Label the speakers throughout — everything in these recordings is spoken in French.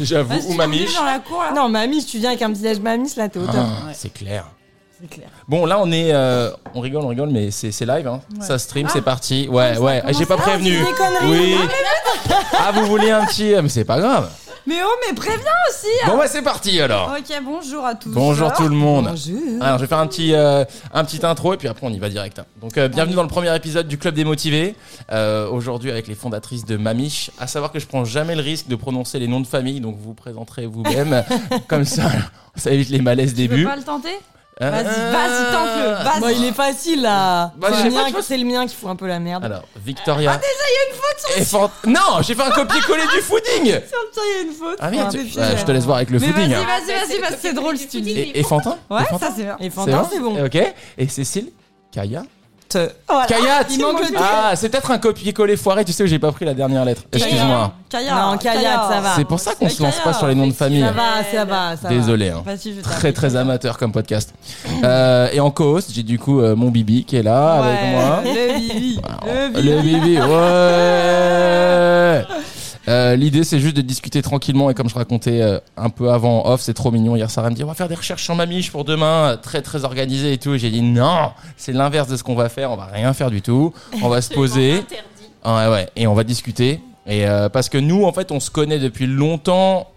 Speaker 1: J'avoue,
Speaker 2: Vas-y,
Speaker 1: ou
Speaker 2: on est
Speaker 1: mamiche.
Speaker 2: dans la cour, là.
Speaker 3: Non, mamie, tu viens avec un petit déj mamie, là, t'es au top.
Speaker 1: Ah,
Speaker 2: Ouais.
Speaker 1: C'est clair.
Speaker 3: C'est clair.
Speaker 1: Bon, là, on est. euh, on rigole, on rigole, mais c'est c'est live. Hein. Ça stream, c'est parti. Ouais, ouais. J'ai pas prévenu.
Speaker 3: c'est des conneries.
Speaker 1: oui. Ah, vous voulez un petit. Mais c'est pas grave.
Speaker 2: Mais oh, mais préviens aussi
Speaker 1: Bon, bah, c'est parti alors.
Speaker 2: Ok, bonjour à tous.
Speaker 1: Bonjour tout le monde.
Speaker 3: Bonjour.
Speaker 1: Alors, je vais faire un petit, euh, un petit intro et puis après on y va direct. hein. Donc, euh, bienvenue dans le premier épisode du Club des Motivés. Euh, Aujourd'hui, avec les fondatrices de Mamiche. À savoir que je prends jamais le risque de prononcer les noms de famille, donc vous vous présenterez vous-même. Comme ça, ça évite les malaises
Speaker 2: Tu veux
Speaker 1: début.
Speaker 2: pas le tenter
Speaker 1: Hein
Speaker 2: Vas-y, vas-y, tente-le. Vas-y.
Speaker 3: Bah, il est facile, là.
Speaker 1: Bah, je
Speaker 3: c'est
Speaker 1: sais
Speaker 3: le,
Speaker 1: pas,
Speaker 3: mien
Speaker 1: je
Speaker 3: qui-
Speaker 1: pense-
Speaker 3: c'est le mien qui fout un peu la merde.
Speaker 1: Alors, Victoria. Ah, déjà, il y a une faute Non, j'ai fait un copier-coller
Speaker 2: Ah,
Speaker 1: du fooding
Speaker 3: Tiens, il y a une faute.
Speaker 1: Ah merde,
Speaker 3: Faut un peu
Speaker 1: tu- bah, je te laisse voir avec le
Speaker 2: Mais
Speaker 1: fooding.
Speaker 2: vas-y,
Speaker 1: hein.
Speaker 2: vas-y, vas-y, parce que c'est drôle si tu le dis.
Speaker 1: Et, et Fantin
Speaker 2: Ouais,
Speaker 1: Et Fantin
Speaker 2: ça c'est bien.
Speaker 3: Et Fantin, c'est bon.
Speaker 1: Ok. Et Cécile Kaya
Speaker 3: Te- Voilà.
Speaker 1: Kaya
Speaker 3: Il manque le
Speaker 1: Ah, c'est peut-être un copier-coller foiré, tu sais que j'ai pas pris la dernière lettre. Excuse-moi.
Speaker 2: Kaya.
Speaker 3: Non, Kaya, ça va.
Speaker 1: C'est pour ça qu'on
Speaker 3: Mais
Speaker 1: se lance
Speaker 3: Ah, Kaya,
Speaker 1: pas sur les noms de famille.
Speaker 3: Ça va, ça va, ça va.
Speaker 1: Désolé. hein.
Speaker 2: Vas-y, je
Speaker 1: Très très amateur comme podcast. Euh, et en co-host, j'ai du coup euh, mon Bibi qui est là avec moi.
Speaker 2: Le Bibi.
Speaker 1: Alors, Le Bibi, ouais Euh, L'idée, c'est juste de discuter tranquillement. Et comme je racontais euh, un peu avant en off, c'est trop mignon. Hier, Sarah me dit On va faire des recherches sur Mamiche pour demain, euh, très très organisé et tout. Et J'ai dit Non, c'est l'inverse de ce qu'on va faire. On va rien faire du tout. On va se poser. Ah ouais, ouais. Et on va discuter. Et euh, parce que nous, en fait, on se connaît depuis longtemps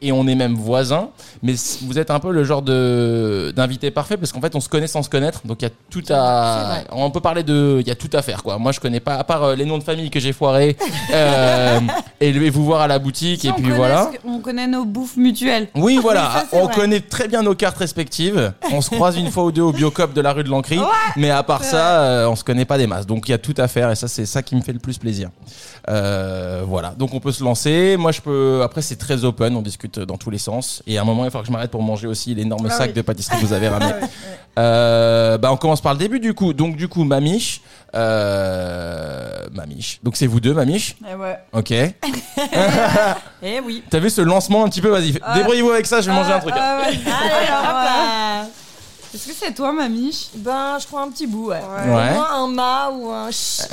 Speaker 1: et on est même voisins. Mais c- vous êtes un peu le genre de d'invité parfait parce qu'en fait, on se connaît sans se connaître. Donc il y a tout à. On peut parler de. Il y a tout à faire quoi. Moi, je connais pas à part euh, les noms de famille que j'ai foirés euh, et le- et vous voir à la boutique et puis voilà.
Speaker 2: On connaît nos bouffes mutuelles.
Speaker 1: Oui, voilà,
Speaker 3: Ah,
Speaker 1: Ah,
Speaker 3: ça, c'est
Speaker 1: on
Speaker 3: vrai.
Speaker 1: connaît très bien nos cartes respectives. On se croise une fois ou deux au Biocop de la rue de l'Ancry, mais à part ça, euh, on se connaît pas des masses. Donc il y a tout à faire et ça, c'est ça qui me fait le plus plaisir. Euh, voilà, donc on peut se lancer. Moi, je peux. Après, c'est très open, on discute dans tous les sens. Et à un moment, il faut que je m'arrête pour manger aussi l'énorme
Speaker 2: Ah
Speaker 1: sac
Speaker 2: oui.
Speaker 1: de pâtisserie que vous avez ramené.
Speaker 3: Ah
Speaker 1: Euh, bah, on commence par le début du coup. Donc du coup, Mamiche, euh, Mamiche. Donc c'est vous deux, Mamiche.
Speaker 2: ouais.
Speaker 1: Ok.
Speaker 3: Eh oui.
Speaker 1: T'as vu ce lancement un petit peu Vas-y, débrouillez-vous avec ça. Je vais manger un truc. hein.
Speaker 3: Ah Allez, hop là.
Speaker 2: Est-ce que c'est toi, ma miche
Speaker 3: Ben, je crois un petit bout, ouais.
Speaker 2: Ouais.
Speaker 3: Au
Speaker 1: Ouais.
Speaker 3: moins un mât ou un ch.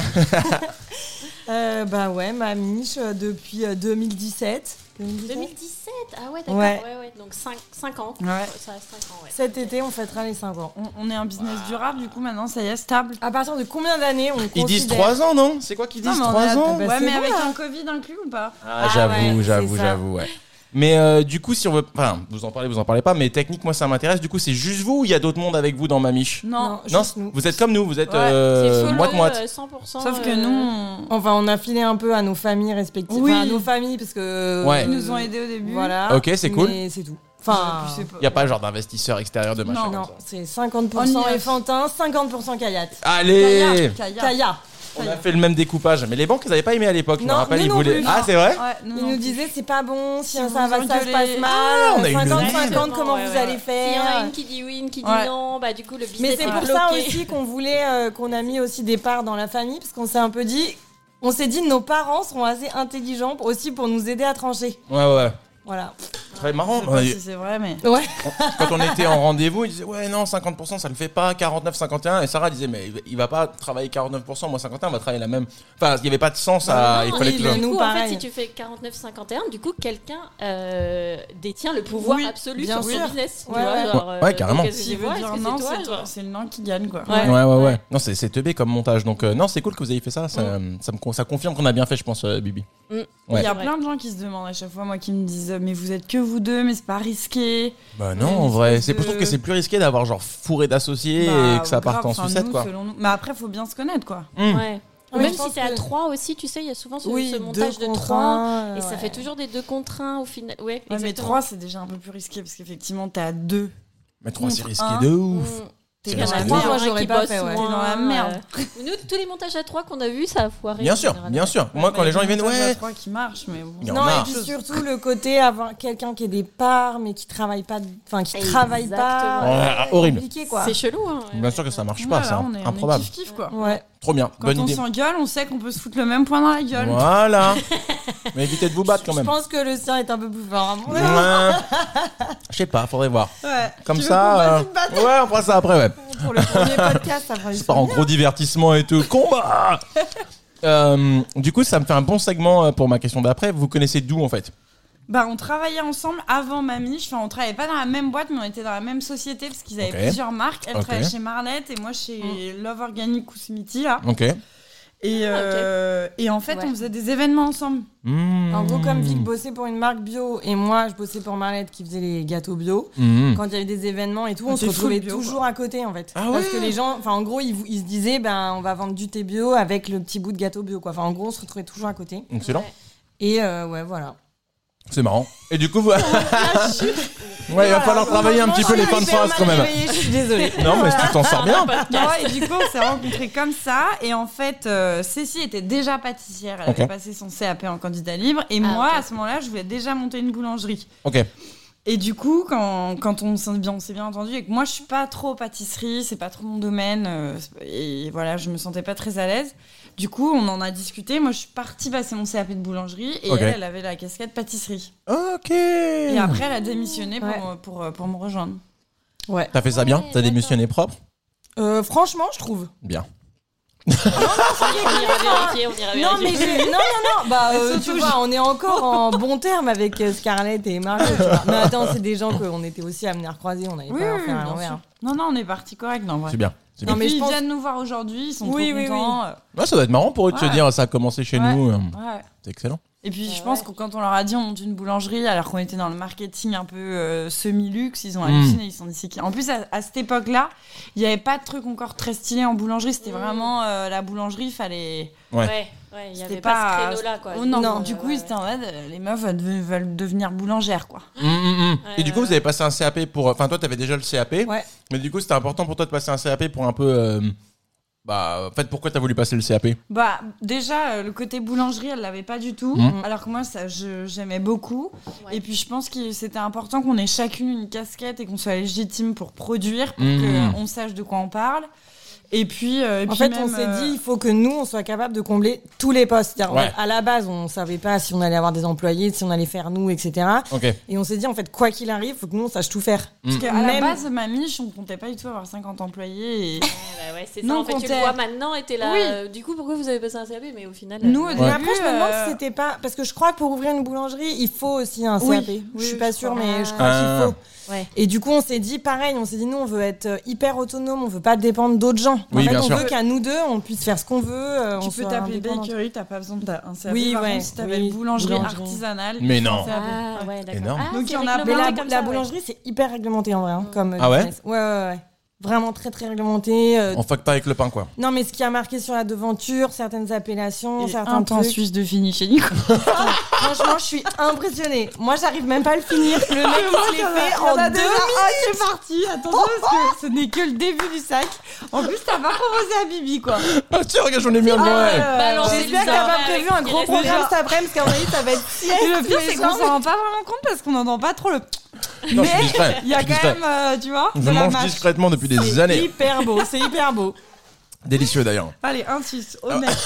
Speaker 3: euh, ben ouais, ma miche euh, depuis euh, 2017.
Speaker 4: 2017 Ah ouais, d'accord.
Speaker 3: Ouais.
Speaker 4: Ouais. Ouais, Donc 5, ans.
Speaker 2: Ouais.
Speaker 4: Ça reste 5 ans, ouais.
Speaker 3: Cet été, on fêtera les 5 ans.
Speaker 2: On, on est un business durable, du coup, maintenant, ça y est, stable.
Speaker 3: À partir de combien d'années on
Speaker 1: Ils
Speaker 3: considère...
Speaker 1: disent 3 ans, non C'est quoi qu'ils disent 3 ans
Speaker 3: bah,
Speaker 2: Ouais,
Speaker 3: c'est
Speaker 2: mais
Speaker 3: bon,
Speaker 2: avec
Speaker 3: là.
Speaker 2: un Covid inclus ou pas
Speaker 1: Ah,
Speaker 3: ouais,
Speaker 1: j'avoue,
Speaker 3: c'est
Speaker 1: j'avoue,
Speaker 3: ça.
Speaker 1: j'avoue, ouais. Mais euh, du coup, si on veut. Enfin, vous en parlez, vous en parlez pas, mais technique, moi ça m'intéresse. Du coup, c'est juste vous ou il y a d'autres mondes avec vous dans Mamiche
Speaker 3: Non.
Speaker 1: Non,
Speaker 3: juste nous.
Speaker 1: vous êtes comme nous, vous êtes
Speaker 2: Ouais,
Speaker 1: euh,
Speaker 4: c'est solo,
Speaker 1: moite-moite.
Speaker 4: euh, 100%.
Speaker 2: Sauf que
Speaker 4: euh,
Speaker 2: nous, on-
Speaker 3: Enfin, on a filé un peu à nos familles respectives.
Speaker 2: Oui.
Speaker 3: Enfin, à nos familles, parce que...
Speaker 1: Ouais.
Speaker 2: ils nous ont aidés au début.
Speaker 3: Voilà.
Speaker 1: Ok, c'est cool.
Speaker 3: Mais c'est tout. Enfin...
Speaker 2: Je sais pas.
Speaker 1: Il n'y a pas genre d'investisseur extérieur de machin
Speaker 2: Non,
Speaker 1: comme
Speaker 3: Non,
Speaker 1: ça.
Speaker 3: c'est
Speaker 2: On y
Speaker 3: 50%
Speaker 2: va.
Speaker 3: Effantin, 50% Kayat.
Speaker 1: Allez
Speaker 2: Kaya.
Speaker 3: Kaya.
Speaker 1: On a fait le même découpage, mais les banques, elles n'avaient pas aimé à l'époque, je me
Speaker 3: Non,
Speaker 1: rappelle,
Speaker 3: nous
Speaker 1: ils
Speaker 3: non
Speaker 1: voulaient.
Speaker 3: plus.
Speaker 1: Ah, c'est vrai
Speaker 2: Ouais, nous,
Speaker 3: Il
Speaker 2: non.
Speaker 3: nous disait c'est pas bon, si,
Speaker 2: Si
Speaker 3: un
Speaker 2: vous
Speaker 3: ça va, ça se
Speaker 2: engueulez-
Speaker 3: passe mal.
Speaker 1: Ah, on a eu le même.
Speaker 3: 50-50, comment
Speaker 4: Ouais,
Speaker 3: vous
Speaker 4: ouais,
Speaker 3: allez
Speaker 4: ouais.
Speaker 3: faire
Speaker 4: S'il y en a une qui dit oui, une qui dit
Speaker 2: Ouais.
Speaker 4: non, bah du coup le business
Speaker 3: Mais c'est
Speaker 4: est
Speaker 3: pour
Speaker 4: bloqué.
Speaker 3: ça aussi qu'on voulait, euh, qu'on a mis aussi des parts dans la famille, parce qu'on s'est un peu dit, on s'est dit nos parents seront assez intelligents aussi pour nous aider à trancher.
Speaker 1: Ouais, ouais.
Speaker 3: Voilà.
Speaker 1: Très marrant.
Speaker 2: Je sais pas si c'est vrai, mais.
Speaker 3: Ouais.
Speaker 1: Quand on était en rendez-vous, ils disaient Ouais, non, 50%, ça le fait pas, 49, 51. Et Sarah disait Mais il va pas travailler 49%, moi 51, on va travailler la même. Enfin, il n'y avait pas de sens à.
Speaker 4: Non,
Speaker 1: il fallait
Speaker 3: il
Speaker 1: que
Speaker 3: est
Speaker 1: le-
Speaker 4: du
Speaker 3: Nous,
Speaker 4: coup, en fait,
Speaker 3: pareil.
Speaker 4: si tu fais 49-51, du coup, quelqu'un euh, détient le pouvoir
Speaker 2: Oui,
Speaker 4: absolu
Speaker 3: bien
Speaker 4: sur son
Speaker 3: sûr.
Speaker 4: business. tu
Speaker 3: Ouais,
Speaker 4: vois,
Speaker 3: ouais.
Speaker 4: genre,
Speaker 1: Ouais,
Speaker 4: euh,
Speaker 1: ouais, carrément.
Speaker 4: donc, est-ce que
Speaker 2: S'il
Speaker 4: c'est
Speaker 2: veut
Speaker 4: moi,
Speaker 2: dire
Speaker 4: est-ce que
Speaker 2: non,
Speaker 4: c'est toi,
Speaker 2: c'est
Speaker 4: genre
Speaker 2: c'est le non qui gagne, quoi.
Speaker 4: Ouais.
Speaker 1: Ouais, ouais, ouais.
Speaker 4: Ouais.
Speaker 1: Non, c'est, c'est teubé comme montage. Donc, euh, non, c'est cool que vous ayez fait ça. Ça, euh, ça me, con- ça confirme qu'on a bien fait, je pense, euh, Bibi. Ouais.
Speaker 2: Il y a
Speaker 4: Ouais.
Speaker 2: plein de gens qui se demandent à chaque fois, moi, qui me disent Mais vous êtes que vous deux, mais c'est pas risqué.
Speaker 1: Bah,
Speaker 2: Ouais,
Speaker 1: non, en
Speaker 2: une
Speaker 1: vrai.
Speaker 2: espèce
Speaker 1: C'est, Je
Speaker 2: de-
Speaker 1: trouve que c'est plus risqué d'avoir, genre, fourré d'associés et
Speaker 2: Bah,
Speaker 1: que ça
Speaker 2: grave,
Speaker 1: parte en
Speaker 2: enfin,
Speaker 1: sucette,
Speaker 2: nous,
Speaker 1: quoi.
Speaker 2: selon nous. Mais après, faut bien se connaître, quoi.
Speaker 1: Mmh.
Speaker 4: Ouais.
Speaker 3: Ouais,
Speaker 4: Même
Speaker 3: je
Speaker 4: si
Speaker 3: pense
Speaker 4: c'est à
Speaker 3: que-
Speaker 4: 3 aussi, tu sais, il y a souvent ce, ce
Speaker 3: deux
Speaker 4: montage de
Speaker 3: contre
Speaker 4: 3
Speaker 3: un,
Speaker 4: et ça
Speaker 3: ouais.
Speaker 4: fait toujours des deux contre 1 au final. Ouais,
Speaker 2: Ouais, mais
Speaker 4: exactement.
Speaker 2: 3, c'est déjà un peu plus risqué, parce qu'effectivement, t'es à 2.
Speaker 1: Mais trois, c'est risqué
Speaker 2: Un.
Speaker 1: de ouf.
Speaker 4: Mm.
Speaker 3: T'es
Speaker 1: C'est
Speaker 3: dans la
Speaker 1: risqué de
Speaker 3: merde.
Speaker 1: ouf.
Speaker 3: Moi,
Speaker 4: un
Speaker 3: j'aurais
Speaker 4: qui
Speaker 3: pas
Speaker 4: bosse
Speaker 3: fait, ouais.
Speaker 4: moins,
Speaker 2: T'es dans la merde.
Speaker 4: euh. Nous, tous les montages à trois qu'on a vus, ça a foiré.
Speaker 1: Bien
Speaker 4: en
Speaker 1: sûr,
Speaker 4: général.
Speaker 1: bien sûr. Moi,
Speaker 2: Ouais,
Speaker 1: quand
Speaker 2: mais
Speaker 1: les gens ils
Speaker 2: il y a
Speaker 1: viennent,
Speaker 2: des montages à
Speaker 1: ouais.
Speaker 2: trois qui marchent, mais bon.
Speaker 1: Il y en
Speaker 3: Non,
Speaker 1: a.
Speaker 3: et puis surtout le côté avoir quelqu'un qui ait des parts mais qui travaille pas, enfin qui travaille
Speaker 1: Ouais,
Speaker 3: pas.
Speaker 4: Exactement.
Speaker 1: ah, horrible.
Speaker 3: Compliqué quoi.
Speaker 4: C'est chelou, hein. ouais,
Speaker 1: Bien
Speaker 4: ouais.
Speaker 1: sûr que ça marche
Speaker 2: Ouais,
Speaker 1: pas,
Speaker 2: là,
Speaker 1: Bah, c'est
Speaker 2: on est- on est
Speaker 1: improbable.
Speaker 2: kiff-kiff, quoi.
Speaker 3: Ouais.
Speaker 1: Trop bien,
Speaker 2: Quand
Speaker 1: bonne
Speaker 2: on
Speaker 1: idée.
Speaker 2: s'engueule, on sait qu'on peut se foutre le même point dans la gueule.
Speaker 1: Voilà. Mais évitez de vous battre quand
Speaker 3: Je
Speaker 1: même.
Speaker 3: pense que le sien est un peu plus fort. hein.
Speaker 1: Ouais. Je sais pas, faudrait voir.
Speaker 2: Ouais.
Speaker 1: Comme
Speaker 2: Tu veux qu'on
Speaker 1: ça.
Speaker 2: fasse
Speaker 1: euh,
Speaker 2: une bataille
Speaker 1: Ouais, on fera ça après, ouais.
Speaker 3: Pour le premier podcast, ça fera du
Speaker 1: C'est part en gros divertissement et tout. Combat Euh, Du coup, ça me fait un bon segment euh, pour ma question d'après. Vous connaissez d'où en fait
Speaker 2: Bah, on travaillait ensemble avant Mamiche. Enfin, on travaillait pas dans la même boîte, mais on était dans la même société parce qu'ils avaient
Speaker 1: Ok.
Speaker 2: plusieurs marques. Elle
Speaker 1: Ok.
Speaker 2: travaillait chez Marlette et moi chez Love Organic ou Smithy, là.
Speaker 1: Ok.
Speaker 2: Et,
Speaker 4: Mm. Ah, ok.
Speaker 2: euh, et en fait,
Speaker 4: Ouais.
Speaker 2: on faisait des événements ensemble.
Speaker 3: En gros, comme
Speaker 1: Hmm.
Speaker 3: Vic bossait pour une marque bio et moi, je bossais pour Marlette qui faisait les gâteaux bio.
Speaker 1: Mhm.
Speaker 3: Quand il y avait des événements et tout, on
Speaker 2: Ah,
Speaker 3: se
Speaker 2: t'es full
Speaker 3: retrouvait
Speaker 2: bio,
Speaker 3: toujours à côté en fait.
Speaker 1: Ah
Speaker 3: Parce
Speaker 1: ouais
Speaker 3: que les gens, enfin en gros, ils, vou- ils se disaient, ben on va vendre du thé bio avec le petit bout de gâteau bio quoi. Enfin en gros, on se retrouvait toujours à côté.
Speaker 1: Excellent.
Speaker 4: Ouais.
Speaker 3: Et euh, ouais, voilà.
Speaker 1: C'est marrant. Et du coup,
Speaker 2: Oh,
Speaker 1: vous- ouais, il va falloir travailler un petit peu les fins de phrase quand même.
Speaker 3: Je suis désolée.
Speaker 1: Non, mais tu t'en sors bien.
Speaker 4: Ah,
Speaker 2: Non, et du coup, on s'est rencontrés comme ça. Et en fait, euh, Cécile était déjà pâtissière. Elle
Speaker 1: Ok.
Speaker 2: avait passé son CAP en candidat libre. Et
Speaker 4: Ah,
Speaker 2: moi,
Speaker 4: ok.
Speaker 2: à ce moment-là, je voulais déjà monter une boulangerie.
Speaker 1: Ok.
Speaker 2: Et du coup, quand, quand on s'est bien, on s'est bien entendu, et que moi, je suis pas trop pâtisserie, c'est pas trop mon domaine. euh, et voilà, je me sentais pas très à l'aise. Du coup, on en a discuté. Moi, je suis partie passer mon CAP de boulangerie. Et
Speaker 1: Ok. Mmh.
Speaker 2: elle, elle avait la casquette pâtisserie.
Speaker 1: Ok.
Speaker 2: Et après, elle a démissionné pour,
Speaker 3: Ouais.
Speaker 2: me- pour, euh, pour me rejoindre.
Speaker 3: Ouais.
Speaker 1: T'as fait ça bien
Speaker 4: Ouais,
Speaker 1: T'as démissionné propre
Speaker 3: Euh, franchement, je trouve.
Speaker 1: Bien.
Speaker 4: On ira vérifier, on ira
Speaker 3: Non mais
Speaker 4: vérifier.
Speaker 3: j'ai- non non non bah euh,
Speaker 2: Ah,
Speaker 3: tu
Speaker 2: Surtout,
Speaker 3: vois on est encore en bon terme avec euh, Scarlett et Margot tu vois. mais attends c'est des gens qu'on était aussi amenés à recroiser on n'allait
Speaker 2: Oui,
Speaker 3: pas leur
Speaker 2: oui,
Speaker 3: faire à
Speaker 2: bien
Speaker 3: l'envers
Speaker 2: sûr. Non, non, on est parti correct, non, en vrai.
Speaker 1: C'est bien. C'est
Speaker 3: Non,
Speaker 1: bien.
Speaker 3: mais
Speaker 2: mais
Speaker 3: je
Speaker 2: ils
Speaker 3: pense-
Speaker 2: viennent nous voir aujourd'hui, ils sont
Speaker 3: Oui,
Speaker 2: trop
Speaker 3: oui,
Speaker 2: contents.
Speaker 1: Ouais, ça doit être marrant pour eux de se
Speaker 2: Ouais.
Speaker 1: dire ça a commencé chez
Speaker 2: Ouais.
Speaker 1: nous. euh,
Speaker 2: euh, ouais.
Speaker 1: C'est excellent.
Speaker 2: Et puis
Speaker 4: Bah
Speaker 2: je pense
Speaker 4: ouais.
Speaker 2: que quand on leur a dit on monte une boulangerie, alors qu'on était dans le marketing un peu euh, semi-luxe, ils ont halluciné, ils se sont dit c'est qui En plus, à, à cette époque-là, il n'y avait pas de truc encore très stylé en boulangerie, c'était
Speaker 4: Mm.
Speaker 2: vraiment euh, la boulangerie, fallait...
Speaker 1: Ouais.
Speaker 4: Ouais, ouais, il y
Speaker 2: C'était
Speaker 4: avait pas,
Speaker 2: pas-
Speaker 4: ce créneau-là quoi.
Speaker 2: Oh non,
Speaker 3: Non,
Speaker 2: du
Speaker 4: ouais,
Speaker 2: coup,
Speaker 4: ouais,
Speaker 2: ils étaient en mode, euh, les meufs veulent, veulent devenir boulangères, quoi.
Speaker 1: Mm, mm, mm.
Speaker 4: Ouais,
Speaker 1: Et du coup,
Speaker 4: ouais,
Speaker 1: vous avez passé un CAP pour. euh, Enfin, toi, t'avais déjà le CAP.
Speaker 3: Ouais.
Speaker 1: Mais du coup, c'était important pour toi de passer un CAP pour un peu. euh, Bah, en fait, pourquoi t'as voulu passer le CAP
Speaker 2: Bah, déjà, euh, le côté boulangerie, elle l'avait pas du tout.
Speaker 1: Mm.
Speaker 2: Alors que moi, ça, je- j'aimais beaucoup.
Speaker 4: Ouais.
Speaker 2: Et puis, je pense que c'était important qu'on ait chacune une casquette et qu'on soit légitime pour produire, pour
Speaker 1: Mm.
Speaker 2: qu'on sache de quoi on parle. Et puis, euh, et
Speaker 3: en
Speaker 2: puis
Speaker 3: fait on
Speaker 2: même,
Speaker 3: s'est
Speaker 2: euh,
Speaker 3: dit il faut que nous on soit capable de combler tous les postes C'est-à-dire,
Speaker 1: Ouais.
Speaker 3: on- à la base on savait pas si on allait avoir des employés si on allait faire nous etc
Speaker 1: Ok.
Speaker 3: et on s'est dit en fait quoi qu'il arrive faut que nous on sache tout faire
Speaker 1: Mmh.
Speaker 2: Parce qu'à la
Speaker 3: Même-
Speaker 2: base, ma miche, on comptait pas du tout avoir 50 employés. Et...
Speaker 4: ouais, bah ouais, c'est ça.
Speaker 2: Non,
Speaker 4: en fait,
Speaker 2: quand
Speaker 4: tu le
Speaker 2: elle-
Speaker 4: vois maintenant et t'es là.
Speaker 2: Oui.
Speaker 4: euh, du coup, pourquoi vous avez passé un CAP Mais au final.
Speaker 2: Nous,
Speaker 4: euh,
Speaker 2: au
Speaker 4: ouais.
Speaker 3: Mais
Speaker 2: début,
Speaker 3: après, je me demande
Speaker 2: euh,
Speaker 3: si c'était pas. Parce que je crois que pour ouvrir une boulangerie, il faut aussi un CAP.
Speaker 2: Oui, oui,
Speaker 3: je suis
Speaker 2: oui,
Speaker 3: pas
Speaker 2: je
Speaker 3: sûre,
Speaker 2: crois.
Speaker 3: mais je crois
Speaker 1: Ah.
Speaker 3: qu'il faut.
Speaker 4: Ouais.
Speaker 3: Et du coup, on s'est dit pareil. On s'est dit, nous, on veut être euh, hyper autonome, on veut pas dépendre d'autres gens.
Speaker 1: Oui,
Speaker 3: en fait,
Speaker 1: bien
Speaker 3: on
Speaker 1: sûr.
Speaker 3: veut qu'à nous deux, on puisse faire ce qu'on veut. euh, on
Speaker 2: tu peux
Speaker 3: soit
Speaker 2: t'appeler
Speaker 3: indépendante.
Speaker 2: bakery, t'as pas besoin d'un CAP.
Speaker 3: Oui,
Speaker 2: Par
Speaker 3: ouais,
Speaker 2: contre, si t'avais
Speaker 3: oui,
Speaker 2: boulangerie,
Speaker 3: boulangerie.
Speaker 2: artisanale,
Speaker 1: Mais
Speaker 2: t'as un
Speaker 1: non.
Speaker 2: CAP.
Speaker 4: Ah, ouais, d'accord.
Speaker 1: Énorme.
Speaker 4: Ah,
Speaker 2: Donc,
Speaker 4: c'est
Speaker 2: il y en a
Speaker 3: Mais
Speaker 4: réglementé
Speaker 3: la,
Speaker 4: comme
Speaker 3: la
Speaker 4: ça, ouais.
Speaker 3: boulangerie, c'est hyper réglementé en vrai. hein, comme euh,
Speaker 1: Ah ouais
Speaker 3: business. ouais, ouais, ouais. Vraiment très, très réglementé. euh,
Speaker 1: En facteur avec le pain, quoi.
Speaker 3: Non, mais ce qui a marqué sur la devanture, certaines appellations,
Speaker 2: Et
Speaker 3: certains
Speaker 2: un pain
Speaker 3: trucs.
Speaker 2: suisse de fini chez Nico.
Speaker 3: Franchement, je suis impressionnée. Moi, j'arrive même pas à le finir. Le mec, il se l'est fait
Speaker 2: On a
Speaker 3: en deux
Speaker 2: déjà un qui est parti. Attention, parce que ce n'est que le début du sac. En plus, t'as pas proposé à Bibi, quoi.
Speaker 1: Ah, tiens, regarde, j'en ai mis un
Speaker 3: Ah,
Speaker 1: de moi.
Speaker 3: euh,
Speaker 4: Balancez
Speaker 3: J'espère que
Speaker 4: le
Speaker 3: t'as
Speaker 4: bizarre
Speaker 3: pas
Speaker 4: avec
Speaker 3: prévu
Speaker 4: ce
Speaker 3: un
Speaker 4: qui
Speaker 3: gros
Speaker 4: reste
Speaker 3: programme
Speaker 2: déjà.
Speaker 3: cet après-midi, parce qu'à mon avis, ça va être si
Speaker 2: Et le pire, c'est qu'on
Speaker 3: énorme.
Speaker 2: s'en rend pas vraiment compte parce qu'on n'entend pas trop le.
Speaker 1: Non, je suis
Speaker 2: Mais
Speaker 1: discret.
Speaker 2: il y a
Speaker 1: je suis
Speaker 2: quand
Speaker 1: discret.
Speaker 2: même, euh, tu vois,
Speaker 1: Je
Speaker 2: de la
Speaker 1: mange
Speaker 2: mâche.
Speaker 1: discrètement depuis des
Speaker 3: C'est
Speaker 1: années.
Speaker 3: hyper beau, c'est hyper beau.
Speaker 1: Délicieux d'ailleurs.
Speaker 2: Allez, un 6,
Speaker 1: Ah.
Speaker 2: honnête.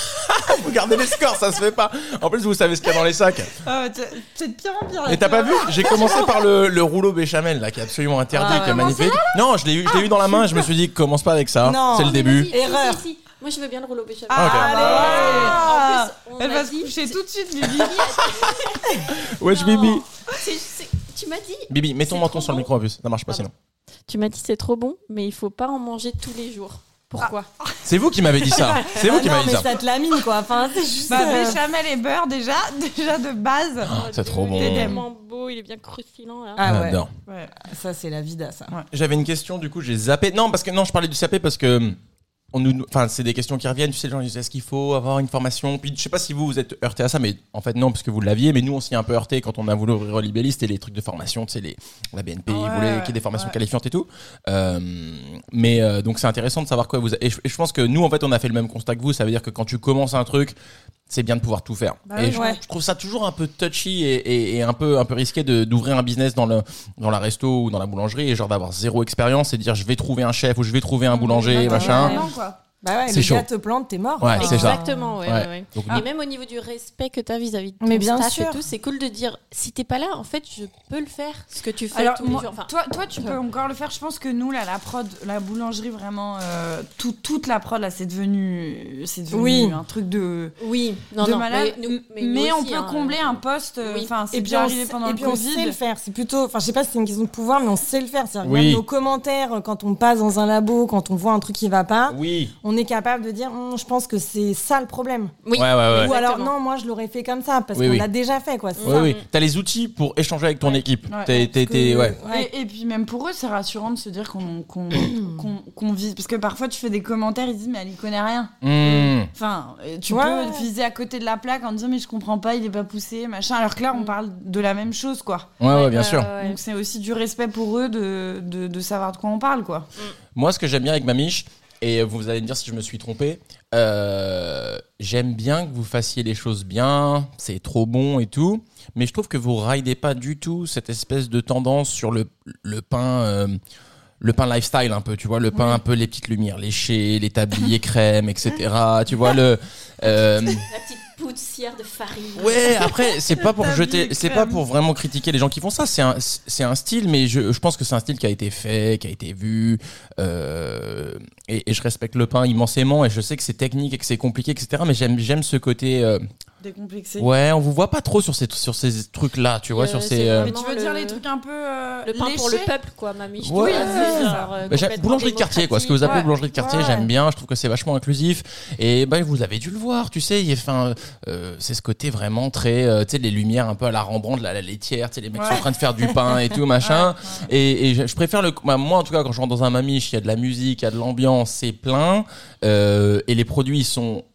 Speaker 1: Regardez les scores, ça se fait pas. En plus, vous savez ce qu'il y a dans les sacs.
Speaker 2: Euh, tu- C'est de pire en pire. là,
Speaker 1: Et t'as
Speaker 2: tu
Speaker 1: pas vu
Speaker 2: vois.
Speaker 1: J'ai commencé par le, le rouleau béchamel là, qui est absolument interdit,
Speaker 2: Ah,
Speaker 1: qui est
Speaker 2: ouais.
Speaker 1: magnifique. Non, je l'ai eu, je l'ai eu dans la main. et Je me suis dit, commence pas avec ça.
Speaker 3: Non.
Speaker 1: C'est le
Speaker 4: Ah, Mais
Speaker 1: début.
Speaker 4: vas-y, si,
Speaker 3: Erreur.
Speaker 4: si, si. Moi, je veux bien le rouleau béchamel.
Speaker 1: ok.
Speaker 2: Ah,
Speaker 4: Ah,
Speaker 2: allez.
Speaker 4: en plus, on
Speaker 2: Elle
Speaker 4: m'a
Speaker 2: va se
Speaker 4: dit-
Speaker 2: coucher tout de suite, Bibi.
Speaker 1: Wesh,
Speaker 4: Non.
Speaker 1: Bibi.
Speaker 4: C'est- c'est- Tu m'as dit.
Speaker 1: Bibi, mets ton
Speaker 4: C'est
Speaker 1: menton
Speaker 4: trop
Speaker 1: sur le
Speaker 4: bon.
Speaker 1: micro en plus. Ça
Speaker 3: Ah
Speaker 1: marche pas
Speaker 4: Pardon.
Speaker 1: sinon.
Speaker 4: Tu m'as dit c'est trop bon, mais il faut pas en manger tous les jours. Pourquoi
Speaker 1: C'est vous qui m'avez dit ça. C'est vous qui
Speaker 3: Ah non,
Speaker 1: m'avez dit
Speaker 3: mais
Speaker 1: ça.
Speaker 3: ça te la mine, quoi. Enfin, c'est juste.
Speaker 2: Bah,
Speaker 3: euh,
Speaker 2: béchamel et beurre, déjà, déjà de base.
Speaker 1: Ah, c'est trop bon.
Speaker 4: Oh, Il est tellement beau, il est bien croustillant là.
Speaker 3: Ah ouais,
Speaker 1: J'adore.
Speaker 2: Ouais.
Speaker 3: ça, c'est la vida, ça.
Speaker 1: J'avais une question, du coup, j'ai zappé. Non, parce que non, je parlais du zappé parce que. hum, On nous, enfin, c'est des questions qui reviennent. Tu sais, les gens ils disent est-ce qu'il faut avoir une formation Puis je sais pas si vous vous êtes heurté à ça, mais en fait non, parce que vous l'aviez. Mais nous, on s'y est un peu heurté quand on a voulu ouvrir Libelli, c'était les trucs de formation, tu sais, les la BNP, ils
Speaker 2: Ouais,
Speaker 1: voulaient
Speaker 2: ouais,
Speaker 1: qu'il y ait des formations
Speaker 2: ouais.
Speaker 1: qualifiantes et tout. Euh, mais euh, donc c'est intéressant de savoir quoi vous. Et je, et je pense que nous, en fait, on a fait le même constat que vous. Ça veut dire que quand tu commences un truc, c'est bien de pouvoir tout faire.
Speaker 2: Bah
Speaker 1: et
Speaker 2: oui,
Speaker 1: je,
Speaker 3: ouais.
Speaker 1: je trouve ça toujours un peu touchy et, et- et un peu un peu risqué de- d'ouvrir un business dans le dans la resto ou dans la boulangerie et genre d'avoir zéro expérience et de dire je vais trouver un chef ou je vais trouver un boulanger
Speaker 2: Ouais,
Speaker 1: machin.
Speaker 2: non, quoi.
Speaker 3: Bah ouais,
Speaker 1: C'est
Speaker 3: le
Speaker 1: chaud.
Speaker 3: gars te plante, t'es mort.
Speaker 1: Ouais,
Speaker 3: quoi.
Speaker 1: c'est ça.
Speaker 4: Exactement, ouais,
Speaker 1: Ouais.
Speaker 4: ouais, ouais.
Speaker 1: Donc,
Speaker 4: Et même au niveau du respect que tu as vis-à-vis de ton
Speaker 3: Mais bien
Speaker 4: staff
Speaker 3: sûr.
Speaker 4: et tout, c'est cool de dire si t'es pas là, en fait, je peux le faire, ce que tu fais
Speaker 2: Alors,
Speaker 4: tous les
Speaker 2: moi-
Speaker 4: jours. Enfin, Euh.
Speaker 2: toi, toi, tu peux encore le faire. Je pense que nous, là, la prod, la boulangerie, vraiment, euh, tout- toute la prod, là, c'est devenu, c'est devenu
Speaker 3: Oui.
Speaker 2: un truc de,
Speaker 4: oui, non,
Speaker 2: de
Speaker 4: non,
Speaker 2: malade.
Speaker 4: mais, nous- mais
Speaker 2: mais
Speaker 4: nous
Speaker 2: on
Speaker 4: aussi,
Speaker 2: peut
Speaker 4: hein,
Speaker 2: combler un poste. euh,
Speaker 4: oui.
Speaker 2: Enfin, c'est
Speaker 3: Et puis,
Speaker 2: bien
Speaker 3: on,
Speaker 2: arrivé
Speaker 3: sait-
Speaker 2: pendant
Speaker 3: et
Speaker 2: le
Speaker 3: puis on
Speaker 2: Covid.
Speaker 3: sait le faire. C'est plutôt, enfin, je sais pas si c'est une question de pouvoir, mais on sait le faire. C'est-à-dire,
Speaker 1: Oui.
Speaker 3: regarde nos commentaires, euh, quand on passe dans un labo, quand on voit un truc qui va pas,
Speaker 1: Oui.
Speaker 3: on est capable de dire, Hum, je pense que c'est ça le problème.
Speaker 4: Oui.
Speaker 1: Ouais, ouais, ouais.
Speaker 3: Ou alors,
Speaker 4: Exactement.
Speaker 3: non, moi, je l'aurais fait comme ça, parce
Speaker 1: Oui,
Speaker 3: qu'on
Speaker 1: oui.
Speaker 3: l'a déjà fait, quoi. c'est
Speaker 1: Oui,
Speaker 3: ça.
Speaker 1: oui. T'as les outils pour échanger avec ton équipe.
Speaker 2: Ouais.
Speaker 1: T'es, t'es,
Speaker 3: Parce
Speaker 1: t'es-
Speaker 3: que-
Speaker 1: ouais.
Speaker 3: ouais.
Speaker 2: Et, et puis même pour eux, c'est rassurant de se dire qu'on qu'on qu'on- qu'on vise. Parce que parfois, tu fais des commentaires, ils disent, mais elle y connaît rien.
Speaker 1: Mmh.
Speaker 2: Enfin, euh, tu
Speaker 3: Ouais.
Speaker 2: peux viser à côté de la plaque en disant, mais je comprends pas, il est pas poussé, machin. Alors que là, on parle de la même chose, quoi.
Speaker 1: Hmm. Ouais, Ah ouais, bien sûr.
Speaker 4: Mm. ouais.
Speaker 2: Donc c'est aussi du respect pour eux de, de, de savoir de quoi on parle, quoi.
Speaker 1: Moi, ce que j'aime bien avec Mamiche, et vous allez me dire si je me suis trompé, euh, j'aime bien que vous fassiez les choses bien, c'est trop bon et tout, mais je trouve que vous ridez pas du tout cette espèce de tendance sur le, le pain. euh, le pain lifestyle un peu, tu vois, le pain un peu les petites lumières léchées, les tabliers crème, etc. tu vois le. euh,
Speaker 4: La petite poussière de farine.
Speaker 1: Ouais, après, c'est pas pour
Speaker 2: Tablier
Speaker 1: jeter, c'est
Speaker 2: crème.
Speaker 1: pas pour vraiment critiquer les gens qui font ça. C'est un, c'est un style, mais je, je pense que c'est un style qui a été fait, qui a été vu. euh, et, et je respecte le pain immensément. Et je sais que c'est technique et que c'est compliqué, etc. Mais j'aime, j'aime ce côté. euh,
Speaker 2: Décomplexé.
Speaker 1: ouais, on vous voit pas trop sur ces, sur ces trucs-là, tu vois,
Speaker 4: Euh,
Speaker 1: sur
Speaker 4: c'est
Speaker 1: ces. euh,
Speaker 2: Mais tu veux
Speaker 4: Le-
Speaker 2: dire les trucs un peu. euh,
Speaker 4: Le pain pour le
Speaker 2: léchés
Speaker 4: peuple, quoi, mamie. je
Speaker 1: Ouais.
Speaker 4: trouve que c'est genre, euh,
Speaker 1: bah, j'aime-
Speaker 4: complètement
Speaker 1: boulangerie de quartier, quoi. Ce que vous appelez
Speaker 2: Ouais.
Speaker 1: boulangerie de quartier,
Speaker 2: Ouais, ouais.
Speaker 1: j'aime bien. Je trouve que c'est vachement inclusif. Et bah, vous avez dû le voir, tu sais. il y a- Enfin, euh, c'est ce côté vraiment très, euh, tu sais, les lumières un peu à la Rembrandt, la, la laitière, tu sais, les mecs qui sont en train de faire du pain et tout machin. Et, et je, je préfère le, bah, moi en tout cas, quand je rentre dans un mamiche, il y a de la musique, il y a de l'ambiance, c'est plein. Euh, et les produits ils sont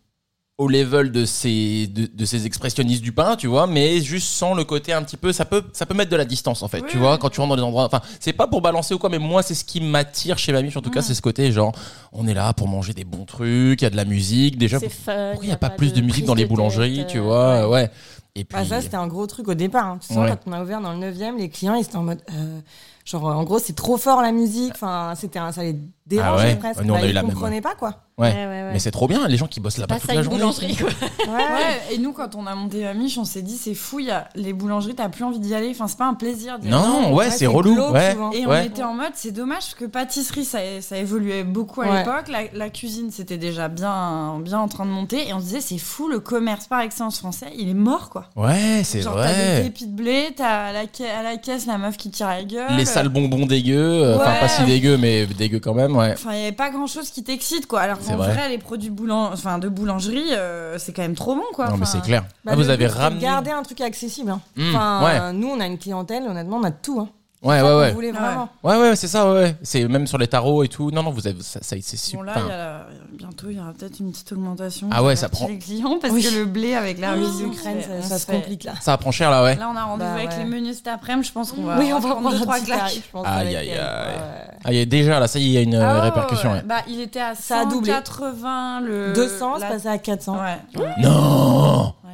Speaker 1: au level de ces de, de ces expressionnistes du pain tu vois mais juste sans le côté un petit peu ça peut ça peut mettre de la distance en fait
Speaker 2: Oui,
Speaker 1: tu
Speaker 2: oui.
Speaker 1: vois quand tu rentres dans des endroits enfin c'est pas pour balancer ou quoi mais moi c'est ce qui m'attire chez Mamie en tout cas c'est ce côté genre on est là pour manger des bons trucs il y a de la musique déjà
Speaker 4: C'est fun.
Speaker 1: pourquoi il n'y a pas plus de musique
Speaker 4: prise
Speaker 1: dans les
Speaker 4: tête,
Speaker 1: boulangeries
Speaker 4: euh,
Speaker 1: tu vois ouais et puis
Speaker 3: Bah, ça, c'était un gros truc au départ. hein. Tu sais,
Speaker 1: Ouais.
Speaker 3: quand on a ouvert dans le 9 les clients, ils étaient en mode. euh, genre, en gros, c'est trop fort la musique. Enfin, c'était un- ça les dérangeait
Speaker 1: Ah ouais
Speaker 3: presque.
Speaker 1: Nous, on
Speaker 3: Bah,
Speaker 1: a eu
Speaker 3: ils
Speaker 1: la même,
Speaker 3: comprenaient pas, quoi.
Speaker 1: ouais.
Speaker 4: Ouais, ouais, ouais.
Speaker 1: mais c'est trop bien les gens qui bossent là-bas
Speaker 4: Pas
Speaker 1: toute
Speaker 4: ça
Speaker 1: la
Speaker 4: une
Speaker 1: journée
Speaker 4: boulangerie, quoi.
Speaker 3: Ouais.
Speaker 2: Ouais, et nous, quand on a monté Mamiche, on s'est dit, c'est fou, il y a les boulangeries, t'as plus envie d'y aller. Enfin, c'est pas un plaisir d'y aller.
Speaker 1: non ouais
Speaker 3: Ouais,
Speaker 1: c'est
Speaker 3: c'est
Speaker 1: relou
Speaker 3: glauque,
Speaker 1: ouais
Speaker 3: souvent.
Speaker 2: Et on
Speaker 1: ouais
Speaker 2: était en mode, c'est dommage parce que pâtisserie, ça, ça évoluait beaucoup à
Speaker 3: Ouais.
Speaker 2: l'époque. La, la cuisine, c'était déjà bien, bien en train de monter. Et on se disait, c'est fou, le commerce par excellence français, il est mort, quoi.
Speaker 1: ouais c'est
Speaker 2: Genre, t'as des
Speaker 1: vrai
Speaker 2: épis de blé, t'as à la, ca- à la caisse la meuf qui tire la gueule.
Speaker 1: les sales bonbons dégueux euh, enfin
Speaker 2: Ouais.
Speaker 1: pas si dégueux mais dégueux quand même ouais
Speaker 2: Enfin, il n'y avait pas grand chose qui t'excite, quoi. Alors
Speaker 1: C'est
Speaker 2: qu'en
Speaker 1: vrai.
Speaker 2: vrai. les produits boulan- enfin, de boulangerie, euh, c'est quand même trop bon, quoi.
Speaker 1: non mais
Speaker 2: Enfin,
Speaker 1: c'est clair
Speaker 3: Bah,
Speaker 1: Ah,
Speaker 3: le
Speaker 1: vous avez
Speaker 3: but, c'est de
Speaker 1: ramené
Speaker 3: Garder un truc accessible. hein.
Speaker 1: Hum,
Speaker 3: Enfin,
Speaker 1: ouais
Speaker 3: euh, nous, on a une clientèle, honnêtement, on a de tout. Hein.
Speaker 1: Ah, ouais ouais ouais
Speaker 3: On voulait vraiment.
Speaker 1: Ouais, ouais, c'est ça, ouais, ouais. C'est même sur les tarots et tout. Non, non, vous avez, ça, ça- c'est
Speaker 2: Bon,
Speaker 1: super.
Speaker 2: là, il y a la- bientôt, il y aura peut-être une petite augmentation.
Speaker 1: Ah ouais, ça
Speaker 2: avertit
Speaker 1: prend.
Speaker 2: Les clients, parce
Speaker 3: Oui.
Speaker 2: que le blé avec la
Speaker 3: La
Speaker 2: Russie,
Speaker 3: musique Ukraine, ça, ça Ah, se
Speaker 2: complique.
Speaker 3: complique là.
Speaker 1: Ça prend cher, là, ouais.
Speaker 2: Là, on a rendez-vous
Speaker 3: Bah,
Speaker 2: avec
Speaker 3: ouais.
Speaker 2: les menus cet après-midi. Je pense qu'on va, prendre deux, trois claques.
Speaker 3: je pense.
Speaker 1: Aïe,
Speaker 3: avec euh,
Speaker 1: aïe,
Speaker 3: elle.
Speaker 1: aïe.
Speaker 3: Ouais.
Speaker 1: Ah, il y a déjà, là, ça y est, il y a une euh,
Speaker 2: Ah,
Speaker 1: répercussion.
Speaker 2: ouais.
Speaker 1: ouais.
Speaker 2: Bah, il était à
Speaker 3: Ça a doublé.
Speaker 2: 180 le
Speaker 3: 200, c'est
Speaker 2: la-
Speaker 3: passé à 400.
Speaker 2: Ouais.
Speaker 1: Non
Speaker 2: Ouais.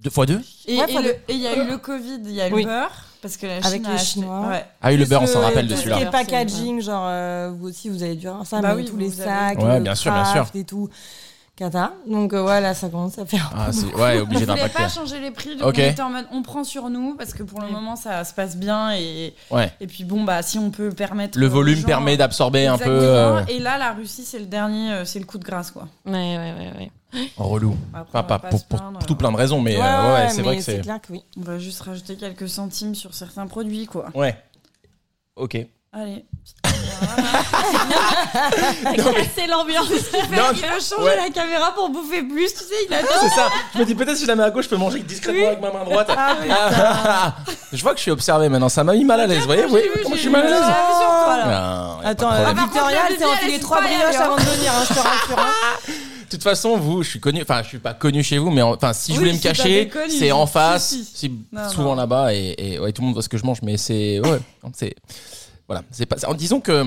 Speaker 1: Deux fois deux
Speaker 2: Et
Speaker 3: Ouais,
Speaker 2: et
Speaker 3: faut
Speaker 2: le- et il y a eu le Covid, il y a eu
Speaker 3: Oui.
Speaker 2: le beurre parce que la Chine
Speaker 3: Avec
Speaker 2: a
Speaker 3: les
Speaker 2: acheté-
Speaker 3: Chinois.
Speaker 2: Ouais.
Speaker 1: Ah oui, le
Speaker 3: Plus
Speaker 1: beurre, on s'en
Speaker 3: le-
Speaker 1: rappelle de
Speaker 3: tout ce
Speaker 1: celui-là.
Speaker 3: Qui est packaging, genre euh, vous aussi vous avez dû avoir ça,
Speaker 2: Bah
Speaker 3: mais
Speaker 2: oui,
Speaker 3: tous les
Speaker 2: vous avez-
Speaker 3: sacs,
Speaker 1: Ouais,
Speaker 3: le
Speaker 1: bien sûr, bien
Speaker 3: craft et tout, cata. Donc euh, ouais, là ça commence à faire.
Speaker 1: Ah, c'est, ouais,
Speaker 2: On
Speaker 1: obligé
Speaker 2: voulait
Speaker 1: d'impacter.
Speaker 2: pas changer les prix, donc
Speaker 1: Ok.
Speaker 2: on était en mode on prend sur nous parce que pour le moment ça se passe bien et,
Speaker 1: Ouais.
Speaker 2: et puis bon bah si on peut permettre
Speaker 1: Le
Speaker 2: aux
Speaker 1: volume
Speaker 2: gens-
Speaker 1: permet d'absorber un peu.
Speaker 2: Exactement.
Speaker 1: euh,
Speaker 2: Et là la Russie c'est le dernier, euh, c'est le coup de grâce quoi.
Speaker 4: Ouais, ouais, ouais, ouais.
Speaker 1: relou. Enfin,
Speaker 2: Après, on
Speaker 1: pas
Speaker 2: va
Speaker 1: pour,
Speaker 2: se
Speaker 1: pour
Speaker 2: plaindre.
Speaker 1: tout plein de raisons, mais euh, ouais, c'est vrai
Speaker 3: mais
Speaker 1: que c'est.
Speaker 3: clair que oui.
Speaker 2: On va juste rajouter quelques centimes sur certains produits quoi.
Speaker 1: Ouais. Ok.
Speaker 2: Allez.
Speaker 4: C'est l'ambiance.
Speaker 1: Non,
Speaker 2: Il a changé
Speaker 1: Ouais.
Speaker 2: la caméra pour bouffer plus, tu sais, il a
Speaker 1: Ah, c'est ça. Je me dis peut-être si je la mets à gauche, je peux manger discrètement avec ma main droite.
Speaker 2: Ah,
Speaker 1: je vois que je suis observé maintenant. Ça m'a mis mal à l'aise. Vous voyez, vous voyez
Speaker 2: vu,
Speaker 1: comment Eh je suis
Speaker 2: Ah, j'ai
Speaker 1: mal à
Speaker 2: vu.
Speaker 1: l'aise
Speaker 2: Ah, mais sur toi, là.
Speaker 1: Non, y a pas de
Speaker 3: Attends,
Speaker 1: problème.
Speaker 3: euh,
Speaker 2: par
Speaker 3: Victoria, elle
Speaker 2: contre, je
Speaker 3: s'est
Speaker 2: le dis,
Speaker 3: enfilé
Speaker 2: elle
Speaker 3: trois
Speaker 2: sait pas y
Speaker 3: brioches
Speaker 2: aller, hein.
Speaker 3: avant de venir, hein, je te rassure. hein.
Speaker 1: De toute façon, vous, je suis connu. Enfin, je suis pas connu chez vous, mais en- enfin, si je
Speaker 2: Oui,
Speaker 1: voulais me
Speaker 2: si t'avais
Speaker 1: cacher,
Speaker 2: connu,
Speaker 1: c'est en
Speaker 2: si,
Speaker 1: face,
Speaker 2: si.
Speaker 1: c'est
Speaker 2: Non,
Speaker 1: souvent
Speaker 2: non.
Speaker 1: là-bas, et, et ouais, tout le monde voit ce que je mange. Mais c'est, ouais, non, c'est, voilà, c'est pas. En disant que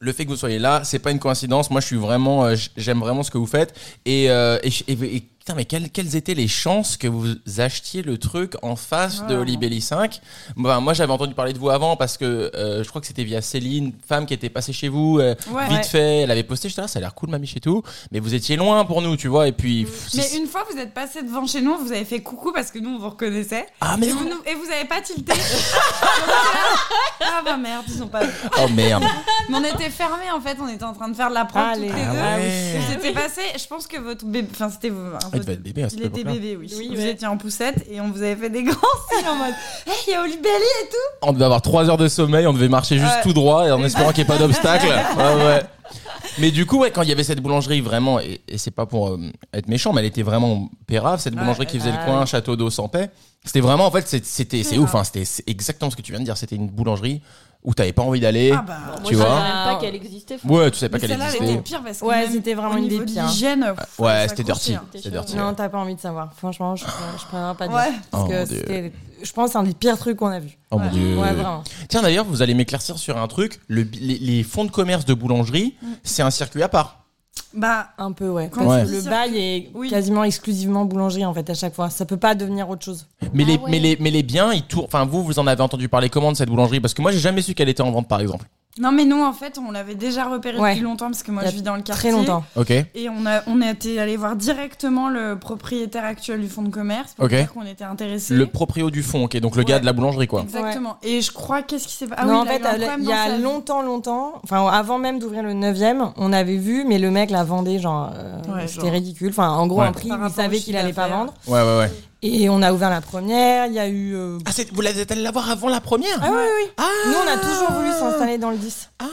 Speaker 1: le fait que vous soyez là, c'est pas une coïncidence. Moi, je suis vraiment, euh, j- j'aime vraiment ce que vous faites, et, euh, et, je- et- et Putain, mais quelles, quelles étaient les chances que vous achetiez le truc en face de
Speaker 2: Ah.
Speaker 1: Olibelli 5 Bah, Moi, j'avais entendu parler de vous avant parce que euh, je crois que c'était via Céline, femme qui était passée chez vous, euh,
Speaker 2: Ouais.
Speaker 1: vite fait, elle avait posté, j'étais là, ça a l'air cool, mamie, chez tout. Mais vous étiez loin pour nous, tu vois, et puis. pff,
Speaker 2: Mais
Speaker 1: c'est-
Speaker 2: une fois, vous êtes passé devant chez nous, vous avez fait coucou parce que nous, on vous reconnaissait.
Speaker 1: Ah, mais
Speaker 2: et,
Speaker 1: non.
Speaker 2: vous, nous- et vous avez pas tilté. ah bah merde, ils ont pas. vu.
Speaker 1: Oh merde
Speaker 2: Mais on était fermés en fait, on était en train de faire de la prank
Speaker 3: Ah,
Speaker 2: toutes
Speaker 3: les-
Speaker 2: les
Speaker 1: Ah
Speaker 2: deux.
Speaker 1: ouais.
Speaker 2: Vous étiez passé, je pense que votre bébé. Enfin, c'était vous. hein,
Speaker 1: Ah, Il
Speaker 2: votre-
Speaker 1: devait être bébé à cette
Speaker 2: Il était
Speaker 1: époque-là.
Speaker 2: bébé, oui.
Speaker 4: Oui,
Speaker 2: vous
Speaker 4: ouais.
Speaker 2: étiez en poussette et on vous avait fait des grands signes en mode Hé, il y a Olibelli et tout
Speaker 1: On devait avoir 3 heures de sommeil, on devait marcher juste
Speaker 2: Ouais.
Speaker 1: tout droit et en espérant qu'il n'y ait pas d'obstacle. Ouais, ouais. Mais du coup, ouais, quand il y avait cette boulangerie vraiment, et, et c'est pas pour euh, être méchant, mais elle était vraiment pérave, cette boulangerie qui faisait le
Speaker 3: ah
Speaker 1: coin, château d'eau sans paix. C'était vraiment, en fait, c'est- c'était, c'est
Speaker 2: Pérave.
Speaker 1: ouf, hein, c'était c'est exactement ce que tu viens de dire. C'était une boulangerie où t'avais pas envie d'aller.
Speaker 2: Ah bah.
Speaker 4: Moi,
Speaker 1: Tu
Speaker 4: je
Speaker 1: vois
Speaker 4: savais même pas qu'elle existait. enfin.
Speaker 1: Ouais, tu savais pas
Speaker 2: Mais
Speaker 1: qu'elle
Speaker 2: celle-là, elle était
Speaker 1: existait.
Speaker 2: pire parce que.
Speaker 3: Ouais,
Speaker 2: même
Speaker 3: c'était vraiment
Speaker 2: au
Speaker 3: une des
Speaker 2: niveau de
Speaker 3: pires.
Speaker 2: L'hygiène. pff,
Speaker 1: Ouais,
Speaker 2: ça
Speaker 1: c'était
Speaker 2: croustille,
Speaker 1: dirty.
Speaker 2: hein.
Speaker 1: C'était dirty.
Speaker 3: Non, t'as pas envie de savoir. Franchement, je, je préviens pas de
Speaker 2: Ouais.
Speaker 3: dire. Parce
Speaker 1: Oh mon
Speaker 3: que
Speaker 1: Dieu.
Speaker 3: c'était, je pense, un des pires trucs qu'on a vu.
Speaker 1: Oh mon
Speaker 2: Ouais.
Speaker 1: dieu.
Speaker 3: Ouais, vraiment.
Speaker 1: Tiens, d'ailleurs, vous allez m'éclaircir sur un truc. Le, bi- les, les fonds de commerce de boulangerie, c'est un circuit à part.
Speaker 2: Bah.
Speaker 3: Un peu, ouais.
Speaker 2: Quand
Speaker 1: Ouais.
Speaker 2: tu dis
Speaker 3: Le
Speaker 2: circuit-
Speaker 3: bail est
Speaker 2: Oui.
Speaker 3: quasiment exclusivement boulangerie, en fait, à chaque fois. Ça peut pas devenir autre chose.
Speaker 1: Mais,
Speaker 4: Ah
Speaker 1: les,
Speaker 4: ouais.
Speaker 1: mais, les, mais les biens, ils tournent. Enfin, vous, vous en avez entendu parler comment de cette boulangerie Parce que moi, j'ai jamais su qu'elle était en vente, par exemple.
Speaker 2: Non, mais nous, en fait, on l'avait déjà repéré
Speaker 3: Ouais.
Speaker 2: depuis longtemps parce que moi,
Speaker 3: Il y a
Speaker 2: je vis dans le quartier.
Speaker 3: Très longtemps.
Speaker 1: Ok.
Speaker 2: Et on a, on a été allé voir directement le propriétaire actuel du fonds de commerce pour
Speaker 1: Ok.
Speaker 2: dire qu'on était intéressé.
Speaker 1: Le proprio du fond, ok. Donc le gars
Speaker 2: Ouais.
Speaker 1: de la boulangerie, quoi.
Speaker 2: Exactement. Et je crois, qu'est-ce qui s'est passé Ah
Speaker 3: non,
Speaker 2: oui,
Speaker 3: en
Speaker 2: il a eu un
Speaker 3: fait,
Speaker 2: problème
Speaker 3: il y
Speaker 2: dans
Speaker 3: a
Speaker 2: sa vie.
Speaker 3: longtemps, longtemps, enfin avant même d'ouvrir le 9ème, on avait vu, mais le mec la vendait, genre, euh,
Speaker 2: Ouais,
Speaker 3: c'était
Speaker 2: genre.
Speaker 3: ridicule. Enfin, en gros,
Speaker 1: Ouais.
Speaker 3: un prix,
Speaker 2: Par
Speaker 3: où il
Speaker 2: rapport au
Speaker 3: savait
Speaker 2: chiffre
Speaker 3: qu'il allait pas
Speaker 2: d'affaires.
Speaker 3: vendre.
Speaker 1: Ouais, ouais, ouais.
Speaker 3: Et on a ouvert la première, il y a eu. euh,
Speaker 1: Ah, c'est- vous l'avez allé la voir avant la première
Speaker 3: Ah oui, oui, oui.
Speaker 1: Ah
Speaker 3: Nous, on a toujours voulu s'installer dans le 10.
Speaker 1: Ah,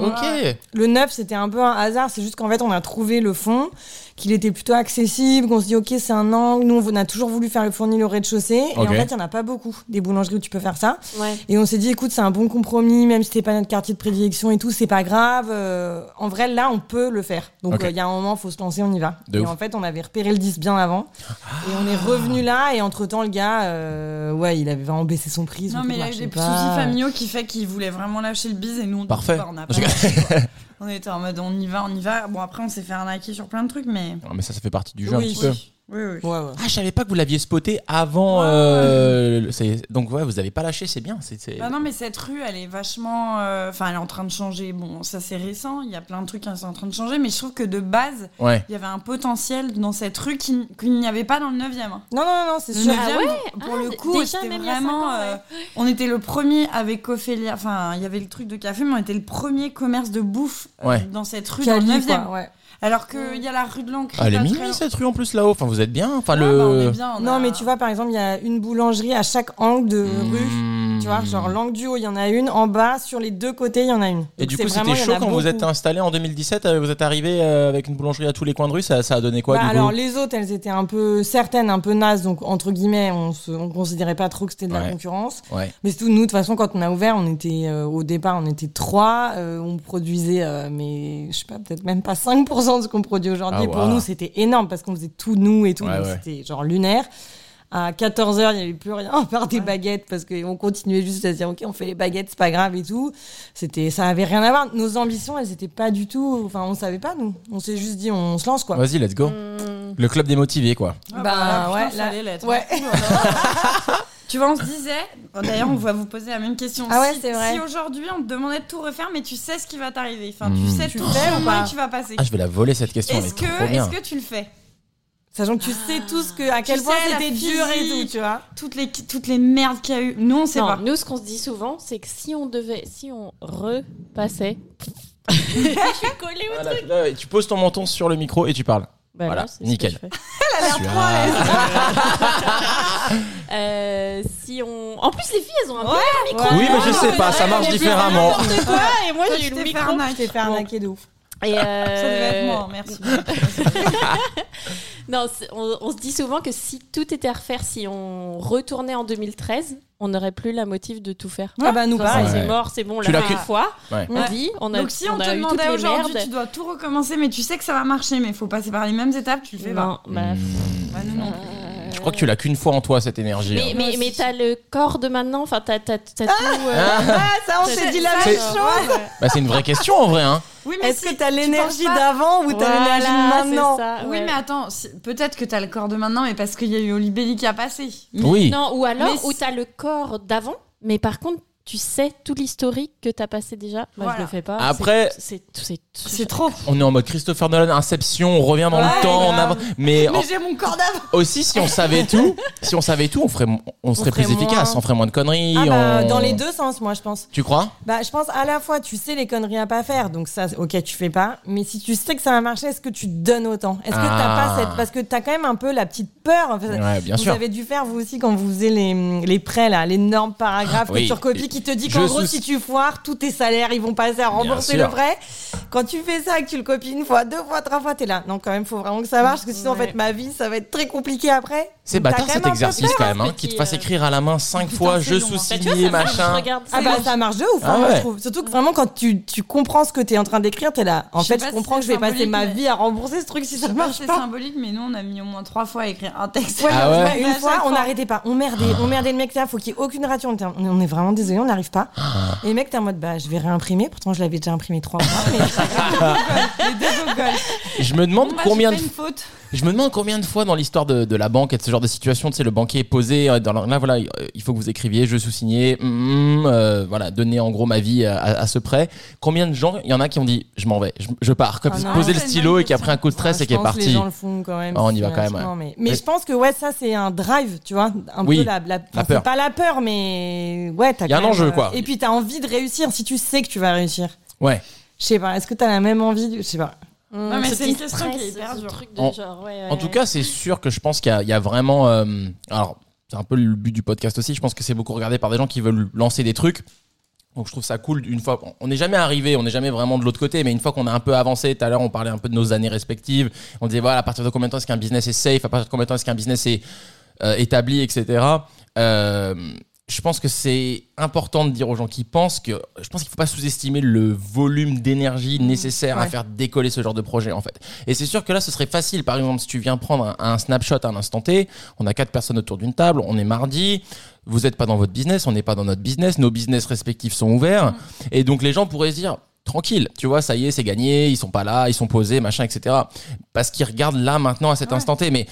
Speaker 1: ok.
Speaker 3: Le 9, c'était un peu un hasard. C'est juste qu'en fait, on a trouvé le fond, qu'il était plutôt accessible, qu'on se dit, OK, c'est un angle. Nous, on a toujours voulu faire le fournil au rez-de-chaussée. Et
Speaker 1: Ok.
Speaker 3: en fait, il n'y en a pas beaucoup des boulangeries où tu peux faire ça.
Speaker 4: Ouais.
Speaker 3: Et on s'est dit, écoute, c'est un bon compromis, même si c'est pas notre quartier de prédilection et tout, c'est pas grave. Euh, en vrai, là, on peut le faire. Donc, euh,
Speaker 1: Ok.
Speaker 3: il y a un moment, faut se lancer, on y va.
Speaker 1: De
Speaker 3: et
Speaker 1: ouf.
Speaker 3: en fait, on avait repéré le 10 bien avant. Et on est revenu là. Et entre-temps, le gars, euh, ouais, il avait vraiment baissé son prix. son
Speaker 2: Non,
Speaker 3: prix
Speaker 2: mais il a eu
Speaker 3: marchait
Speaker 2: des
Speaker 3: pas.
Speaker 2: soucis familiaux qui fait qu'il voulait vraiment lâcher le bise et nous, on
Speaker 1: Parfait.
Speaker 2: bah, on a pas
Speaker 1: Parce que-
Speaker 2: lâché, quoi. On était en mode on y va, on y va. Bon, après, on s'est fait arnaquer sur plein de trucs, mais.
Speaker 1: Ah, mais ça, ça fait partie du jeu un
Speaker 3: Oui.
Speaker 1: petit peu.
Speaker 2: Oui, oui.
Speaker 3: Ouais, ouais.
Speaker 1: Ah, je savais pas que vous l'aviez spoté avant. euh, le- c'est- Donc, ouais, vous avez pas lâché, c'est bien. c'est- c'est-
Speaker 2: Bah non, mais cette rue, elle est vachement. euh, Enfin, elle est en train de changer. Bon, ça c'est récent, il y a plein de trucs qui sont en train de changer, mais je trouve que de base,
Speaker 1: Ouais.
Speaker 2: il y avait un potentiel dans cette rue qui- qu'il n'y avait pas dans le 9 e
Speaker 3: Non, non, non, c'est
Speaker 2: Le
Speaker 3: sûr.
Speaker 2: 9e,
Speaker 4: Ah
Speaker 2: pour
Speaker 4: Ah,
Speaker 2: le
Speaker 4: d-
Speaker 2: coup,
Speaker 4: déjà,
Speaker 2: c'était
Speaker 4: même il y a cinq
Speaker 2: vraiment.
Speaker 4: ans, ouais.
Speaker 2: euh, on était le premier avec Ophélia. Enfin, il y avait le truc de café, mais on était le premier commerce de bouffe euh,
Speaker 1: Ouais.
Speaker 2: dans cette rue,
Speaker 3: Cali,
Speaker 2: dans le 9
Speaker 3: quoi, ouais.
Speaker 2: Alors qu'il y a la rue de l'encre.
Speaker 1: Ah, elle est
Speaker 2: pas très
Speaker 1: mignonne
Speaker 2: loin.
Speaker 1: cette rue en plus là-haut. Enfin, vous êtes bien. Enfin,
Speaker 2: Ah,
Speaker 1: le.
Speaker 2: bah, on est bien, on
Speaker 3: Non,
Speaker 2: a-
Speaker 3: mais tu vois, par exemple, il y a une boulangerie à chaque angle de rue.
Speaker 1: Mmh.
Speaker 3: Tu vois, genre l'angle du haut, il y en a une. En bas, sur les deux côtés, il y en a une.
Speaker 1: Et du
Speaker 3: c'est
Speaker 1: coup,
Speaker 3: vraiment,
Speaker 1: c'était
Speaker 3: il y en
Speaker 1: chaud
Speaker 3: a
Speaker 1: quand vous êtes
Speaker 3: beaucoup.
Speaker 1: installé en 2017. euh, Vous êtes arrivé euh, avec une boulangerie à tous les coins de rue. Ça, ça a donné quoi
Speaker 3: Bah,
Speaker 1: du
Speaker 3: alors
Speaker 1: coup
Speaker 3: les autres, elles étaient un peu certaines, un peu nazes, donc entre guillemets, on se, on considérait pas trop que c'était de
Speaker 1: Ouais.
Speaker 3: la concurrence.
Speaker 1: Ouais.
Speaker 3: Mais surtout, nous, de toute façon, quand on a ouvert, on était euh, au départ, on était trois, euh, on produisait, euh, mais je sais pas, peut-être même pas 5% de ce qu'on produit aujourd'hui.
Speaker 1: Ah,
Speaker 3: Et pour
Speaker 1: waouh.
Speaker 3: nous, c'était énorme parce qu'on faisait tout nous et tout,
Speaker 1: Ouais,
Speaker 3: donc
Speaker 1: ouais.
Speaker 3: c'était genre lunaire. À 14h, il n'y avait plus rien à part des baguettes parce qu'on continuait juste à se dire, OK, on fait les baguettes, c'est pas grave et tout. C'était, ça avait rien à voir. Nos ambitions, elles étaient pas du tout, enfin, on savait pas, nous. On s'est juste dit, on se lance, quoi. Mm.
Speaker 1: Vas-y, let's go.
Speaker 4: Hmm.
Speaker 1: Le club des motivés, quoi.
Speaker 2: Ah,
Speaker 3: Bah,
Speaker 2: là,
Speaker 3: ouais,
Speaker 2: putain, ça
Speaker 3: là-
Speaker 2: allait l'être. hein.
Speaker 3: ouais.
Speaker 2: Tu vois, on se disait, Oh, d'ailleurs, on va vous poser la même question.
Speaker 3: Ah ouais,
Speaker 2: si,
Speaker 3: c'est vrai.
Speaker 2: Si aujourd'hui, on te demandait de tout refaire, mais tu sais ce qui va t'arriver, enfin,
Speaker 1: Mmh.
Speaker 2: tu sais
Speaker 3: Tu
Speaker 2: tout
Speaker 3: le fais ou
Speaker 2: le chemin
Speaker 3: pas
Speaker 2: que tu vas passer.
Speaker 1: Ah, je vais la voler cette question.
Speaker 2: Est-ce
Speaker 1: elle est trop
Speaker 2: que,
Speaker 1: bien.
Speaker 2: est-ce que tu le fais
Speaker 3: Sachant que tu sais tout ce que, à quel
Speaker 2: Ah, sais
Speaker 3: point
Speaker 2: la
Speaker 3: c'était dur et tout,
Speaker 2: physique. Ah,
Speaker 3: tu vois.
Speaker 2: toutes les, toutes les merdes qu'il y a eu Nous, on sait
Speaker 4: Non,
Speaker 2: pas.
Speaker 4: nous, ce qu'on se dit souvent, c'est que si on devait, si on repassait. je suis collée au
Speaker 1: Ah, là, là, tu poses ton menton sur le micro et tu parles.
Speaker 4: Bah
Speaker 1: Voilà,
Speaker 4: non, c'est ce que
Speaker 1: nickel.
Speaker 4: je fais.
Speaker 1: Celui-là.
Speaker 4: Euh, si on... En plus, les filles, elles ont
Speaker 2: Oh.
Speaker 4: un
Speaker 3: Ah,
Speaker 1: Oui, mais je sais
Speaker 4: mais
Speaker 1: pas, ça
Speaker 4: ouais,
Speaker 1: marche
Speaker 4: mais
Speaker 1: différemment.
Speaker 4: peu de quoi, et moi,
Speaker 2: Toi,
Speaker 4: j'ai
Speaker 2: tu
Speaker 4: eu le
Speaker 2: t'es fait
Speaker 4: micro.
Speaker 2: arnaquer.
Speaker 3: T'es fait arnaquer de ouf.
Speaker 4: Et
Speaker 2: Ça devait être
Speaker 4: euh,
Speaker 2: moi, merci.
Speaker 4: Non, c'est- on, on se dit souvent que si tout était à refaire, si on retournait en 2013, on n'aurait plus la motive de tout faire.
Speaker 3: Ah bah nous
Speaker 4: Ça,
Speaker 3: pareil.
Speaker 1: Ouais.
Speaker 4: C'est mort, c'est bon,
Speaker 1: Tu
Speaker 4: la
Speaker 1: l'as
Speaker 4: première
Speaker 1: que-
Speaker 4: fois.
Speaker 1: Ouais.
Speaker 4: On
Speaker 3: Mm.
Speaker 2: Ouais.
Speaker 4: dit, on a,
Speaker 2: Donc si on, te
Speaker 4: a eu toutes
Speaker 2: demandait
Speaker 4: les
Speaker 2: aujourd'hui,
Speaker 4: merdes.
Speaker 2: tu dois tout recommencer, mais tu sais que ça va marcher, mais il faut passer par les mêmes étapes, tu le fais pas.
Speaker 4: Non, bah,
Speaker 1: Hmm.
Speaker 2: Bah, nous, non.
Speaker 1: Mm. Je
Speaker 3: euh,
Speaker 1: crois que tu l'as qu'une fois en toi, cette énergie.
Speaker 4: Mais,
Speaker 1: hein.
Speaker 4: mais, mais t'as le corps de maintenant, enfin t'as t'as- t'as tout. euh,
Speaker 1: Ah,
Speaker 3: Ah ça on
Speaker 4: C'est-
Speaker 3: s'est dit la
Speaker 4: c'est-
Speaker 3: même chose.
Speaker 1: bah, c'est une vraie question en vrai. Hein.
Speaker 2: Oui, mais
Speaker 3: Est-ce
Speaker 2: si,
Speaker 3: que t'as
Speaker 2: tu
Speaker 3: l'énergie
Speaker 2: penses pas-
Speaker 3: d'avant ou t'as
Speaker 4: Voilà,
Speaker 3: l'énergie de
Speaker 4: c'est
Speaker 3: maintenant
Speaker 4: ça,
Speaker 2: Oui,
Speaker 4: ouais.
Speaker 2: mais attends, si- peut-être que t'as le corps de maintenant, mais parce qu'il y a eu Olibelli qui a passé. Mais-
Speaker 1: Oui.
Speaker 4: Non, ou alors,
Speaker 2: Mais
Speaker 4: où
Speaker 2: si-
Speaker 4: t'as le corps d'avant, mais par contre, tu sais tout l'historique que t'as passé déjà. Moi,
Speaker 2: Voilà.
Speaker 4: je le fais pas.
Speaker 1: Après-
Speaker 4: C'est c'est- c'est-
Speaker 2: C'est trop.
Speaker 1: On est en mode Christopher Nolan, Inception, on revient dans le
Speaker 3: Ouais,
Speaker 1: temps, on
Speaker 3: grave.
Speaker 1: avant. Mais,
Speaker 2: Mais j'ai mon corps d'avant.
Speaker 1: en- aussi, si on savait tout, si on savait tout, on ferait, on serait
Speaker 3: ferait
Speaker 1: plus efficace,
Speaker 3: moins.
Speaker 1: on ferait moins de conneries.
Speaker 3: Ah bah,
Speaker 1: on-
Speaker 3: Dans les deux sens, moi, je pense.
Speaker 1: Tu crois
Speaker 3: Bah, je pense à la fois, tu sais les conneries à pas faire, donc ça, ok, tu fais pas. Mais si tu sais que ça va marcher, est-ce que tu te donnes autant Est-ce que t'as
Speaker 1: Ah.
Speaker 3: pas cette. Parce que t'as quand même un peu la petite peur. en fait.
Speaker 1: Ouais, bien
Speaker 3: Euh, vous
Speaker 1: sûr.
Speaker 3: avez dû faire, vous aussi, quand vous faisiez les, les prêts, là, l'énorme paragraphe
Speaker 1: Ah Oui.
Speaker 3: que tu recopies qui te dit
Speaker 1: Je
Speaker 3: qu'en gros,
Speaker 1: sous-
Speaker 3: si tu foires, tous tes salaires, ils vont passer à rembourser
Speaker 1: sûr.
Speaker 3: le prêt. Quand tu fais ça et que tu le copies une fois, deux fois, trois fois, t'es là. Non, quand même, faut vraiment que ça marche, parce que sinon, en
Speaker 2: Ouais.
Speaker 3: fait, ma vie, ça va être très compliqué après.
Speaker 1: C'est
Speaker 3: Donc, t'as
Speaker 1: bâtard
Speaker 3: quand
Speaker 1: cet
Speaker 3: même un peu
Speaker 1: exercice
Speaker 3: peur.
Speaker 1: quand même, hein, qui
Speaker 4: petit,
Speaker 1: te fasse
Speaker 4: euh,
Speaker 1: écrire à la main cinq
Speaker 2: Putain,
Speaker 1: fois
Speaker 2: c'est
Speaker 1: je
Speaker 2: long, en fait.
Speaker 4: Bah, Tu vois,
Speaker 1: sous-signe
Speaker 4: ça marche, je
Speaker 1: machin.
Speaker 4: regarde
Speaker 3: Ah
Speaker 4: ça.
Speaker 3: bah ça marche de ouf, hein,
Speaker 1: Ah
Speaker 3: moi,
Speaker 1: ouais.
Speaker 3: je trouve. Surtout que vraiment quand tu, tu comprends ce que t'es en train d'écrire, t'es là. En
Speaker 2: Je sais
Speaker 3: fait,
Speaker 2: pas
Speaker 3: je
Speaker 2: si
Speaker 3: comprends
Speaker 2: c'est
Speaker 3: que je vais passer
Speaker 2: symbolique,
Speaker 3: ma
Speaker 2: mais-
Speaker 3: vie à rembourser ce truc si ça marche
Speaker 2: C'est
Speaker 3: pas.
Speaker 2: symbolique, mais nous, on a mis au moins trois fois à écrire un texte.
Speaker 3: Ouais,
Speaker 1: Ah
Speaker 3: mais
Speaker 1: ouais. Ah.
Speaker 3: Une
Speaker 2: À
Speaker 3: fois,
Speaker 2: chaque
Speaker 3: on n'arrêtait pas. On merdait, on merdait le mec là, faut qu'il y ait aucune rature. On, était en- on est vraiment désolé, on n'arrive pas.
Speaker 1: Ah.
Speaker 3: Et le mec, t'es en mode, bah, je vais réimprimer. Pourtant, je l'avais déjà imprimé trois fois. mais-
Speaker 2: Les deux au goal.
Speaker 1: Je me demande
Speaker 2: Bon, bah,
Speaker 1: combien
Speaker 2: j'ai
Speaker 1: de
Speaker 2: fait une faute.
Speaker 1: Je me demande combien de fois dans l'histoire de, de la banque et de ce genre de situation, tu sais, le banquier est posé, euh, dans le- là voilà, euh, il faut que vous écriviez, je sous-signais, mm, euh, voilà, donner en gros ma vie à, à ce prêt. Combien de gens, il y en a qui ont dit, je m'en vais, je, je pars, comme
Speaker 3: Ah
Speaker 1: si-
Speaker 3: non,
Speaker 1: poser le
Speaker 2: c'est une
Speaker 1: stylo
Speaker 2: bonne
Speaker 1: et qui a pris un coup de stress
Speaker 3: Ouais,
Speaker 1: et qui est
Speaker 3: Ah, je pense que Les
Speaker 1: parti.
Speaker 3: gens le font quand même.
Speaker 1: Ah, on y va quand même,
Speaker 3: finalement, Mais,
Speaker 1: Mais-
Speaker 3: mais je pense que ouais, ça c'est un drive, tu vois, un
Speaker 1: Oui,
Speaker 3: peu la, la, enfin,
Speaker 1: la
Speaker 3: c'est
Speaker 1: peur.
Speaker 3: pas la peur, mais ouais, t'as.
Speaker 1: Il y a
Speaker 3: quand
Speaker 1: un
Speaker 3: même,
Speaker 1: enjeu,
Speaker 3: euh,
Speaker 1: quoi.
Speaker 3: Et puis t'as envie de réussir si tu sais que tu vas réussir.
Speaker 1: Ouais.
Speaker 3: Je sais pas. Est-ce que t'as la même envie de- Je sais pas.
Speaker 2: Non, mais
Speaker 4: Ce
Speaker 2: c'est une
Speaker 4: petit
Speaker 2: question qui est
Speaker 4: stress,
Speaker 2: hyper
Speaker 4: ce
Speaker 2: dure.
Speaker 4: truc de
Speaker 1: En-
Speaker 4: genre, ouais,
Speaker 1: En
Speaker 4: ouais.
Speaker 1: tout cas, c'est sûr que je pense qu'il y, a- il y a vraiment. euh, alors, c'est un peu le but du podcast aussi. Je pense que c'est beaucoup regardé par des gens qui veulent lancer des trucs. Donc, je trouve ça cool. Une fois, on n'est jamais arrivé, on n'est jamais vraiment de l'autre côté, mais une fois qu'on a un peu avancé, tout à l'heure, on parlait un peu de nos années respectives. On disait, voilà, à partir de combien de temps est-ce qu'un business est safe, à partir de combien de temps est-ce qu'un business est euh, établi, etc. Euh, je pense que c'est important de dire aux gens qui pensent que je pense qu'il faut pas sous-estimer le volume d'énergie nécessaire à
Speaker 3: ouais.
Speaker 1: faire décoller ce genre de projet en fait. Et c'est sûr que là ce serait facile par exemple si tu viens prendre un, un snapshot à un instant T, on a quatre personnes autour d'une table, on est mardi, vous n'êtes pas dans votre business, on n'est pas dans notre business, nos business respectifs sont ouverts et donc les gens pourraient se dire tranquille, tu vois, ça y est, c'est gagné, ils sont pas là, ils sont posés, machin, etc. Parce qu'ils regardent là maintenant à cet
Speaker 2: Ouais.
Speaker 1: instant T, mais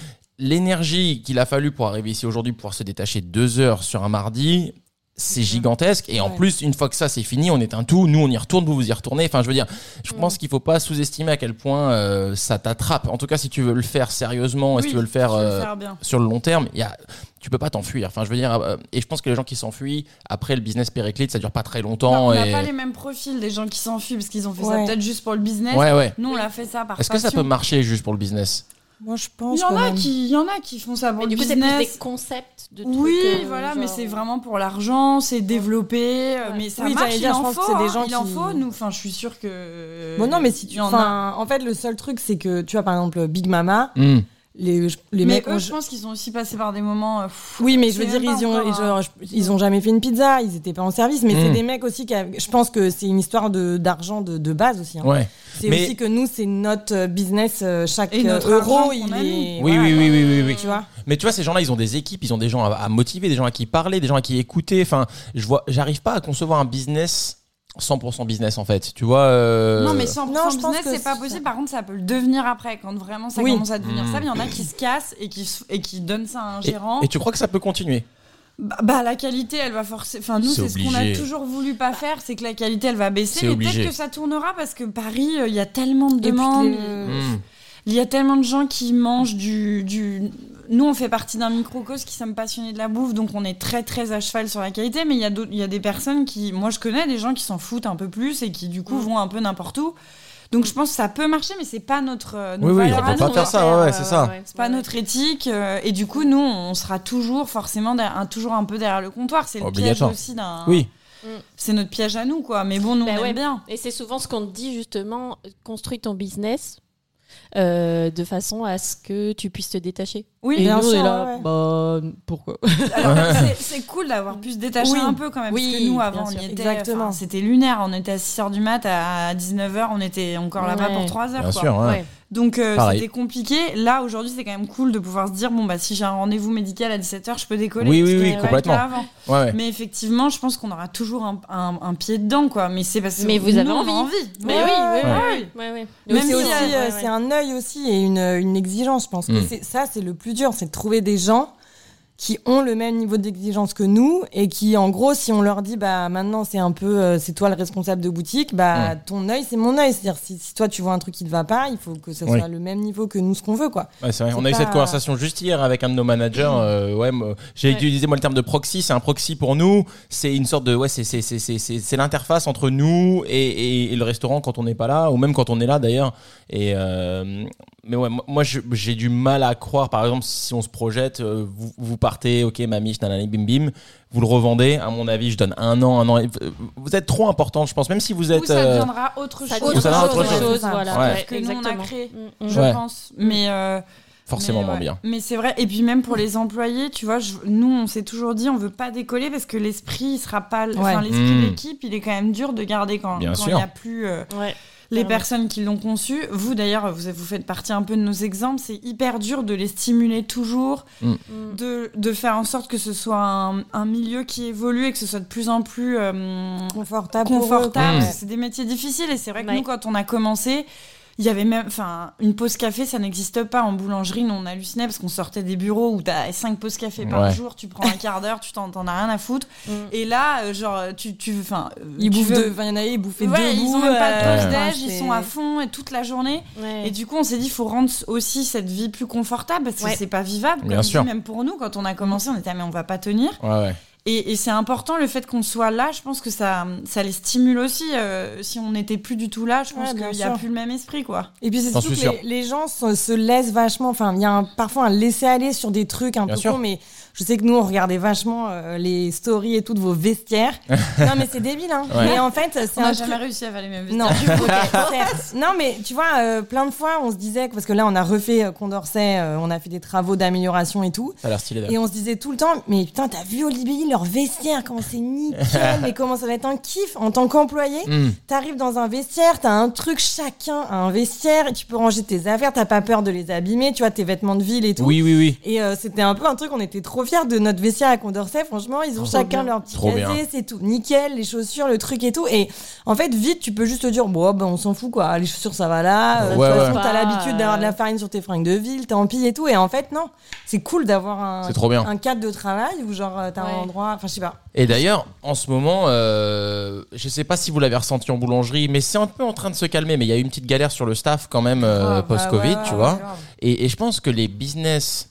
Speaker 1: l'énergie qu'il a fallu pour arriver ici aujourd'hui, pouvoir se détacher deux heures sur un mardi, c'est gigantesque. Et en
Speaker 3: Ouais.
Speaker 1: plus, une fois que ça c'est fini, on est un tout. Nous, on y retourne, vous vous y retournez. Enfin, je veux dire, je pense qu'il faut pas sous-estimer à quel point euh, ça t'attrape. En tout cas, si tu veux le faire sérieusement, et si
Speaker 2: Oui,
Speaker 1: tu veux le faire,
Speaker 2: je vais le
Speaker 1: euh,
Speaker 2: faire bien.
Speaker 1: sur le long terme, il y a, tu peux pas t'enfuir. Enfin, je veux dire, euh, et je pense que les gens qui s'enfuient après le business périclite, ça dure pas très
Speaker 2: Non,
Speaker 1: longtemps.
Speaker 2: on n'a
Speaker 1: et...
Speaker 2: pas les mêmes profils des gens qui s'enfuient parce qu'ils ont fait ça
Speaker 3: Ouais.
Speaker 2: peut-être juste pour le business.
Speaker 1: ouais, ouais.
Speaker 2: Nous, on l'a fait ça par
Speaker 1: Est-ce que ça peut
Speaker 2: passion.
Speaker 1: marcher juste pour le business
Speaker 3: Moi, je
Speaker 2: Il
Speaker 3: pense.
Speaker 2: y en a qui, il y en a qui font ça pour
Speaker 4: Mais
Speaker 2: le
Speaker 4: du coup, c'est plus
Speaker 2: business.
Speaker 4: des concepts de trucs.
Speaker 2: oui,
Speaker 4: euh,
Speaker 2: voilà,
Speaker 4: genre-
Speaker 2: mais c'est vraiment pour l'argent, c'est développé, euh,
Speaker 4: Ouais.
Speaker 2: mais ça
Speaker 3: Oui,
Speaker 2: marche.
Speaker 3: j'allais
Speaker 2: Il
Speaker 3: dire, je
Speaker 2: en
Speaker 3: pense que
Speaker 2: faut,
Speaker 3: c'est des
Speaker 2: hein,
Speaker 3: gens
Speaker 2: il en
Speaker 3: qui-
Speaker 2: faut. Nous, enfin, je suis sûr que.
Speaker 3: Bon, non, mais si
Speaker 2: Euh, il
Speaker 3: tu.
Speaker 2: y en a.
Speaker 3: Enfin, en fait, le seul truc, c'est que tu vois, par exemple, Big Mama,
Speaker 1: Hmm.
Speaker 3: les, je- les
Speaker 2: mais
Speaker 3: mecs.
Speaker 2: eux,
Speaker 3: ont-
Speaker 2: je pense qu'ils ont aussi passé par des moments. euh, pff,
Speaker 3: Oui, mais je
Speaker 2: c'est
Speaker 3: veux dire,
Speaker 2: même
Speaker 3: ils ont,
Speaker 2: pas encore, hein.
Speaker 3: genre, je- ils ont jamais fait une pizza, ils étaient pas en service, mais c'est
Speaker 1: Mm.
Speaker 3: des mecs aussi qui. avaient- Je pense que c'est une histoire de d'argent de, de base aussi. hein.
Speaker 1: Ouais.
Speaker 3: C'est
Speaker 1: Mais-
Speaker 3: aussi que nous, c'est notre euh, business, euh, chaque
Speaker 2: Et notre
Speaker 3: euh,
Speaker 2: argent
Speaker 3: euro,
Speaker 2: qu'on
Speaker 3: il
Speaker 2: a mis.
Speaker 3: est.
Speaker 1: Oui,
Speaker 3: voilà,
Speaker 1: oui, oui, oui, oui, oui.
Speaker 3: Tu vois
Speaker 1: Mais tu vois, ces gens-là, ils ont des équipes, ils ont des gens à, à motiver, des gens à qui parler, des gens à qui écouter. Enfin, je vois, j'arrive pas à concevoir un business 100% business en fait. Tu vois. euh,
Speaker 2: Non, mais sans,
Speaker 3: Non,
Speaker 2: sans
Speaker 3: je pense
Speaker 2: business,
Speaker 3: que
Speaker 2: c'est pas
Speaker 3: ça-
Speaker 2: possible. Par contre, ça peut le devenir après, quand vraiment ça
Speaker 3: Oui.
Speaker 2: commence à devenir
Speaker 1: Mm.
Speaker 2: ça. Il y en a qui se cassent et qui, s- et qui donnent ça à un
Speaker 1: et,
Speaker 2: gérant.
Speaker 1: et tu crois que ça peut continuer
Speaker 2: Bah, bah, la qualité, elle va forcément. Enfin, nous,
Speaker 1: C'est
Speaker 2: c'est ce qu'on a
Speaker 1: obligé.
Speaker 2: toujours voulu pas faire, c'est que la qualité, elle va baisser.
Speaker 1: C'est
Speaker 2: Mais
Speaker 1: obligé.
Speaker 2: peut-être que ça tournera parce que Paris, euh, il y a tellement de
Speaker 3: Et puis,
Speaker 2: demandes.
Speaker 3: les-
Speaker 1: Hmm.
Speaker 2: Il y a tellement de gens qui mangent du. du... Nous, on fait partie d'un microcosme qui sommes passionnés de la bouffe, donc on est très très à cheval sur la qualité. Mais il y a, d'autres- il y a des personnes qui. Moi, je connais des gens qui s'en foutent un peu plus et qui, du coup,
Speaker 3: Mm.
Speaker 2: vont un peu n'importe où. Donc, je pense que ça peut marcher, mais c'est pas notre. euh, nos
Speaker 1: Oui, oui,
Speaker 2: valeurs
Speaker 1: on
Speaker 2: à
Speaker 1: peut pas
Speaker 2: nous.
Speaker 1: faire ça, ouais, ouais, c'est ça.
Speaker 2: C'est pas notre éthique. euh, et du coup, nous, on sera toujours forcément derrière- un, toujours un peu derrière le comptoir. C'est le piège
Speaker 1: Obligatoire.
Speaker 2: aussi d'un.
Speaker 1: Oui.
Speaker 2: C'est notre piège à nous, quoi. Mais bon, nous,
Speaker 4: Bah
Speaker 2: on aime
Speaker 4: ouais.
Speaker 2: bien.
Speaker 4: Et c'est souvent ce qu'on te dit euh, justement, construis ton business euh, de façon à ce que tu puisses te détacher.
Speaker 2: Oui,
Speaker 3: Et
Speaker 2: bien
Speaker 3: nous, on
Speaker 2: sûr,
Speaker 3: est là,
Speaker 2: ouais, ouais.
Speaker 3: bah, pourquoi
Speaker 2: Alors, c'est- c'est cool d'avoir pu se détacher
Speaker 3: Oui.
Speaker 2: un peu quand même.
Speaker 3: Oui,
Speaker 2: parce que nous,
Speaker 3: bien
Speaker 2: avant, on y
Speaker 3: sûr.
Speaker 2: était.
Speaker 3: Exactement.
Speaker 2: enfin, C'était lunaire. On était à 6h du mat, à 19h, on était encore là-bas
Speaker 4: Ouais.
Speaker 2: pour 3h.
Speaker 1: Bien
Speaker 2: quoi.
Speaker 1: sûr, hein. ouais.
Speaker 4: Ouais.
Speaker 2: Donc, euh,
Speaker 1: Pareil.
Speaker 2: c'était compliqué. Là, aujourd'hui, c'est quand même cool de pouvoir se dire bon, bah, si j'ai un rendez-vous médical à 17h, je peux décoller.
Speaker 1: Oui,
Speaker 2: ce
Speaker 1: oui,
Speaker 2: qui
Speaker 1: oui,
Speaker 2: n'était pas le
Speaker 1: complètement.
Speaker 2: cas avant.
Speaker 1: ouais, ouais.
Speaker 2: Mais effectivement, je pense qu'on aura toujours un, un- un pied dedans, quoi. Mais c'est parce que
Speaker 4: Mais vous
Speaker 2: nous,
Speaker 4: avez
Speaker 2: on a
Speaker 4: envie. Mais
Speaker 2: Ouais,
Speaker 4: oui,
Speaker 2: ouais,
Speaker 4: oui,
Speaker 2: ouais.
Speaker 4: Ouais, ouais.
Speaker 2: Même
Speaker 3: Même
Speaker 2: si
Speaker 3: c'est aussi,
Speaker 2: on-
Speaker 3: euh,
Speaker 4: ouais,
Speaker 3: c'est
Speaker 4: ouais.
Speaker 3: un œil aussi et une, euh, une exigence, je pense. que
Speaker 1: Mm.
Speaker 3: c'est- ça, c'est le plus dur, c'est de trouver des gens qui ont le même niveau d'exigence que nous et qui, en gros, si on leur dit, bah maintenant c'est un peu, euh, c'est toi le responsable de boutique, bah
Speaker 1: Mm.
Speaker 3: ton œil, c'est mon œil. C'est-à-dire, si, si toi tu vois un truc qui te va pas, il faut que ça
Speaker 1: Oui.
Speaker 3: soit le même niveau que nous, ce qu'on veut, quoi.
Speaker 1: Ouais, c'est vrai.
Speaker 3: C'est
Speaker 1: On a eu cette
Speaker 3: pas-
Speaker 1: conversation juste hier avec un de nos managers. euh, ouais, me- j'ai
Speaker 4: Ouais.
Speaker 1: utilisé moi le terme de proxy. C'est un proxy pour nous. C'est une sorte de ouais, c'est c'est c'est c'est c'est c'est l'interface entre nous et, et, et le restaurant quand on n'est pas là, ou même quand on est là d'ailleurs. Et euh, mais ouais, moi- moi je- j'ai du mal à croire. Par exemple, si on se projette, euh, vous, vous partez, ok, mamie, nanani, bim bim, vous le revendez. À mon avis, je donne un an, un an. et- euh, Vous êtes trop importante, je pense. Même si vous
Speaker 2: Ou
Speaker 1: êtes
Speaker 2: ça
Speaker 1: euh,
Speaker 2: deviendra autre
Speaker 4: Ça
Speaker 2: chose.
Speaker 1: Ou ça deviendra autre chose.
Speaker 4: voilà.
Speaker 1: Ouais.
Speaker 2: Que nous, on a
Speaker 4: exactement.
Speaker 2: créé.
Speaker 4: Mm, mm.
Speaker 2: Je
Speaker 1: Ouais.
Speaker 2: pense. Mais. euh,
Speaker 1: forcément
Speaker 2: Mais
Speaker 1: moins
Speaker 2: ouais.
Speaker 1: bien.
Speaker 2: Mais c'est vrai. Et puis même pour les employés, tu vois, je- nous, on s'est toujours dit, on veut pas décoller parce que l'esprit, il sera pas. Enfin,
Speaker 3: Ouais.
Speaker 2: l'esprit
Speaker 1: Mm.
Speaker 2: de l'équipe, il est quand même dur de garder quand
Speaker 1: Bien
Speaker 2: quand
Speaker 1: sûr.
Speaker 2: il n'y a plus euh,
Speaker 4: Ouais.
Speaker 2: les
Speaker 4: Clairement.
Speaker 2: personnes qui l'ont conçu. Vous d'ailleurs, vous, vous faites partie un peu de nos exemples. C'est hyper dur de les stimuler toujours,
Speaker 1: Hmm.
Speaker 4: Mm.
Speaker 2: de, de faire en sorte que ce soit un, un milieu qui évolue et que ce soit de plus en plus. euh,
Speaker 3: Confortable. pour eux, quoi.
Speaker 2: confortable.
Speaker 1: Mm.
Speaker 2: parce que C'est des métiers difficiles et c'est vrai que
Speaker 4: Ouais.
Speaker 2: nous, quand on a commencé, il y avait même, enfin, une pause café, ça n'existe pas en boulangerie. Nous, on hallucinait parce qu'on sortait des bureaux où t'as cinq pauses café par
Speaker 1: Ouais.
Speaker 2: jour, tu prends un quart d'heure, tu t'en t'en as rien à foutre.
Speaker 4: Mm.
Speaker 2: Et là, euh, genre, tu, tu, enfin, euh,
Speaker 3: Ils
Speaker 2: tu
Speaker 3: bouffent
Speaker 2: veux-
Speaker 3: deux. enfin, Il y en a, ils bouffaient
Speaker 2: Ouais,
Speaker 3: deux
Speaker 2: ils ont
Speaker 3: bouts,
Speaker 2: même pas
Speaker 3: euh,
Speaker 2: de pause
Speaker 3: enfin,
Speaker 2: d'âge, ils
Speaker 3: c'est-
Speaker 2: sont à fond et toute la journée.
Speaker 4: Ouais.
Speaker 2: Et du coup, on s'est dit, il faut rendre aussi cette vie plus confortable parce que
Speaker 4: Ouais.
Speaker 2: c'est pas vivable.
Speaker 1: Bien
Speaker 2: comme dit,
Speaker 1: sûr.
Speaker 2: Même pour nous, quand on a commencé, on était, ah, mais on va pas tenir.
Speaker 1: Ouais, ouais.
Speaker 2: Et, et c'est important le fait qu'on soit là, je pense que ça, ça les stimule aussi. euh, si on n'était plus du tout là, je pense
Speaker 3: Ouais, bien
Speaker 2: qu'il n'y a
Speaker 3: sûr.
Speaker 2: plus le même esprit, quoi.
Speaker 3: Et puis c'est
Speaker 1: J'en
Speaker 3: surtout
Speaker 1: suis
Speaker 3: que les, les gens se, se laissent vachement. Enfin, il y a un- parfois un laisser aller sur des trucs un
Speaker 1: Bien
Speaker 3: peu
Speaker 1: sûr.
Speaker 3: cons, mais je sais que nous on regardait vachement euh, les stories et tout de vos vestiaires. non, mais c'est débile. Hein.
Speaker 1: Ouais.
Speaker 3: Mais en fait, c'est un
Speaker 2: On n'a
Speaker 3: truc-
Speaker 2: jamais réussi à faire les mêmes
Speaker 3: Non, ok, certes. non, mais tu vois, euh, plein de fois, on se disait que- parce que là, on a refait euh, Condorcet, euh, on a fait des travaux d'amélioration et tout,
Speaker 1: Ça a l'air stylé. d'ailleurs.
Speaker 3: et on se disait tout le temps, mais putain, t'as vu Olivier leur vestiaire, comment c'est nickel, mais comment ça va être un kiff en tant qu'employé.
Speaker 1: Hmm.
Speaker 3: T'arrives dans un vestiaire, t'as un truc, chacun a un vestiaire, et tu peux ranger tes affaires, t'as pas peur de les abîmer, tu vois, tes vêtements de ville et tout.
Speaker 1: Oui, oui, oui.
Speaker 3: Et euh, c'était un peu un truc, on était trop fiers de notre vestiaire à Condorcet, franchement, ils ont
Speaker 4: Trop
Speaker 3: chacun
Speaker 4: bien.
Speaker 3: leur petit
Speaker 1: Trop bien.
Speaker 3: casier, c'est tout, nickel, les chaussures, le truc et tout. Et en fait, vite, tu peux juste te dire, bon, ben, on s'en fout, quoi, les chaussures, ça va là, euh, de
Speaker 1: Ouais,
Speaker 3: toute façon,
Speaker 4: ouais.
Speaker 3: t'as
Speaker 4: Pas,
Speaker 3: l'habitude d'avoir de la farine sur tes fringues de ville, tant pis et tout. Et en fait, non, c'est cool d'avoir un,
Speaker 1: C'est trop bien.
Speaker 3: un cadre de travail où, genre, euh, t'as
Speaker 4: Ouais.
Speaker 3: un endroit, enfin, je sais pas.
Speaker 1: Et d'ailleurs, en ce moment, euh, je sais pas si vous l'avez ressenti en boulangerie, mais c'est un peu en train de se calmer. Mais il y a eu une petite galère sur le staff quand même euh,
Speaker 3: Ah, bah
Speaker 1: post-Covid,
Speaker 3: ouais, ouais,
Speaker 1: tu
Speaker 3: ouais,
Speaker 1: vois.
Speaker 3: grave.
Speaker 1: Et, et je pense que les business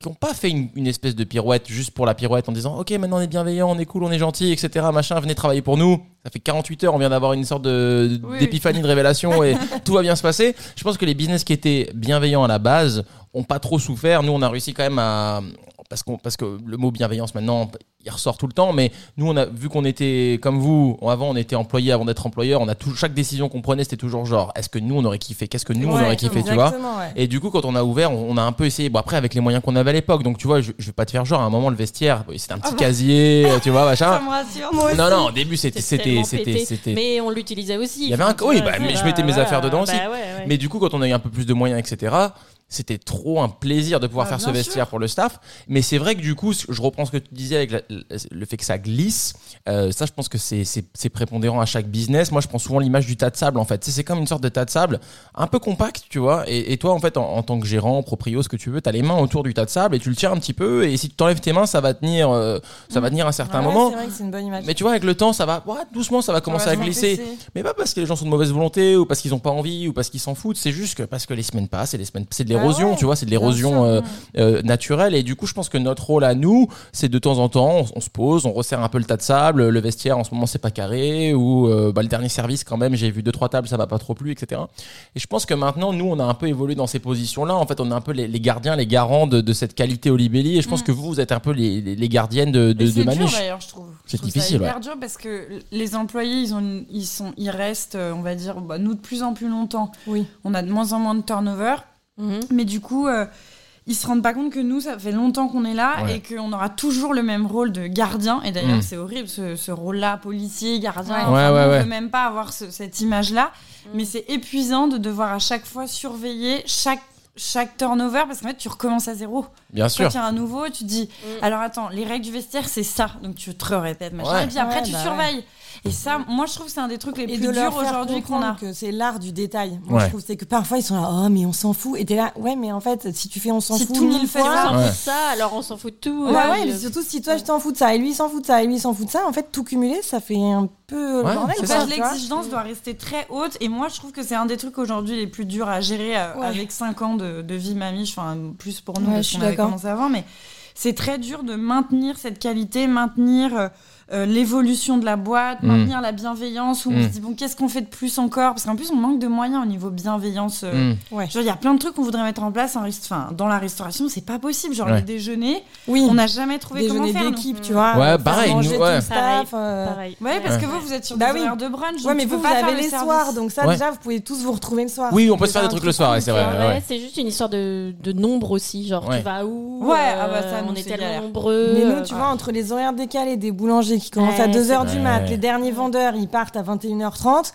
Speaker 1: qui n'ont pas fait une, une espèce de pirouette juste pour la pirouette en disant ok maintenant on est bienveillant, on est cool, on est gentil, etc. Machin, venez travailler pour nous. Ça fait 48 heures, on vient d'avoir une sorte de-
Speaker 2: Oui.
Speaker 1: d'épiphanie de révélation et tout va bien se passer. Je pense que les business qui étaient bienveillants à la base ont pas trop souffert. Nous on a réussi quand même à parce qu'on parce que le mot bienveillance maintenant il ressort tout le temps, mais nous on a vu qu'on était comme vous avant on était employé avant d'être employeur, on a tout, chaque décision qu'on prenait c'était toujours genre est-ce que nous on aurait kiffé, qu'est-ce que nous on
Speaker 3: Ouais,
Speaker 1: aurait kiffé, tu vois.
Speaker 3: exactement, ouais.
Speaker 1: Et du coup, quand on a ouvert, on on a un peu essayé. Bon, après, avec les moyens qu'on avait à l'époque, donc tu vois, je, je vais pas te faire genre, à un moment, le vestiaire, c'était
Speaker 4: Ah
Speaker 1: un petit casier, tu vois,
Speaker 2: Ça
Speaker 1: machin.
Speaker 2: me rassure.
Speaker 1: Non, non, au début, c'était.
Speaker 4: C'était
Speaker 1: c'était,
Speaker 4: tellement
Speaker 1: c'était,
Speaker 4: pété.
Speaker 1: c'était- Mais...
Speaker 4: Mais on l'utilisait aussi.
Speaker 1: Il y avait un-
Speaker 4: Enfin, tu
Speaker 1: oui,
Speaker 4: vois,
Speaker 1: bah,
Speaker 4: ça,
Speaker 1: mais je mettais mes affaires dedans aussi.
Speaker 4: Bah, ouais, ouais.
Speaker 1: du coup, quand on a eu un peu plus de moyens, etc., c'était trop un plaisir de pouvoir
Speaker 2: Ah,
Speaker 1: faire ce
Speaker 2: bien
Speaker 1: vestiaire pour le staff. Mais c'est vrai que du coup, je reprends ce que tu disais avec la- le fait que ça glisse. Euh, ça, je pense que c'est, c'est, c'est prépondérant à chaque business. Moi, je prends souvent l'image du tas de sable, en fait. Tu sais, C'est, comme une sorte de tas de sable, un peu compact, tu vois. Et, et toi, en fait, en, en tant que gérant, proprio, ce que tu veux, t'as les mains autour du tas de sable et tu le tiens un petit peu. Et si tu t'enlèves tes mains, ça va tenir, euh, ça va tenir un certain
Speaker 3: Ouais,
Speaker 1: moment.
Speaker 3: C'est vrai que c'est une bonne image.
Speaker 1: Mais tu vois, avec le temps, ça va, ouah, doucement, ça va commencer
Speaker 2: va
Speaker 1: à
Speaker 2: se
Speaker 1: glisser.
Speaker 2: rabaisser.
Speaker 1: Mais pas parce que les gens sont de mauvaise volonté ou parce qu'ils n'ont pas envie ou parce qu'ils s'en foutent. C'est juste que parce que les semaines passent et les semaines, c'est de
Speaker 3: Bah
Speaker 1: l'érosion,
Speaker 3: ouais,
Speaker 1: tu vois, c'est de
Speaker 3: bien
Speaker 1: l'érosion
Speaker 3: sûr,
Speaker 1: euh,
Speaker 3: ouais.
Speaker 1: euh, naturelle. Et du coup, je pense que notre rôle à nous, c'est de temps en temps, on, on se pose, on resserre un peu le tas de sable. Le vestiaire, en ce moment, c'est pas carré ou euh, bah, le dernier service, quand même, j'ai vu deux trois tables, ça m'a pas trop plu, etc. Et je pense que maintenant, nous, on a un peu évolué dans ces positions-là. En fait, on est un peu les, les gardiens, les garants de, de cette qualité au Libelli. Et je pense
Speaker 2: Mm.
Speaker 1: que vous, vous êtes un peu les, les- les gardiennes de, de,
Speaker 2: Et
Speaker 1: de
Speaker 2: c'est dur
Speaker 1: Maniche.
Speaker 2: d'ailleurs, je trouve. Je
Speaker 1: C'est
Speaker 2: trouve
Speaker 1: difficile,
Speaker 2: Ça hyper dur parce que les employés, ils ont, une- ils sont, ils restent, euh, on va dire, bah, nous de plus en plus longtemps.
Speaker 3: Oui.
Speaker 2: On a de moins en moins de turnover,
Speaker 4: Mhm.
Speaker 2: mais du coup, euh, ils se rendent pas compte que nous, ça fait longtemps qu'on est là
Speaker 1: Ouais.
Speaker 2: et qu'on aura toujours le même rôle de gardien. Et d'ailleurs,
Speaker 1: Mm.
Speaker 2: c'est horrible ce, ce rôle-là, policier, gardien.
Speaker 4: Ouais.
Speaker 2: Enfin,
Speaker 1: Ouais, ouais,
Speaker 2: on
Speaker 1: ouais.
Speaker 2: peut même pas avoir ce- cette image-là.
Speaker 4: Mm.
Speaker 2: Mais c'est épuisant de devoir à chaque fois surveiller chaque chaque turnover parce qu'en fait tu recommences à zéro
Speaker 1: Bien
Speaker 2: quand
Speaker 1: sûr.
Speaker 2: il y a un nouveau tu te dis
Speaker 4: Mm.
Speaker 2: alors attends les règles du vestiaire c'est ça donc tu te répètes machin
Speaker 1: Ouais.
Speaker 2: et puis après
Speaker 3: Ouais,
Speaker 2: tu
Speaker 3: bah ouais.
Speaker 2: surveilles et ça moi je trouve que c'est un des trucs les
Speaker 3: et
Speaker 2: plus
Speaker 3: de leur
Speaker 2: durs
Speaker 3: faire
Speaker 2: aujourd'hui qu'on a
Speaker 3: comprendre que c'est l'art du détail. Moi,
Speaker 1: Ouais.
Speaker 3: je trouve c'est que parfois ils sont là, oh mais on s'en fout. Et t'es là, ouais mais en fait si tu fais on s'en
Speaker 2: Si
Speaker 3: fout
Speaker 2: tout le
Speaker 3: mille
Speaker 2: monde fait
Speaker 4: Si on
Speaker 3: fois,
Speaker 4: s'en
Speaker 1: Ouais.
Speaker 4: fout de ça, alors on s'en fout de tout.
Speaker 3: Ouais,
Speaker 4: euh,
Speaker 3: ouais,
Speaker 4: le-
Speaker 3: mais surtout si toi je t'en fous de ça et lui il s'en fout de ça et lui il s'en fout de ça, en fait tout cumulé ça fait un peu
Speaker 1: Ouais,
Speaker 3: le bordel.
Speaker 1: c'est
Speaker 3: quoi,
Speaker 2: Bah,
Speaker 3: tu vois.
Speaker 2: L'exigence doit rester très haute et moi je trouve que c'est un des trucs aujourd'hui les plus durs à gérer euh,
Speaker 3: Ouais.
Speaker 2: avec 5 ans de, de vie mamie, enfin plus pour nous
Speaker 3: Ouais,
Speaker 2: parce
Speaker 3: je suis
Speaker 2: qu'on avait
Speaker 3: d'accord.
Speaker 2: commencé avant, mais c'est très dur de maintenir cette qualité, maintenir euh, euh, l'évolution de la boîte,
Speaker 1: Mm.
Speaker 2: maintenir la bienveillance où
Speaker 1: Mm.
Speaker 2: on se dit bon qu'est-ce qu'on fait de plus encore parce qu'en plus on manque de moyens au niveau bienveillance. euh,
Speaker 1: Mm.
Speaker 2: Genre, il y a plein de trucs qu'on voudrait mettre en place en rest- enfin, dans la restauration, c'est pas possible. Genre,
Speaker 1: Ouais.
Speaker 2: les déjeuners,
Speaker 3: Oui,
Speaker 2: on n'a jamais trouvé
Speaker 3: déjeuner
Speaker 2: comment faire. nous.
Speaker 3: d'équipe, tu vois.
Speaker 1: Ouais,
Speaker 3: faire
Speaker 1: pareil,
Speaker 3: manger
Speaker 1: nous,
Speaker 3: tout le
Speaker 1: ouais.
Speaker 3: staff, euh,
Speaker 4: Pareil.
Speaker 2: Ouais, parce
Speaker 1: Ouais.
Speaker 2: que vous, vous êtes sur
Speaker 3: Bah
Speaker 2: des
Speaker 3: oui.
Speaker 2: horaires de brunch.
Speaker 3: Ouais,
Speaker 2: donc
Speaker 3: mais
Speaker 2: tu
Speaker 3: vous,
Speaker 2: peux
Speaker 3: vous
Speaker 2: pas faire
Speaker 3: avez
Speaker 2: le
Speaker 3: les
Speaker 2: service.
Speaker 3: soirs, donc ça
Speaker 1: Ouais.
Speaker 3: déjà vous pouvez tous vous retrouver le soir.
Speaker 1: Oui, on peut se
Speaker 3: C'est
Speaker 1: faire des
Speaker 3: un
Speaker 1: trucs
Speaker 3: truc
Speaker 1: le soir, ouais,
Speaker 3: cool,
Speaker 1: c'est
Speaker 3: tu
Speaker 1: vrai.
Speaker 3: vois.
Speaker 1: ouais,
Speaker 4: Ouais,
Speaker 1: ouais.
Speaker 4: c'est juste une histoire de, de nombre aussi, genre
Speaker 1: Ouais.
Speaker 4: tu vas où
Speaker 2: Ouais,
Speaker 4: euh,
Speaker 2: ah bah ça, nous,
Speaker 4: on est
Speaker 2: c'est
Speaker 4: tellement
Speaker 2: galère.
Speaker 4: nombreux.
Speaker 3: Mais
Speaker 4: euh,
Speaker 3: nous, tu vois, entre les horaires décalés des boulangers qui commencent à
Speaker 4: Ouais,
Speaker 3: 2h
Speaker 1: c'est
Speaker 3: du
Speaker 1: vrai.
Speaker 3: mat,
Speaker 1: Ouais.
Speaker 3: les derniers vendeurs, ils partent à 21h30.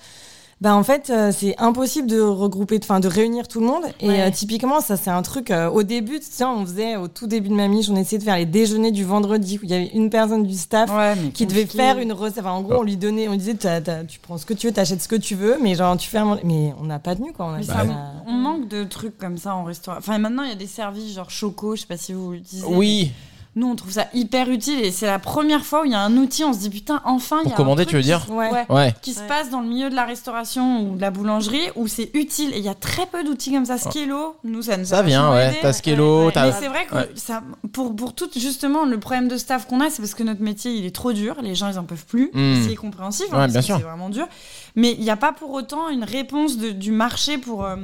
Speaker 3: Bah en fait, euh, c'est impossible de regrouper, enfin de réunir tout le monde. Et
Speaker 4: Ouais.
Speaker 3: euh, typiquement, ça c'est un truc. euh, au début, tu sais, on faisait au tout début de ma miche, on essayait de faire les déjeuners du vendredi où il y avait une personne du staff
Speaker 2: Ouais, mais
Speaker 3: qui devait
Speaker 2: compliqué.
Speaker 3: faire une recette. Enfin, en gros, on lui donnait, on lui disait, t'as- t'as- tu prends ce que tu veux, t'achètes ce que tu veux, mais genre tu fais, à manger. mais on n'a pas tenu quoi. On a
Speaker 1: Bah,
Speaker 2: Mais
Speaker 3: fait
Speaker 2: ça,
Speaker 3: ça.
Speaker 2: on manque de trucs comme ça en restaurant. Enfin, maintenant, il y a des services genre Choco, je sais pas si vous l'utilisez.
Speaker 1: Oui,
Speaker 2: Nous, on trouve ça hyper utile et c'est la première fois où il y a un outil, on se dit putain, enfin, il y a
Speaker 1: Pour
Speaker 2: un
Speaker 1: commander,
Speaker 2: truc
Speaker 1: tu veux
Speaker 2: qui-
Speaker 1: dire
Speaker 3: Ouais.
Speaker 2: Ouais.
Speaker 1: ouais.
Speaker 2: Qui se
Speaker 4: Ouais.
Speaker 2: passe dans le milieu de la restauration ou de la boulangerie où c'est utile et il y a très peu d'outils comme ça. Skello, nous ça nous a
Speaker 1: Oh. Ça vient,
Speaker 2: vachement
Speaker 1: ouais.
Speaker 2: Ah, aidé.
Speaker 1: T'as Skello,
Speaker 4: ouais, ouais.
Speaker 2: Mais
Speaker 1: t'as.
Speaker 2: c'est vrai que
Speaker 1: Ah Ouais.
Speaker 2: ça, pour, pour tout, justement, le problème de staff qu'on a, c'est parce que notre métier, il est trop dur. Les gens, ils en peuvent plus.
Speaker 1: Mm.
Speaker 2: C'est compréhensif, hein,
Speaker 1: Ouais, bien sûr.
Speaker 2: c'est vraiment dur. Mais il n'y a pas pour autant une réponse de- du marché pour, euh,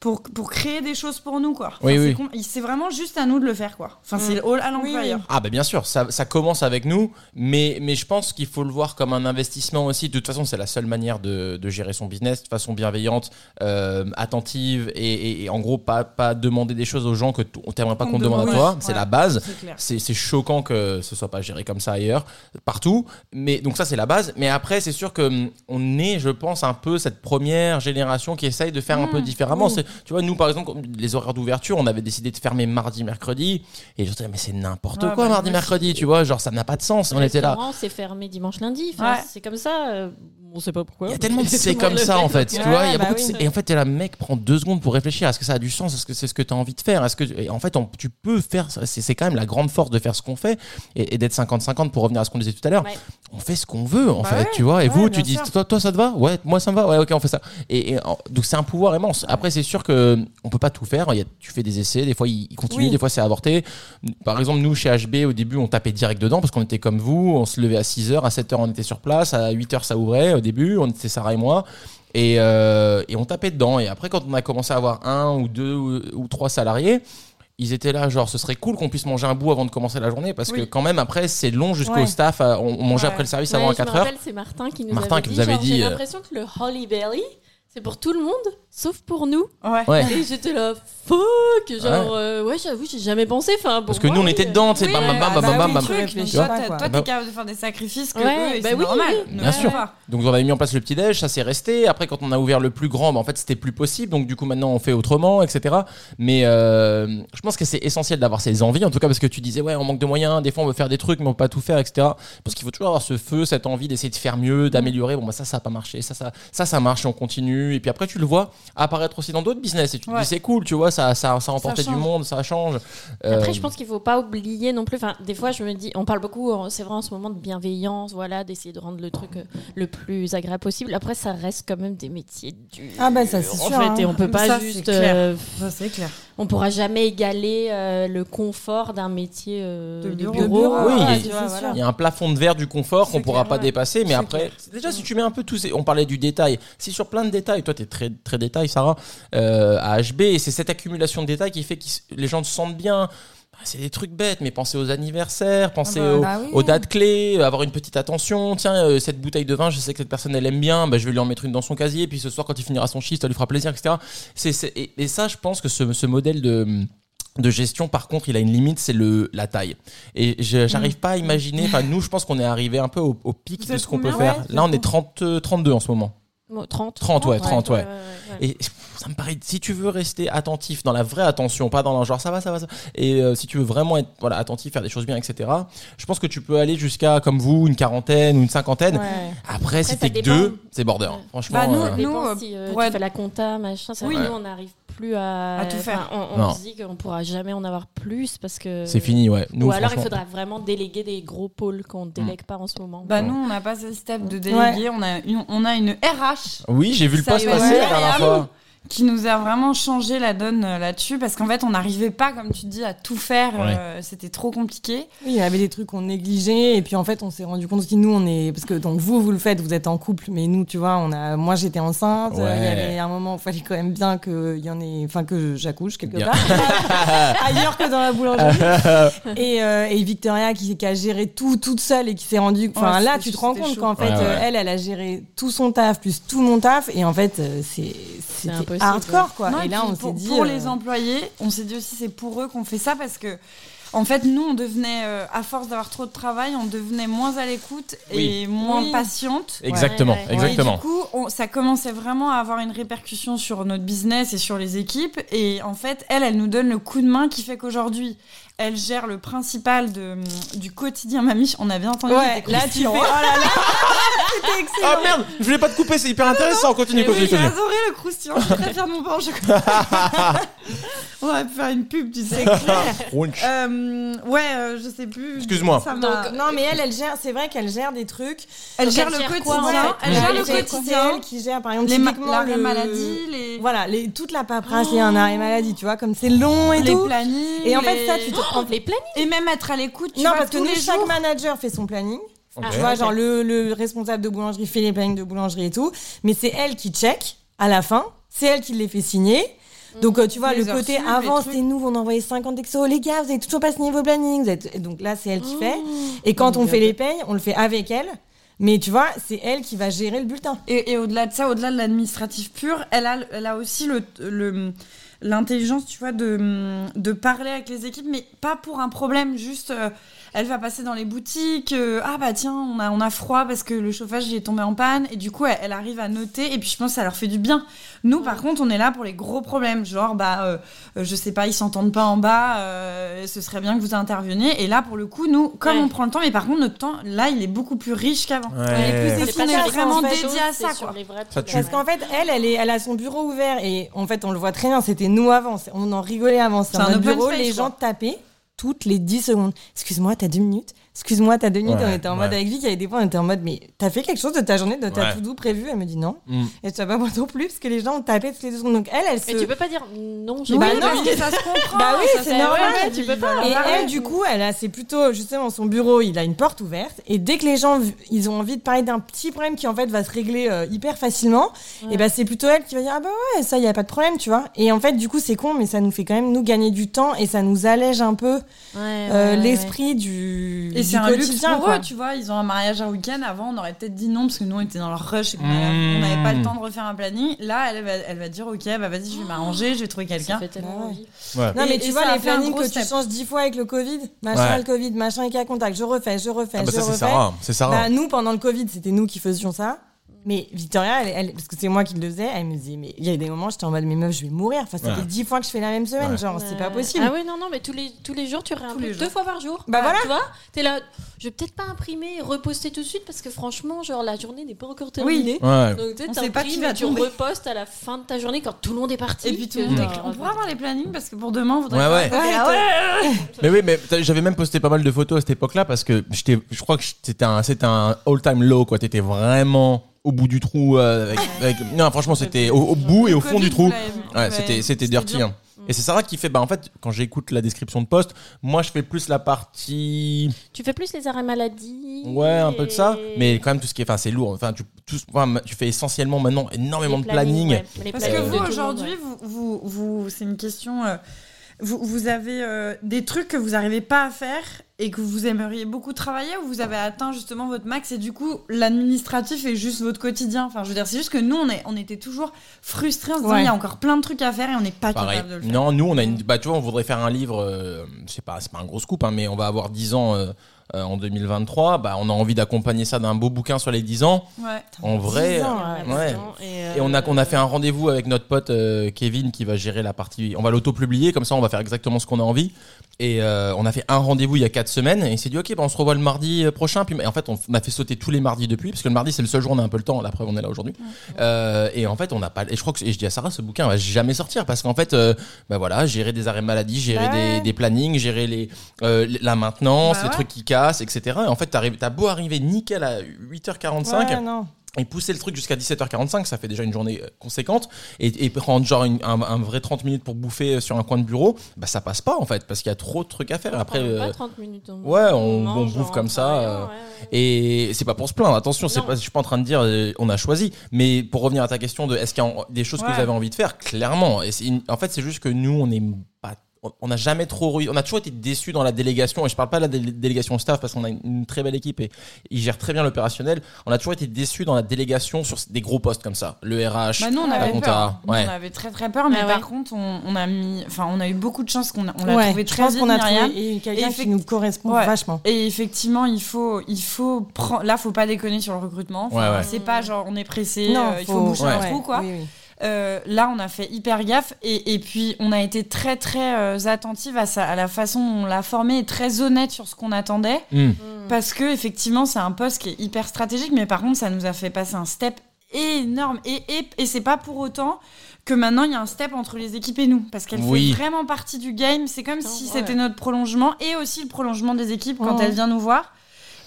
Speaker 2: pour, pour créer des choses pour nous, quoi. Enfin,
Speaker 1: Oui,
Speaker 2: c'est
Speaker 1: oui.
Speaker 2: com- C'est vraiment juste à nous de le faire, quoi. Enfin, c'est all à l'employeur.
Speaker 1: Ah bah bien sûr, ça, ça commence avec nous, mais, mais je pense qu'il faut le voir comme un investissement aussi. De toute façon, c'est la seule manière de, de gérer son business de façon bienveillante, euh, attentive et, et- et en gros pas, pas demander des choses aux gens que t- on t'aimerait pas
Speaker 2: Qu'on
Speaker 1: qu'on te demande à
Speaker 2: demande,
Speaker 1: toi.
Speaker 2: ouais.
Speaker 1: C'est la base.
Speaker 2: C'est clair.
Speaker 1: C'est c'est choquant que ce soit pas géré comme ça ailleurs, partout. Mais donc ça c'est la base. Mais après c'est sûr que hum, on est, je pense, un peu cette première génération qui essaye de faire un
Speaker 2: Mmh.
Speaker 1: peu différemment.
Speaker 3: oui.
Speaker 1: C'est- Tu vois, nous par exemple, les horaires d'ouverture, on avait décidé de fermer mardi, mercredi, et je disais mais c'est n'importe
Speaker 2: Ouais,
Speaker 1: quoi
Speaker 2: bah,
Speaker 1: mardi,
Speaker 2: oui.
Speaker 1: mercredi, tu vois, genre ça n'a pas de sens. On était là.
Speaker 4: restaurant, c'est fermé dimanche lundi. Enfin,
Speaker 2: Ouais.
Speaker 4: C'est comme ça. euh, on sait pas pourquoi.
Speaker 1: Il y a tellement de
Speaker 4: Tout le
Speaker 1: c'est
Speaker 4: monde
Speaker 1: comme
Speaker 4: le
Speaker 1: ça en fait,
Speaker 4: donc,
Speaker 1: tu
Speaker 3: Ouais,
Speaker 1: vois. Il y a
Speaker 3: bah
Speaker 1: beaucoup de
Speaker 3: oui.
Speaker 1: c'est- Et en fait, t'es là, mec, prends deux secondes pour réfléchir. Est-ce que ça a du sens Est-ce que c'est ce que t'as envie de faire Est-ce que et en fait, on- tu peux faire ça. C'est c'est quand même la grande force de faire ce qu'on fait et, et d'être 50-50 pour revenir à ce qu'on disait tout à l'heure.
Speaker 4: Ouais.
Speaker 1: On fait ce qu'on veut en
Speaker 2: Bah
Speaker 1: fait,
Speaker 2: ouais,
Speaker 1: tu vois. Et
Speaker 2: ouais,
Speaker 1: vous,
Speaker 2: bien
Speaker 1: tu dis,
Speaker 2: sûr.
Speaker 1: toi, toi, ça te va Ouais, moi, ça me va. Ouais, ok, on fait ça. Et, et, en- donc c'est un pouvoir immense. Après, c'est sûr que on peut pas tout faire. Il y a- tu fais des essais. Des fois, ils, ils continuent.
Speaker 3: Oui.
Speaker 1: Des fois, c'est avorté. Par exemple, nous, chez HB, au début, on tapait direct dedans parce qu'on était comme vous. On se levait à 6h, à 7h, on était sur place. À 8h, ça ouvrait au début. On était Sarah et moi. Et, euh, et on tapait dedans. Et après, quand on a commencé à avoir un ou deux ou, ou trois salariés, ils étaient là, genre, ce serait cool qu'on puisse manger un bout avant de commencer la journée parce que,
Speaker 2: Oui.
Speaker 1: quand même, après, c'est long jusqu'au
Speaker 3: Ouais.
Speaker 1: staff. euh, On, on mangeait
Speaker 2: Ouais.
Speaker 1: après le service
Speaker 4: Ouais,
Speaker 1: avant à
Speaker 4: je me
Speaker 1: 4h.
Speaker 4: rappelle, c'est Martin qui nous
Speaker 1: Martin
Speaker 4: avait
Speaker 1: qui
Speaker 4: dit.
Speaker 1: nous avait
Speaker 4: genre,
Speaker 1: dit,
Speaker 4: J'ai
Speaker 1: euh,
Speaker 4: l'impression que le Holly Berry, c'est pour tout le monde, sauf pour nous.
Speaker 2: Ouais.
Speaker 1: Ouais.
Speaker 4: Et j'étais là, fuck Genre, euh, ouais, j'avoue, j'ai jamais pensé. Enfin, euh,
Speaker 1: Parce que nous, on était dedans, tu sais,
Speaker 2: Oui,
Speaker 1: bam, bam,
Speaker 3: ouais,
Speaker 1: bam,
Speaker 3: bah
Speaker 1: bam,
Speaker 3: oui,
Speaker 1: bam, bam.
Speaker 3: tu
Speaker 2: Truc,
Speaker 3: réfléchis
Speaker 2: donc toi,
Speaker 3: pas,
Speaker 2: t'as-
Speaker 3: quoi.
Speaker 2: toi,
Speaker 1: Bah-
Speaker 2: t'es capable de faire des sacrifices que
Speaker 4: Ouais,
Speaker 2: eux, et
Speaker 4: bah
Speaker 2: c'est
Speaker 4: oui,
Speaker 2: normal.
Speaker 4: oui.
Speaker 2: Ne
Speaker 1: Bien
Speaker 2: fais
Speaker 1: sûr.
Speaker 2: pas.
Speaker 1: Donc on avait mis en place le petit déj, ça s'est resté. Après quand on a ouvert le plus grand, bah, en fait c'était plus possible. Donc du coup maintenant on fait autrement, etc. Mais euh, je pense que c'est essentiel d'avoir ces envies, en tout cas parce que tu disais ouais on manque de moyens, des fois on veut faire des trucs mais on peut pas tout faire, etc. Parce qu'il faut toujours avoir ce feu, cette envie d'essayer de faire mieux, d'améliorer. Bon bah ça ça a pas marché, ça ça ça ça marche, on continue. Et puis après tu le vois apparaître aussi dans d'autres business et tu te
Speaker 2: Ouais.
Speaker 1: dis c'est cool, tu vois ça ça ça a emporté du
Speaker 2: change.
Speaker 1: monde, ça change.
Speaker 4: Après,
Speaker 1: Euh,
Speaker 4: je pense qu'il faut pas oublier non plus. Enfin, des fois, je me dis, on parle beaucoup, en- c'est vrai en ce moment de bienveillance, voilà, d'essayer de rendre le truc euh, le plus agréable possible. Après, ça reste quand même des métiers durs.
Speaker 3: Ah bah ça c'est
Speaker 4: en
Speaker 3: sûr.
Speaker 4: fait,
Speaker 3: hein.
Speaker 4: et on peut pas
Speaker 2: Ça, c'est
Speaker 4: juste.
Speaker 2: clair.
Speaker 4: euh,
Speaker 2: Ça,
Speaker 3: bah,
Speaker 2: c'est clair.
Speaker 4: on pourra jamais égaler euh, le confort d'un métier euh,
Speaker 2: De
Speaker 4: de
Speaker 2: bureau.
Speaker 4: bureau.
Speaker 2: De bureau,
Speaker 1: Oui,
Speaker 3: ouais,
Speaker 1: et-
Speaker 3: tu vois,
Speaker 2: c'est
Speaker 3: voilà.
Speaker 1: Il y a un plafond de verre du confort qu'on
Speaker 4: C'est
Speaker 1: pourra
Speaker 4: clair,
Speaker 1: pas
Speaker 4: ouais.
Speaker 1: dépasser, mais
Speaker 4: C'est
Speaker 1: après,
Speaker 4: clair.
Speaker 1: déjà si tu mets un peu tous ces, on parlait du détail, si sur plein de détails, toi t'es très très détail Sarah, euh, à HB, et c'est cette accumulation de détails qui fait que les gens se sentent bien. Bah, C'est des trucs bêtes, mais pensez aux anniversaires,
Speaker 4: Ah
Speaker 1: pensez
Speaker 2: bah,
Speaker 1: aux,
Speaker 3: bah oui.
Speaker 1: aux dates clés, euh, avoir une petite attention. Tiens, euh, cette bouteille de vin, je sais que cette personne elle aime bien, bah, je vais lui en mettre une dans son casier, puis ce soir quand il finira son chiffre, ça lui fera plaisir, etc. C'est- c'est- et, et ça, je pense que ce, ce modèle de de gestion, par contre, il a une limite, c'est le la taille. Et je- j'arrive pas à imaginer. Enfin, nous, je pense qu'on est arrivé un peu au, au pic
Speaker 2: Mm. Vous
Speaker 1: de
Speaker 2: êtes
Speaker 1: ce qu'on peut
Speaker 2: combien,
Speaker 1: faire.
Speaker 2: ouais, vous
Speaker 1: Là, on
Speaker 2: êtes
Speaker 1: est 30, euh, 32 en ce moment.
Speaker 4: Bon, 30.
Speaker 1: 30, ouais, 30, ouais.
Speaker 4: ouais.
Speaker 1: Et ça me paraît, si tu veux rester attentif dans la vraie attention, pas dans le genre ça va, ça va, ça va, et euh, si tu veux vraiment être voilà, attentif, faire des choses bien, etc., je pense que tu peux aller jusqu'à, comme vous, une quarantaine ou une cinquantaine.
Speaker 3: Ouais.
Speaker 1: Après, si
Speaker 4: ça
Speaker 1: t'es que
Speaker 4: dépend.
Speaker 1: deux, c'est border.
Speaker 4: Ouais.
Speaker 1: Franchement,
Speaker 2: Bah, nous,
Speaker 1: euh,
Speaker 4: Ça
Speaker 2: nous,
Speaker 4: dépend
Speaker 2: euh,
Speaker 4: si, euh,
Speaker 2: pour
Speaker 4: tu
Speaker 2: être-
Speaker 4: fais la compta, machin. Ça,
Speaker 2: Oui.
Speaker 4: nous, on n'arrive plus à.
Speaker 2: À tout faire.
Speaker 4: enfin, On, on
Speaker 1: Non.
Speaker 4: se dit qu'on pourra jamais en avoir plus parce que.
Speaker 1: c'est fini, ouais. Nous,
Speaker 4: Ou alors, il
Speaker 1: franchement, Mm.
Speaker 4: faudra vraiment déléguer des gros pôles qu'on ne délègue pas en ce moment.
Speaker 2: Bah nous, on n'a pas ce step de délégué. On a une, on a une RH
Speaker 1: Oui, j'ai vu le
Speaker 2: Ça
Speaker 1: poste
Speaker 2: y est,
Speaker 1: passer
Speaker 2: ouais.
Speaker 1: la dernière fois.
Speaker 2: qui nous a vraiment changé la donne euh, là-dessus parce qu'en fait, on n'arrivait pas, comme tu dis, à tout faire.
Speaker 1: Ouais.
Speaker 2: euh, C'était trop compliqué.
Speaker 3: Oui, il y avait des trucs qu'on négligeait et puis en fait on s'est rendu compte que nous on est parce que donc vous vous le faites vous êtes en couple mais nous tu vois on a moi j'étais enceinte euh, il y
Speaker 1: Ouais.
Speaker 3: avait un moment où il fallait quand même bien que il y en ait enfin que j'accouche quelque
Speaker 1: Bien.
Speaker 3: part ailleurs que dans la boulangerie et, euh, et Victoria qui, qui a géré tout toute seule et qui s'est rendue enfin
Speaker 2: Ouais,
Speaker 3: là
Speaker 2: c'était-
Speaker 3: tu te rends
Speaker 2: c'était
Speaker 3: compte
Speaker 2: chaud.
Speaker 3: qu'en fait
Speaker 1: Ouais, ouais.
Speaker 3: euh, elle elle a géré tout son taf plus tout mon taf et en fait euh, c'est
Speaker 4: impossible.
Speaker 3: c'était hardcore quoi
Speaker 2: Non,
Speaker 3: et là
Speaker 2: puis
Speaker 3: on s'est
Speaker 2: pour,
Speaker 3: dit
Speaker 2: pour
Speaker 3: euh,
Speaker 2: les employés, on s'est dit aussi c'est pour eux qu'on fait ça parce que en fait nous on devenait euh, à force d'avoir trop de travail, on devenait moins à l'écoute et moins
Speaker 3: Oui.
Speaker 2: patiente.
Speaker 1: Exactement,
Speaker 4: Ouais, ouais.
Speaker 2: Et
Speaker 1: exactement.
Speaker 2: du coup, on- ça commençait vraiment à avoir une répercussion sur notre business et sur les équipes. Et en fait, elle, elle nous donne le coup de main qui fait qu'aujourd'hui, elle gère le principal de, du quotidien Mamiche. On a bien entendu.
Speaker 3: ouais
Speaker 2: c'était
Speaker 3: là tu fais
Speaker 2: croustillant.
Speaker 3: oh là là c'était excellent
Speaker 1: Ah merde, je voulais pas te couper, c'est hyper intéressant. Continue,
Speaker 2: Mais Eh oui,
Speaker 1: continue,
Speaker 2: J'ai
Speaker 1: continue.
Speaker 2: adoré le croustillant. Je suis très fière de mon pain au chocolat. On va faire une pub, tu sais.
Speaker 1: Crunch.
Speaker 2: Euh, ouais, euh, je sais plus.
Speaker 1: Excuse-moi.
Speaker 2: Ça m'a-
Speaker 3: Donc, non mais elle elle gère c'est vrai qu'elle gère des trucs
Speaker 2: elle
Speaker 4: donc
Speaker 2: gère
Speaker 4: elle
Speaker 2: le
Speaker 4: gère quoi,
Speaker 2: quotidien.
Speaker 4: en fait
Speaker 2: elle
Speaker 1: Ouais.
Speaker 2: gère
Speaker 1: Elle
Speaker 2: le
Speaker 3: C'est elle- c'est
Speaker 2: quotidien.
Speaker 3: elle qui gère par exemple
Speaker 2: Les ma-
Speaker 3: typiquement
Speaker 2: l'arrêt
Speaker 3: le-
Speaker 2: maladie, les,
Speaker 3: voilà les, toute la paperasse et un arrêt maladie tu vois comme c'est long et
Speaker 2: les
Speaker 3: tout
Speaker 2: plannings.
Speaker 3: et en fait
Speaker 2: les-
Speaker 3: ça tu te
Speaker 4: Oh, les plannings
Speaker 2: Et même être à l'écoute, tu
Speaker 3: non
Speaker 2: vois,
Speaker 3: parce que
Speaker 2: tous
Speaker 3: nous,
Speaker 2: les
Speaker 3: chaque
Speaker 2: jours.
Speaker 3: manager fait son planning
Speaker 1: Ok.
Speaker 3: tu vois
Speaker 4: ok.
Speaker 3: genre le, le responsable de boulangerie fait les plannings de boulangerie et tout mais c'est elle qui check à la fin c'est elle qui les fait signer donc euh, tu vois
Speaker 2: Mm. Les
Speaker 3: le
Speaker 2: heures
Speaker 3: côté
Speaker 2: sup, les
Speaker 3: avant
Speaker 2: trucs.
Speaker 3: c'est nous on envoyait 50 textos les gars vous avez toujours pas signé vos plannings vous êtes- et donc là c'est elle qui fait et quand
Speaker 4: Oh
Speaker 3: on
Speaker 4: my
Speaker 3: fait
Speaker 4: God.
Speaker 3: les payes on le fait avec elle mais tu vois c'est elle qui va gérer le bulletin
Speaker 2: Et, et au-delà de ça, au-delà de l'administratif pur, elle a, elle a aussi le, le- l'intelligence, tu vois, de, de parler avec les équipes, mais pas pour un problème, juste euh, elle va passer dans les boutiques, euh, ah bah tiens, on a, on a froid parce que le chauffage il est tombé en panne, et du coup elle, elle arrive à noter, et puis je pense que ça leur fait du bien. Nous par contre, on est là pour les gros problèmes, genre bah euh, euh, je sais pas, ils s'entendent pas en bas, euh, ce serait bien que vous interveniez, et là pour le coup, nous, comme
Speaker 4: Ouais.
Speaker 2: on prend le temps, mais par contre notre temps, là il est beaucoup plus riche qu'avant.
Speaker 1: Ouais. Ah,
Speaker 2: Elle est plus
Speaker 3: C'est
Speaker 4: C'est
Speaker 2: on
Speaker 4: pas
Speaker 2: est
Speaker 4: sur les
Speaker 2: vraiment
Speaker 4: grosses
Speaker 2: dédié
Speaker 4: choses,
Speaker 2: à
Speaker 4: c'est
Speaker 2: ça,
Speaker 4: sur
Speaker 2: quoi.
Speaker 4: les vrais
Speaker 1: Ça
Speaker 4: problèmes.
Speaker 3: Parce qu'en fait, elle, elle, est, elle a son bureau ouvert et en fait, on le voit très bien. C'était nous avant. c'est- On en rigolait avant. C'est
Speaker 2: C'est un
Speaker 3: un
Speaker 2: open
Speaker 3: bureau,
Speaker 2: space,
Speaker 3: les
Speaker 2: quoi.
Speaker 3: gens tapaient toutes les 10 secondes. Excuse-moi, t'as deux minutes. Excuse-moi, t'as deux minutes.
Speaker 1: Ouais,
Speaker 3: on était en mode
Speaker 1: ouais.
Speaker 3: avec Vic. Il y avait des fois, on était en mode, mais t'as fait quelque chose de ta journée, de ta
Speaker 1: Ouais.
Speaker 3: tout doux prévu Elle me dit non.
Speaker 1: Mm.
Speaker 3: Et tu vas pas bah, moi non plus, parce que les gens ont tapé toutes les deux secondes. Donc elle, elle se.
Speaker 4: Et
Speaker 2: euh,
Speaker 4: tu peux pas dire non, j'ai
Speaker 3: Bah
Speaker 4: pas
Speaker 3: non,
Speaker 4: envie.
Speaker 3: parce
Speaker 2: que ça se comprend.
Speaker 3: Bah oui,
Speaker 2: ça,
Speaker 3: c'est
Speaker 2: ça-
Speaker 3: normal,
Speaker 2: Ah, bah ouais,
Speaker 4: Ah tu
Speaker 2: ils
Speaker 4: peux pas.
Speaker 3: Et
Speaker 2: veulent
Speaker 1: Ah
Speaker 2: en parler.
Speaker 3: elle, du coup, elle a, c'est plutôt justement son bureau, il a une porte ouverte. Et dès que les gens, ils ont envie de parler d'un petit problème qui en fait va se régler euh, hyper facilement,
Speaker 4: Ouais.
Speaker 3: et ben c'est plutôt elle qui va dire ah bah ouais, ça y a pas de problème, tu vois. Et en fait, du coup, c'est con, mais ça nous fait quand même nous gagner du temps et ça nous allège un peu
Speaker 4: Ouais, ouais,
Speaker 3: euh,
Speaker 4: ouais, ouais.
Speaker 3: l'esprit du,
Speaker 2: Et
Speaker 3: du
Speaker 2: c'est un luxe
Speaker 3: quotidien.
Speaker 2: pour
Speaker 3: quoi.
Speaker 2: eux, tu vois. Ils ont un mariage un week-end. Avant, on aurait peut-être dit non parce que nous, on était dans leur rush et qu'on avait-
Speaker 1: Mmh.
Speaker 2: on n'avait pas le temps de refaire un planning. Là, elle va, elle va dire ok, bah vas-y, je vais m'arranger, je vais trouver
Speaker 4: Ça
Speaker 2: quelqu'un.
Speaker 4: fait tellement
Speaker 3: Ouais, ouais.
Speaker 4: envie.
Speaker 3: Non
Speaker 2: Et-
Speaker 3: mais
Speaker 2: et
Speaker 3: tu
Speaker 2: ça a
Speaker 3: vois les
Speaker 2: fait un
Speaker 3: plannings
Speaker 2: gros
Speaker 3: que
Speaker 2: step.
Speaker 3: tu changes dix fois avec le Covid, machin
Speaker 1: Ouais.
Speaker 3: le Covid, machin et cas contact, je refais, je refais,
Speaker 1: Ah bah
Speaker 3: je
Speaker 1: ça c'est
Speaker 3: refais.
Speaker 1: Sarah, c'est Sarah.
Speaker 3: Bah, nous, pendant le Covid, c'était nous qui faisions ça. Mais Victoria, elle, elle- parce que c'est moi qui le faisais, elle me disait, mais il y a des moments, j'étais en mode, mais meuf, je vais mourir. Enfin, ça
Speaker 1: Ouais.
Speaker 3: fait dix fois que je fais la même semaine,
Speaker 1: Ouais.
Speaker 3: genre, c'est pas
Speaker 4: Ouais.
Speaker 3: possible.
Speaker 4: Ah oui, non, non, mais tous les, tous les jours, tu
Speaker 2: les
Speaker 4: réimprimes
Speaker 2: jours.
Speaker 4: deux fois par jour.
Speaker 3: Bah voilà.
Speaker 4: Tu vois, t'es là, je vais peut-être pas imprimer et reposter tout de suite parce que franchement, genre, la journée n'est pas encore terminée.
Speaker 1: Ouais.
Speaker 4: Donc, tu
Speaker 2: On
Speaker 4: sais,
Speaker 2: sait pas qui
Speaker 4: t'imprimes
Speaker 2: va
Speaker 4: et tu
Speaker 2: tomber.
Speaker 4: repostes à la fin de ta journée quand tout le monde est parti.
Speaker 2: Et puis tout
Speaker 4: que
Speaker 2: le monde.
Speaker 4: t'as-
Speaker 2: est- On pourra avoir les plannings parce que pour demain, on voudrait.
Speaker 1: Ouais,
Speaker 2: voir-
Speaker 1: ouais.
Speaker 3: Ouais,
Speaker 2: Ah ouais.
Speaker 1: Mais oui, mais t'as- j'avais même posté pas mal de photos à cette époque-là parce que j'étais, je crois que c'était un, c'était un all-time low, quoi. T'étais vraiment au bout du trou. euh, avec- avec- non, franchement, c'était au, au bout et au
Speaker 2: Ah,
Speaker 1: fond du trou. Ouais, c'était, c'était dirty.
Speaker 2: dur.
Speaker 1: hein. Et c'est Sarah qui fait, bah en fait, quand j'écoute la description de poste, moi je fais plus la partie,
Speaker 4: Tu fais plus les arrêts maladie.
Speaker 1: ouais, un peu de ça,
Speaker 4: et-
Speaker 1: mais quand même tout ce qui est, enfin, c'est lourd. Enfin, tu, tout- enfin, tu fais essentiellement maintenant énormément
Speaker 4: les
Speaker 1: de planning.
Speaker 4: plannings, ouais, les
Speaker 2: Parce
Speaker 1: Euh,
Speaker 2: que
Speaker 4: plannings de
Speaker 2: vous,
Speaker 4: tout le monde,
Speaker 2: aujourd'hui, vous, vous, vous- c'est une question euh, vous, vous avez euh, des trucs que vous n'arrivez pas à faire et que vous aimeriez beaucoup travailler ou vous avez atteint justement votre max et du coup l'administratif est juste votre quotidien. Enfin, je veux dire, c'est juste que nous on, est, on était toujours frustrés en se disant
Speaker 3: Ouais.
Speaker 2: il y a encore plein de trucs à faire et on n'est pas
Speaker 1: Pareil.
Speaker 2: capable de le faire. Mm.
Speaker 1: Non, nous, on a une. Bah, tu vois, on voudrait faire un livre. euh, c'est pas, c'est pas un gros scoop, hein, mais on va avoir 10 ans euh, euh, en 2023. Bah, on a envie d'accompagner ça d'un beau bouquin sur les 10 ans.
Speaker 2: Ouais.
Speaker 1: En vrai.
Speaker 3: 10 ans.
Speaker 1: Ouais.
Speaker 4: Et,
Speaker 1: Et on a,
Speaker 4: euh,
Speaker 1: on a fait un rendez-vous avec notre pote euh, Kevin qui va gérer la partie. On va l'auto-publier, comme ça on va faire exactement ce qu'on a envie. Et euh, on a fait un rendez-vous il y a 4 semaines et il s'est dit ok, bah, on se revoit le mardi euh, prochain. Puis, et en fait, on f- on a fait sauter tous les mardis depuis, parce que le mardi c'est le seul jour où on a un peu le temps. La preuve, on est là aujourd'hui. Euh, et en fait, on n'a pas. Et je crois que. Et je dis à Sarah, ce bouquin va jamais sortir parce qu'en fait, euh, bah voilà, gérer des arrêts maladie, gérer
Speaker 2: Bah ouais.
Speaker 1: des, des plannings, gérer les, euh, les- la maintenance,
Speaker 2: Bah
Speaker 1: les
Speaker 2: ouais.
Speaker 1: trucs qui cassent, etc. Et en fait, t'arrives- t'as beau arriver nickel à 8h45.
Speaker 3: Ouais, non.
Speaker 1: Et pousser le truc jusqu'à 17h45, ça fait déjà une journée euh, conséquente, et, et prendre genre une- un, un vrai 30 minutes pour bouffer euh, sur un coin de bureau, bah ça passe pas en fait, parce qu'il y a trop de trucs à faire.
Speaker 4: on
Speaker 1: Après,
Speaker 4: prend pas
Speaker 1: euh,
Speaker 4: 30 minutes. on-
Speaker 1: ouais, on, on
Speaker 4: mange
Speaker 1: bouffe
Speaker 4: en
Speaker 1: comme ça. euh,
Speaker 4: travaillant, ouais, ouais.
Speaker 1: et c'est pas pour se plaindre, attention, c'est
Speaker 4: Non.
Speaker 1: pas, je suis pas en train de dire euh, on a choisi, mais pour revenir à ta question de est-ce qu'il y a en- des choses que
Speaker 2: Ouais.
Speaker 1: vous avez envie de faire, clairement. Et c'est une- en fait, c'est juste que nous, on est pas, on- on n'a jamais trop, reu- on a toujours été déçus dans la délégation, et je parle pas de la dé- délégation staff parce qu'on a une, une très belle équipe et ils gèrent très bien l'opérationnel. On a toujours été déçus dans la délégation sur des gros postes comme ça, le RH.
Speaker 2: Bah, nous, on
Speaker 4: La
Speaker 2: avait
Speaker 1: compta,
Speaker 2: peur. Nous,
Speaker 1: ouais.
Speaker 2: On avait très très peur, mais
Speaker 4: Ah ouais.
Speaker 2: par contre, on, on a mis, enfin, on a eu beaucoup de chance qu'on a- on
Speaker 3: Bah
Speaker 2: l'a
Speaker 3: Ouais,
Speaker 2: trouvé
Speaker 3: je
Speaker 2: très
Speaker 3: pense
Speaker 2: vite,
Speaker 3: qu'on a
Speaker 2: Myriam.
Speaker 3: trouvé et quelqu'un
Speaker 2: effect-
Speaker 3: qui nous correspond
Speaker 2: Ouais.
Speaker 3: vachement.
Speaker 2: Et effectivement, il faut, il faut prendre. Là, faut pas déconner sur le recrutement. Enfin,
Speaker 1: Ouais, ouais.
Speaker 2: C'est pas genre on est pressé, euh, il faut
Speaker 3: faut-
Speaker 2: boucher un
Speaker 1: Ouais.
Speaker 2: trou, quoi.
Speaker 3: Oui, oui.
Speaker 2: Euh, là, on a fait hyper gaffe et, et puis on a été très très euh, attentive à, sa- à la façon dont on l'a formé et très honnête sur ce qu'on attendait
Speaker 1: Hmm.
Speaker 2: Mm. parce que effectivement, c'est un poste qui est hyper stratégique, mais par contre, ça nous a fait passer un step énorme et, et, et c'est pas pour autant que maintenant il y a un step entre les équipes et nous parce qu'elle
Speaker 1: Oui.
Speaker 2: fait vraiment partie du game c'est comme
Speaker 4: Putain,
Speaker 2: si
Speaker 4: ouais.
Speaker 2: c'était notre prolongement et aussi le prolongement des équipes quand
Speaker 3: Ouais.
Speaker 2: elle vient nous voir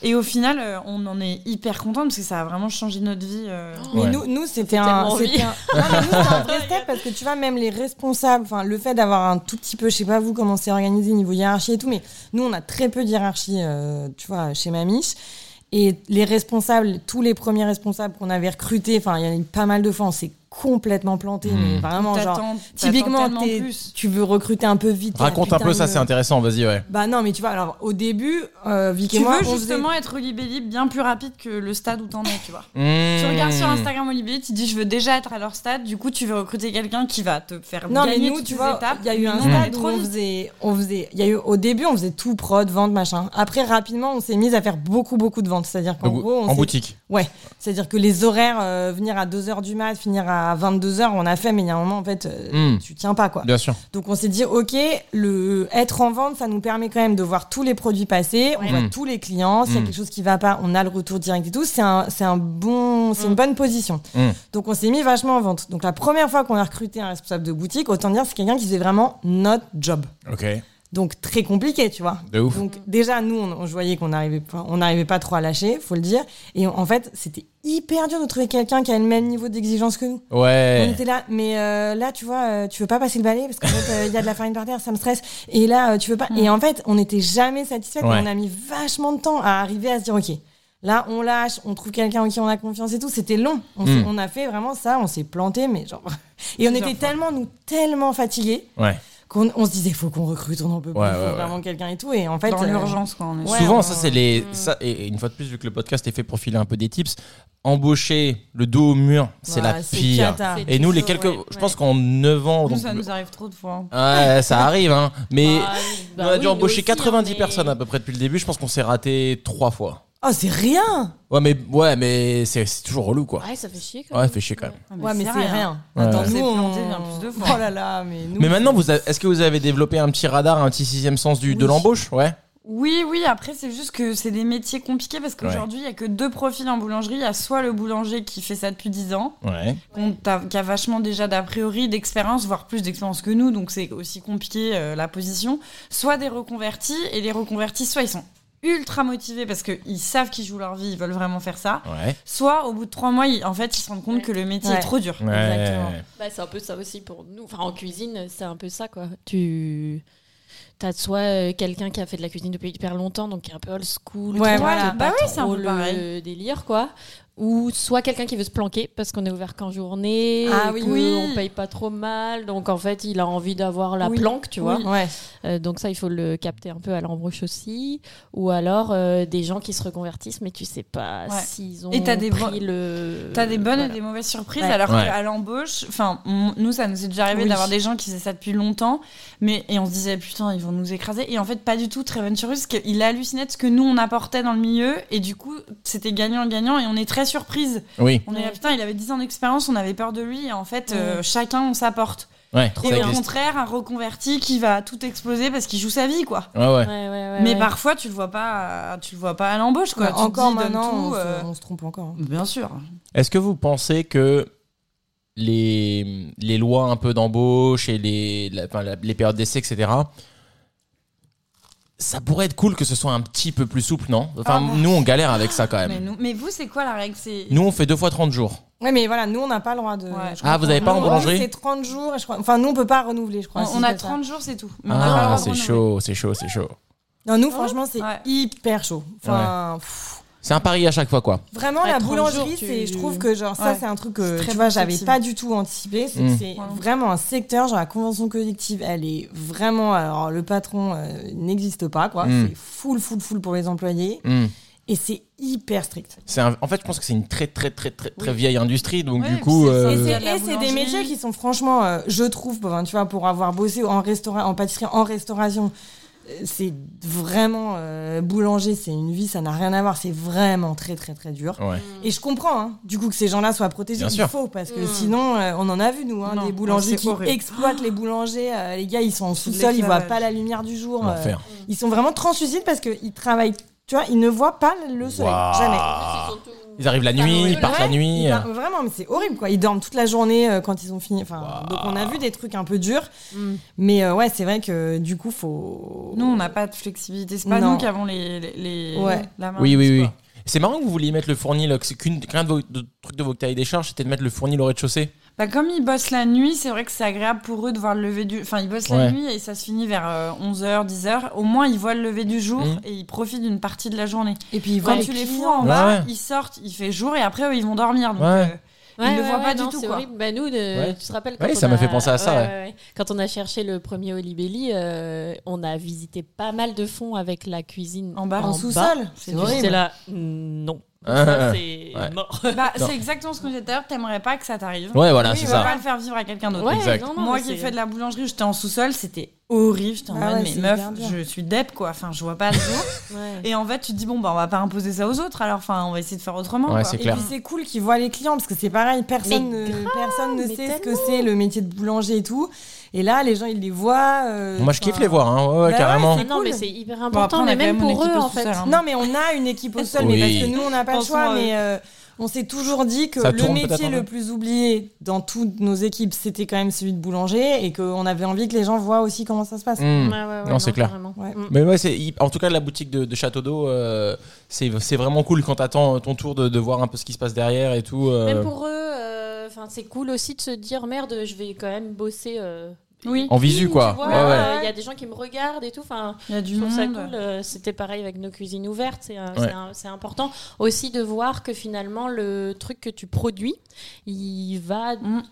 Speaker 2: et au final euh, on en est hyper content parce que ça a vraiment changé notre vie euh.
Speaker 3: Mais
Speaker 1: Ouais.
Speaker 3: nous, nous c'était un,
Speaker 4: tellement
Speaker 3: c'était
Speaker 4: envie.
Speaker 3: un- non, mais nous, c'était un vrai step parce que tu vois, même les responsables, enfin, le fait d'avoir un tout petit peu, je sais pas vous comment c'est organisé niveau hiérarchie et tout, mais nous, on a très peu de hiérarchie, euh, tu vois, chez Mamiche. Et les responsables, tous les premiers responsables qu'on avait recrutés, enfin, il y en a eu pas mal de fois, on s'est complètement planté,
Speaker 1: Mmh.
Speaker 3: mais vraiment, genre,
Speaker 2: T'attends- t'attends
Speaker 3: typiquement,
Speaker 2: tellement
Speaker 3: t'es-
Speaker 2: plus.
Speaker 3: tu veux recruter un peu vite. et
Speaker 1: Raconte
Speaker 3: ah,
Speaker 1: un peu
Speaker 3: putain,
Speaker 1: ça,
Speaker 3: le-
Speaker 1: c'est intéressant, vas-y, ouais.
Speaker 3: Bah non, mais tu vois, alors au début, euh, Vic
Speaker 2: Tu
Speaker 3: et moi,
Speaker 2: veux
Speaker 3: on
Speaker 2: justement être au Libelli bien plus rapide que le stade où t'en es, tu vois. Tu
Speaker 1: Hmm.
Speaker 2: regardes sur Instagram au Libelli, tu dis je veux déjà être à leur stade, du coup tu veux recruter quelqu'un qui va te faire
Speaker 3: Non, mais
Speaker 2: gagner
Speaker 3: nous,
Speaker 2: toutes
Speaker 3: tu
Speaker 2: ces
Speaker 3: vois,
Speaker 2: étapes.
Speaker 3: il y a eu un
Speaker 2: Mais non,
Speaker 3: stade
Speaker 2: t'es
Speaker 3: où
Speaker 2: trop
Speaker 3: on
Speaker 2: vite.
Speaker 3: faisait, on faisait, il y a eu, au début, on faisait tout prod, vente, machin. Après, rapidement, on s'est mis à faire beaucoup, beaucoup de ventes. C'est-à-dire qu'en
Speaker 1: Donc,
Speaker 3: gros, on
Speaker 1: en
Speaker 3: s'est-
Speaker 1: boutique.
Speaker 3: Ouais. C'est-à-dire que les horaires, euh, venir à 2 heures du mat, finir à 22 heures, on a fait, mais il y a un moment, en fait, euh,
Speaker 1: Mm.
Speaker 3: tu tiens pas, quoi.
Speaker 1: Bien sûr.
Speaker 3: Donc, on s'est dit, OK, le, être en vente, ça nous permet quand même de voir tous les produits passer,
Speaker 4: Ouais.
Speaker 3: on voit
Speaker 1: Mm.
Speaker 3: tous les clients. S'il y a
Speaker 1: Mm.
Speaker 3: quelque chose qui va pas, on a le retour direct et tout. C'est un, c'est un bon, c'est
Speaker 4: Mm.
Speaker 3: une bonne position.
Speaker 1: Hmm.
Speaker 3: Donc on s'est mis vachement en vente. Donc la première fois qu'on a recruté un responsable de boutique, autant dire c'est quelqu'un qui faisait vraiment notre job.
Speaker 1: Ok.
Speaker 3: Donc très compliqué, tu vois.
Speaker 1: De ouf.
Speaker 3: Donc déjà nous on, on- je voyais qu'on n'arrivait pas on n'arrivait pas trop à lâcher, faut le dire et on- en fait, c'était hyper dur de trouver quelqu'un qui a le même niveau d'exigence que nous. On
Speaker 1: Ouais.
Speaker 3: était là mais euh, là tu vois, euh, tu veux pas passer le balai parce qu'en fait euh, il y a de la farine par terre, ça me stresse et là euh, tu veux pas et en fait, on n'était jamais satisfait
Speaker 1: Mm. Ouais.
Speaker 3: on a mis vachement de temps à arriver à se dire OK. Là, on lâche, on trouve quelqu'un en qui on a confiance et tout. C'était long. On, s'est-
Speaker 1: Hmm.
Speaker 3: on a fait vraiment ça, on s'est planté, mais genre. Et on
Speaker 2: Plusieurs
Speaker 3: était
Speaker 2: fois.
Speaker 3: tellement, nous, tellement fatigués
Speaker 1: Ouais.
Speaker 3: qu'on on se disait, faut qu'on recrute, on en peut plus,
Speaker 1: Ouais,
Speaker 3: faut
Speaker 1: ouais,
Speaker 3: vraiment quelqu'un et tout. Et en fait.
Speaker 2: Dans
Speaker 3: euh,
Speaker 2: l'urgence, quoi. on est-
Speaker 3: Ouais,
Speaker 1: Souvent,
Speaker 3: on-
Speaker 1: ça, c'est les. Ça, et et une fois de plus, vu que le podcast est fait pour filer un peu des tips, embaucher le dos au mur, c'est
Speaker 3: voilà,
Speaker 1: la pire.
Speaker 3: bah, cata.
Speaker 4: C'est-
Speaker 1: Et nous, les quelques.
Speaker 4: Ouais,
Speaker 1: Je
Speaker 4: ouais.
Speaker 1: pense qu'en 9 ans.
Speaker 2: Nous,
Speaker 1: donc- bah.
Speaker 2: ça nous arrive trop de fois. hein.
Speaker 1: Ouais, ça arrive, hein. Mais
Speaker 4: Ah, oui, bah
Speaker 1: on a
Speaker 4: oui,
Speaker 1: dû
Speaker 4: nous
Speaker 1: embaucher
Speaker 4: aussi,
Speaker 1: 90
Speaker 4: hein, mais-
Speaker 1: personnes à peu près depuis le début. Je pense qu'on s'est raté 3 fois.
Speaker 3: Oh, c'est rien
Speaker 1: Ouais, mais, ouais, mais c'est c'est toujours relou, quoi.
Speaker 4: Ouais, ça fait chier. quand
Speaker 1: Ouais,
Speaker 4: même.
Speaker 1: fait chier quand même.
Speaker 2: Ah,
Speaker 3: Ouais, mais c'est rien.
Speaker 1: Ouais.
Speaker 3: Attends,
Speaker 1: On
Speaker 2: s'est
Speaker 3: nous,
Speaker 2: planté bien plus de fois.
Speaker 3: Oh là là, mais nous.
Speaker 1: Mais maintenant, vous avez- est-ce que vous avez développé un petit radar, un petit sixième sens du, de
Speaker 3: Oui.
Speaker 1: l'embauche Ouais.
Speaker 2: Oui, oui, après, c'est juste que c'est des métiers compliqués parce qu'aujourd'hui, il y a que deux profils en boulangerie. Il y a soit le boulanger qui fait ça depuis 10 ans,
Speaker 1: Ouais.
Speaker 2: qu'on t'a- qui a vachement déjà d'a priori d'expérience, voire plus d'expérience que nous, donc c'est aussi compliqué euh, la position, soit des reconvertis, et les reconvertis, soit ils sont ultra motivés parce qu'ils savent qu'ils jouent leur vie, ils veulent vraiment faire ça,
Speaker 1: Ouais.
Speaker 2: soit au bout de trois mois, ils, en fait, ils se rendent compte
Speaker 4: Ouais.
Speaker 2: que le métier
Speaker 3: Ouais.
Speaker 2: est trop dur.
Speaker 1: Ouais.
Speaker 3: Exactement.
Speaker 4: Bah, c'est un peu ça aussi pour nous. Enfin, en cuisine, c'est un peu ça, quoi. Tu. T'as soit euh, quelqu'un qui a fait de la cuisine depuis hyper longtemps, donc qui est un peu old school,
Speaker 3: Ouais,
Speaker 4: qui
Speaker 3: voilà.
Speaker 4: fait
Speaker 2: Bah
Speaker 4: pas
Speaker 2: oui, c'est un
Speaker 4: trop
Speaker 2: peu
Speaker 4: le
Speaker 2: pareil.
Speaker 4: délire, quoi. ou soit quelqu'un qui veut se planquer parce qu'on est ouvert qu'en journée,
Speaker 2: Ah
Speaker 4: et
Speaker 2: oui,
Speaker 4: que
Speaker 2: oui.
Speaker 4: on paye pas trop mal, donc en fait il a envie d'avoir la
Speaker 2: Oui,
Speaker 4: planque, tu vois.
Speaker 3: Ouais.
Speaker 4: Euh, donc ça il faut le capter un peu à l'embrouche aussi, ou alors euh, des gens qui se reconvertissent mais tu sais pas
Speaker 2: Ouais.
Speaker 4: s'ils ont
Speaker 2: Et t'as des
Speaker 4: pris le.
Speaker 2: T'as des bonnes
Speaker 4: Voilà.
Speaker 2: et des mauvaises surprises,
Speaker 3: Ouais.
Speaker 2: alors
Speaker 1: Ouais.
Speaker 2: qu'à l'embauche, enfin, m- nous, ça nous est déjà arrivé
Speaker 3: Oui.
Speaker 2: d'avoir des gens qui faisaient ça depuis longtemps, mais, et on se disait, putain, ils vont nous écraser. Et en fait, pas du tout, Treven Churus, il hallucinait de ce que nous, on apportait dans le milieu, et du coup, c'était gagnant-gagnant, et on est très surprise.
Speaker 1: Oui,
Speaker 2: On est là,
Speaker 4: Ouais.
Speaker 2: putain, il avait 10 ans d'expérience, on avait peur de lui, et en fait, euh, chacun, on s'apporte.
Speaker 1: ouais, ça
Speaker 4: Trop
Speaker 2: Et au
Speaker 4: bien.
Speaker 1: existe.
Speaker 2: contraire, un reconverti qui va tout exploser parce qu'il joue sa vie, quoi.
Speaker 1: Ouais, ouais.
Speaker 4: Ouais, ouais, ouais,
Speaker 2: mais
Speaker 4: ouais.
Speaker 2: parfois, tu le vois pas, euh, tu le vois pas à l'embauche, quoi.
Speaker 3: Bah,
Speaker 2: Tu te
Speaker 3: encore
Speaker 2: dis, donne
Speaker 3: maintenant,
Speaker 2: tout,
Speaker 3: on, se-
Speaker 2: euh,
Speaker 3: on se trompe encore. hein.
Speaker 2: Bien sûr.
Speaker 1: Est-ce que vous pensez que les, les lois un peu d'embauche et les, la- enfin, la- les périodes d'essai, etc., ça pourrait être cool que ce soit un petit peu plus souple, non Enfin,
Speaker 2: Ah.
Speaker 1: nous, on galère avec ça quand
Speaker 2: Mais,
Speaker 1: même.
Speaker 2: nous- mais vous, c'est quoi la règle C'est
Speaker 1: Ah, Nous, on fait deux fois 30 jours.
Speaker 3: Ouais, mais voilà, nous, on n'a pas le droit de.
Speaker 2: Ouais.
Speaker 3: je
Speaker 1: Ah, vous avez pas
Speaker 3: Nous,
Speaker 1: en boulangerie
Speaker 3: C'est 30 jours, je crois. Enfin, nous, on peut pas renouveler, je
Speaker 2: on,
Speaker 3: crois. si
Speaker 2: on
Speaker 3: c'est
Speaker 2: a
Speaker 3: ça.
Speaker 2: 30 jours, c'est tout. Mais on a pas le droit
Speaker 1: Ah,
Speaker 2: de
Speaker 1: c'est
Speaker 2: renouveler.
Speaker 1: chaud, c'est chaud, c'est chaud.
Speaker 3: Non, nous, franchement, c'est
Speaker 2: Ouais.
Speaker 3: hyper chaud. Enfin, pff,
Speaker 1: C'est un pari à chaque fois, quoi.
Speaker 3: vraiment,
Speaker 4: Ouais,
Speaker 3: la
Speaker 4: 30
Speaker 3: boulangerie,
Speaker 4: jours, tu-
Speaker 3: c'est, je trouve que genre, ça,
Speaker 2: Ouais.
Speaker 3: c'est un truc
Speaker 2: C'est
Speaker 3: que
Speaker 2: très
Speaker 3: tu vois,
Speaker 2: peu
Speaker 3: j'avais
Speaker 2: flexible.
Speaker 3: pas du tout anticipé. C'est, que
Speaker 1: Mm.
Speaker 3: c'est
Speaker 2: Ouais.
Speaker 3: vraiment un secteur, genre la convention collective, elle est vraiment. Alors, le patron euh, n'existe pas, quoi.
Speaker 1: Mm.
Speaker 3: C'est full, full, full pour les employés.
Speaker 1: Hmm.
Speaker 3: Et c'est hyper strict.
Speaker 1: C'est un- En fait, je pense que c'est une très, très, très, très, très vieille industrie, donc
Speaker 2: Ouais,
Speaker 1: du
Speaker 2: et
Speaker 1: coup.
Speaker 2: puis c'est-
Speaker 1: euh,
Speaker 3: Et
Speaker 2: Euh,
Speaker 3: c'est-
Speaker 2: de la
Speaker 3: et c'est
Speaker 2: boulangerie.
Speaker 3: des métiers qui sont franchement, euh, je trouve, ben, tu vois, pour avoir bossé en, restaura en pâtisserie, en restauration, euh, c'est vraiment euh, boulanger, c'est une vie, ça n'a rien à voir, c'est vraiment très très très dur.
Speaker 1: Ouais.
Speaker 3: Et je comprends, hein, du coup, que ces gens-là soient protégés,
Speaker 1: Mm. Bien sûr.
Speaker 3: il faut, parce que
Speaker 4: Mm.
Speaker 3: sinon, euh, on en a vu, nous, hein,
Speaker 2: Non,
Speaker 3: des boulangers
Speaker 2: c'est
Speaker 3: qui
Speaker 2: horrible.
Speaker 3: exploitent les boulangers, euh, les gars, ils sont en
Speaker 2: C'est de
Speaker 3: sous-sol, ils voient
Speaker 2: l'esclavage.
Speaker 3: pas la lumière du jour, euh,
Speaker 1: L'enfer.
Speaker 3: ils sont vraiment translucides parce qu'ils travaillent, tu vois, ils ne voient pas le soleil,
Speaker 1: Waouh.
Speaker 3: jamais.
Speaker 1: Ils arrivent la nuit, ils partent la
Speaker 3: Ouais,
Speaker 1: nuit.
Speaker 3: ils partent- vraiment, mais c'est horrible quoi. Ils dorment toute la journée euh, quand ils ont fini. Enfin,
Speaker 1: Waouh.
Speaker 3: donc on a vu des trucs un peu durs,
Speaker 4: Mm.
Speaker 3: mais euh, ouais, c'est vrai que du coup faut.
Speaker 2: Nous, on n'a pas de flexibilité. C'est pas
Speaker 3: Non.
Speaker 2: nous qui avons les, les, les-
Speaker 3: Ouais.
Speaker 2: la main.
Speaker 1: Oui, oui, oui.
Speaker 2: quoi.
Speaker 1: C'est marrant que vous vouliez mettre le fournil, euh, que c'est qu'une- qu'un de vos de- trucs de vos cahiers des charges, c'était de mettre le fournil au rez-de-chaussée.
Speaker 3: Ah
Speaker 2: Bah, comme ils bossent la nuit, c'est vrai que c'est agréable pour eux de voir le lever du. Enfin, ils bossent
Speaker 1: Ouais.
Speaker 2: la nuit et ça se finit vers euh, 11h, 10h. Au moins, ils voient le lever du jour
Speaker 1: Mhm.
Speaker 2: et ils profitent d'une partie de la journée.
Speaker 3: Et puis
Speaker 2: Quand
Speaker 4: les
Speaker 2: tu les fous
Speaker 4: clients.
Speaker 2: en bas,
Speaker 1: Ouais.
Speaker 2: ils sortent, il fait jour et après, eux, ils vont dormir. Donc,
Speaker 1: Ouais.
Speaker 2: euh, Ils le voient pas du
Speaker 4: non,
Speaker 2: tout,
Speaker 4: c'est
Speaker 2: quoi.
Speaker 4: horrible. Bah, nous, de-
Speaker 1: Ouais.
Speaker 4: tu te rappelles quand
Speaker 1: Ouais,
Speaker 4: on
Speaker 1: ça m'a
Speaker 4: a-
Speaker 1: fait penser à ça, ouais.
Speaker 4: Quand on a cherché le premier Olibelli, euh, on a visité pas mal de fonds avec la cuisine
Speaker 2: En bas,
Speaker 3: en sous-sol, c'est
Speaker 4: Puis
Speaker 3: horrible.
Speaker 4: J'étais là, non.
Speaker 1: Ah.
Speaker 4: Ça, c'est
Speaker 1: Ouais.
Speaker 4: mort.
Speaker 2: bah,
Speaker 1: Non.
Speaker 2: c'est exactement ce qu'on disait tout à l'heure. T'aimerais pas que ça t'arrive.
Speaker 1: Ouais, voilà,
Speaker 3: Oui,
Speaker 1: c'est
Speaker 2: Tu
Speaker 1: ça.
Speaker 2: vas pas le faire vivre à quelqu'un d'autre.
Speaker 4: Ouais,
Speaker 1: Exact.
Speaker 4: non, non,
Speaker 2: Moi
Speaker 4: mais
Speaker 2: qui ai
Speaker 4: c'est- Bah
Speaker 2: fait de la boulangerie, j'étais en sous-sol, c'était horrible. J'étais en
Speaker 3: Ah
Speaker 2: mode,
Speaker 3: ouais,
Speaker 2: mais
Speaker 3: c'est
Speaker 2: meuf,
Speaker 3: hyper dur.
Speaker 2: je suis dep quoi. Enfin, je vois pas le jour.
Speaker 4: Ouais.
Speaker 2: et en fait, tu te dis, bon, bah, on va pas imposer ça aux autres, alors enfin, on va essayer de faire autrement.
Speaker 1: Ouais,
Speaker 2: quoi.
Speaker 1: c'est
Speaker 3: Et
Speaker 1: clair.
Speaker 3: puis c'est cool qu'ils voient les clients parce que c'est pareil, personne,
Speaker 4: Mais
Speaker 3: ne, personne ne
Speaker 4: mais
Speaker 3: sait ce que c'est le métier de boulanger et tout. Et là, les gens ils les voient. euh,
Speaker 1: Moi, je kiffe
Speaker 3: enfin,
Speaker 1: les voir, hein. ouais, ouais,
Speaker 3: Bah
Speaker 1: carrément.
Speaker 3: c'est
Speaker 4: Non,
Speaker 3: cool.
Speaker 4: mais c'est hyper
Speaker 2: Bon, après,
Speaker 4: important,
Speaker 2: on a
Speaker 4: mais
Speaker 2: quand même
Speaker 4: même
Speaker 2: mon
Speaker 4: pour
Speaker 2: équipe
Speaker 4: eux,
Speaker 2: au
Speaker 4: en
Speaker 2: sous-sol,
Speaker 4: fait.
Speaker 2: hein.
Speaker 3: Non, mais on a une équipe au sol, mais
Speaker 1: Oui.
Speaker 3: parce que nous, on n'a pas le
Speaker 2: Pensons
Speaker 3: choix.
Speaker 2: à eux.
Speaker 3: Mais euh, on s'est toujours dit que
Speaker 1: Ça
Speaker 3: le
Speaker 1: tourne peut-être
Speaker 3: métier
Speaker 1: un peu.
Speaker 3: le plus oublié dans toutes nos équipes, c'était quand même celui de boulanger et qu'on avait envie que les gens voient aussi comment ça se passe.
Speaker 1: Hmm.
Speaker 4: Ouais, ouais, ouais,
Speaker 1: Non, c'est clair.
Speaker 4: carrément.
Speaker 3: Ouais.
Speaker 4: Mm.
Speaker 1: Mais ouais, c'est hy- en tout cas la boutique de, de Château d'eau, euh, c'est c'est vraiment cool quand t'attends ton tour de, de voir un peu ce qui se passe derrière et tout. euh,
Speaker 4: Même pour eux, euh, 'fin, c'est cool aussi de se dire merde, je vais quand même bosser. euh,
Speaker 2: Oui,
Speaker 1: En visu, quoi.
Speaker 4: Tu vois,
Speaker 1: Ouais, ouais.
Speaker 4: euh, Il y a des gens qui me regardent et tout. Enfin,
Speaker 2: il y a
Speaker 4: je
Speaker 2: du
Speaker 4: trouve
Speaker 2: monde.
Speaker 4: ça cool. euh, C'était pareil avec nos cuisines ouvertes. C'est un-
Speaker 1: Ouais.
Speaker 4: c'est un- c'est important aussi de voir que finalement le truc que tu produis, il va.
Speaker 2: Mm.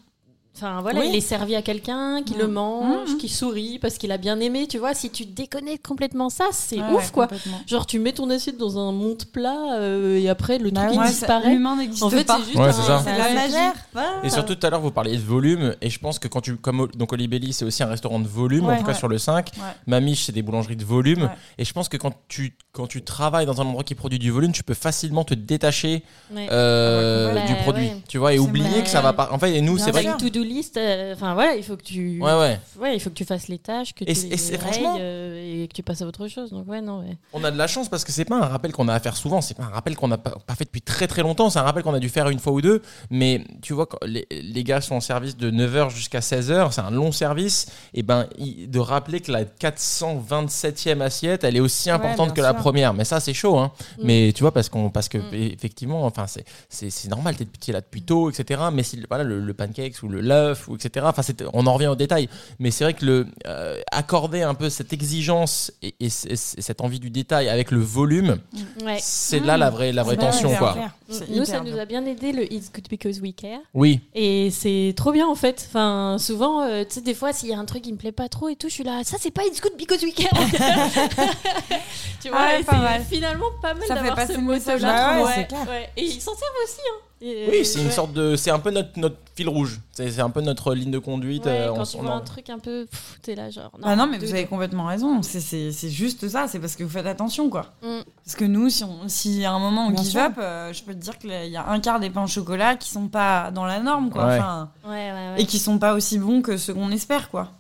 Speaker 4: Enfin voilà,
Speaker 3: Oui.
Speaker 4: il est servi à quelqu'un qui
Speaker 2: Mm.
Speaker 4: le mange,
Speaker 2: Mm.
Speaker 4: qui sourit parce qu'il a bien aimé. Tu vois, si tu déconnectes complètement ça, c'est
Speaker 2: Ouais,
Speaker 4: ouf
Speaker 2: ouais,
Speaker 4: quoi.
Speaker 2: complètement.
Speaker 4: Genre tu mets ton assiette dans un monte-plat euh, et après le
Speaker 3: Bah
Speaker 4: truc il
Speaker 2: Ouais, ça-
Speaker 4: disparaît.
Speaker 2: L'humain n'existe
Speaker 4: En fait,
Speaker 2: pas.
Speaker 4: c'est juste
Speaker 1: Ouais,
Speaker 4: un-
Speaker 1: c'est ça.
Speaker 2: C'est
Speaker 3: C'est
Speaker 2: la
Speaker 3: la
Speaker 2: magie.
Speaker 3: mère.
Speaker 2: Voilà.
Speaker 1: Et surtout tout à l'heure vous parliez de volume et je pense que quand tu comme donc Olibelli c'est aussi un restaurant de volume en
Speaker 3: Ouais.
Speaker 1: tout cas
Speaker 2: Ouais.
Speaker 1: sur le 5
Speaker 2: Ouais.
Speaker 1: Mamiche c'est des boulangeries de volume
Speaker 2: Ouais.
Speaker 1: et je pense que quand tu quand tu travailles dans un endroit qui produit du volume tu peux facilement te détacher
Speaker 4: Ouais.
Speaker 1: euh,
Speaker 4: Ah ouais,
Speaker 1: du
Speaker 4: ouais.
Speaker 1: produit tu vois et
Speaker 2: C'est
Speaker 1: oublier
Speaker 2: vrai.
Speaker 1: que ça va pas en fait et nous
Speaker 3: Bien
Speaker 1: c'est vrai
Speaker 4: T'as
Speaker 3: sûr.
Speaker 4: une to-do list. euh, Enfin voilà, il faut que tu.
Speaker 1: que- ouais ouais
Speaker 4: Ouais, il faut que tu fasses les tâches, que
Speaker 1: Et
Speaker 4: tu
Speaker 1: c'est- et c'est-
Speaker 4: les rayes,
Speaker 1: franchement-
Speaker 4: euh, et que tu passes à autre chose. Donc ouais, non, ouais.
Speaker 1: on a de la chance parce que c'est pas un rappel qu'on a à faire souvent c'est pas un rappel qu'on n'a pas, pas fait depuis très très longtemps c'est un rappel qu'on a dû faire une fois ou deux mais tu vois quand les, les gars sont en service de 9h jusqu'à 16h c'est un long service et ben il- de rappeler que la 427e assiette elle est aussi importante
Speaker 3: bien
Speaker 1: que la
Speaker 3: sûr.
Speaker 1: première mais ça c'est chaud hein
Speaker 4: Mm.
Speaker 1: mais tu vois parce qu'on parce que
Speaker 4: Mm.
Speaker 1: effectivement enfin c'est c'est c'est normal t'es t'es là depuis tôt etc mais si voilà le, le pancakes ou le l'œuf ou etc enfin c'est- on en revient au détail mais c'est vrai que le euh, accorder un peu cette exigence l'importance et, et c- et cette envie du détail avec le volume,
Speaker 4: Ouais.
Speaker 1: c'est là la vraie, la vraie
Speaker 2: C'est pas
Speaker 1: tension,
Speaker 2: hyper
Speaker 1: quoi.
Speaker 2: clair. C'est
Speaker 4: Nous, ça
Speaker 2: hyper
Speaker 4: nous
Speaker 2: dur.
Speaker 4: a bien aidé le It's Good Because We Care.
Speaker 1: Oui.
Speaker 4: Et c'est trop bien en fait. Enfin, souvent, euh, tu sais, des fois, s'il y a un truc qui me plaît pas trop et tout, je suis là, ça c'est pas It's Good Because We Care. tu vois,
Speaker 2: Ah ouais,
Speaker 4: et
Speaker 2: pas
Speaker 4: c'est
Speaker 2: mal.
Speaker 4: finalement pas mal
Speaker 2: Ça fait
Speaker 4: d'avoir
Speaker 2: passer
Speaker 4: ce
Speaker 2: le
Speaker 4: message
Speaker 2: message Ah
Speaker 3: à tout
Speaker 4: là.
Speaker 3: le monde. Ouais, c'est clair.
Speaker 4: Et ils s'en servent aussi. Hein. Et-
Speaker 1: Oui, c'est une
Speaker 4: ouais.
Speaker 1: sorte de. C'est un peu notre, notre fil rouge. C'est c'est un peu notre ligne de conduite.
Speaker 4: Ouais,
Speaker 1: euh, on
Speaker 4: quand
Speaker 1: s-
Speaker 4: tu
Speaker 1: on
Speaker 4: vois
Speaker 1: en-
Speaker 4: un truc un peu, pff, t'es là genre.
Speaker 2: Bah non, mais vous
Speaker 4: dude.
Speaker 2: avez complètement raison. C'est- C'est c'est juste ça. C'est parce que vous faites attention, quoi.
Speaker 4: Mm.
Speaker 2: Parce que nous, si, on, si à un moment on
Speaker 3: Bien
Speaker 2: give
Speaker 3: sûr.
Speaker 2: up, euh, je peux te dire qu'il y a un quart des pains au chocolat qui sont pas dans la norme, quoi.
Speaker 1: Ouais.
Speaker 2: Enfin,
Speaker 4: Ouais, ouais, ouais.
Speaker 2: Et qui sont pas aussi bons que ceux qu'on espère, quoi.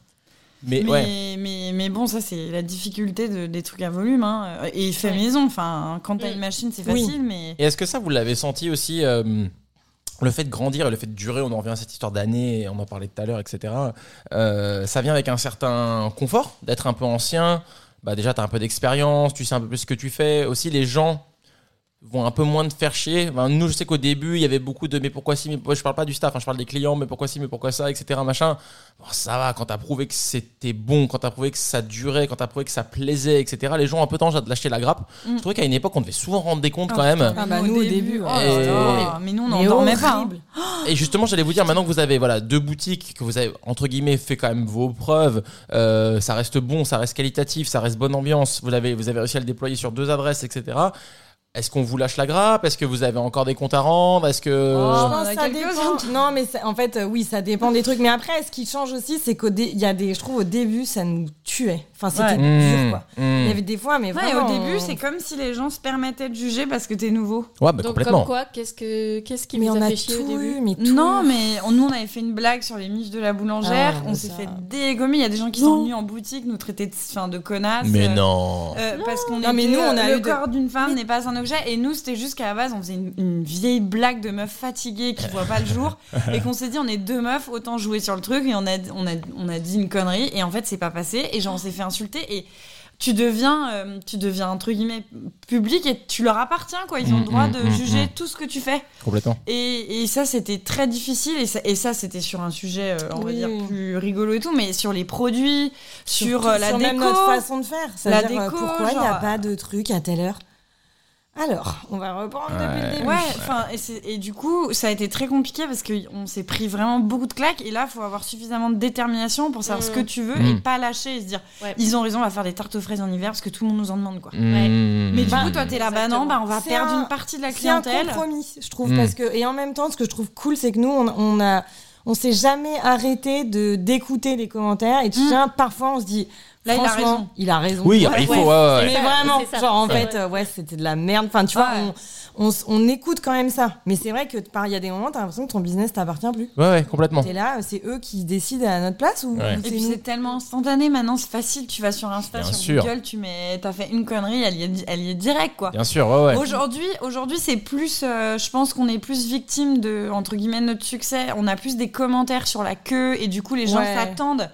Speaker 1: Mais,
Speaker 2: mais,
Speaker 1: ouais.
Speaker 2: mais, mais bon, ça, c'est la difficulté de- des trucs à volume. Hein. Et fait
Speaker 4: Ouais.
Speaker 2: maison. Enfin, quand t'as
Speaker 4: Mm.
Speaker 2: une machine, c'est
Speaker 3: Oui.
Speaker 2: facile, mais.
Speaker 1: Et est-ce que ça, vous l'avez senti aussi euh, le fait de grandir et le fait de durer, on en revient à cette histoire d'année, on en parlait tout à l'heure, etc. euh, ça vient avec un certain confort d'être un peu ancien. Bah déjà, tu as un peu d'expérience, tu sais un peu plus ce que tu fais. Aussi, les gens vont un peu moins te faire chier. Enfin, nous, je sais qu'au début, il y avait beaucoup de mais pourquoi si, mais pourquoi je parle pas du staff, hein, je parle des clients, mais pourquoi si, mais pourquoi ça, etc. Machin. Bon, ça va, quand t'as prouvé que c'était bon, quand t'as prouvé que ça durait, quand t'as prouvé que ça plaisait, etc. Les gens ont un peu tendance à te lâcher la grappe.
Speaker 2: Mm.
Speaker 1: Je trouvais qu'à une époque, on devait souvent rendre des comptes
Speaker 2: Ah,
Speaker 1: quand même.
Speaker 2: putain,
Speaker 3: Ah,
Speaker 2: mais
Speaker 3: bah, nous, au début,
Speaker 2: oh
Speaker 1: ouais.
Speaker 2: là
Speaker 1: Et-
Speaker 2: là, Mais nous, on n'en
Speaker 3: Mais
Speaker 2: dormait pas. hein.
Speaker 3: horrible.
Speaker 1: Et justement, j'allais vous dire, maintenant que vous avez voilà deux boutiques, que vous avez entre guillemets fait quand même vos preuves, euh, ça reste bon, ça reste qualitatif, ça reste bonne ambiance. Vous avez, vous avez réussi à le déployer sur deux adresses, etc. Est-ce qu'on vous lâche la grappe Est-ce que vous avez encore des comptes à rendre Est-ce que
Speaker 2: Oh.
Speaker 3: Je
Speaker 2: On en
Speaker 3: pense
Speaker 2: a
Speaker 3: que ça
Speaker 2: quelques-uns.
Speaker 3: dépend. Non, mais ça- en fait, euh, oui, ça dépend des trucs. Mais après, ce qui change aussi, c'est qu'au dé- il y a des, je trouve, au début, ça nous tuait. Enfin, c'était
Speaker 1: Mmh,
Speaker 2: Ouais.
Speaker 3: dur, quoi.
Speaker 1: mmh.
Speaker 3: Il y avait des fois, mais
Speaker 2: Ouais,
Speaker 3: vraiment, hein. euh,
Speaker 2: au début,
Speaker 3: on-
Speaker 2: c'est comme si les gens se permettaient de juger parce que t'es nouveau.
Speaker 1: Ouais, bah,
Speaker 4: Donc,
Speaker 1: complètement.
Speaker 4: comme quoi, qu'est-ce que, qu'est-ce qui
Speaker 3: mais
Speaker 4: vous
Speaker 3: on
Speaker 4: a
Speaker 3: a
Speaker 4: fait chier au
Speaker 3: tout
Speaker 4: début
Speaker 3: eu, mais tout.
Speaker 2: Non, mais on- nous, on avait fait une blague sur les miches de la boulangère.
Speaker 3: Ah,
Speaker 2: on
Speaker 3: bah
Speaker 2: s'est
Speaker 3: ça.
Speaker 2: fait dégommer. Il y a des gens qui
Speaker 3: Non.
Speaker 2: sont venus en boutique nous traiter de, enfin, de connasses.
Speaker 1: Mais
Speaker 2: euh,
Speaker 1: non.
Speaker 2: euh, parce qu'on
Speaker 3: Non, mais
Speaker 2: était,
Speaker 3: nous, on
Speaker 2: euh,
Speaker 3: a
Speaker 2: le
Speaker 3: eu de-
Speaker 2: corps d'une femme n'est pas un objet et nous c'était juste qu'à la base on faisait une, une vieille blague de meuf fatiguée qui voit pas le jour et qu'on s'est dit on est deux meufs autant jouer sur le truc et on a on a on a dit une connerie et en fait c'est pas passé et genre on s'est fait insulter et tu deviens euh, tu deviens entre guillemets public et tu leur appartiens quoi ils ont le droit
Speaker 1: Mm,
Speaker 2: de
Speaker 1: mm, mm,
Speaker 2: juger
Speaker 1: mm.
Speaker 2: tout ce que tu fais
Speaker 1: Complètement.
Speaker 2: et, et ça, c'était très difficile. Et ça, et ça, c'était sur un sujet, euh, on
Speaker 3: Oui.
Speaker 2: va dire, plus rigolo et tout, mais sur les produits, sur,
Speaker 3: tout-
Speaker 2: euh, la déco.
Speaker 3: même notre façon de faire.
Speaker 2: La
Speaker 3: C'est-à-dire, euh,
Speaker 2: déco,
Speaker 3: pourquoi il n'y a
Speaker 2: genre-
Speaker 3: pas de truc à telle heure Alors, on va reprendre depuis le début.
Speaker 2: Ouais, enfin, et, c'est- et du coup, ça a été très compliqué parce qu'on s'est pris vraiment beaucoup de claques. Et là, faut avoir suffisamment de détermination pour savoir
Speaker 4: Mm.
Speaker 2: ce que tu veux
Speaker 1: Mm.
Speaker 2: et pas lâcher et se dire,
Speaker 4: Ouais.
Speaker 2: ils ont raison, on va faire des tartes aux fraises en hiver parce que tout le monde nous en demande,
Speaker 1: Mm.
Speaker 2: quoi. Mais du
Speaker 1: Mmh.
Speaker 2: coup, toi, t'es là, bah
Speaker 4: Exactement.
Speaker 2: non, bah on va
Speaker 3: C'est
Speaker 2: perdre
Speaker 3: un-
Speaker 2: une partie de la
Speaker 3: C'est un
Speaker 2: clientèle.
Speaker 3: compromis, je trouve,
Speaker 1: Mm.
Speaker 3: parce que et en même temps, ce que je trouve cool, c'est que nous, on, on a, on s'est jamais arrêté de d'écouter les commentaires. Et tu
Speaker 2: Mm.
Speaker 3: tiens, parfois, on se dit,
Speaker 2: Là, il a
Speaker 3: franchement,
Speaker 2: raison.
Speaker 3: il a raison.
Speaker 1: Oui,
Speaker 3: Ouais.
Speaker 1: il faut. ouais, ouais, ouais.
Speaker 3: Mais vraiment,
Speaker 4: c'est ça.
Speaker 3: genre en
Speaker 4: Ouais.
Speaker 3: fait, euh, ouais, c'était de la merde. Enfin, tu vois,
Speaker 2: Ouais.
Speaker 3: on, on, s- on écoute quand même ça. Mais c'est vrai que par il y a des moments, t'as l'impression que ton business t'appartient plus.
Speaker 1: Ouais, ouais, complètement.
Speaker 3: T'es là, euh, c'est eux qui décident à notre place ou
Speaker 1: Ouais.
Speaker 3: ou
Speaker 2: Et
Speaker 3: c'est
Speaker 2: puis
Speaker 3: nous
Speaker 2: c'est tellement instantané maintenant, c'est facile. Tu vas sur Insta,
Speaker 1: Bien
Speaker 2: sur
Speaker 1: sûr.
Speaker 2: Google, tu mets, t'as fait une connerie, elle y est, elle y est direct quoi.
Speaker 1: Bien sûr, ouais, ouais.
Speaker 2: Aujourd'hui, aujourd'hui, c'est plus, euh, je pense qu'on est plus victime de entre guillemets notre succès. On a plus des commentaires sur la queue et du coup les gens
Speaker 3: Ouais.
Speaker 2: s'attendent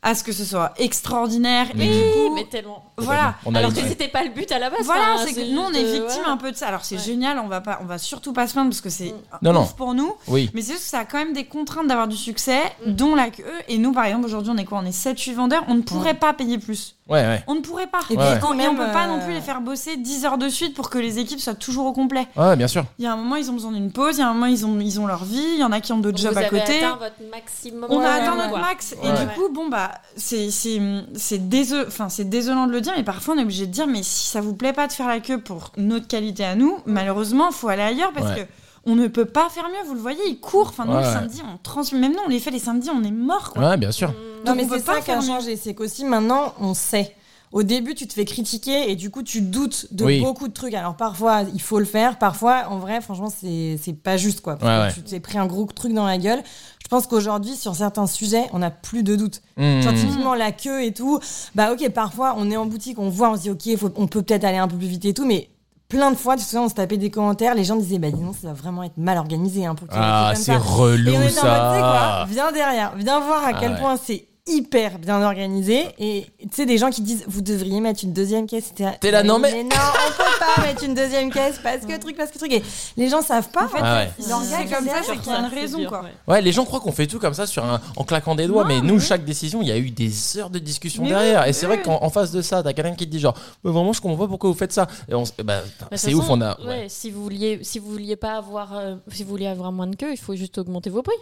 Speaker 2: à ce que ce soit extraordinaire.
Speaker 1: Oui,
Speaker 2: Et du coup,
Speaker 4: Mais tellement.
Speaker 2: voilà.
Speaker 1: On a
Speaker 4: Alors
Speaker 1: les-
Speaker 4: que c'était pas le but à la base.
Speaker 2: Voilà,
Speaker 4: enfin,
Speaker 2: c'est que nous on est
Speaker 4: juste, euh,
Speaker 2: victime
Speaker 4: voilà.
Speaker 2: un peu de ça. Alors c'est
Speaker 4: Ouais.
Speaker 2: génial, on va pas, on va surtout pas se plaindre parce que c'est
Speaker 1: Non, non.
Speaker 2: ouf pour nous.
Speaker 1: Oui.
Speaker 2: Mais c'est juste que ça a quand même des contraintes d'avoir du succès,
Speaker 4: Mm.
Speaker 2: dont la queue. Et nous par exemple aujourd'hui on est quoi On est 7-8 vendeurs, on ne pourrait pas payer plus.
Speaker 1: Ouais, ouais.
Speaker 2: On ne pourrait pas.
Speaker 3: Et
Speaker 2: Et,
Speaker 1: puis, Ouais.
Speaker 3: quand
Speaker 2: on
Speaker 3: même,
Speaker 2: peut pas non
Speaker 3: euh,
Speaker 2: plus les faire bosser 10 heures de suite pour que les équipes soient toujours au complet.
Speaker 1: Ouais, bien sûr.
Speaker 2: Il y a un moment, ils ont besoin d'une pause, il y a un moment, ils ont, ils ont leur vie, il y en a qui ont d'autres
Speaker 4: Vous
Speaker 2: jobs à
Speaker 4: avez
Speaker 2: côté.
Speaker 4: atteint votre maximum.
Speaker 2: On
Speaker 3: Ouais,
Speaker 2: a
Speaker 3: ouais,
Speaker 2: atteint
Speaker 3: ouais.
Speaker 2: notre max. Et
Speaker 1: Ouais.
Speaker 2: du coup, bon, bah, c'est c'est- c'est déso- enfin, c'est désolant de le dire, mais parfois on est obligé de dire, mais si ça vous plaît pas de faire la queue pour notre qualité à nous, malheureusement, faut aller ailleurs parce
Speaker 1: Ouais.
Speaker 2: que. On ne peut pas faire mieux, vous le voyez, ils courent. Enfin, nous,
Speaker 1: Ouais.
Speaker 2: le samedi, on transmet. Même nous, on les fait les samedis, on est mort, quoi.
Speaker 1: Ouais, bien sûr.
Speaker 3: Non,
Speaker 2: Donc,
Speaker 3: mais
Speaker 2: on
Speaker 3: c'est
Speaker 2: peut pas
Speaker 3: ça qui a
Speaker 2: faire mieux.
Speaker 3: changé. C'est qu'aussi maintenant, on sait. Au début, tu te fais critiquer et du coup, tu doutes de
Speaker 1: Oui.
Speaker 3: beaucoup de trucs. Alors parfois, il faut le faire. Parfois, en vrai, franchement, c'est c'est pas juste quoi. Parce
Speaker 1: Ouais,
Speaker 3: que Tu t'es pris un gros truc dans la gueule. Je pense qu'aujourd'hui, sur certains sujets, on n'a plus de doute.
Speaker 1: Mmh.
Speaker 3: Genre, typiquement, la queue et tout. Bah, ok, parfois, on est en boutique, on voit, on se dit, ok, faut- on peut peut-être aller un peu plus vite et tout, mais plein de fois, tu te souviens, on se tapait des commentaires, les gens disaient, bah, dis donc, ça va vraiment être mal organisé, hein, pour que ça
Speaker 1: Ah,
Speaker 3: reste
Speaker 1: c'est
Speaker 3: comme ça.
Speaker 1: relou
Speaker 3: Et on était en mode, tu sais quoi,
Speaker 1: ça.
Speaker 3: viens derrière, viens voir à
Speaker 1: Ah
Speaker 3: quel
Speaker 1: ouais.
Speaker 3: point c'est hyper bien organisé. Et tu sais, des gens qui disent vous devriez mettre une deuxième caisse.
Speaker 1: T'es là, non, mais-
Speaker 3: non, on peut pas mettre une deuxième caisse parce que truc, parce que truc. Et les gens savent pas. En fait,
Speaker 1: Ah ouais.
Speaker 2: c'est comme ça, c'est qu'il y a une
Speaker 4: c'est
Speaker 2: raison,
Speaker 4: dur,
Speaker 2: quoi.
Speaker 4: ouais.
Speaker 1: Ouais, les gens croient qu'on fait tout comme ça sur un, en claquant des doigts, mais nous, chaque décision, il y a eu des heures de discussion
Speaker 2: Mais
Speaker 1: derrière.
Speaker 2: oui,
Speaker 1: et c'est
Speaker 2: oui.
Speaker 1: vrai qu'en en face de ça, t'as quelqu'un qui te dit genre, Mais vraiment, je comprends pas pourquoi vous faites ça. Et on, s- bah,
Speaker 4: Bah, de
Speaker 1: c'est
Speaker 4: toute
Speaker 1: ouf,
Speaker 4: façon,
Speaker 1: on a. ouais.
Speaker 4: ouais, si vous vouliez, si vous vouliez pas avoir, euh, si vous vouliez avoir moins de queue, il faut juste augmenter vos prix.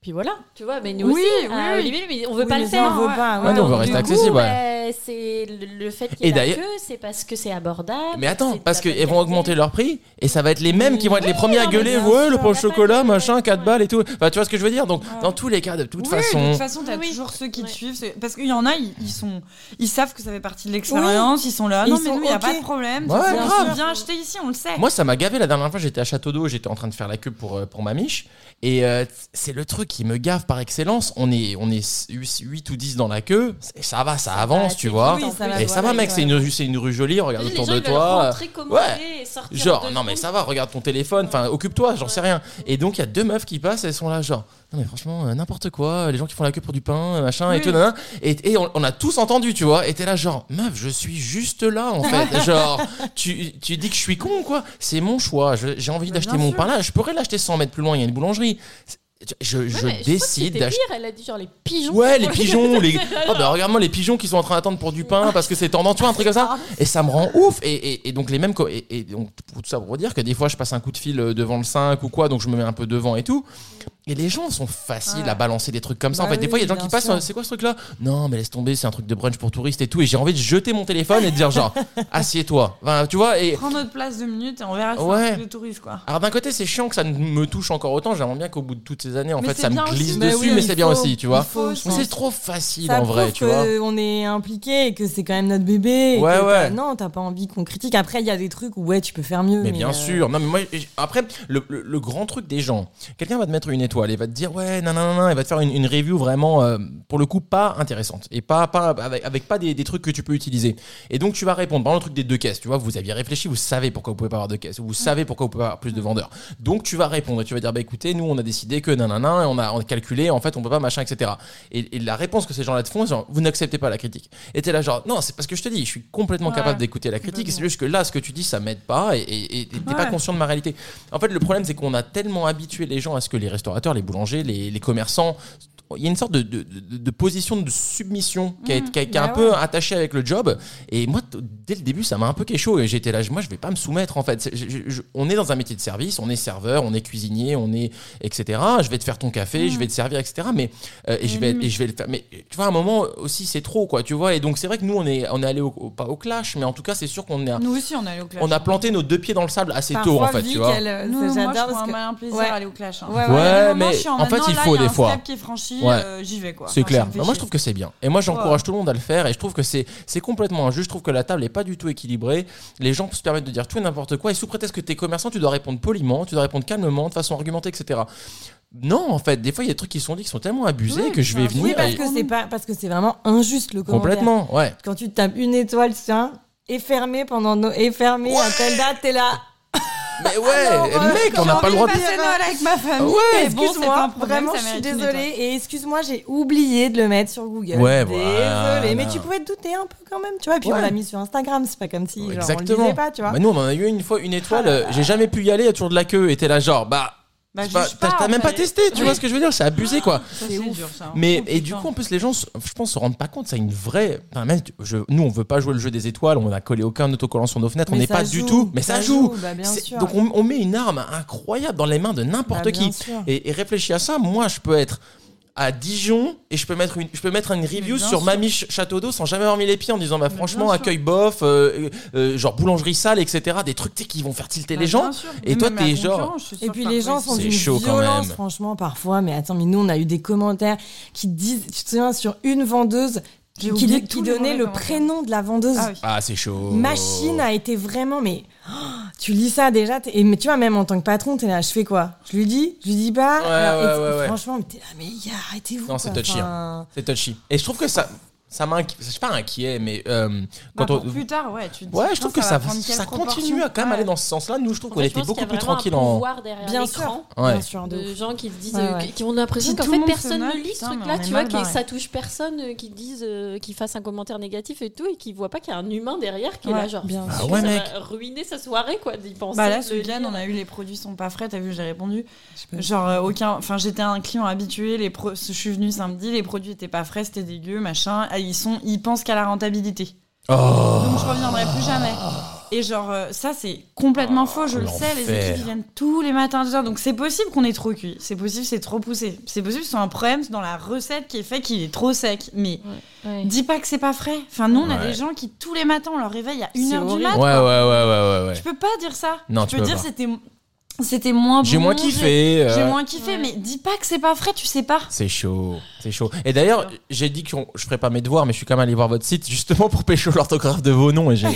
Speaker 4: Puis voilà, tu vois. Mais nous
Speaker 2: Oui,
Speaker 4: aussi,
Speaker 2: oui,
Speaker 4: à
Speaker 2: oui.
Speaker 4: Olivier, mais on veut
Speaker 3: Oui,
Speaker 4: pas
Speaker 3: mais
Speaker 4: le
Speaker 3: ça, on
Speaker 4: faire.
Speaker 3: veut
Speaker 2: ouais.
Speaker 3: pas,
Speaker 2: Ouais,
Speaker 1: nous, on veut
Speaker 4: Du
Speaker 1: rester
Speaker 4: coup,
Speaker 1: accessible, ouais.
Speaker 4: bah, c'est le, le fait qu'il y
Speaker 1: Et
Speaker 4: ait la
Speaker 1: d'ailleurs-
Speaker 4: queue, c'est parce que c'est abordable.
Speaker 1: Mais attends,
Speaker 4: c'est de
Speaker 1: parce
Speaker 4: la
Speaker 1: qu'ils
Speaker 4: bonne
Speaker 1: vont augmenter leur prix et ça va être les mêmes qui vont être les premiers à
Speaker 4: non, mais
Speaker 1: gueuler.
Speaker 4: bien
Speaker 1: Ouais,
Speaker 4: sûr,
Speaker 1: le pain au
Speaker 4: la
Speaker 1: chocolat,
Speaker 4: pâte,
Speaker 1: machin,
Speaker 4: ouais.
Speaker 1: 4 balles et tout. Enfin, tu vois ce que je veux dire Donc,
Speaker 2: Ouais.
Speaker 1: dans tous les cas, de toute
Speaker 2: Oui, de
Speaker 1: façon.
Speaker 2: toute façon, t'as
Speaker 4: Oui.
Speaker 2: toujours ceux qui te
Speaker 4: Ouais.
Speaker 2: suivent. c'est- Parce qu'il y en a, ils, ils sont, ils savent que ça fait partie de l'expérience, ils sont là.
Speaker 3: Ils
Speaker 2: non, mais
Speaker 3: sont
Speaker 2: nous, il n'y a
Speaker 3: ok.
Speaker 2: pas de problème.
Speaker 1: Ouais,
Speaker 2: c'est
Speaker 1: grave.
Speaker 2: bien acheté ici, on
Speaker 4: Eh.
Speaker 2: le sait.
Speaker 1: Moi, ça m'a gavé la dernière fois. J'étais à Château d'Eau, j'étais en train de faire la queue pour, euh, pour ma miche. Et euh, c'est le truc qui me gave par excellence. On est, on est 8 ou 10 dans la queue. Et ça va, ça avance,
Speaker 4: Bah,
Speaker 1: tu
Speaker 4: c'est
Speaker 1: vois.
Speaker 4: vite, en
Speaker 3: Oui, ça
Speaker 4: plus.
Speaker 3: va,
Speaker 1: Et Ah. Eh, ça va,
Speaker 3: ouais,
Speaker 1: mec,
Speaker 3: ouais.
Speaker 1: c'est une, rue- c'est une rue jolie. Regarde
Speaker 4: Les
Speaker 1: autour
Speaker 4: gens,
Speaker 1: de
Speaker 4: ils veulent
Speaker 1: toi.
Speaker 4: rentrer, commander et sortir
Speaker 1: Genre,
Speaker 4: deux
Speaker 1: non, mais ça
Speaker 4: secondes.
Speaker 1: va, regarde ton téléphone, enfin, occupe-toi, j'en sais rien. Et donc, il y a deux meufs qui passent, elles sont là, genre, non, mais franchement, euh, n'importe quoi, euh, les gens qui font la queue pour du pain, euh, machin, et
Speaker 2: Oui.
Speaker 4: Mm.
Speaker 1: tout, nan, nan. Et, et on, on a tous entendu, tu vois, et t'es là, genre, meuf, je suis juste là, en fait. genre, tu, tu dis que je suis con, quoi, c'est mon choix, Je- j'ai envie
Speaker 2: Mais
Speaker 1: d'acheter
Speaker 2: bien
Speaker 1: mon
Speaker 2: sûr.
Speaker 1: pain là, je pourrais l'acheter 100 mètres plus loin, il y a une boulangerie. C'est- Je,
Speaker 4: Ouais,
Speaker 1: je
Speaker 4: mais crois que
Speaker 1: décide
Speaker 4: c'était
Speaker 1: d'acheter.
Speaker 4: pire, Elle a dit genre les pigeons.
Speaker 1: Ouais, les pigeons, les.
Speaker 4: Alors,
Speaker 1: Oh, bah, regarde-moi les pigeons qui sont en train d'attendre pour du pain parce que c'est tendance, tu vois, un truc comme
Speaker 3: Ah.
Speaker 1: ça. Et ça me rend ouf. Et, et- et donc, les mêmes. co- Et, et donc, pour tout ça pour dire que des fois, je passe un coup de fil euh, devant le 5 ou quoi, donc je me mets un peu devant et tout. Et les gens sont faciles
Speaker 2: Ouais.
Speaker 1: à balancer des trucs comme ça. en
Speaker 3: Bah
Speaker 1: fait, des
Speaker 3: oui,
Speaker 1: fois, il y a des gens
Speaker 3: bien
Speaker 1: qui passent,
Speaker 3: sûr.
Speaker 1: euh, c'est quoi ce truc-là Non, mais laisse tomber, c'est un truc de brunch pour touristes et tout. Et j'ai envie de jeter mon téléphone et de dire, genre, assieds-toi. Enfin, tu vois, et.
Speaker 2: Prends notre place deux minutes et on verra si
Speaker 1: Ouais.
Speaker 2: c'est le touriste, quoi.
Speaker 1: Alors d'un côté c'est chiant que ça ne me touche encore autant, j'aimerais bien qu'au bout de toutes ces années en
Speaker 2: Mais
Speaker 1: fait
Speaker 2: c'est
Speaker 1: ça me
Speaker 2: bien aussi.
Speaker 1: glisse
Speaker 2: Mais
Speaker 1: dessus
Speaker 3: oui,
Speaker 1: mais
Speaker 3: il
Speaker 1: c'est bien
Speaker 3: faut-
Speaker 1: aussi tu vois.
Speaker 3: il faut, je
Speaker 1: Mais
Speaker 3: pense.
Speaker 1: c'est trop facile
Speaker 3: ça
Speaker 1: en vrai
Speaker 3: prouve
Speaker 1: tu vois.
Speaker 3: que on est impliqué et que c'est quand même notre bébé. et
Speaker 1: Ouais,
Speaker 3: que t'as-
Speaker 1: ouais.
Speaker 3: Non, t'as pas envie qu'on critique. Après, il y a des trucs où ouais, tu peux faire mieux.
Speaker 1: Mais bien
Speaker 3: euh,
Speaker 1: sûr. Non, mais moi, j- après, le, le- le grand truc des gens, quelqu'un va te mettre une étoile et va te dire, ouais, non, non, non, non, et va te faire une, une review vraiment, euh, pour le coup, pas intéressante. Et pas, pas avec, avec pas des, des trucs que tu peux utiliser. Et donc, tu vas répondre. Par exemple, le truc des deux caisses, tu vois, vous aviez réfléchi, vous savez pourquoi vous pouvez pas avoir deux caisses, vous savez pourquoi vous pouvez pas avoir plus de vendeurs. Donc, tu vas répondre et tu vas dire, bah écoutez, nous, on a décidé que nanana, et on a, on a calculé, en fait, on peut pas machin, etc. Et, et la réponse que ces gens-là te font, c'est genre, vous n'acceptez pas la critique. Et t'es là, genre, non, c'est parce que je te dis, je suis complètement
Speaker 2: Ouais.
Speaker 1: capable d'écouter la critique, et c'est juste que là, ce que tu dis, ça m'aide pas, et- et et t'es pas
Speaker 2: Ouais.
Speaker 1: conscient de ma réalité. En fait, le problème, c'est qu'on a tellement habitué les gens à ce que les restaurateurs, les boulangers, les, les commerçants. Il y a une sorte de, de- de- de position de submission qui est, qui est- qui est un
Speaker 2: bah
Speaker 1: peu attachée avec le job. Et moi, t- dès le début, ça m'a un peu chaud. Et j'étais là, je- moi, je vais pas me soumettre en fait. C'est- je- je- je- on est dans un métier de service, on est serveur, on est cuisinier, on est etc. Je vais te faire ton café,
Speaker 2: Mmh.
Speaker 1: je vais te servir, etc. Mais euh, et je vais et je vais le faire. Mais tu vois, à un moment aussi, c'est trop quoi, tu vois. Et donc c'est vrai que nous, on est on est allé au, au- pas au clash, mais en tout cas, c'est sûr qu'on est
Speaker 2: Nous aussi, on allait au clash.
Speaker 1: on a planté nos deux pieds dans le sable assez
Speaker 3: parfois,
Speaker 1: tôt en fait,
Speaker 3: Vic,
Speaker 1: tu vois.
Speaker 3: elle, euh,
Speaker 2: Nous,
Speaker 3: ça,
Speaker 2: moi, je
Speaker 3: j'adore
Speaker 2: prends
Speaker 3: parce
Speaker 2: un
Speaker 3: que-
Speaker 2: malin plaisir
Speaker 3: Ouais.
Speaker 2: à aller au clash. hein.
Speaker 3: Ouais,
Speaker 2: Il y a des
Speaker 1: Ouais,
Speaker 2: moments,
Speaker 1: mais
Speaker 2: je suis
Speaker 1: en fait,
Speaker 2: maintenant,
Speaker 1: il
Speaker 2: là,
Speaker 1: faut
Speaker 2: y a
Speaker 1: des
Speaker 2: un
Speaker 1: fois.
Speaker 2: step qui est franchi,
Speaker 1: Ouais.
Speaker 2: euh, j'y vais quoi.
Speaker 1: C'est
Speaker 2: Enfin,
Speaker 1: clair.
Speaker 2: ça me fait
Speaker 1: Bah, moi, je
Speaker 2: chier.
Speaker 1: trouve que c'est bien. Et moi, j'encourage tout le monde à le faire. Et je trouve que c'est c'est complètement injuste. Je trouve que la table est pas du tout équilibrée. Les gens se permettent de dire tout et n'importe quoi. Et sous prétexte que t'es commerçant, tu dois répondre poliment, tu dois répondre calmement, de façon argumentée, etc. Non, en fait, des fois, il y a des trucs qui sont dits qui sont tellement abusés
Speaker 2: Oui,
Speaker 1: que je vais
Speaker 2: enfin,
Speaker 1: venir.
Speaker 3: Oui, parce
Speaker 1: et-
Speaker 3: que c'est pas parce que c'est vraiment injuste le commentaire.
Speaker 1: Complètement, ouais.
Speaker 3: Quand tu tapes une étoile, tiens, et fermé pendant nos, et fermé à telle date, t'es là.
Speaker 1: Mais ouais, mec, on
Speaker 2: J'ai
Speaker 1: n'a pas
Speaker 2: envie
Speaker 1: le droit
Speaker 2: de
Speaker 1: de.
Speaker 2: passer Bah, Noël avec ma famille.
Speaker 1: Ouais,
Speaker 2: mais bon, c'est pas un
Speaker 3: excuse-moi,
Speaker 2: problème,
Speaker 3: vraiment,
Speaker 2: ça
Speaker 3: je suis
Speaker 2: mérite une
Speaker 3: désolée.
Speaker 2: étoile.
Speaker 3: Et excuse-moi, j'ai oublié de le mettre sur Google.
Speaker 1: Ouais,
Speaker 3: désolée.
Speaker 1: voilà.
Speaker 3: Mais tu pouvais te douter un peu quand même, tu vois. Et puis
Speaker 1: Ouais.
Speaker 3: on l'a mis sur Instagram, c'est pas comme si genre, on le
Speaker 1: Exactement.
Speaker 3: disait pas, tu vois.
Speaker 1: Bah, nous, on en a eu une fois une étoile. euh, J'ai jamais pu y aller. Il y a toujours de la queue. Et t'es là, genre, bah.
Speaker 2: Bah,
Speaker 1: c'est
Speaker 2: je
Speaker 1: pas-
Speaker 2: juge
Speaker 1: T'as
Speaker 2: pas,
Speaker 1: t'as
Speaker 2: en
Speaker 1: même pas
Speaker 2: fait.
Speaker 1: testé, tu
Speaker 2: Oui.
Speaker 1: vois ce que je veux dire C'est abusé quoi.
Speaker 2: Ça, C'est dur ça.
Speaker 1: Mais
Speaker 2: Oh,
Speaker 1: et du
Speaker 2: putain.
Speaker 1: coup en plus les gens se- je pense se rendent pas compte, ça a une vraie enfin, même, je- nous on veut pas jouer le jeu des étoiles, on a collé aucun autocollant sur nos fenêtres, on
Speaker 3: Mais
Speaker 1: n'est
Speaker 3: ça
Speaker 1: pas du
Speaker 3: joue,
Speaker 1: tout, mais ça,
Speaker 3: ça
Speaker 1: joue.
Speaker 3: joue, bah, bien
Speaker 1: C'est-
Speaker 3: sûr.
Speaker 1: Donc on, on met une arme incroyable dans les mains de n'importe
Speaker 3: Bah, bien
Speaker 1: qui.
Speaker 3: sûr.
Speaker 1: Et, et réfléchis à ça, moi je peux être à Dijon et je peux mettre une je peux mettre une review
Speaker 2: bien
Speaker 1: sur
Speaker 2: sûr.
Speaker 1: Mamiche Château d'eau sans jamais avoir mis les pieds en disant bah franchement
Speaker 2: sûr.
Speaker 1: accueil bof euh, euh, genre boulangerie sale etc des trucs tu sais, qui vont faire tilter les gens
Speaker 2: Bah, Bien sûr.
Speaker 1: et
Speaker 2: Mais
Speaker 1: toi
Speaker 2: même
Speaker 1: t'es
Speaker 2: la
Speaker 1: genre
Speaker 2: concurrence, je suis
Speaker 3: Et
Speaker 2: sûre
Speaker 3: puis
Speaker 2: que
Speaker 3: les
Speaker 2: ça
Speaker 3: gens
Speaker 2: existe.
Speaker 3: sont
Speaker 1: C'est
Speaker 3: d'une
Speaker 1: chaud quand
Speaker 3: violence,
Speaker 1: même.
Speaker 3: franchement, parfois. Mais attends, mais nous, on a eu des commentaires qui disent, tu te souviens, sur une vendeuse
Speaker 2: J'ai
Speaker 3: qui,
Speaker 2: oublié
Speaker 3: qui
Speaker 2: tous les
Speaker 3: donnait
Speaker 2: mauvais
Speaker 3: le
Speaker 2: commentaires.
Speaker 3: prénom de la vendeuse.
Speaker 2: Ah oui.
Speaker 1: ah c'est chaud
Speaker 3: Machine a été vraiment, mais oh, tu lis ça déjà, t'es- et mais tu vois même en tant que patron, t'es là, je fais quoi Je lui dis, je lui dis pas.
Speaker 1: Ouais,
Speaker 3: Alors, et-
Speaker 1: ouais, ouais, ouais.
Speaker 3: Franchement, mais t'es là, mais gars, arrêtez-vous.
Speaker 1: Non, c'est
Speaker 3: quoi.
Speaker 1: touchy, hein.
Speaker 3: Enfin,
Speaker 1: C'est touchy. Et je trouve que ça. ça m'inquiète. Je suis pas inquiet, mais euh,
Speaker 2: Bah,
Speaker 1: quand on.
Speaker 2: pour plus tard, ouais, tu te dis,
Speaker 1: Ouais, je
Speaker 2: putain,
Speaker 1: trouve que ça,
Speaker 2: va prendre quelle
Speaker 1: ça
Speaker 2: proportion
Speaker 1: continue à quand même
Speaker 2: Ouais.
Speaker 1: aller dans ce sens-là. Nous, je trouve qu'on était beaucoup plus tranquille
Speaker 4: en.
Speaker 1: en.
Speaker 4: Pouvoir derrière
Speaker 3: Bien
Speaker 4: l'écran
Speaker 1: Ouais.
Speaker 3: Bien sûr, de
Speaker 4: de
Speaker 3: ouf.
Speaker 4: gens qui se disent,
Speaker 3: Ouais,
Speaker 4: euh,
Speaker 3: ouais.
Speaker 4: qui ont l'impression
Speaker 2: Si
Speaker 4: qu'en
Speaker 2: tout
Speaker 4: fait
Speaker 2: le monde se
Speaker 4: personne
Speaker 2: note,
Speaker 4: ne lit ce
Speaker 2: putain, mais
Speaker 4: truc-là,
Speaker 2: on est
Speaker 4: tu vois,
Speaker 2: mal
Speaker 4: que
Speaker 2: barré.
Speaker 4: ça touche personne, euh, qui disent, euh, qui fasse un commentaire négatif et tout, et qui voit pas qu'il y a un humain derrière qui est
Speaker 2: Ouais,
Speaker 4: là genre.
Speaker 3: bien
Speaker 4: parce
Speaker 1: sûr.
Speaker 4: que
Speaker 1: ouais,
Speaker 4: ça
Speaker 1: mec.
Speaker 4: va ruiner sa soirée quoi d'y penser.
Speaker 2: Bah là,
Speaker 4: de
Speaker 2: ce
Speaker 4: le
Speaker 2: week-end,
Speaker 4: lire.
Speaker 2: on a eu les produits sont pas frais. T'as vu, j'ai répondu.
Speaker 3: pas.
Speaker 2: Genre euh, aucun. Enfin, j'étais un client habitué. Les pro... Je suis venue samedi, les produits étaient pas frais, c'était dégueu, machin. Ah, Ils sont, ils pensent qu'à la rentabilité.
Speaker 1: Oh
Speaker 2: Donc je reviendrai plus jamais. Et genre euh, ça, c'est complètement faux. Je le sais. Les
Speaker 1: Oh, l'enfer.
Speaker 2: équipes ils viennent tous les matins à 10 heures. Donc c'est possible qu'on est trop cuit. C'est possible, c'est trop poussé. C'est possible, c'est un problème dans la recette qui est fait qu'il est trop sec. Mais
Speaker 4: Ouais.
Speaker 2: dis pas que c'est pas frais. Enfin, nous, on a
Speaker 1: Ouais.
Speaker 2: des gens qui tous les matins, on leur réveille à 1
Speaker 3: C'est
Speaker 2: heure du
Speaker 3: horrible.
Speaker 2: mat.
Speaker 1: Ouais, ouais, ouais, ouais, ouais. ouais.
Speaker 2: Tu peux pas dire ça.
Speaker 1: Non,
Speaker 2: tu
Speaker 1: tu
Speaker 2: peux
Speaker 1: peux
Speaker 2: dire
Speaker 1: pas.
Speaker 2: c'était c'était moins bon.
Speaker 1: J'ai moins kiffé.
Speaker 2: J'ai
Speaker 1: euh,
Speaker 2: moins kiffé,
Speaker 4: Ouais.
Speaker 2: mais dis pas que c'est pas frais, tu sais pas.
Speaker 1: C'est chaud, c'est chaud. Et d'ailleurs, j'ai dit que je ferais pas mes devoirs, mais je suis quand même allé voir votre site justement pour pêcher l'orthographe de vos noms et j'ai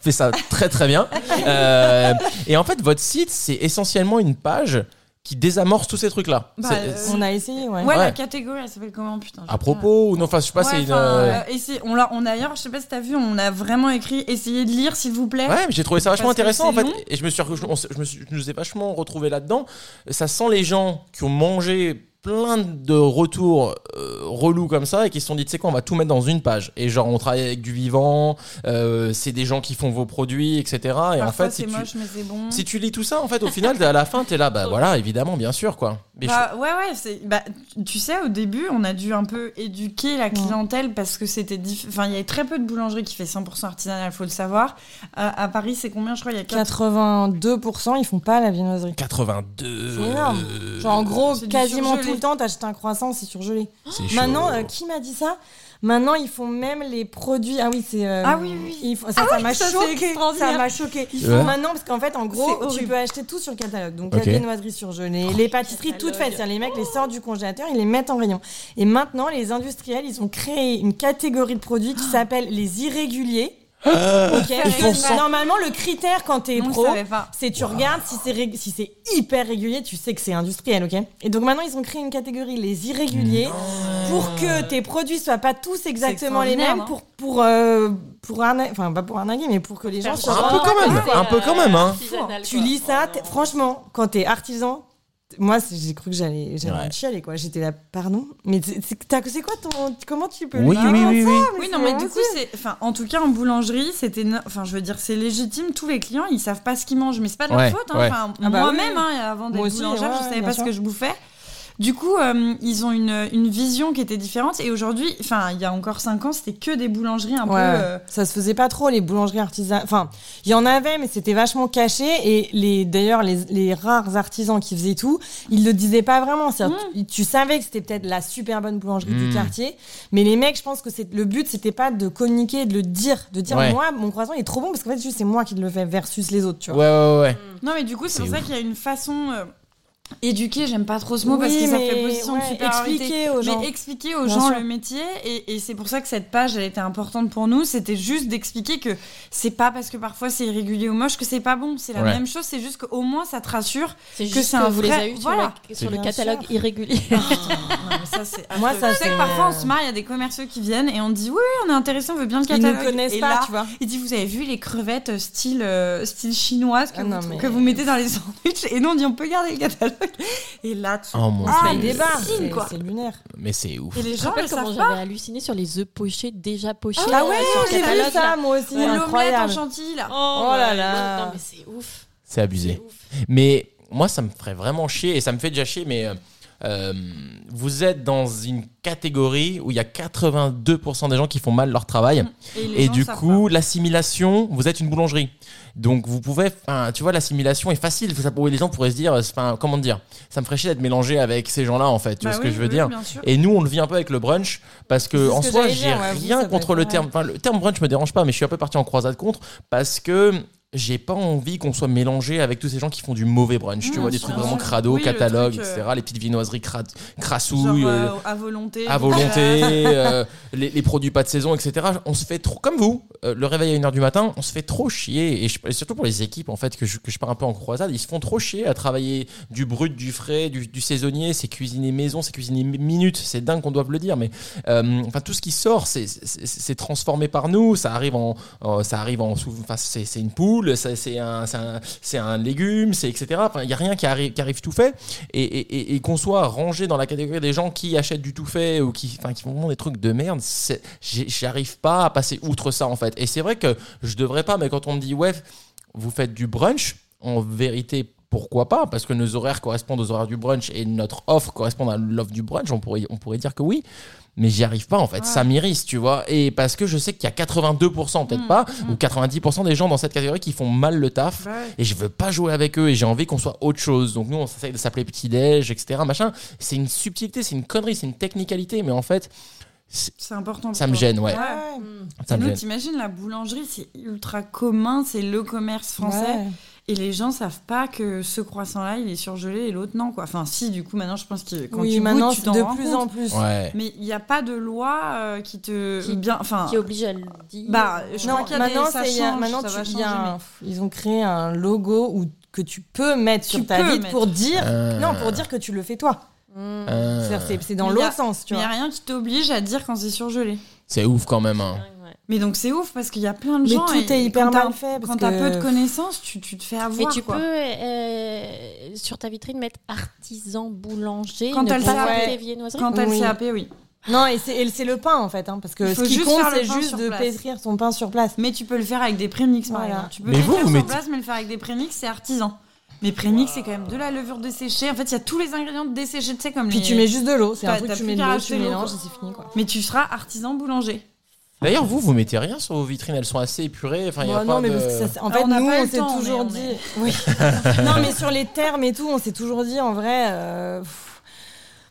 Speaker 1: fait ça très très bien. Euh, et en fait, votre site, c'est essentiellement une page qui désamorce tous ces trucs-là.
Speaker 2: Bah,
Speaker 1: C'est-
Speaker 2: euh,
Speaker 1: c'est-
Speaker 3: On a essayé, ouais.
Speaker 2: Ouais, la
Speaker 1: Ouais.
Speaker 2: catégorie, elle s'appelle comment, putain je sais
Speaker 1: à
Speaker 2: pas.
Speaker 1: propos ou non, enfin, je sais pas,
Speaker 2: Ouais,
Speaker 1: c'est une.
Speaker 2: enfin,
Speaker 1: euh,
Speaker 2: euh, essaye- on l'a, on d'ailleurs, je sais pas si t'as vu, on a vraiment écrit essayez de lire, s'il vous plaît.
Speaker 1: Ouais, mais j'ai trouvé ça vachement
Speaker 2: Parce que
Speaker 1: intéressant en
Speaker 2: c'est
Speaker 1: fait.
Speaker 2: long.
Speaker 1: Et je me suis, je, on s- je me suis- je nous ai vachement retrouvé là-dedans. Ça sent les gens qui ont mangé plein de retours euh, relous comme ça et qui se sont dit, tu sais quoi, on va tout mettre dans une page. Et genre, on travaille avec du vivant, euh, c'est des gens qui font vos produits, etc. Et en
Speaker 2: Parfois,
Speaker 1: fait, si
Speaker 2: c'est
Speaker 1: tu,
Speaker 2: moche, mais c'est bon.
Speaker 1: si tu lis tout ça, en fait, au final, t'es à la fin, t'es là, bah voilà, évidemment, bien sûr, quoi. Mais je-
Speaker 2: Bah, ouais, ouais, c'est, bah, tu sais, au début, on a dû un peu éduquer la clientèle parce que c'était. diff- Enfin, il y avait très peu de boulangeries qui fait 100% artisanal, faut le savoir. Euh, À- à Paris, c'est combien Je crois il y a 4
Speaker 3: 82%, ils font pas la viennoiserie.
Speaker 1: 82.
Speaker 3: C'est énorme.
Speaker 1: Euh,
Speaker 3: Genre, en gros,
Speaker 2: c'est du
Speaker 3: quasiment
Speaker 2: surgelé.
Speaker 3: tout le temps, t'achètes un croissant, c'est surgelé.
Speaker 1: C'est chaud.
Speaker 3: Maintenant, euh, qui m'a dit ça Maintenant, ils font même les produits. Ah oui, c'est. euh,
Speaker 2: Ah oui, oui, oui.
Speaker 3: ils font- Ça ça m'a
Speaker 2: ça, c'est
Speaker 3: choqué.
Speaker 2: extraordinaire.
Speaker 3: Ça m'a choqué. Ils
Speaker 1: Ouais.
Speaker 3: font maintenant, parce qu'en fait, en
Speaker 2: C'est
Speaker 3: gros, tu
Speaker 2: horrible.
Speaker 3: peux acheter tout sur le catalogue. Donc,
Speaker 1: Ok. Oh,
Speaker 3: la viennoiserie surgelée, les pâtisseries toutes faites. C'est-à-dire, Les mecs les sortent du congélateur, ils les mettent en rayon. Et maintenant, les industriels, ils ont créé une catégorie de produits qui s'appelle les irréguliers.
Speaker 1: Ah
Speaker 3: Ok.
Speaker 2: Ils font ça.
Speaker 3: Normalement, le critère quand t'es
Speaker 2: on le
Speaker 3: pro,
Speaker 2: savait pas.
Speaker 3: c'est tu regardes si c'est rég- si c'est hyper régulier, tu sais que c'est industriel, ok Et donc maintenant ils ont créé une catégorie les irréguliers pour que tes produits soient pas tous exactement les
Speaker 2: Mm. extraordinaire,
Speaker 3: mêmes
Speaker 2: hein.
Speaker 3: pour pour euh, pour arna- enfin pas pour arnaquer mais pour que les gens se
Speaker 1: Un peu
Speaker 3: rendent
Speaker 1: quand même,
Speaker 3: compte.
Speaker 1: un peu quand même, hein.
Speaker 3: Tu lis ça, t'es- franchement, quand t'es artisan. t- Moi, c'est- j'ai cru que j'allais j'allais
Speaker 1: Ouais.
Speaker 3: me chialer, quoi. J'étais là, pardon. Mais c'est- c'est t'as- c'est quoi ton. Comment tu peux
Speaker 1: Oui,
Speaker 3: le faire
Speaker 1: oui, oui,
Speaker 3: ça
Speaker 1: oui.
Speaker 3: Mais
Speaker 2: Oui,
Speaker 3: c'est
Speaker 2: non, mais
Speaker 3: mon
Speaker 2: du coup,
Speaker 3: Dieu.
Speaker 2: c'est. Enfin, en tout cas, en boulangerie, c'était. no- Enfin, je veux dire, c'est légitime. Tous les clients, ils savent pas ce qu'ils mangent. Mais c'est pas de leur
Speaker 1: Ouais,
Speaker 2: faute. hein.
Speaker 1: ouais.
Speaker 2: Enfin,
Speaker 3: Ah bah
Speaker 2: moi-même,
Speaker 3: oui.
Speaker 2: hein, avant d'être
Speaker 3: Moi aussi,
Speaker 2: boulangère,
Speaker 3: ouais,
Speaker 2: je savais
Speaker 3: bien
Speaker 2: pas
Speaker 3: sûr.
Speaker 2: ce que je bouffais. Du coup, euh, ils ont une, une vision qui était différente. Et aujourd'hui, enfin, il y a encore 5 ans, c'était que des boulangeries un peu.
Speaker 3: Ouais,
Speaker 2: euh,
Speaker 3: ça se faisait pas trop les boulangeries artisanales. Enfin, il y en avait, mais c'était vachement caché. Et les, d'ailleurs, les, les rares artisans qui faisaient tout, ils le disaient pas vraiment. C'est-à-dire,
Speaker 2: Mm.
Speaker 3: Tu, tu savais que c'était peut-être la super bonne boulangerie
Speaker 1: Mm.
Speaker 3: du quartier, mais les mecs, je pense que c'est le but, c'était pas de communiquer, et de le dire, de dire
Speaker 1: Ouais.
Speaker 3: moi mon croissant il est trop bon parce qu'en fait juste c'est moi qui le fais versus les autres, tu
Speaker 1: Ouais,
Speaker 3: vois.
Speaker 1: ouais, ouais.
Speaker 2: Non, mais du coup, c'est
Speaker 1: C'est
Speaker 2: pour ça
Speaker 1: ouf.
Speaker 2: qu'il y a une façon. euh, Éduquer, j'aime pas trop ce mot parce
Speaker 3: Oui,
Speaker 2: que ça
Speaker 3: mais
Speaker 2: fait position de
Speaker 3: ouais,
Speaker 2: supériorité.
Speaker 3: expliquer aux gens.
Speaker 2: Mais expliquer aux
Speaker 3: Bien
Speaker 2: gens
Speaker 3: sûr.
Speaker 2: le métier, et, et c'est pour ça que cette page, elle était importante pour nous. C'était juste d'expliquer que c'est pas parce que parfois c'est irrégulier ou moche que c'est pas bon. C'est la
Speaker 1: Ouais.
Speaker 2: même chose, c'est juste qu'au moins ça te rassure.
Speaker 4: C'est
Speaker 2: que
Speaker 4: juste
Speaker 2: c'est
Speaker 4: que
Speaker 2: un
Speaker 4: vous les
Speaker 2: vrai-
Speaker 4: avez eu sur
Speaker 2: voilà.
Speaker 4: le- sur le
Speaker 3: Bien
Speaker 4: catalogue
Speaker 3: sûr.
Speaker 4: irrégulier.
Speaker 2: Non, mais ça, c'est
Speaker 3: Moi, ça,
Speaker 2: Tu sais que
Speaker 3: c'est-
Speaker 2: parfois on se marre, il y a des commerciaux qui viennent et on dit oui, on est intéressé, on veut bien le
Speaker 3: Ils
Speaker 2: catalogue.
Speaker 3: ne connaissent
Speaker 2: et
Speaker 3: pas,
Speaker 2: là,
Speaker 3: tu vois.
Speaker 2: il dit vous avez vu les crevettes euh, style euh, style chinoise que,
Speaker 3: Ah
Speaker 2: vous,
Speaker 3: non, mais-
Speaker 2: que vous mettez dans les sandwichs et nous on dit on peut garder le catalogue et là tu
Speaker 1: Oh mon
Speaker 2: Ah,
Speaker 3: Ils
Speaker 1: dieu.
Speaker 2: mais-
Speaker 3: débarquent,
Speaker 2: signe,
Speaker 3: c'est-
Speaker 2: quoi.
Speaker 3: c'est lunaire.
Speaker 1: Mais c'est ouf.
Speaker 2: et les
Speaker 4: Je
Speaker 2: gens le
Speaker 4: rappelle comment
Speaker 2: savent pas
Speaker 4: j'avais halluciné sur les œufs pochés déjà pochés.
Speaker 3: Ah ouais,
Speaker 4: sur
Speaker 3: j'ai vu
Speaker 4: catalogue, là.
Speaker 3: ça moi aussi,
Speaker 2: Ou l'omelette en
Speaker 3: incroyable.
Speaker 2: chantilly là
Speaker 4: Oh,
Speaker 3: Oh là
Speaker 4: ouais,
Speaker 3: là.
Speaker 4: Non mais c'est ouf.
Speaker 1: C'est abusé.
Speaker 4: C'est ouf.
Speaker 1: Mais moi, ça me ferait vraiment chier et ça me fait déjà chier, mais. euh, euh, vous êtes dans une catégorie où il y a 82% des gens qui font mal leur travail
Speaker 2: les
Speaker 1: et
Speaker 2: gens
Speaker 1: du
Speaker 2: savent
Speaker 1: coup l'assimilation vous êtes une boulangerie donc vous pouvez enfin, tu vois l'assimilation est facile Ça pourrait- les gens pourraient se dire enfin, comment dire ça me ferait chier d'être mélangé avec ces gens là en fait tu
Speaker 2: Bah
Speaker 1: vois ce
Speaker 2: oui,
Speaker 1: que je veux
Speaker 2: oui,
Speaker 1: dire
Speaker 2: bien sûr.
Speaker 1: et nous, on le vit un peu avec le brunch parce
Speaker 3: C'est
Speaker 1: que
Speaker 3: ce
Speaker 1: en
Speaker 3: que
Speaker 1: soi,
Speaker 3: j'allais
Speaker 1: j'ai
Speaker 3: dire, ouais, vous,
Speaker 1: rien
Speaker 3: ça peut
Speaker 1: contre
Speaker 3: être
Speaker 1: le
Speaker 3: pas
Speaker 1: terme. Enfin, le terme brunch me dérange pas, mais je suis un peu parti en croisade contre parce que j'ai pas envie qu'on soit mélangé avec tous ces gens qui font du mauvais brunch. tu
Speaker 2: Mmh,
Speaker 1: vois, des
Speaker 2: bien
Speaker 1: trucs
Speaker 2: sûr.
Speaker 1: vraiment crado,
Speaker 2: Oui, le
Speaker 1: catalogue,
Speaker 2: truc, euh,
Speaker 1: etc. Les petites viennoiseries cra-
Speaker 2: Genre,
Speaker 1: crassouilles. euh,
Speaker 2: euh, à volonté.
Speaker 1: à volonté, euh, les, les produits pas de saison, etc. On se fait trop, comme vous, euh, le réveil à 1h du matin, on se fait trop chier. Et, je- et surtout pour les équipes, en fait, que je, que je pars un peu en croisade, ils se font trop chier à travailler du brut, du frais, du, du saisonnier, c'est cuisiner maison, c'est cuisiner mi- minute. C'est dingue qu'on doive le dire, mais euh, enfin, tout ce qui sort, c'est- c'est c'est transformé par nous. Ça arrive en, en- ça arrive en, sous- enfin, c'est c'est une poule, ça- c'est un, c'est un, c'est un légume, c'est etc. Enfin, il n'y a rien qui arrive, qui arrive tout fait et, et- et- et qu'on soit rangé dans la catégorie des gens qui achètent du tout fait ou qui, enfin, qui font vraiment des trucs de merde, c'est- j'ai- j'arrive pas à passer outre ça en fait. Et c'est vrai que je devrais pas, mais quand on me dit ouais, vous faites du brunch, en vérité, pourquoi pas Parce que nos horaires correspondent aux horaires du brunch et notre offre correspond à l'offre du brunch, on pourrait, on pourrait dire que oui. Mais j'y arrive pas en fait,
Speaker 2: Ouais.
Speaker 1: ça m'irrisse, tu vois. Et parce que je sais qu'il y a 82%, peut-être
Speaker 2: Mm,
Speaker 1: pas,
Speaker 2: mm.
Speaker 1: ou 90% des gens dans cette catégorie qui font mal le taf
Speaker 2: Bah ouais.
Speaker 1: et je veux pas jouer avec eux et j'ai envie qu'on soit autre chose. Donc nous, on essaye de s'appeler petit déj, etc. Machin. C'est une subtilité, c'est une connerie, c'est une technicalité, mais en fait,
Speaker 2: C'est important. pour
Speaker 1: ça me
Speaker 2: toi.
Speaker 1: gêne, ouais.
Speaker 3: Ouais.
Speaker 1: Ça me
Speaker 2: Nous,
Speaker 1: gêne.
Speaker 2: t'imagines, la boulangerie, c'est ultra commun, c'est le commerce français.
Speaker 3: Ouais.
Speaker 2: Et les gens savent pas que ce croissant-là, il est surgelé et l'autre non, quoi. Enfin, si, du coup, maintenant, je pense que quand
Speaker 3: oui,
Speaker 2: tu
Speaker 3: maintenant,
Speaker 2: goûtes, tu t'en rends
Speaker 3: de plus
Speaker 2: compte.
Speaker 3: en plus.
Speaker 1: Ouais.
Speaker 2: Mais il n'y a pas de loi euh, qui te...
Speaker 4: Qui-
Speaker 2: bien, enfin,
Speaker 4: Qui est obligé à le dire.
Speaker 2: Ah. Bah, je
Speaker 3: Non,
Speaker 2: crois qu'il y a
Speaker 3: maintenant,
Speaker 2: des- ça
Speaker 3: c'est- il y a-
Speaker 2: change,
Speaker 3: maintenant,
Speaker 2: ça
Speaker 3: tu-
Speaker 2: va
Speaker 3: il y
Speaker 2: changer,
Speaker 3: a un- ils ont créé un logo où, que tu peux mettre
Speaker 2: Tu
Speaker 3: sur ta
Speaker 2: peux
Speaker 3: vitre
Speaker 2: mettre.
Speaker 3: pour dire.
Speaker 1: Euh,
Speaker 3: Non, pour dire que tu le fais toi.
Speaker 4: Mm.
Speaker 1: euh,
Speaker 3: C'est-à-dire, C'est c'est dans
Speaker 2: Mais il y a-
Speaker 3: l'autre sens, tu
Speaker 2: mais il n'y a
Speaker 3: vois.
Speaker 2: rien qui t'oblige à dire quand c'est surgelé.
Speaker 1: c'est ouf quand même. hein.
Speaker 4: Ouais.
Speaker 2: Mais donc, c'est ouf, parce qu'il y a plein de
Speaker 3: Mais
Speaker 2: gens...
Speaker 3: tout
Speaker 2: et-
Speaker 3: est
Speaker 2: et
Speaker 3: hyper
Speaker 2: quand t'as-
Speaker 3: mal fait. parce
Speaker 2: Quand t'as peu
Speaker 3: que-
Speaker 2: de connaissances, tu, tu te fais avoir,
Speaker 4: Mais tu
Speaker 2: quoi.
Speaker 4: peux euh, sur ta vitrine mettre artisan boulanger.
Speaker 2: Quand
Speaker 4: ne
Speaker 2: elle
Speaker 4: pas
Speaker 2: s'appelle-
Speaker 4: faire
Speaker 3: Ouais.
Speaker 4: des viennoiseries.
Speaker 2: Quand t'as
Speaker 3: Oui.
Speaker 2: le CAP, oui.
Speaker 3: Non, et c'est et c'est le pain en fait, hein, parce que
Speaker 2: Il
Speaker 3: ce
Speaker 2: faut
Speaker 3: qui
Speaker 2: juste
Speaker 3: compte,
Speaker 2: faire le
Speaker 3: c'est
Speaker 2: pain
Speaker 3: juste
Speaker 2: sur
Speaker 3: de
Speaker 2: place.
Speaker 3: pétrir son pain sur place.
Speaker 2: Mais tu peux le faire avec des prémix, par
Speaker 3: Voilà.
Speaker 2: exemple. Tu peux
Speaker 1: Mais
Speaker 2: pas
Speaker 1: vous,
Speaker 2: le faire
Speaker 1: vous
Speaker 2: sur
Speaker 1: mettez-
Speaker 2: place, mais le faire avec des prémix, c'est artisan. Mais prémix, c'est quand même de la levure desséchée. En fait, il y a tous les ingrédients desséchés, tu sais, comme
Speaker 3: Puis
Speaker 2: les-
Speaker 3: tu mets juste de l'eau, c'est
Speaker 2: T'as-
Speaker 3: un truc
Speaker 2: t'as
Speaker 3: tu
Speaker 2: plus
Speaker 3: mets de
Speaker 2: qu'à
Speaker 3: l'eau, tu
Speaker 2: rajouter l'eau,
Speaker 3: mélanges et
Speaker 2: quoi.
Speaker 3: c'est fini quoi.
Speaker 2: Mais tu seras artisan boulanger.
Speaker 1: D'ailleurs, vous, vous mettez rien sur vos vitrines, elles sont assez épurées. Enfin, il y a
Speaker 3: Bon,
Speaker 1: pas
Speaker 3: Bah non, mais
Speaker 1: de-
Speaker 3: parce que ça, en
Speaker 2: Alors,
Speaker 3: fait,
Speaker 2: Ah, on n'a
Speaker 3: nous,
Speaker 2: pas eu
Speaker 3: on
Speaker 2: le
Speaker 3: s'est
Speaker 2: temps,
Speaker 3: toujours dit.
Speaker 2: mais on est-
Speaker 3: Oui. non, mais sur les termes et tout, on s'est toujours dit, en vrai. euh, pff,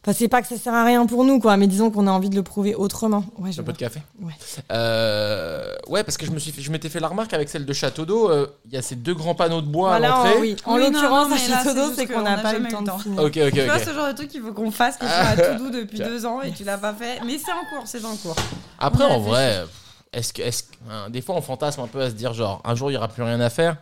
Speaker 3: Enfin, c'est pas que ça sert à rien pour nous, quoi, mais disons qu'on a envie de le prouver autrement. Ouais, je
Speaker 1: Un peu de café.
Speaker 3: Ouais.
Speaker 1: Euh, ouais, parce que je me suis, fait- je m'étais fait la remarque avec celle de Château d'eau. euh, Il y a ces deux grands panneaux de bois
Speaker 3: Voilà,
Speaker 1: à
Speaker 3: en,
Speaker 1: l'entrée. Ah
Speaker 3: oui. en
Speaker 2: Oui, non,
Speaker 3: l'occurrence,
Speaker 2: non,
Speaker 3: à
Speaker 2: mais là,
Speaker 3: Château
Speaker 2: c'est
Speaker 3: d'eau,
Speaker 2: juste
Speaker 3: c'est qu'on
Speaker 2: qu'on
Speaker 3: n'a
Speaker 2: n'a
Speaker 3: pas eu
Speaker 2: jamais
Speaker 3: le temps de finir.
Speaker 1: Ok, ok,
Speaker 2: Tu vois,
Speaker 1: ok.
Speaker 2: ce genre de truc, il faut qu'on fasse, que je fais un tout doux depuis deux ans et tu l'as pas fait. Mais c'est en cours, c'est en cours.
Speaker 1: Après,
Speaker 2: On a
Speaker 1: en vrai, euh, est-ce que, est-ce que- hein, des fois, on fantasme un peu à se dire, genre, un jour, il n'y aura plus rien à faire.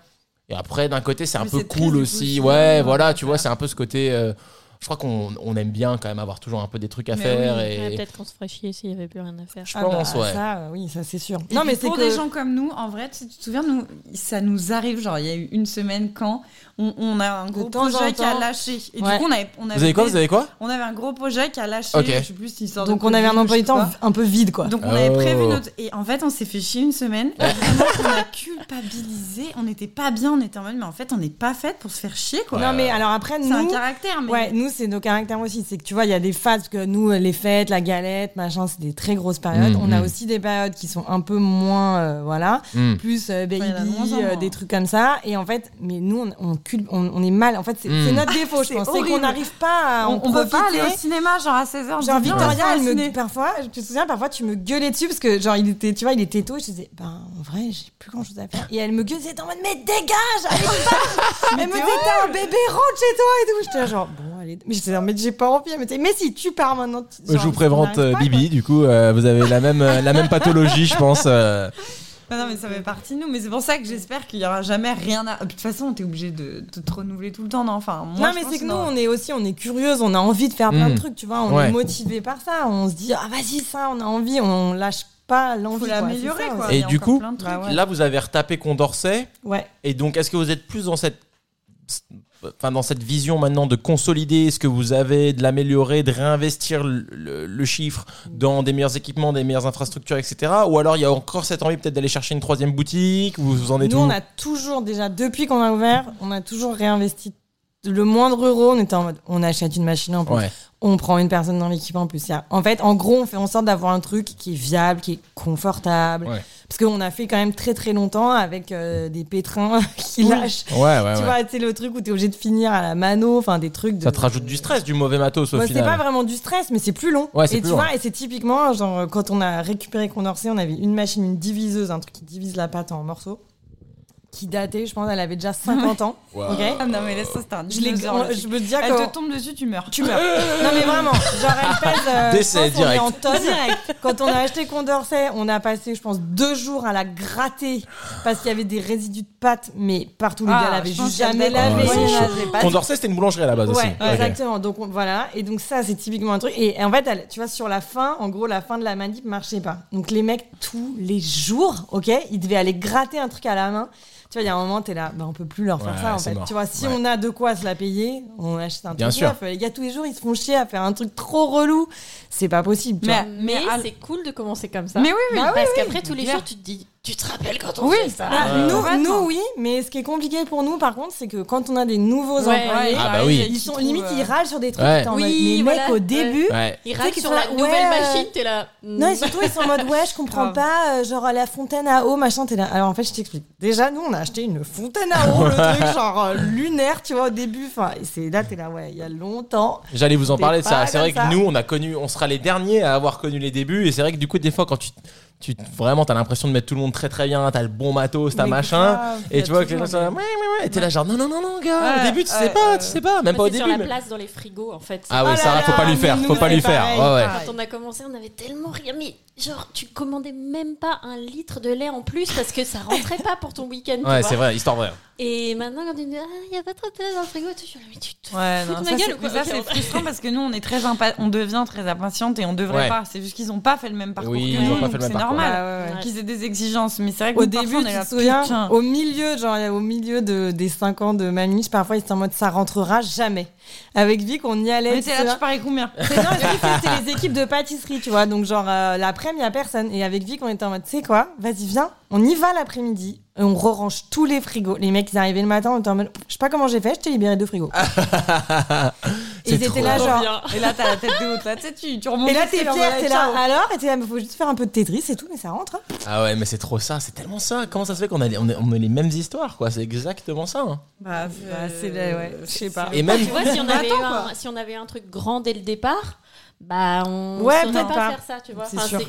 Speaker 1: Et après, d'un côté, c'est un
Speaker 2: Mais
Speaker 1: peu
Speaker 2: c'est triste,
Speaker 1: cool
Speaker 2: du coup,
Speaker 1: aussi.
Speaker 2: sinon,
Speaker 1: ouais,
Speaker 2: euh,
Speaker 1: voilà, tu vois, c'est un peu ce côté. euh, je crois qu'on on aime bien quand même avoir toujours un peu des trucs à
Speaker 2: Mais
Speaker 1: faire.
Speaker 2: oui,
Speaker 1: et...
Speaker 4: Ouais, Peut-être qu'on se ferait chier s'il n'y avait plus rien à faire.
Speaker 1: je
Speaker 3: Ah bah,
Speaker 1: pense, ouais.
Speaker 3: Ça, euh, oui, ça c'est sûr.
Speaker 2: Et
Speaker 3: non,
Speaker 2: puis
Speaker 3: mais c'est
Speaker 2: pour
Speaker 3: que.
Speaker 2: des gens comme nous, en vrai, tu tu te souviens, nous, ça nous arrive. Genre, il y a eu une semaine quand on, on a un gros
Speaker 3: temps en
Speaker 2: projet qui a
Speaker 3: temps.
Speaker 2: lâché. Et
Speaker 3: Ouais.
Speaker 2: du coup, on avait, on avait
Speaker 1: Vous avez quoi
Speaker 2: des-
Speaker 1: Vous avez quoi
Speaker 2: On avait un gros projet qui a lâché.
Speaker 1: Ok.
Speaker 2: Je sais plus si sort de
Speaker 3: Donc on avait un
Speaker 2: Covid ou
Speaker 3: emploi
Speaker 2: je
Speaker 3: du
Speaker 2: sais
Speaker 3: temps
Speaker 2: pas.
Speaker 3: un peu vide, quoi.
Speaker 2: Donc on avait prévu
Speaker 1: Oh.
Speaker 2: notre et en fait on s'est fait chier une semaine. Et vraiment, on a culpabilisé, on n'était pas bien, on était en mode mais en fait on n'est pas faite pour se faire chier quoi.
Speaker 1: Euh,
Speaker 3: Non, mais alors après,
Speaker 2: C'est un
Speaker 3: nous,
Speaker 2: caractère mais
Speaker 3: Ouais, nous, c'est nos caractères aussi. C'est que tu vois, il y a des phases que nous, euh, les fêtes, la galette, machin, c'est des très grosses périodes.
Speaker 1: Mhm.
Speaker 3: On a aussi des périodes qui sont un peu moins, euh, voilà,
Speaker 1: Hmm.
Speaker 3: plus euh, baby,
Speaker 2: il y en a de bah, moins en
Speaker 3: euh,
Speaker 2: moins.
Speaker 3: des trucs comme ça. Et en fait, mais nous, on, on, cul- on, on est mal. En fait, c'est
Speaker 1: Mhm.
Speaker 3: c'est notre défaut, je
Speaker 2: Ah, c'est
Speaker 3: pense. C'est qu'on
Speaker 2: horrible.
Speaker 3: n'arrive pas à en
Speaker 2: on, on peut pas
Speaker 3: profiter.
Speaker 2: aller au cinéma genre à 16h.
Speaker 3: Genre Victoria, elle me parfois, je te souviens, parfois tu me gueulais dessus parce que genre il était, tu vois, il était tôt. Je disais, ben en vrai, j'ai plus grand chose à faire. Et elle me gueulait, en mode, mais dégage, allez, va Elle me disait, t'es un bébé, rentre chez toi et tout. J'étais là, genre, bon, allez, mais j'étais là, mais j'ai pas envie. Elle me disait, mais si tu pars maintenant, tu-
Speaker 5: Je
Speaker 3: genre,
Speaker 5: vous
Speaker 3: on
Speaker 5: prévente
Speaker 3: n'arrive
Speaker 5: euh,
Speaker 3: pas,
Speaker 5: Bibi, du coup, euh, vous avez la même, euh, la même pathologie, je pense. euh.
Speaker 2: Bah non mais ça fait partie de nous mais c'est pour ça que j'espère qu'il y aura jamais rien à de toute façon t'es obligé de, de te renouveler tout le temps non
Speaker 3: quoi.
Speaker 2: enfin moi,
Speaker 3: Non
Speaker 2: je
Speaker 3: mais
Speaker 2: pense
Speaker 3: c'est que
Speaker 2: que
Speaker 3: nous on est aussi on est curieuse on a envie de faire plein
Speaker 5: Mm.
Speaker 1: Mhm.
Speaker 3: de trucs tu vois on
Speaker 1: Ouais.
Speaker 3: est motivé par ça on se dit ah vas-y ça on a envie on lâche pas l'envie
Speaker 2: faut
Speaker 3: quoi, c'est
Speaker 2: l'améliorer
Speaker 3: ça,
Speaker 2: quoi.
Speaker 3: ouais.
Speaker 1: Et
Speaker 2: Il y a
Speaker 1: du
Speaker 2: encore
Speaker 1: coup,
Speaker 2: plein de
Speaker 3: bah
Speaker 2: trucs.
Speaker 3: ouais.
Speaker 1: Là, vous avez retapé Condorcet.
Speaker 3: ouais
Speaker 1: Et donc, est-ce que vous êtes plus dans cette. Enfin, dans cette vision maintenant de consolider ce que vous avez, de l'améliorer, de réinvestir le, le- le chiffre dans des meilleurs équipements, des meilleures infrastructures, etc. Ou alors il y a encore cette envie peut-être d'aller chercher une troisième boutique, vous vous en êtes
Speaker 3: Nous,
Speaker 1: où
Speaker 3: on a toujours, déjà, depuis qu'on a ouvert, on a toujours réinvesti le moindre euro. On était en mode, on achète une machine en plus,
Speaker 1: Ouais.
Speaker 3: on prend une personne dans l'équipe en plus. Il y a- En fait, en gros, on fait en sorte d'avoir un truc qui est viable, qui est confortable.
Speaker 1: Ouais.
Speaker 3: Parce qu'on a fait quand même très très longtemps avec euh, des pétrins qui
Speaker 2: Oui.
Speaker 3: lâchent.
Speaker 5: Ouais, ouais,
Speaker 3: Tu
Speaker 5: ouais.
Speaker 3: vois, c'est le truc où t'es obligé de finir à la mano, enfin des trucs de.
Speaker 1: Ah Ça te rajoute du stress, du mauvais matos au
Speaker 3: Ouais, c'est
Speaker 1: final.
Speaker 3: pas vraiment du stress, mais c'est plus long.
Speaker 1: Ouais, c'est
Speaker 3: et
Speaker 1: plus
Speaker 3: tu
Speaker 1: long.
Speaker 3: vois, et c'est typiquement, genre, euh, quand on a récupéré Condorcet, on avait une machine, une diviseuse, un truc qui divise la pâte en morceaux. qui datait, je pense, elle avait déjà 50 ans.
Speaker 6: Wow.
Speaker 3: Ok
Speaker 2: Ah non, mais laisse ça, c'est un
Speaker 3: Je, l'ai-
Speaker 2: dinosaure, là.
Speaker 3: je peux te dire
Speaker 2: Elle
Speaker 3: que
Speaker 2: te tombe dessus, tu meurs.
Speaker 3: tu meurs. Non mais vraiment, genre elle pèse. euh,
Speaker 1: Décès
Speaker 3: je pense qu'on est
Speaker 1: direct.
Speaker 3: en tonnes. Quand on a acheté Condorcet, on a passé, je pense, deux jours à la gratter parce qu'il y avait des résidus de pâtes, mais partout les
Speaker 2: Ah,
Speaker 3: gars l'avaient
Speaker 2: je pense
Speaker 3: juste
Speaker 2: qu'elle
Speaker 3: jamais
Speaker 2: date.
Speaker 3: lavé.
Speaker 1: Ouais, c'est
Speaker 3: elle
Speaker 1: chaud.
Speaker 3: l'avait pas
Speaker 1: Condorcet, c'était une boulangerie à la base aussi.
Speaker 3: Ouais,
Speaker 1: Ok.
Speaker 3: exactement. Donc on- voilà, et donc ça c'est typiquement un truc. Et, et en fait, elle- tu vois, sur la fin, en gros, la fin de la manip marchait pas. Donc les mecs tous les jours, ok, ils devaient aller gratter un truc à la main. Tu vois, il y a un moment, t'es là, bah, on peut plus leur faire
Speaker 1: Ouais,
Speaker 3: ça en
Speaker 1: c'est
Speaker 3: fait.
Speaker 1: mort.
Speaker 3: Tu vois, si
Speaker 1: Ouais.
Speaker 3: on a de quoi se la payer, on achète un
Speaker 1: Bien
Speaker 3: truc
Speaker 1: sûr.
Speaker 3: neuf. Les gars tous les jours, ils se font chier à faire un truc trop relou. C'est pas possible. tu
Speaker 2: Mais-
Speaker 3: vois.
Speaker 4: Mais
Speaker 2: à-
Speaker 4: c'est cool de commencer comme ça.
Speaker 2: Mais oui, bah oui.
Speaker 4: Parce qu'après, tous les
Speaker 2: Claire.
Speaker 4: jours, tu te dis, tu te rappelles quand on
Speaker 2: Oui. Ah.
Speaker 4: fait ça
Speaker 3: Bah,
Speaker 1: Ouais.
Speaker 3: nous,
Speaker 2: Complètement.
Speaker 3: nous, oui, mais ce qui est compliqué pour nous, par contre, c'est que quand on a des nouveaux
Speaker 4: Ouais.
Speaker 3: employés,
Speaker 1: Ah, bah oui.
Speaker 3: ils sont limite, ils râlent sur des trucs.
Speaker 1: Ouais.
Speaker 3: t'es en
Speaker 4: Oui,
Speaker 3: mode, mais
Speaker 4: voilà,
Speaker 3: mec, au
Speaker 4: ouais.
Speaker 3: début,
Speaker 1: Ouais.
Speaker 4: Ils
Speaker 3: Tu sais
Speaker 4: râlent
Speaker 3: qu'ils
Speaker 4: sur
Speaker 3: sont
Speaker 4: la
Speaker 3: là,
Speaker 4: nouvelle
Speaker 3: ouais,
Speaker 4: machine, t'es là.
Speaker 3: Non, et
Speaker 4: Mm.
Speaker 3: surtout, ils sont en mode, ouais, je comprends
Speaker 2: Grave.
Speaker 3: pas, euh, genre la fontaine à eau, machin, t'es là. Alors en fait, je t'explique. Déjà, nous, on a acheté une fontaine à eau, le truc, genre euh, lunaire, tu vois, au début. Enfin, et c'est là, t'es là, ouais, il y a longtemps.
Speaker 1: J'allais vous en
Speaker 3: T'es
Speaker 1: parler de ça.
Speaker 3: pas
Speaker 1: C'est vrai
Speaker 3: comme
Speaker 1: que
Speaker 3: ça.
Speaker 1: nous, on a connu, on sera les derniers à avoir connu les débuts. Et c'est vrai que du coup, des fois, quand tu, tu vraiment, t'as l'impression de mettre tout le monde très très bien, t'as le bon matos, t'as
Speaker 3: Mais
Speaker 1: machin.
Speaker 3: grave, y
Speaker 1: Et
Speaker 3: a
Speaker 1: tu vois que les
Speaker 3: toujours
Speaker 1: gens sont là, ouais,
Speaker 3: des-
Speaker 1: ouais, ouais. Et t'es là, genre, non, non, non, non, gars.
Speaker 2: Ouais,
Speaker 1: au début, tu sais
Speaker 2: ouais,
Speaker 1: pas,
Speaker 2: ouais.
Speaker 1: tu sais pas. Même pas
Speaker 4: Moi,
Speaker 1: au
Speaker 4: c'est
Speaker 1: début.
Speaker 4: sur la
Speaker 1: mais-
Speaker 4: place dans les frigos, en fait.
Speaker 1: Ah ouais,
Speaker 3: Oh là
Speaker 1: Sarah, faut
Speaker 3: là,
Speaker 1: pas lui
Speaker 3: mais
Speaker 1: faire.
Speaker 3: nous,
Speaker 1: Faut pas
Speaker 3: c'est
Speaker 1: lui faire.
Speaker 3: pareil.
Speaker 1: Ouais, ouais.
Speaker 3: Ah.
Speaker 4: Quand on a commencé, on avait tellement rien mis. Genre, tu commandais même pas un litre de lait en plus parce que ça rentrait pas pour ton week-end. tu
Speaker 1: Ouais,
Speaker 4: vois.
Speaker 1: c'est vrai, histoire vraie.
Speaker 4: Et maintenant, quand tu me dis, ah, il y a pas trop de place dans le frigo, et tout, je suis là, mais tu te fous
Speaker 2: Ouais, non,
Speaker 4: de
Speaker 2: ça,
Speaker 4: ma
Speaker 2: c'est-
Speaker 4: gueule ou quoi
Speaker 2: mais ça,
Speaker 4: Ok,
Speaker 2: c'est
Speaker 4: on-
Speaker 2: frustrant parce que nous on est très impa- on devient très impatiente et on devrait
Speaker 1: Ouais.
Speaker 2: pas. C'est juste qu'ils ont pas fait le même parcours
Speaker 1: Oui,
Speaker 2: que
Speaker 1: ils
Speaker 2: nous,
Speaker 1: ont pas
Speaker 2: donc
Speaker 1: fait le
Speaker 2: c'est
Speaker 1: même parcours.
Speaker 2: normal
Speaker 3: Bah Ouais, ouais, ouais.
Speaker 2: qu'ils aient des exigences. Mais c'est vrai que
Speaker 3: Au
Speaker 2: nous,
Speaker 3: début,
Speaker 2: parfois, on
Speaker 3: tu
Speaker 2: est là,
Speaker 3: te souviens,
Speaker 2: putain.
Speaker 3: au milieu, genre au milieu de, des 5 ans de mamie, parfois ils étaient en mode ça rentrera jamais. Avec Vic, on y allait.
Speaker 2: Mais
Speaker 3: tu
Speaker 2: t'es
Speaker 3: sais,
Speaker 2: là, tu paries combien
Speaker 3: C'est non, mais c'est- c'est les équipes de pâtisserie, tu vois. Donc, genre, euh, l'après-midi, il n'y a personne. Et avec Vic, on était en mode, tu sais quoi, vas-y, viens, on y va l'après-midi. Et on re-range tous les frigos. Les mecs, ils arrivaient le matin, on était en mode, je sais pas comment j'ai fait, je t'ai libéré deux frigos.
Speaker 2: Ah.
Speaker 3: Et
Speaker 1: C'est
Speaker 3: ils
Speaker 1: trop
Speaker 3: étaient là,
Speaker 1: drôle.
Speaker 3: genre.
Speaker 2: Et là, t'as la tête de haute, là, tu sais, tu- tu remontes.
Speaker 3: Et là,
Speaker 2: ici,
Speaker 3: t'es
Speaker 2: en
Speaker 3: fier,
Speaker 2: mode,
Speaker 3: t'es là.
Speaker 2: ciao.
Speaker 3: Alors, et t'es là, faut juste faire un peu de Tetris et tout, mais ça rentre. hein.
Speaker 1: Ah ouais, mais c'est trop ça, c'est tellement ça. Comment ça se fait qu'on a, les- on a- on a les mêmes histoires, quoi C'est exactement ça. hein.
Speaker 3: Bah, c'est là, ouais, je sais pas.
Speaker 1: Et même.
Speaker 4: Tu vois, si on, avait eu un, si on avait eu un truc grand dès le départ, bah on ne
Speaker 3: Ouais,
Speaker 4: saurait
Speaker 3: peut-être
Speaker 4: pas,
Speaker 3: pas.
Speaker 4: faire ça, tu vois.
Speaker 3: C'est sûr.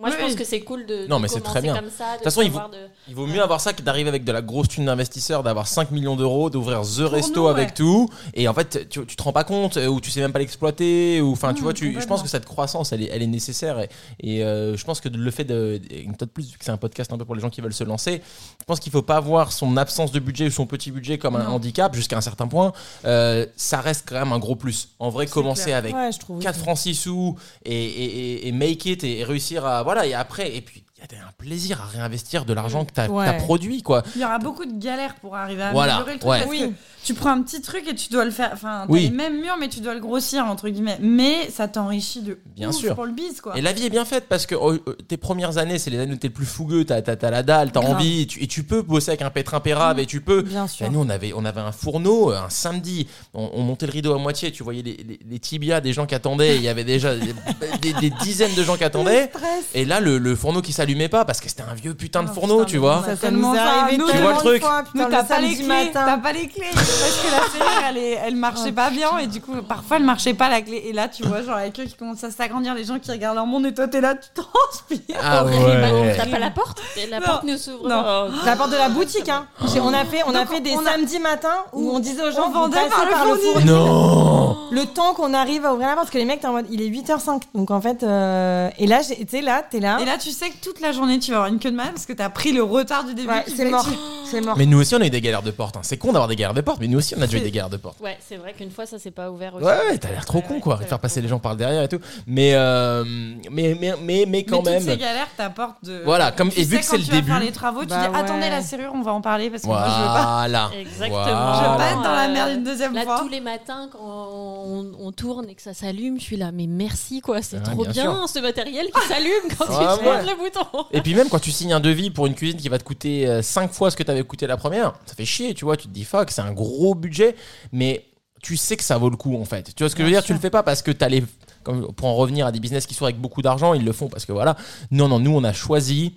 Speaker 4: Moi,
Speaker 2: Oui.
Speaker 4: je pense que c'est cool de,
Speaker 1: Non,
Speaker 4: de
Speaker 1: mais c'est
Speaker 4: commencer
Speaker 1: très bien.
Speaker 4: comme ça. De
Speaker 1: toute façon, ils
Speaker 4: savoir de-
Speaker 1: Il vaut mieux avoir ça que d'arriver avec de la grosse thune d'investisseur, d'avoir 5 millions d'euros, d'ouvrir The Resto
Speaker 2: nous,
Speaker 1: avec
Speaker 2: ouais.
Speaker 1: tout. Et en fait, tu, tu te rends pas compte, euh, ou tu sais même pas l'exploiter, ou enfin, tu vois, tu, je pense
Speaker 2: complètement.
Speaker 1: que cette croissance, elle est, elle est nécessaire. Et, et, euh, je pense que le fait de. et Peut-être plus, vu que c'est un podcast un peu pour les gens qui veulent se lancer, je pense qu'il faut pas voir son absence de budget ou son petit budget comme un
Speaker 2: Non.
Speaker 1: handicap jusqu'à un certain point. Euh, ça reste quand même un gros plus. En vrai, commencer avec
Speaker 3: Ouais, je trouve.
Speaker 1: 4 francs 6 sous et, et- et- et make it et, et réussir à. Voilà, et après, et puis il y a un plaisir à réinvestir de l'argent que tu as,
Speaker 3: Ouais.
Speaker 1: produit, quoi.
Speaker 2: Il y aura beaucoup de galères pour arriver à
Speaker 1: Voilà,
Speaker 2: améliorer le truc.
Speaker 1: ouais.
Speaker 2: parce que
Speaker 3: Oui.
Speaker 2: Tu prends un petit truc et tu dois le faire. Enfin, t'as
Speaker 1: Oui.
Speaker 2: les mêmes murs, mais tu dois le grossir, entre guillemets. Mais ça t'enrichit de
Speaker 1: Bien
Speaker 2: ouf
Speaker 1: sûr.
Speaker 2: pour le biz, quoi.
Speaker 1: Et la vie est bien faite parce que oh, euh, tes premières années, c'est les années où t'es le plus fougueux, t'as as, la dalle, t'as
Speaker 2: Grave.
Speaker 1: envie, et tu, et tu peux bosser avec un pétrin pérave et tu peux.
Speaker 3: Bien sûr.
Speaker 1: Bah, nous, on avait, on avait un fourneau euh, un samedi. On, on montait le rideau à moitié. Tu voyais les, les- les tibias des gens qui attendaient. Il y avait déjà des, des- des dizaines de gens qui attendaient.
Speaker 2: Bah,
Speaker 1: Et là, le, le fourneau qui s'allumait pas parce que c'était un vieux putain de
Speaker 2: Ah,
Speaker 1: fourneau,
Speaker 2: putain,
Speaker 1: tu
Speaker 2: mais
Speaker 1: vois.
Speaker 2: on a
Speaker 3: Ça, ça
Speaker 2: tellement
Speaker 3: nous est
Speaker 2: ça.
Speaker 3: arrivé
Speaker 2: Nous,
Speaker 1: tu vois le
Speaker 3: tellement de
Speaker 1: truc.
Speaker 3: fois, putain,
Speaker 2: Nous, t'as
Speaker 3: le
Speaker 2: pas les
Speaker 3: samedi
Speaker 2: clés,
Speaker 3: matin.
Speaker 2: t'as pas les clés parce que la serrure elle, est- elle marchait pas bien et du coup parfois elle marchait pas la clé et là tu vois genre avec eux qui commencent à s'agrandir les gens qui regardent leur monde et toi t'es là tu transpires.
Speaker 1: Ah
Speaker 4: Horrible.
Speaker 1: ouais.
Speaker 4: T'as pas la porte Et La
Speaker 2: Non.
Speaker 4: porte ne s'ouvre
Speaker 2: Non.
Speaker 4: pas.
Speaker 3: La porte de la boutique, hein. J'ai- On a fait, on a
Speaker 2: Donc,
Speaker 3: fait des
Speaker 2: on a-
Speaker 3: samedis matins où on disait aux gens,
Speaker 2: on vendait
Speaker 3: vous passez
Speaker 2: par le fournil.
Speaker 1: Non.
Speaker 3: Le temps qu'on arrive à ouvrir la porte, parce que les mecs, t'es en mode, il est 8h05. Donc en fait, euh, et là, j'ai- t'es là, t'es là.
Speaker 2: Et là tu sais que toute la journée tu vas avoir une queue de mal parce que t'as pris le retard du début.
Speaker 3: Ouais,
Speaker 2: qui
Speaker 3: c'est
Speaker 2: fait
Speaker 3: mort.
Speaker 2: que-
Speaker 3: C'est mort.
Speaker 1: Mais nous aussi, on a eu des galères de porte. hein. C'est con d'avoir des galères de porte, mais nous aussi, on a déjà eu
Speaker 2: C'est-
Speaker 1: des galères de porte.
Speaker 4: Ouais, c'est vrai qu'une fois, ça s'est pas ouvert
Speaker 1: Ouais,
Speaker 4: aussi.
Speaker 1: ouais, t'as l'air trop con, quoi, de faire passer les gens par derrière et tout. Mais, euh, mais, mais, mais, mais quand
Speaker 2: mais toutes ces
Speaker 1: même.
Speaker 2: galères t'apportent de.
Speaker 1: Voilà, comme,
Speaker 2: Tu
Speaker 1: et
Speaker 2: sais,
Speaker 1: vu que
Speaker 2: quand
Speaker 1: c'est le
Speaker 2: tu vas faire
Speaker 1: début.
Speaker 2: les travaux, tu
Speaker 3: Bah
Speaker 2: dis attendez
Speaker 3: ouais.
Speaker 2: la serrure, on va en parler parce que moi je veux pas.
Speaker 1: Voilà.
Speaker 4: Exactement.
Speaker 2: Je veux pas
Speaker 1: Voilà.
Speaker 2: être dans la merde une deuxième
Speaker 4: Là,
Speaker 2: fois.
Speaker 4: tous les matins, quand on, on tourne et que ça s'allume, je suis là, mais merci, quoi. C'est
Speaker 1: Ouais,
Speaker 4: trop
Speaker 1: bien
Speaker 4: bien, ce matériel qui s'allume quand
Speaker 1: Ah
Speaker 4: tu
Speaker 1: ouais.
Speaker 4: tournes le bouton.
Speaker 1: Et puis même quand tu signes un devis pour une cuisine qui va te coûter 5 fois ce que t'avais coûté la première, ça fait chier, tu vois, tu te dis fuck, c'est un gros budget, mais tu sais que ça vaut le coup en fait. Tu vois ce que je veux dire Tu le fais pas parce que t'as les... Comme pour en revenir à des business qui sont avec beaucoup d'argent, ils le font parce que voilà. Non, non, nous on a choisi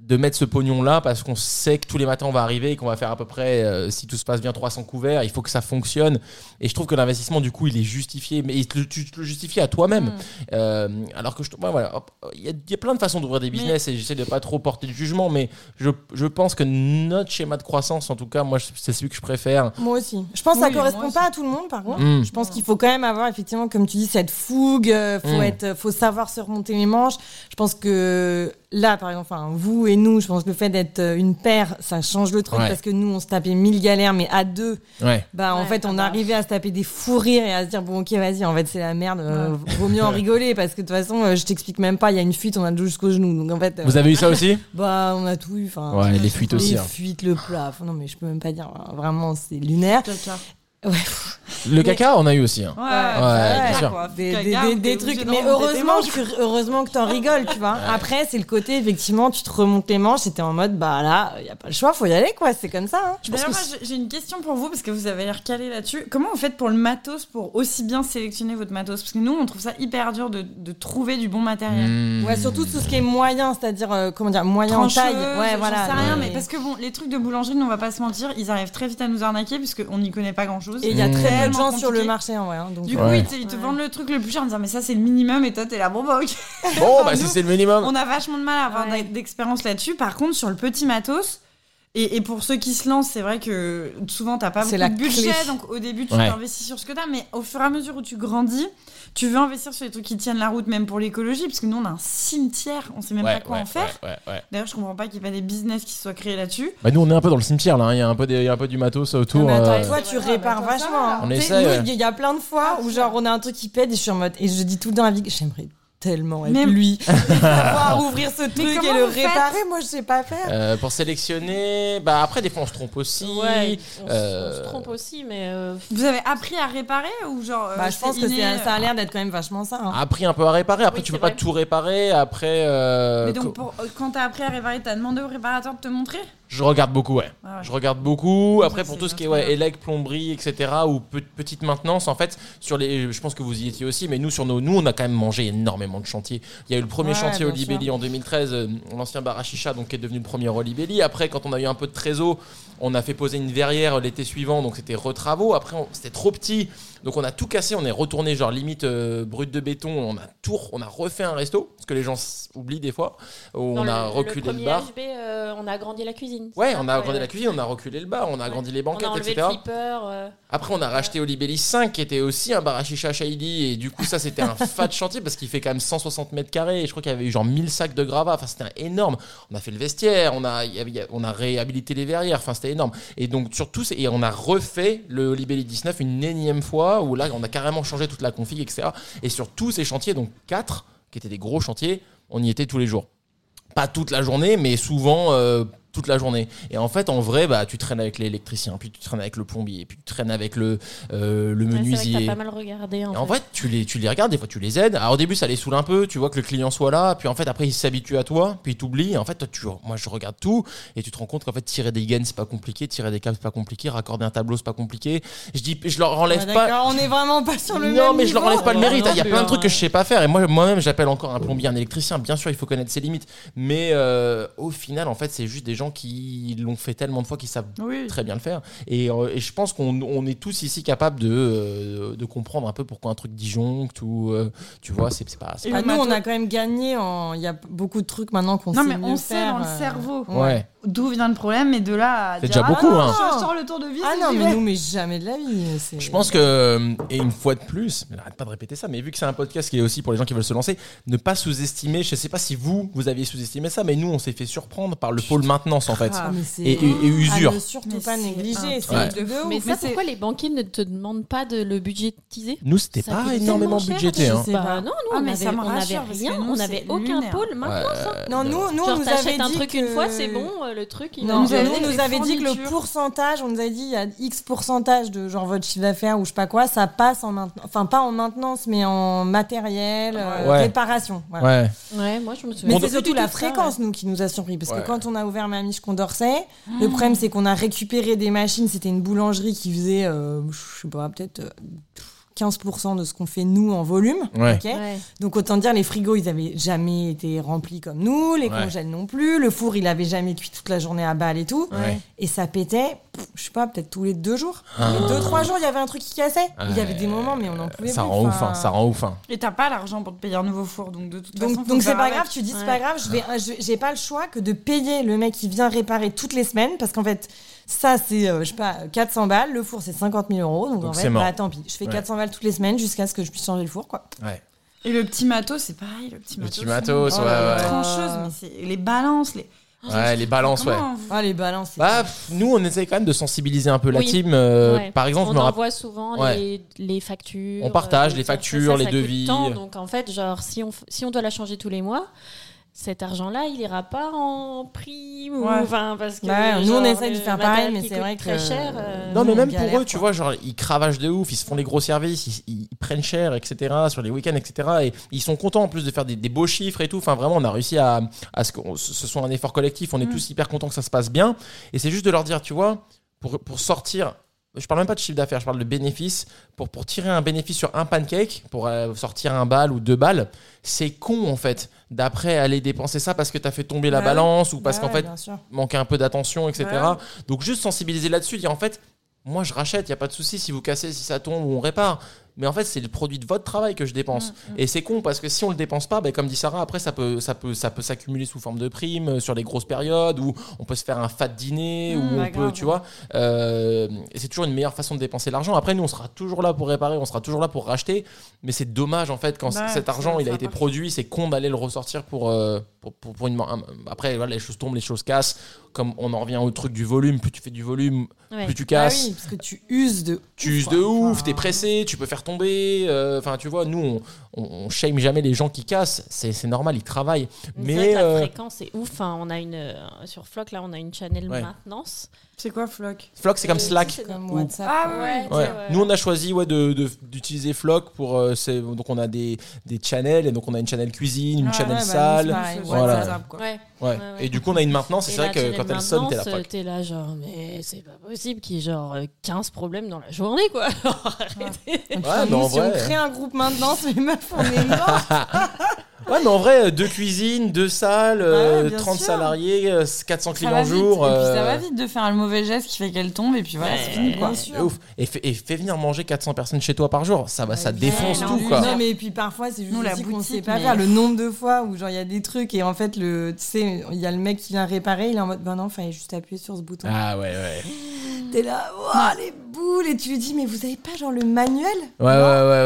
Speaker 1: de mettre ce pognon-là parce qu'on sait que tous les matins on va arriver et qu'on va faire à peu près, euh, si tout se passe bien, 300 couverts. Il faut que ça fonctionne. Et je trouve que l'investissement, du coup, il est justifié, mais il te le- tu te le justifies à toi-même.
Speaker 2: Mm.
Speaker 1: Euh, alors que je ouais, voilà, hop, il y, a- il y a plein de façons d'ouvrir des business et j'essaie de pas trop porter de jugement, mais je, je pense que notre schéma de croissance, en tout cas, moi, c'est celui que je préfère.
Speaker 3: Moi aussi. Je pense que ça
Speaker 2: Oui, moi
Speaker 3: correspond
Speaker 2: aussi.
Speaker 3: pas à tout le monde, par contre.
Speaker 1: Mm.
Speaker 3: Je pense qu'il faut quand même avoir, effectivement, comme tu dis, cette fougue. euh, Faut
Speaker 1: Mm.
Speaker 3: être, faut savoir se remonter les manches. Je pense que là, par exemple, enfin, vous et nous, je pense que le fait d'être euh, une paire, ça change le truc
Speaker 1: Ouais.
Speaker 3: parce que nous, on se tapait mille galères, mais à deux,
Speaker 1: Ouais.
Speaker 3: bah, en
Speaker 4: Ouais,
Speaker 3: fait,
Speaker 4: ah
Speaker 3: on
Speaker 4: bah.
Speaker 3: arrivait à se taper des fous rires et à se dire, bon, ok, vas-y, en fait, c'est la merde, euh, vaut mieux en rigoler parce que de toute façon, euh, je t'explique même pas, il y a une fuite, on a le jusqu'au genou. Donc, en fait, euh,
Speaker 1: Vous avez eu ça aussi
Speaker 3: bah, on a tout eu, enfin.
Speaker 7: Ouais, les fuites
Speaker 3: Les
Speaker 7: aussi. hein.
Speaker 3: fuites, le plat, non mais je peux même pas dire, hein, vraiment c'est lunaire.
Speaker 2: Caca.
Speaker 3: Ouais.
Speaker 1: Le caca, on a eu aussi. hein.
Speaker 2: Ouais,
Speaker 1: bien
Speaker 2: caca,
Speaker 1: sûr.
Speaker 2: quoi.
Speaker 3: des,
Speaker 2: Caca,
Speaker 3: des-
Speaker 2: on
Speaker 3: des-
Speaker 2: est
Speaker 3: des
Speaker 2: obligé
Speaker 3: trucs.
Speaker 2: de
Speaker 3: Mais
Speaker 2: remonter tes
Speaker 3: heureusement
Speaker 2: manches.
Speaker 3: que, heureusement que t'en rigoles, tu vois. Après, c'est le côté, effectivement, tu te remontes les manches et t'es en mode, bah là, y a pas le choix, faut y aller, quoi. C'est comme ça. hein.
Speaker 2: D'ailleurs, moi, j'ai- j'ai une question pour vous parce que vous avez l'air calé là-dessus. Comment vous faites pour le matos, pour aussi bien sélectionner votre matos Parce que nous, on trouve ça hyper dur de, de trouver du bon
Speaker 1: Mm.
Speaker 2: matériel.
Speaker 3: Ouais, surtout tout ce qui est moyen, c'est-à-dire, euh, comment dire, moyen en
Speaker 2: Trancheuse,
Speaker 3: taille. Ouais,
Speaker 2: j'en
Speaker 3: voilà.
Speaker 2: sais rien,
Speaker 3: Et-
Speaker 2: mais parce que bon, les trucs de boulangerie, nous, on va pas se mentir, ils arrivent très vite à nous arnaquer parce qu'on n'y connaît pas grand-chose.
Speaker 3: Et il y a
Speaker 1: Mmh.
Speaker 3: très peu de
Speaker 2: Tellement
Speaker 3: gens sur le
Speaker 2: compliqué.
Speaker 3: marché, en vrai. hein, donc,
Speaker 2: Du
Speaker 3: euh,
Speaker 2: coup,
Speaker 1: Ouais.
Speaker 2: ils te, ils te
Speaker 4: Ouais.
Speaker 2: vendent le truc le plus cher en disant mais ça c'est le minimum et toi t'es là bon bah ok.
Speaker 1: Bon, bah,
Speaker 2: Nous,
Speaker 1: si c'est le
Speaker 3: Ah
Speaker 1: minimum.
Speaker 2: On a vachement de mal à avoir
Speaker 4: Ouais.
Speaker 2: d'a- d'expérience là-dessus. Par contre sur le petit matos et, et pour ceux qui se lancent c'est vrai que souvent t'as pas
Speaker 3: C'est
Speaker 2: beaucoup
Speaker 3: la
Speaker 2: de budget
Speaker 3: clé.
Speaker 2: donc au début tu
Speaker 1: Ouais.
Speaker 2: t'investis sur ce que t'as mais au fur et à mesure où tu grandis tu veux investir sur les trucs qui tiennent la route même pour l'écologie parce que nous on a un cimetière on sait même
Speaker 1: Ouais,
Speaker 2: pas quoi
Speaker 1: ouais,
Speaker 2: en faire.
Speaker 1: ouais, ouais, ouais.
Speaker 2: D'ailleurs je comprends pas qu'il y ait pas des business qui se soient créés là-dessus.
Speaker 1: Bah, nous, on est un peu dans le cimetière là. hein. Il y a un peu, des, il y a un peu du matos autour.
Speaker 3: mais attends,
Speaker 1: euh,
Speaker 3: toi, tu répares vachement. hein.
Speaker 1: On
Speaker 3: Tu sais,
Speaker 1: essaie,
Speaker 3: nous,
Speaker 1: ouais.
Speaker 3: Il y a plein de fois où, genre, on a un truc qui pète et je suis en mode, et je dis tout le temps à Vic, j'aimerais tellement être
Speaker 2: Mais-
Speaker 3: lui. pouvoir ouvrir ce truc et
Speaker 2: comment
Speaker 3: le
Speaker 2: vous faites
Speaker 3: réparer. Moi, je sais pas faire.
Speaker 1: euh, pour sélectionner, bah après des fois on se trompe aussi.
Speaker 4: Ouais, on, s-
Speaker 1: euh,
Speaker 4: on se trompe aussi, mais euh,
Speaker 2: Vous avez appris à réparer ou genre euh,
Speaker 3: Bah, je
Speaker 2: c'est
Speaker 3: pense que
Speaker 2: inné,
Speaker 3: c'est-
Speaker 2: euh,
Speaker 3: ça a l'air d'être quand même vachement ça. hein.
Speaker 1: Après un peu à réparer. Après
Speaker 4: Oui,
Speaker 1: tu
Speaker 4: c'est
Speaker 1: peux pas
Speaker 4: vrai.
Speaker 1: tout réparer. Après, euh,
Speaker 2: Mais
Speaker 1: co-
Speaker 2: donc, pour- euh, quand t'as appris à réparer, t'as demandé au réparateur de te montrer
Speaker 1: je regarde beaucoup, ouais.
Speaker 2: Ah ouais.
Speaker 1: Je regarde beaucoup.
Speaker 2: Ça,
Speaker 1: Après, pour
Speaker 2: c'est
Speaker 1: tout ce qui est
Speaker 2: incroyable.
Speaker 1: ouais, élec, plomberie, etc., ou pe- petite maintenance, en fait, sur les, je pense que vous y étiez aussi, mais nous, sur nos, nous, on a quand même mangé énormément de chantiers. Il y a eu le premier
Speaker 3: Ouais,
Speaker 1: chantier au
Speaker 3: bien sûr.
Speaker 1: Libelli en 2013, euh, l'ancien bar à chicha, donc qui est devenu le premier au Libelli. Après, quand on a eu un peu de trésor, on a fait poser une verrière euh, l'été suivant, donc c'était retravaux. Après, on- c'était trop petit, donc on a tout cassé, on est retourné genre limite euh, brut de béton, on a tout, re- on a refait un resto, ce que les gens s- oublient des fois. où
Speaker 4: dans
Speaker 1: on a
Speaker 4: le- le
Speaker 1: reculé le,
Speaker 4: premier
Speaker 1: bar.
Speaker 4: HB, euh, on a agrandi la cuisine. c'est
Speaker 1: Ouais,
Speaker 4: ça
Speaker 1: on a agrandi
Speaker 4: Ouais,
Speaker 1: la cuisine, on a reculé le bar, on a agrandi les
Speaker 4: ouais. On a
Speaker 1: banquettes,
Speaker 4: enlevé
Speaker 1: etc.
Speaker 4: le flipper. euh,
Speaker 1: Après, on a racheté Olibelli 5, qui était aussi un bar à chicha Shahidi, et du coup, ça, c'était un fat chantier parce qu'il fait quand même 160 mètres carrés, et je crois qu'il y avait eu genre 1000 sacs de gravats, enfin, c'était énorme. On a fait le vestiaire, on a, il y avait- il y a- on a réhabilité les verrières, enfin, c'était énorme. Et donc, surtout, c'est- et on a refait le Olibelli 19 une énième fois, où là, on a carrément changé toute la config, etc. Et sur tous ces chantiers, donc 4, qui étaient des gros chantiers, on y était tous les jours pas toute la journée, mais souvent euh, toute la journée. Et en fait, en vrai, bah, tu traînes avec l'électricien, puis tu traînes avec le plombier, puis tu traînes avec le, euh, le
Speaker 4: ouais, C'est vrai que
Speaker 1: menuisier.
Speaker 4: t'as pas mal regardé. En
Speaker 1: Et en
Speaker 4: fait.
Speaker 1: vrai, tu les, tu les regardes, des fois tu les aides. Alors au début, ça les saoule un peu, tu vois que le client soit là, puis en fait, après, il s'habitue à toi, puis il t'oublie. Et En fait, toi, tu, moi, je regarde tout, et tu te rends compte qu'en fait, tirer des gaines, c'est pas compliqué, tirer des câbles, c'est pas compliqué, raccorder un tableau, c'est pas compliqué. Je dis, je leur enlève
Speaker 3: Ouais,
Speaker 1: pas,
Speaker 3: d'accord, On est vraiment pas sur le même.
Speaker 1: non, mais je leur
Speaker 3: niveau.
Speaker 1: enlève pas le
Speaker 4: Ouais,
Speaker 1: mérite.
Speaker 4: non
Speaker 1: Il y a
Speaker 4: plus,
Speaker 1: plein de
Speaker 4: hein,
Speaker 1: trucs que
Speaker 4: ouais.
Speaker 1: je sais pas faire. Et moi, moi-même, j'appelle encore un plombier, un électricien. Bien sûr, il faut connaître ses limites. Mais euh, au final, en fait, c'est juste des gens qui l'ont fait tellement de fois qu'ils savent
Speaker 2: Oui.
Speaker 1: très bien le faire. Et, euh, et je pense qu'on on est tous ici capables de, euh, de comprendre un peu pourquoi un truc disjoncte ou euh, tu vois, c'est c'est pas. c'est
Speaker 2: Et
Speaker 3: Ah,
Speaker 2: le
Speaker 3: nous, on
Speaker 2: matos-
Speaker 3: a quand même gagné. En... Il y a beaucoup de trucs maintenant qu'on sait.
Speaker 2: Non, mais on
Speaker 3: mieux
Speaker 2: sait
Speaker 3: faire,
Speaker 2: dans le
Speaker 3: euh.
Speaker 2: cerveau
Speaker 1: pas- Ouais.
Speaker 2: d'où vient le problème, mais de là à
Speaker 1: C'est
Speaker 2: dire,
Speaker 1: déjà
Speaker 2: ah
Speaker 1: beaucoup,
Speaker 2: non,
Speaker 1: hein.
Speaker 2: Je, je sors le tour de vis.
Speaker 3: Ah
Speaker 2: et
Speaker 3: non,
Speaker 2: j'y
Speaker 3: mais
Speaker 2: vais.
Speaker 3: nous, mais jamais de la vie. c'est-
Speaker 1: Je pense que, euh, et une fois de plus, mais arrête pas de répéter ça, mais vu que c'est un podcast qui est aussi pour les gens qui veulent se lancer, ne pas sous-estimer, je sais pas si vous, vous aviez sous-estimé ça, mais nous, on s'est fait surprendre par le pôle maintenance en fait.
Speaker 3: Ah, mais c'est-
Speaker 1: Et, et- et usure.
Speaker 3: À ne surtout
Speaker 2: Mais
Speaker 3: pas
Speaker 2: c'est
Speaker 3: négliger.
Speaker 2: un
Speaker 3: C'est
Speaker 1: truc
Speaker 3: de ouf.
Speaker 4: Mais ça,
Speaker 2: Mais c'est-
Speaker 4: pourquoi les banquiers ne te demandent pas de le budgétiser
Speaker 1: Nous, c'était
Speaker 4: Ça
Speaker 1: pas
Speaker 4: coûte
Speaker 1: énormément
Speaker 4: tellement cher,
Speaker 1: budgété.
Speaker 3: je
Speaker 1: Hein.
Speaker 3: sais pas.
Speaker 4: Bah non, nous,
Speaker 2: Ah,
Speaker 4: on,
Speaker 2: mais ça
Speaker 4: avait,
Speaker 2: me
Speaker 4: on
Speaker 2: rassure,
Speaker 4: avait
Speaker 2: parce que
Speaker 4: rien,
Speaker 2: nous,
Speaker 4: on
Speaker 2: c'est
Speaker 4: avait aucun
Speaker 2: lunaire.
Speaker 4: pôle maintenant. ça.
Speaker 3: Non, nous, nous, on
Speaker 4: Genre,
Speaker 3: nous avait
Speaker 4: t'achètes
Speaker 3: dit
Speaker 4: un truc
Speaker 3: que-
Speaker 4: une fois, c'est bon, euh, le truc. il
Speaker 3: Non,
Speaker 4: est-
Speaker 3: nous, on
Speaker 2: nous avait dit
Speaker 3: nous
Speaker 2: les
Speaker 3: avait dit que le
Speaker 2: fournitures.
Speaker 3: pourcentage, on nous avait dit il y a X pourcentage de genre votre chiffre d'affaires ou je sais pas quoi, ça passe en maintenance, enfin pas en maintenance, mais en matériel, euh,
Speaker 1: Ouais.
Speaker 3: réparation. voilà.
Speaker 1: Ouais.
Speaker 4: Ouais, moi, je me
Speaker 3: Mais
Speaker 4: souviens.
Speaker 3: c'est
Speaker 4: plus du
Speaker 3: surtout
Speaker 4: tout
Speaker 3: la
Speaker 4: de ça,
Speaker 3: fréquence, nous, qui nous a surpris. Parce
Speaker 1: Ouais.
Speaker 3: que quand on a ouvert Mamiche Condorcet,
Speaker 4: Ah.
Speaker 3: le problème, c'est qu'on a récupéré des machines. C'était une boulangerie qui faisait, euh, je sais pas, peut-être euh, 15% de ce qu'on fait nous en volume.
Speaker 1: Ouais.
Speaker 3: ok
Speaker 4: Ouais.
Speaker 3: Donc autant dire, les frigos, ils avaient jamais été remplis comme nous, les
Speaker 1: Ouais.
Speaker 3: congèles non plus, le four, il avait jamais cuit toute la journée à balle et tout.
Speaker 1: Ouais. Ah.
Speaker 3: Et ça pétait, pff, je sais pas, peut-être tous les deux jours. Tous les deux, trois jours, il y avait un truc qui cassait. Il y avait des moments, mais on en pouvait
Speaker 1: Ça
Speaker 3: plus.
Speaker 1: rend ouf,
Speaker 3: enfin.
Speaker 1: hein, ça rend ouf. hein.
Speaker 2: Et t'as pas l'argent pour te payer un nouveau four, donc de toute façon.
Speaker 3: Donc,
Speaker 2: faut
Speaker 3: donc c'est
Speaker 2: faire
Speaker 3: pas
Speaker 2: avec.
Speaker 3: grave, tu dis c'est
Speaker 4: Ouais.
Speaker 3: pas grave, je vais, je- j'ai pas le choix que de payer le mec qui vient réparer toutes les semaines parce qu'en fait, ça c'est, euh, je sais pas, 400 balles, le four c'est 50 000 euros, donc,
Speaker 1: Donc
Speaker 3: en
Speaker 1: c'est
Speaker 3: fait,
Speaker 1: mort.
Speaker 3: bah tant pis, je fais
Speaker 1: Ouais.
Speaker 3: 400 balles toutes les semaines jusqu'à ce que je puisse changer le four quoi.
Speaker 1: Ouais.
Speaker 2: Et le petit matos, c'est pareil, le petit
Speaker 1: Le
Speaker 2: matos.
Speaker 1: petit matos,
Speaker 2: c'est-
Speaker 1: ouais,
Speaker 2: les
Speaker 1: ouais.
Speaker 2: trancheuses, mais c'est les balances, les.
Speaker 1: Ouais, les balances, ouais.
Speaker 2: Comment on-
Speaker 3: Ah les balances, c'est-
Speaker 1: Bah, pff, nous, on essaye quand même de sensibiliser un peu la
Speaker 4: Oui.
Speaker 1: team. euh,
Speaker 4: Ouais.
Speaker 1: Par exemple,
Speaker 4: on
Speaker 1: je me rappelle.
Speaker 4: envoie souvent
Speaker 1: Ouais.
Speaker 4: les, les factures.
Speaker 1: On partage
Speaker 4: euh,
Speaker 1: les
Speaker 4: ça, ça,
Speaker 1: factures,
Speaker 4: ça,
Speaker 1: les
Speaker 4: ça coûte
Speaker 1: devis.
Speaker 4: tant. donc en fait, genre, si on, f- si on doit la changer tous les mois, cet argent-là, il ira pas en prime. ou-
Speaker 2: Ouais.
Speaker 4: Enfin, parce que.
Speaker 3: Ouais, nous, on
Speaker 4: genre,
Speaker 3: essaye de
Speaker 4: le
Speaker 3: faire
Speaker 4: matériel
Speaker 3: pareil, mais
Speaker 4: qui
Speaker 3: c'est
Speaker 4: coûte
Speaker 3: vrai
Speaker 4: Très
Speaker 3: que-
Speaker 4: cher. euh,
Speaker 1: Non, mais
Speaker 3: Nous,
Speaker 1: même
Speaker 3: on
Speaker 1: pour
Speaker 3: galère,
Speaker 1: eux, tu vois, genre,
Speaker 3: quoi.
Speaker 1: ils cravachent de ouf, ils se font les gros services, ils, ils- ils prennent cher, etc., sur les week-ends, etc. Et ils sont contents en plus de faire des, des beaux chiffres et tout. Enfin, vraiment, on a réussi à, à ce que ce soit un effort collectif. On
Speaker 3: Mm.
Speaker 1: est tous hyper contents que ça se passe bien. Et c'est juste de leur dire, tu vois, pour, pour sortir. Je parle même pas de chiffre d'affaires, je parle de bénéfice. Pour, pour tirer un bénéfice sur un pancake, pour euh, sortir un bal ou deux balles, c'est con en fait d'après aller dépenser ça parce que t'as fait tomber la
Speaker 3: Bah ouais.
Speaker 1: balance ou parce
Speaker 3: Bah
Speaker 1: qu'en
Speaker 3: ouais,
Speaker 1: fait
Speaker 3: bien sûr.
Speaker 1: manquer un peu d'attention, etc.
Speaker 2: Ouais.
Speaker 1: Donc juste sensibiliser là-dessus, dire en fait, moi je rachète, il n'y a pas de souci si vous cassez, si ça tombe ou on répare. Mais en fait, c'est le produit de votre travail que je dépense.
Speaker 2: Mm,
Speaker 1: Et c'est con parce que si on le dépense pas, ben, comme dit Sarah, après ça peut, ça peut, ça peut s'accumuler sous forme de primes euh, sur les grosses périodes où on peut se faire un fat dîner
Speaker 2: Mmh,
Speaker 1: où
Speaker 2: bah,
Speaker 1: on peut,
Speaker 2: grave.
Speaker 1: tu vois. euh, et c'est toujours une meilleure façon de dépenser l'argent. Après, nous, on sera toujours là pour réparer, on sera toujours là pour racheter. Mais c'est dommage en fait quand
Speaker 2: Bah,
Speaker 1: cet
Speaker 2: ça-
Speaker 1: argent il
Speaker 2: ça
Speaker 1: a été
Speaker 2: marche.
Speaker 1: produit, c'est con d'aller le ressortir pour, euh, pour, pour, pour une. un- Après, voilà, les choses tombent, les choses cassent. Comme on en revient au truc du volume, plus tu fais du volume,
Speaker 4: ouais.
Speaker 1: plus tu
Speaker 3: Bah
Speaker 1: casses.
Speaker 3: oui, parce que tu uses de. hein.
Speaker 1: Tu uses
Speaker 3: quoi.
Speaker 1: de ouf,
Speaker 3: Enfin,
Speaker 1: t'es pressé, tu peux faire tomber. euh, Enfin, tu vois, nous, on, on, on shame jamais les gens qui cassent. C'est c'est normal, ils travaillent.
Speaker 4: Mais
Speaker 1: Mais
Speaker 4: la
Speaker 1: euh,
Speaker 4: fréquence est ouf. hein. On a une euh, sur Flock là, on a une channel
Speaker 1: Ouais.
Speaker 4: maintenance.
Speaker 2: C'est quoi, Flock
Speaker 1: Flock, c'est comme
Speaker 4: Euh,
Speaker 1: Slack.
Speaker 4: si, c'est
Speaker 3: Comme
Speaker 4: notre-
Speaker 3: WhatsApp.
Speaker 2: Ah
Speaker 3: quoi.
Speaker 2: ouais.
Speaker 1: Ouais.
Speaker 4: ouais.
Speaker 1: Nous, on a choisi ouais, de- de- d'utiliser Flock pour. euh, c'est- donc, on a des, des channels, et donc on a une channel cuisine, une
Speaker 4: Ah
Speaker 2: Ouais,
Speaker 1: channel
Speaker 2: ouais, bah,
Speaker 1: salle.
Speaker 3: nous, pareil,
Speaker 1: voilà.
Speaker 2: WhatsApp, quoi.
Speaker 4: Ouais.
Speaker 1: ouais.
Speaker 4: ouais.
Speaker 1: Et du coup, on a une maintenance, et
Speaker 4: Et
Speaker 1: c'est vrai
Speaker 4: la
Speaker 1: que
Speaker 4: channel
Speaker 1: quand elle sonne, t'es là.
Speaker 4: maintenance,
Speaker 1: Fuck.
Speaker 4: t'es là, genre, mais c'est pas possible qu'il y ait genre euh, 15 problèmes dans la journée, quoi.
Speaker 3: Et puis,
Speaker 1: Ouais,
Speaker 3: nous,
Speaker 1: mais en
Speaker 3: si on
Speaker 1: vrai-
Speaker 3: crée un groupe maintenance, les meufs, on est morts.
Speaker 1: Ouais, mais en vrai, euh, deux cuisines, deux salles, euh,
Speaker 3: bien
Speaker 1: 30
Speaker 3: sûr.
Speaker 1: salariés, euh, 400
Speaker 2: Ça
Speaker 1: clients
Speaker 2: va
Speaker 1: au
Speaker 2: vite.
Speaker 1: jour.
Speaker 2: Et puis ça
Speaker 1: euh,
Speaker 2: va vite de faire le mauvais geste qui fait qu'elle tombe, et puis voilà, c'est fini, quoi.
Speaker 3: Bien
Speaker 1: de
Speaker 3: sûr.
Speaker 1: ouf. Et, fais- et fais venir manger 400 personnes chez toi par jour. Ça, va, ça
Speaker 3: Bah, Ouais,
Speaker 1: défonce
Speaker 4: non,
Speaker 1: tout,
Speaker 4: non,
Speaker 1: quoi.
Speaker 3: Non, mais puis parfois, c'est juste
Speaker 2: Nous, la
Speaker 3: aussi qu'on
Speaker 2: boutique,
Speaker 3: sait pas
Speaker 2: mais-
Speaker 3: faire le nombre de fois où genre il y a des trucs et en fait, le, tu sais, il y a le mec qui vient réparer, il est en mode, ben non, fallait juste appuyer sur ce bouton.
Speaker 1: Ah ouais, ouais.
Speaker 3: T'es là, Ouah, les boules, et tu lui dis, mais vous avez pas genre le manuel
Speaker 1: Ouais, ouais, ouais,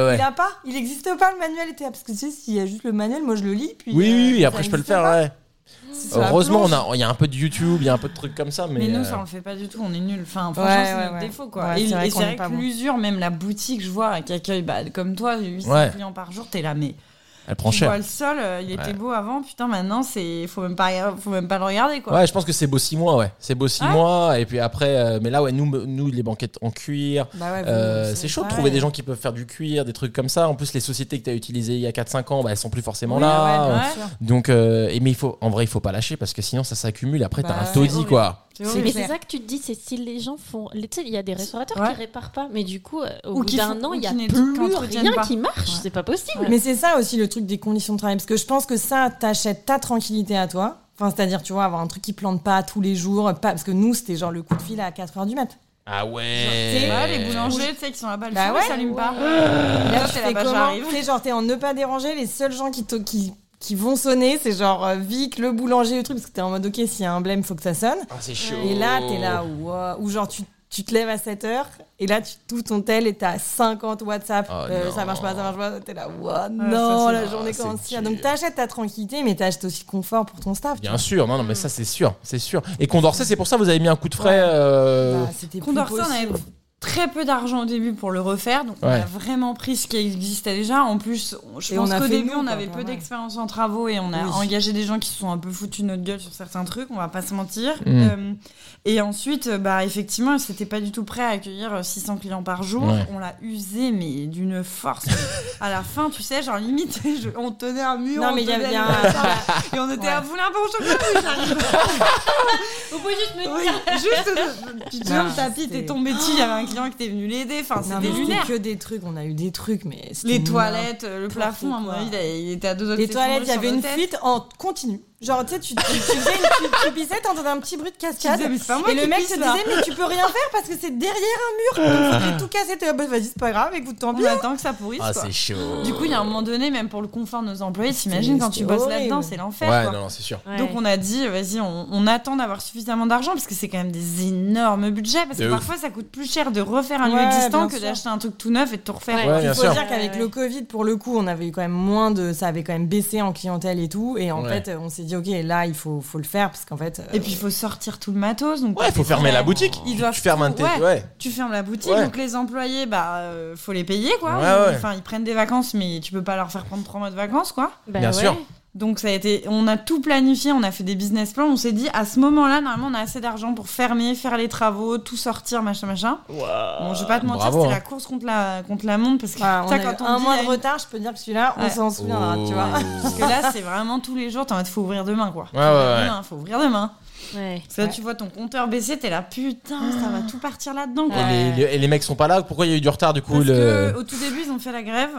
Speaker 1: ouais.
Speaker 3: Il a pas, il existe pas le manuel, et t'es là, parce que tu sais, s'il y a juste le manuel, moi je le lis, puis.
Speaker 1: Oui,
Speaker 3: euh,
Speaker 1: oui, oui,
Speaker 3: ça
Speaker 1: après je peux le
Speaker 3: existe
Speaker 1: faire,
Speaker 3: pas.
Speaker 1: ouais.
Speaker 3: C'est sur la
Speaker 1: Heureusement,
Speaker 3: planche.
Speaker 1: on a- il y a un peu de YouTube, il y a un peu de trucs comme ça, mais.
Speaker 2: Mais nous,
Speaker 1: euh,
Speaker 2: ça, on le fait pas du tout, on est nuls. Enfin, franchement,
Speaker 3: Ouais,
Speaker 2: c'est
Speaker 3: ouais,
Speaker 2: notre
Speaker 3: ouais.
Speaker 2: défaut, quoi.
Speaker 3: Ouais,
Speaker 2: et
Speaker 3: c'est vrai
Speaker 2: et
Speaker 3: qu'on
Speaker 2: c'est
Speaker 3: est
Speaker 2: vrai que
Speaker 3: pas bon.
Speaker 2: l'usure, même la boutique, je vois, qui accueille, bah, comme toi, 800
Speaker 1: Ouais.
Speaker 2: clients par jour, t'es là, mais
Speaker 1: elle prend
Speaker 2: tu vois
Speaker 1: cher.
Speaker 2: le sol, euh, il
Speaker 1: Ouais.
Speaker 2: était beau avant, putain, maintenant, c'est faut même pas, faut même pas le regarder, quoi.
Speaker 1: Ouais, je pense que c'est beau 6 mois, ouais. C'est beau 6
Speaker 2: Ouais.
Speaker 1: mois, et puis après, euh, mais là, ouais, nous, nous les banquettes en cuir.
Speaker 3: Bah ouais, vous,
Speaker 1: euh,
Speaker 3: vous
Speaker 1: c'est
Speaker 3: savez
Speaker 1: chaud de
Speaker 3: pas,
Speaker 1: trouver
Speaker 3: ouais.
Speaker 1: des gens qui peuvent faire du cuir, des trucs comme ça. En plus, les sociétés que tu as utilisées il y a 4-5 ans, bah, elles sont plus forcément
Speaker 3: Oui,
Speaker 1: là.
Speaker 3: ouais,
Speaker 2: ouais.
Speaker 3: bien sûr.
Speaker 1: Donc, euh, et mais il faut, en vrai, il faut pas lâcher parce que sinon, ça s'accumule. Après,
Speaker 3: Bah,
Speaker 1: t'as un
Speaker 3: c'est
Speaker 1: taudis,
Speaker 2: horrible.
Speaker 1: quoi.
Speaker 2: C'est
Speaker 3: C'est-
Speaker 2: horrible.
Speaker 4: Mais
Speaker 3: clair.
Speaker 4: c'est ça que tu te dis, c'est si les gens font. les- Tu sais, il y a des restaurateurs
Speaker 2: Ouais.
Speaker 4: qui réparent pas, mais du coup, euh, au
Speaker 2: Ou
Speaker 4: bout
Speaker 2: qui
Speaker 4: d'un
Speaker 2: font-
Speaker 4: an,
Speaker 2: ou
Speaker 4: il y a
Speaker 2: qui n'étaient-
Speaker 4: plus
Speaker 2: qu'entretiennent
Speaker 4: rien
Speaker 2: pas.
Speaker 4: qui marche.
Speaker 2: Ouais.
Speaker 4: C'est pas possible.
Speaker 3: Mais c'est ça aussi le truc des conditions de travail, parce que je pense que ça, t'achètes ta tranquillité à toi. Enfin, c'est-à-dire, tu vois, avoir un truc qui plante pas tous les jours, pas, parce que nous, c'était genre le coup de fil à 4h du mat.
Speaker 1: Ah ouais.
Speaker 2: C'est vrai, les boulangers, tu sais, qui sont là-bas, le
Speaker 3: Bah
Speaker 2: four,
Speaker 3: ouais.
Speaker 2: ils s'allument pas.
Speaker 3: Là,
Speaker 2: Là,
Speaker 3: tu
Speaker 2: c'est
Speaker 3: fais
Speaker 2: là-bas,
Speaker 3: comment
Speaker 2: j'arrive.
Speaker 3: Tu sais, genre, t'es en ne pas déranger, les seuls gens qui, te- qui, qui vont sonner, c'est genre euh, Vic, le boulanger, le truc, parce que t'es en mode, ok, s'il y a un blème, faut que ça sonne.
Speaker 1: Ah, c'est chaud.
Speaker 3: Et là, t'es là,
Speaker 1: Oh.
Speaker 3: wow. ou genre, tu, tu te lèves à 7h, et là, tu tout ton tel, et t'as 50 WhatsApp,
Speaker 1: Oh
Speaker 3: euh, ça
Speaker 1: non.
Speaker 3: marche pas, ça marche pas, t'es là, wow,
Speaker 2: c'est-
Speaker 3: non, la
Speaker 2: ah,
Speaker 3: journée
Speaker 1: c'est
Speaker 3: commence hier.
Speaker 1: dur.
Speaker 3: Donc, t'achètes ta tranquillité, mais t'achètes aussi le confort pour ton staff. tu
Speaker 1: Bien sûr, non, non, mais
Speaker 3: Mm.
Speaker 1: ça, c'est sûr. C'est sûr. Et Condorcet, c'est pour ça que vous avez mis un coup de frais. euh,
Speaker 3: vois. Bah, c'était plus
Speaker 2: Condorcet, on avait
Speaker 3: possible.
Speaker 2: très peu d'argent au début pour le refaire, donc on
Speaker 1: Ouais.
Speaker 2: a vraiment pris ce qui existait déjà. En plus, on- je
Speaker 3: Et
Speaker 2: pense
Speaker 3: on a
Speaker 2: qu'au
Speaker 3: fait
Speaker 2: début,
Speaker 3: nous,
Speaker 2: on
Speaker 3: quoi,
Speaker 2: avait
Speaker 3: pas
Speaker 2: peu
Speaker 3: mal.
Speaker 2: d'expérience en travaux et on a
Speaker 3: Oui.
Speaker 2: engagé des gens qui se sont un peu foutus de notre gueule sur certains trucs, on va pas se mentir.
Speaker 1: Mm.
Speaker 2: Euh, et ensuite, euh, bah, effectivement, c'était pas du tout prêt à accueillir euh, 600 clients par jour.
Speaker 1: Ouais.
Speaker 2: On l'a usé, mais d'une force. à la fin, tu sais, genre limite, je- on tenait un mur,
Speaker 3: Non,
Speaker 2: on
Speaker 3: mais il y
Speaker 2: tenait
Speaker 3: avait
Speaker 2: un- et on était
Speaker 3: Ouais.
Speaker 2: à vous n'importe quoi. j'arrive.
Speaker 4: Vous pouvez juste me
Speaker 2: Oui, juste, tu te mets
Speaker 3: Non,
Speaker 2: le tapis,
Speaker 3: c'était-
Speaker 2: t'es tombé dessus, il y avait un client qui était venu l'aider. Enfin,
Speaker 3: Non,
Speaker 2: c'était
Speaker 3: mais
Speaker 2: lunaire.
Speaker 3: que des trucs, on a eu des trucs, mais c'était
Speaker 2: Les
Speaker 3: n'importe
Speaker 2: toilettes, le plafond, à mon
Speaker 3: quoi.
Speaker 2: avis, il a- il était à deux autres
Speaker 3: Les
Speaker 2: sessions de
Speaker 3: toilettes, il y
Speaker 2: sur
Speaker 3: avait
Speaker 2: nos
Speaker 3: une
Speaker 2: têtes.
Speaker 3: fuite en continu. Genre, tu sais, tu, tu, tu faisais une, tu, tu pissais, t'entendais un petit bruit de
Speaker 2: Tu
Speaker 3: cascade.
Speaker 2: disais, mais c'est pas moi
Speaker 3: Et
Speaker 2: qui
Speaker 3: le mec
Speaker 2: pisse,
Speaker 3: se
Speaker 2: là.
Speaker 3: disait, mais tu peux rien faire parce que c'est derrière un mur. Donc, faudrait tout casser. T'es là, bah, vas-y, c'est pas grave, écoute, tant pis.
Speaker 2: On attend que ça pourrisse.
Speaker 1: Ah,
Speaker 2: quoi.
Speaker 1: c'est chaud.
Speaker 2: Du coup, il y a un moment donné, même pour le confort de nos employés, t'imagines quand tu
Speaker 3: c'était
Speaker 2: bosses
Speaker 3: horrible.
Speaker 2: là-dedans, c'est l'enfer.
Speaker 1: Ouais,
Speaker 2: quoi.
Speaker 1: non, non, c'est sûr.
Speaker 4: Ouais.
Speaker 2: Donc on a dit, vas-y, on, on attend d'avoir suffisamment d'argent parce que c'est quand même des énormes budgets parce
Speaker 1: De
Speaker 2: que
Speaker 1: ouf.
Speaker 2: parfois ça coûte plus cher de refaire un lieu
Speaker 3: Ouais,
Speaker 2: existant
Speaker 3: bien
Speaker 2: que
Speaker 3: sûr.
Speaker 2: d'acheter un truc tout neuf et de tout refaire.
Speaker 4: Ouais.
Speaker 1: Ouais,
Speaker 3: Il
Speaker 1: Ah, bien
Speaker 3: faut
Speaker 1: sûr.
Speaker 3: dire qu'avec
Speaker 4: Ouais, ouais.
Speaker 3: le Covid, pour le coup, on avait eu quand même moins de. Ça avait quand même baissé en clientèle et tout. Et en
Speaker 1: Ouais.
Speaker 3: fait, on s'est dit, OK, là, il faut, faut le faire parce qu'en fait. euh,
Speaker 2: Et puis il faut sortir tout le matos, donc
Speaker 1: Ouais, faut fermer la boutique.
Speaker 2: Ils doivent
Speaker 1: Tu fermes un
Speaker 2: tout-
Speaker 1: thé.
Speaker 2: ouais.
Speaker 1: Ouais.
Speaker 2: tu fermes la boutique,
Speaker 1: Ouais.
Speaker 2: donc les employés, bah, euh, faut les payer quoi.
Speaker 1: Ouais, ouais.
Speaker 2: Enfin, ils prennent des vacances, mais tu peux pas leur faire prendre trois mois de vacances quoi.
Speaker 4: Bah
Speaker 1: Bien
Speaker 4: ouais.
Speaker 1: sûr.
Speaker 2: Donc ça a été, on a tout planifié, on a fait des business plans, on s'est dit à ce moment-là normalement on a assez d'argent pour fermer, faire les travaux, tout sortir, machin machin. Bon, je vais pas te mentir,
Speaker 1: Bravo,
Speaker 2: c'était
Speaker 1: hein.
Speaker 2: la course contre la contre la montre parce que
Speaker 3: voilà, euh, on
Speaker 2: ça,
Speaker 3: a
Speaker 2: quand
Speaker 3: eu
Speaker 2: on
Speaker 3: un
Speaker 2: dit,
Speaker 3: mois
Speaker 2: il y a
Speaker 3: de
Speaker 2: une-
Speaker 3: retard, je peux dire que celui-là, on
Speaker 2: Ouais.
Speaker 3: s'en souviendra,
Speaker 1: Oh.
Speaker 3: tu vois.
Speaker 2: parce que là c'est vraiment tous les jours t'as envie de faut ouvrir demain quoi.
Speaker 1: Ouais, ouais, ouais.
Speaker 2: Demain, faut ouvrir demain.
Speaker 4: Ouais.
Speaker 2: Parce que là,
Speaker 3: Ouais.
Speaker 2: tu vois ton compteur baisser, t'es là putain, ça va tout partir là-dedans. quoi.
Speaker 1: Et les, les- et les mecs sont pas là. Pourquoi il y a eu du retard du coup
Speaker 2: Parce
Speaker 1: le...
Speaker 2: que, au tout début, ils ont fait la grève,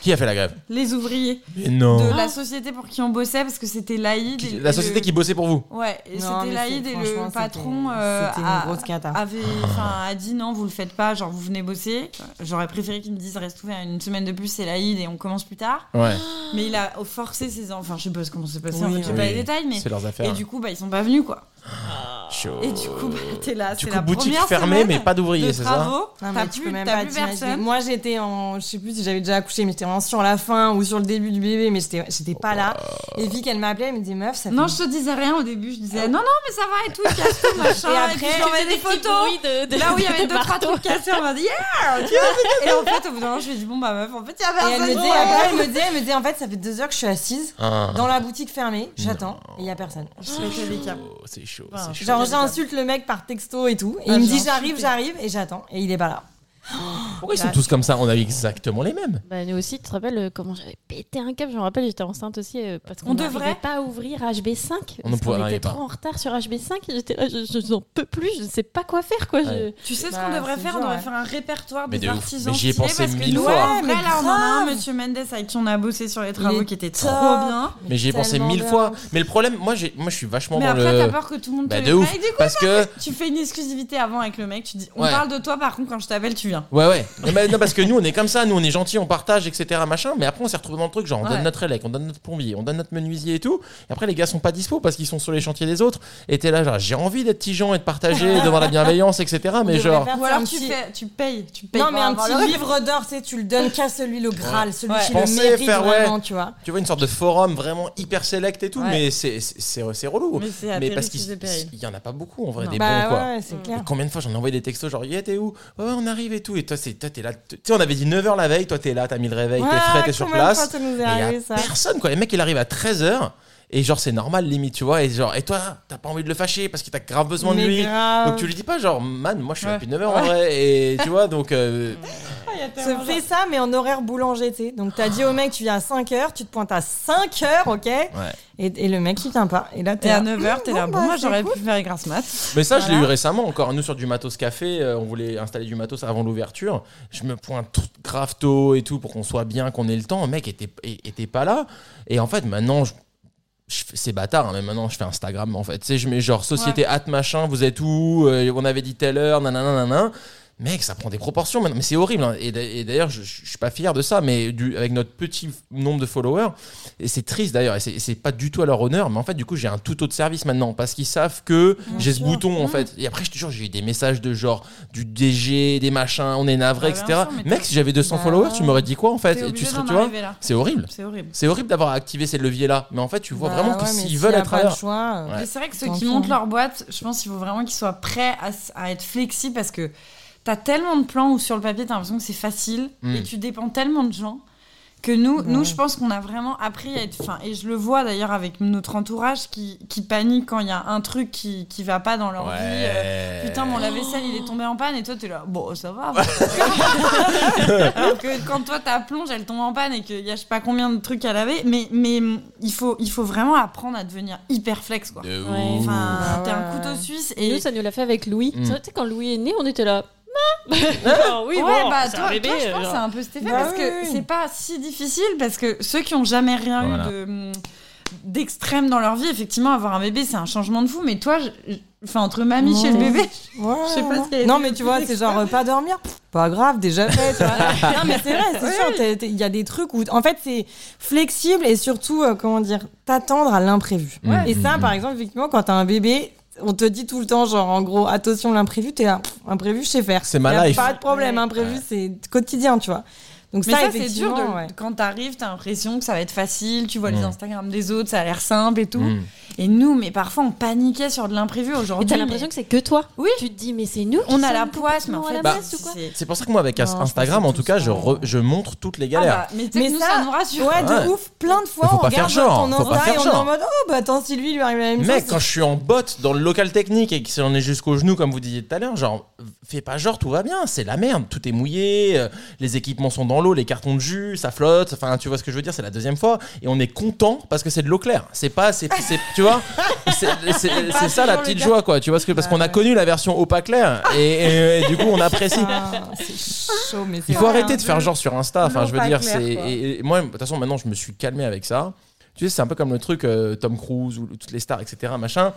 Speaker 1: Qui a fait la grève
Speaker 2: les ouvriers
Speaker 1: Mais non.
Speaker 2: de la société pour qui on bossait, parce que c'était l'Aïd.
Speaker 1: Ah. Qui-
Speaker 2: et-
Speaker 1: La
Speaker 2: et
Speaker 1: société
Speaker 2: le-
Speaker 1: qui bossait pour vous.
Speaker 2: Ouais, et
Speaker 3: Non,
Speaker 2: c'était
Speaker 3: mais
Speaker 2: l'Aïd
Speaker 3: c'est-
Speaker 2: et
Speaker 3: franchement,
Speaker 2: le
Speaker 3: c'était-
Speaker 2: patron euh,
Speaker 3: C'était
Speaker 2: a-
Speaker 3: une grosse cata.
Speaker 2: avait, enfin, a dit non, vous le faites pas, genre vous venez bosser. J'aurais préféré qu'il me dise reste ouvert une semaine de plus, c'est l'Aïd et on commence plus tard.
Speaker 1: Ouais.
Speaker 2: Mais il a forcé ses enfants, enfin je sais pas comment c'est passé,
Speaker 3: Oui,
Speaker 2: en fait, j'ai
Speaker 1: oui.
Speaker 2: pas les détails, mais.
Speaker 1: C'est leurs
Speaker 2: Et
Speaker 1: affaires.
Speaker 2: du coup, bah, ils sont pas venus quoi.
Speaker 1: Ah, Chaud.
Speaker 2: Et du coup, bah, t'es là,
Speaker 1: Du
Speaker 2: c'est
Speaker 1: coup,
Speaker 2: la
Speaker 1: boutique
Speaker 2: première
Speaker 1: fermée,
Speaker 2: semaine
Speaker 1: mais pas d'ouvriers,
Speaker 2: de
Speaker 1: c'est ça
Speaker 2: travaux.
Speaker 3: Non,
Speaker 2: T'as
Speaker 3: mais tu
Speaker 2: plus,
Speaker 3: peux même
Speaker 2: t'as
Speaker 3: pas
Speaker 2: plus
Speaker 3: t'imaginer.
Speaker 2: personne.
Speaker 3: Moi, j'étais en. Je sais plus si j'avais déjà accouché, mais j'étais vraiment sur la fin ou sur le début du bébé, mais j'étais j'étais pas là.
Speaker 1: Oh.
Speaker 3: Et Vic, elle m'appelait, elle me dit Meuf, ça fait. Ah
Speaker 2: Non, je te disais rien au début, je disais non, non, mais ça va et tout, il casse tout, machin.
Speaker 3: Et
Speaker 2: Et
Speaker 3: après,
Speaker 2: après, j'envoyais des photos. Là où Bah il y avait deux, trois trucs cassés, on m'a dit yeah! tu vois. Et en fait, au bout d'un moment, je lui ai dit bon bah meuf, en fait, il y
Speaker 3: Et
Speaker 2: avait
Speaker 3: elle me dit,
Speaker 2: bah,
Speaker 3: après, elle me dit, elle me dit, en fait, ça fait deux heures que je suis assise
Speaker 1: Ah.
Speaker 3: dans la boutique fermée, j'attends, et il y a personne.
Speaker 1: Oh, C'est chaud.
Speaker 2: Enfin,
Speaker 1: c'est chaud.
Speaker 3: Genre, j'insulte le mec par texto et tout, et
Speaker 2: Ah,
Speaker 3: il me
Speaker 2: j'ai
Speaker 3: dit, j'arrive,
Speaker 2: insulté.
Speaker 3: j'arrive, et j'attends, et il est pas là.
Speaker 1: Pourquoi ils sont tous comme ça On a eu exactement les mêmes.
Speaker 4: Bah, nous aussi, tu te rappelles euh, comment j'avais pété un câble Je me rappelle, j'étais enceinte aussi euh, parce qu'on
Speaker 2: On
Speaker 4: n'arrivait
Speaker 2: devrait.
Speaker 4: pas ouvrir HB5.
Speaker 1: On ne
Speaker 4: On, parce
Speaker 1: pouvait-
Speaker 4: qu'on
Speaker 1: on
Speaker 4: était
Speaker 1: n'arrivait pas.
Speaker 4: trop en retard sur HB5. et J'étais là, je, je, n'en peux plus, je ne sais pas quoi faire. quoi.
Speaker 1: Ouais.
Speaker 2: Tu sais ce
Speaker 3: Bah,
Speaker 2: qu'on devrait
Speaker 3: c'est
Speaker 2: faire
Speaker 3: dur,
Speaker 2: On devrait
Speaker 3: ouais.
Speaker 2: faire un répertoire
Speaker 1: Mais
Speaker 2: des
Speaker 1: de ouf.
Speaker 2: artisans
Speaker 1: Mais j'y ai
Speaker 2: stylés
Speaker 1: pensé
Speaker 2: parce que
Speaker 1: mille
Speaker 2: nous,
Speaker 1: fois.
Speaker 2: en
Speaker 3: Ouais,
Speaker 2: vrai,
Speaker 3: mais
Speaker 2: là, on en a un,
Speaker 3: grave.
Speaker 2: Monsieur Mendes, avec qui on a bossé sur les
Speaker 3: Il
Speaker 2: travaux,
Speaker 3: est
Speaker 2: qui était trop
Speaker 3: top.
Speaker 2: bien.
Speaker 1: Mais j'y ai pensé
Speaker 3: Tellement
Speaker 1: mille
Speaker 3: bien.
Speaker 1: fois. Mais le problème, moi, j'ai- moi je suis vachement
Speaker 2: Mais
Speaker 1: dans
Speaker 2: après, t'as
Speaker 1: le.
Speaker 2: peur que tout le monde te
Speaker 1: Bah,
Speaker 2: les
Speaker 1: de ouf.
Speaker 2: prenne. Et du coup,
Speaker 1: Parce que.
Speaker 2: tu fais une exclusivité avant avec le mec. Tu dis, on
Speaker 1: Ouais.
Speaker 2: parle de toi, par contre, quand je t'appelle, tu viens.
Speaker 1: Ouais, ouais. Non, mais- non, parce que nous, on est comme ça, nous, on est gentils, on partage, etc. Machin. Mais après, on s'est retrouvés dans le truc, genre, on
Speaker 2: Ouais.
Speaker 1: donne notre élec, on donne notre plombier, on donne notre menuisier et tout. Et après, les gars sont pas dispo parce qu'ils sont sur les chantiers des autres. Et t'es là, genre, j'ai envie d'être petit gens et de partager, d'avoir la bienveillance, etc. Mais
Speaker 3: devrait
Speaker 1: genre.
Speaker 3: faire
Speaker 2: Ou alors,
Speaker 3: un
Speaker 2: tu,
Speaker 3: petit-
Speaker 2: fais, tu payes. Tu payes
Speaker 3: Non,
Speaker 2: pour
Speaker 3: mais un
Speaker 2: avoir
Speaker 3: petit
Speaker 2: le-
Speaker 3: livre d'or, tu sais, tu le donnes qu'à celui le Graal, celui
Speaker 2: Ouais.
Speaker 3: qui
Speaker 1: Je
Speaker 3: le
Speaker 1: pensais
Speaker 3: mérite
Speaker 1: faire, ouais.
Speaker 3: vraiment, tu vois.
Speaker 1: Tu vois, une sorte de forum vraiment hyper select et tout,
Speaker 3: Ouais.
Speaker 1: mais c'est- c'est c'est- c'est relou.
Speaker 2: Mais c'est à
Speaker 1: Mais
Speaker 2: péril
Speaker 1: parce
Speaker 2: sous
Speaker 1: qu'il
Speaker 2: les périls.
Speaker 1: il y en a pas beaucoup en vrai,
Speaker 2: Non.
Speaker 1: des bons
Speaker 3: Bah
Speaker 1: quoi.
Speaker 3: ouais, c'est clair.
Speaker 1: Et combien de fois j'en ai envoyé des textos genre, yeah, t'es où Ouais, on arrive et tout. Et toi, c'est- toi, t'es là. Tu sais, on avait dit 9h la veille, toi, t'es là, t'as mis le réveil, t'es frais, t'es sur
Speaker 3: combien de fois
Speaker 1: place.
Speaker 3: ça nous est
Speaker 1: Et y a
Speaker 3: arrivé, ça
Speaker 1: personne quoi. Le mec, il arrive à 13h et genre, c'est normal limite, tu vois. Et genre, et toi, t'as pas envie de le fâcher parce que t'as grave besoin de
Speaker 3: Mais
Speaker 1: lui.
Speaker 3: grave.
Speaker 1: Donc tu lui dis pas genre, man, moi, je suis là
Speaker 2: Ouais.
Speaker 1: depuis 9h en vrai. Et tu vois, donc. euh,
Speaker 3: Se fait ça, mais en horaire boulanger, tu sais. Donc, t'as dit au mec, tu viens à 5h, tu te pointes à 5h, ok et, et le mec, il vient pas. Et là, t'es
Speaker 2: Et à
Speaker 3: là.
Speaker 2: 9h, t'es là.
Speaker 3: Bon,
Speaker 2: Bon,
Speaker 3: bah,
Speaker 2: moi,
Speaker 3: c'est
Speaker 2: j'aurais pu faire les grasses maths.
Speaker 1: Mais ça, je l'ai
Speaker 3: Voilà.
Speaker 1: eu récemment encore. Nous, sur du matos café, euh, on voulait installer du matos avant l'ouverture. Je me pointe tout grave tôt et tout pour qu'on soit bien, qu'on ait le temps. Le mec était, é- était pas là. Et en fait, maintenant, je. je fais- C'est bâtard, hein, mais maintenant je fais Instagram en fait. Tu sais, je mets genre société hâte machin, vous êtes où Euh, On avait dit telle heure, nanana, nanana. Mec, ça prend des proportions maintenant, mais c'est horrible. hein. Et d'a- et d'ailleurs, je, je- je suis pas fier de ça, mais du, avec notre petit nombre de followers, et c'est triste d'ailleurs, et c'est- et c'est pas du tout à leur honneur, mais en fait, du coup, j'ai un tout autre service maintenant, parce qu'ils savent que j'ai ce
Speaker 3: sûr.
Speaker 1: bouton
Speaker 2: Mmh.
Speaker 1: en fait. Et après, je te jure, j'ai eu des messages de genre du DG, des machins, on est navré,
Speaker 2: Ah, bien
Speaker 1: etc.
Speaker 2: sûr, mais
Speaker 1: Mec, si j'avais 200
Speaker 3: Bah,
Speaker 1: followers, tu m'aurais dit quoi en fait
Speaker 2: T'es
Speaker 1: Et tu
Speaker 2: obligé
Speaker 1: serais,
Speaker 2: d'en
Speaker 1: tu vois,
Speaker 2: arriver là.
Speaker 1: c'est horrible.
Speaker 2: C'est horrible.
Speaker 1: C'est horrible d'avoir activé ces leviers-là, mais en fait, tu vois
Speaker 3: Bah
Speaker 1: vraiment que
Speaker 3: ouais, mais
Speaker 1: s'ils
Speaker 3: s'il
Speaker 1: veulent
Speaker 3: y a
Speaker 1: être
Speaker 3: pas
Speaker 1: à
Speaker 3: le
Speaker 1: l'heure.
Speaker 3: choix, euh,
Speaker 1: Ouais.
Speaker 2: Mais c'est vrai que ceux
Speaker 3: Tant
Speaker 2: qui
Speaker 3: pis,
Speaker 2: montent
Speaker 3: hein.
Speaker 2: leur boîte, je pense qu'il faut vraiment qu'ils soient prêts à, s- à être flexibles parce que t'as tellement de plans où sur le papier t'as l'impression que c'est facile
Speaker 1: Mm.
Speaker 2: et tu dépends tellement de gens que nous,
Speaker 3: Bah
Speaker 2: nous
Speaker 3: ouais.
Speaker 2: je pense qu'on a vraiment appris à être. Enfin, et je le vois d'ailleurs avec notre entourage qui, qui panique quand il y a un truc qui, qui va pas dans leur vie. euh, Putain, mon lave-vaisselle, il est tombé en panne et toi, t'es là. Bon, ça va. Alors que quand toi, ta plonge, elle tombe en panne et qu'il y a je sais pas combien de trucs à laver. Mais, mais hum, il, faut, il faut vraiment apprendre à devenir hyper flex, quoi.
Speaker 1: De
Speaker 4: Ouais.
Speaker 1: ouf.
Speaker 2: Enfin,
Speaker 3: Ouh.
Speaker 2: t'es
Speaker 3: Bah
Speaker 2: un
Speaker 3: ouais.
Speaker 2: couteau suisse
Speaker 4: Et
Speaker 2: et
Speaker 4: nous, ça nous l'a fait avec Louis.
Speaker 1: Mm.
Speaker 4: Tu sais, quand Louis est né, on était là.
Speaker 5: Non, oui,
Speaker 2: ouais,
Speaker 5: bon,
Speaker 2: bah
Speaker 5: c'est
Speaker 2: toi,
Speaker 5: un bébé.
Speaker 2: toi, je pense que c'est
Speaker 5: genre.
Speaker 2: un peu Stéphane
Speaker 3: Bah
Speaker 2: parce que
Speaker 3: oui.
Speaker 2: c'est pas si difficile parce que ceux qui ont jamais rien
Speaker 1: Voilà.
Speaker 2: eu de hum, d'extrême dans leur vie, effectivement, avoir un bébé, c'est un changement de fou. Mais toi, je- je- enfin entre mamie chez le
Speaker 3: Ouais.
Speaker 2: bébé,
Speaker 3: Ouais.
Speaker 2: Je sais pas ce qu'elle a
Speaker 3: Non,
Speaker 2: dit,
Speaker 3: mais tu vois,
Speaker 2: c'est
Speaker 3: c'est genre euh, pas dormir, pff, pas grave, déjà fait. tu vois. non, mais c'est vrai, c'est sûr. t'es- t'es- Il y a des trucs où, en fait, c'est flexible et surtout, euh, comment dire, t'attendre à l'imprévu.
Speaker 1: Ouais.
Speaker 3: Et ça,
Speaker 1: Mhm.
Speaker 3: par exemple, effectivement, quand t'as un bébé. On te dit tout le temps, genre, en gros, attention, l'imprévu, t'es là. Pff, Imprévu, je sais faire.
Speaker 1: C'est ma
Speaker 3: Y a
Speaker 1: life.
Speaker 3: Pas de problème,
Speaker 2: Ouais.
Speaker 3: imprévu, c'est quotidien, tu vois. Donc,
Speaker 2: mais
Speaker 3: ça,
Speaker 2: ça, c'est dur.
Speaker 3: effectivement.
Speaker 2: De,
Speaker 3: ouais.
Speaker 2: Quand t'arrives, t'as l'impression que ça va être facile. Tu vois les
Speaker 1: Mm.
Speaker 2: Instagram des autres, ça a l'air simple et tout.
Speaker 1: Mm.
Speaker 2: Et nous, mais parfois, on paniquait sur de l'imprévu
Speaker 4: Et
Speaker 2: aujourd'hui.
Speaker 4: t'as l'impression que c'est que toi.
Speaker 2: Oui.
Speaker 4: Tu te dis, mais c'est nous. qui
Speaker 2: on a la
Speaker 4: sommes
Speaker 2: poisse, mais en
Speaker 4: complètement à
Speaker 2: fait,
Speaker 1: Bah,
Speaker 4: la place ou quoi
Speaker 2: c'est-
Speaker 1: C'est pour ça que moi, avec
Speaker 3: Non, je
Speaker 1: Instagram,
Speaker 3: pense
Speaker 1: en
Speaker 3: que
Speaker 1: tout
Speaker 3: c'est
Speaker 1: cas,
Speaker 3: tout
Speaker 1: je,
Speaker 3: ça.
Speaker 1: re- je montre toutes les
Speaker 2: Ah
Speaker 1: galères.
Speaker 2: bah, mais tu sais
Speaker 3: Mais
Speaker 2: que nous,
Speaker 3: ça-
Speaker 2: ça nous rassure.
Speaker 3: Ouais, de
Speaker 1: Ouais.
Speaker 3: ouf, plein de fois,
Speaker 1: Faut
Speaker 3: on
Speaker 1: pas faire
Speaker 3: regarde
Speaker 1: genre,
Speaker 3: ton
Speaker 1: faut pas
Speaker 3: Insta
Speaker 1: faire
Speaker 3: et on est
Speaker 1: genre.
Speaker 3: en mode, oh, bah attends, si lui, il lui arrive la même
Speaker 1: Mec,
Speaker 3: chose.
Speaker 1: quand je suis en bot dans le local technique et que si on est jusqu'au genou, comme vous disiez tout à l'heure, genre, fais pas genre, tout va bien, c'est la merde, tout est mouillé, euh, les équipements sont dans l'eau, les cartons de jus, ça flotte, enfin, tu vois ce que je veux dire, c'est la deuxième fois, et on est content parce que c'est de l'eau claire, c'est pas, c'est, c'est- tu vois, c'est, c'est- c'est ça la
Speaker 3: toujours
Speaker 1: petite
Speaker 3: le Euh.
Speaker 1: joie, quoi, tu vois, parce que- parce qu'on a connu la version eau pas claire, et, et- et du coup, on apprécie.
Speaker 3: Ah, c'est chaud, mais c'est
Speaker 1: Il faut
Speaker 3: vrai,
Speaker 1: arrêter
Speaker 3: hein.
Speaker 1: de faire genre sur Insta. Enfin,
Speaker 3: l'eau
Speaker 1: je veux
Speaker 3: pas
Speaker 1: dire,
Speaker 3: claire,
Speaker 1: c'est.
Speaker 3: quoi.
Speaker 1: Et, et moi, de toute façon, maintenant, je me suis calmé avec ça. Tu sais, c'est un peu comme le truc euh, Tom Cruise ou toutes les stars, etc. Machin.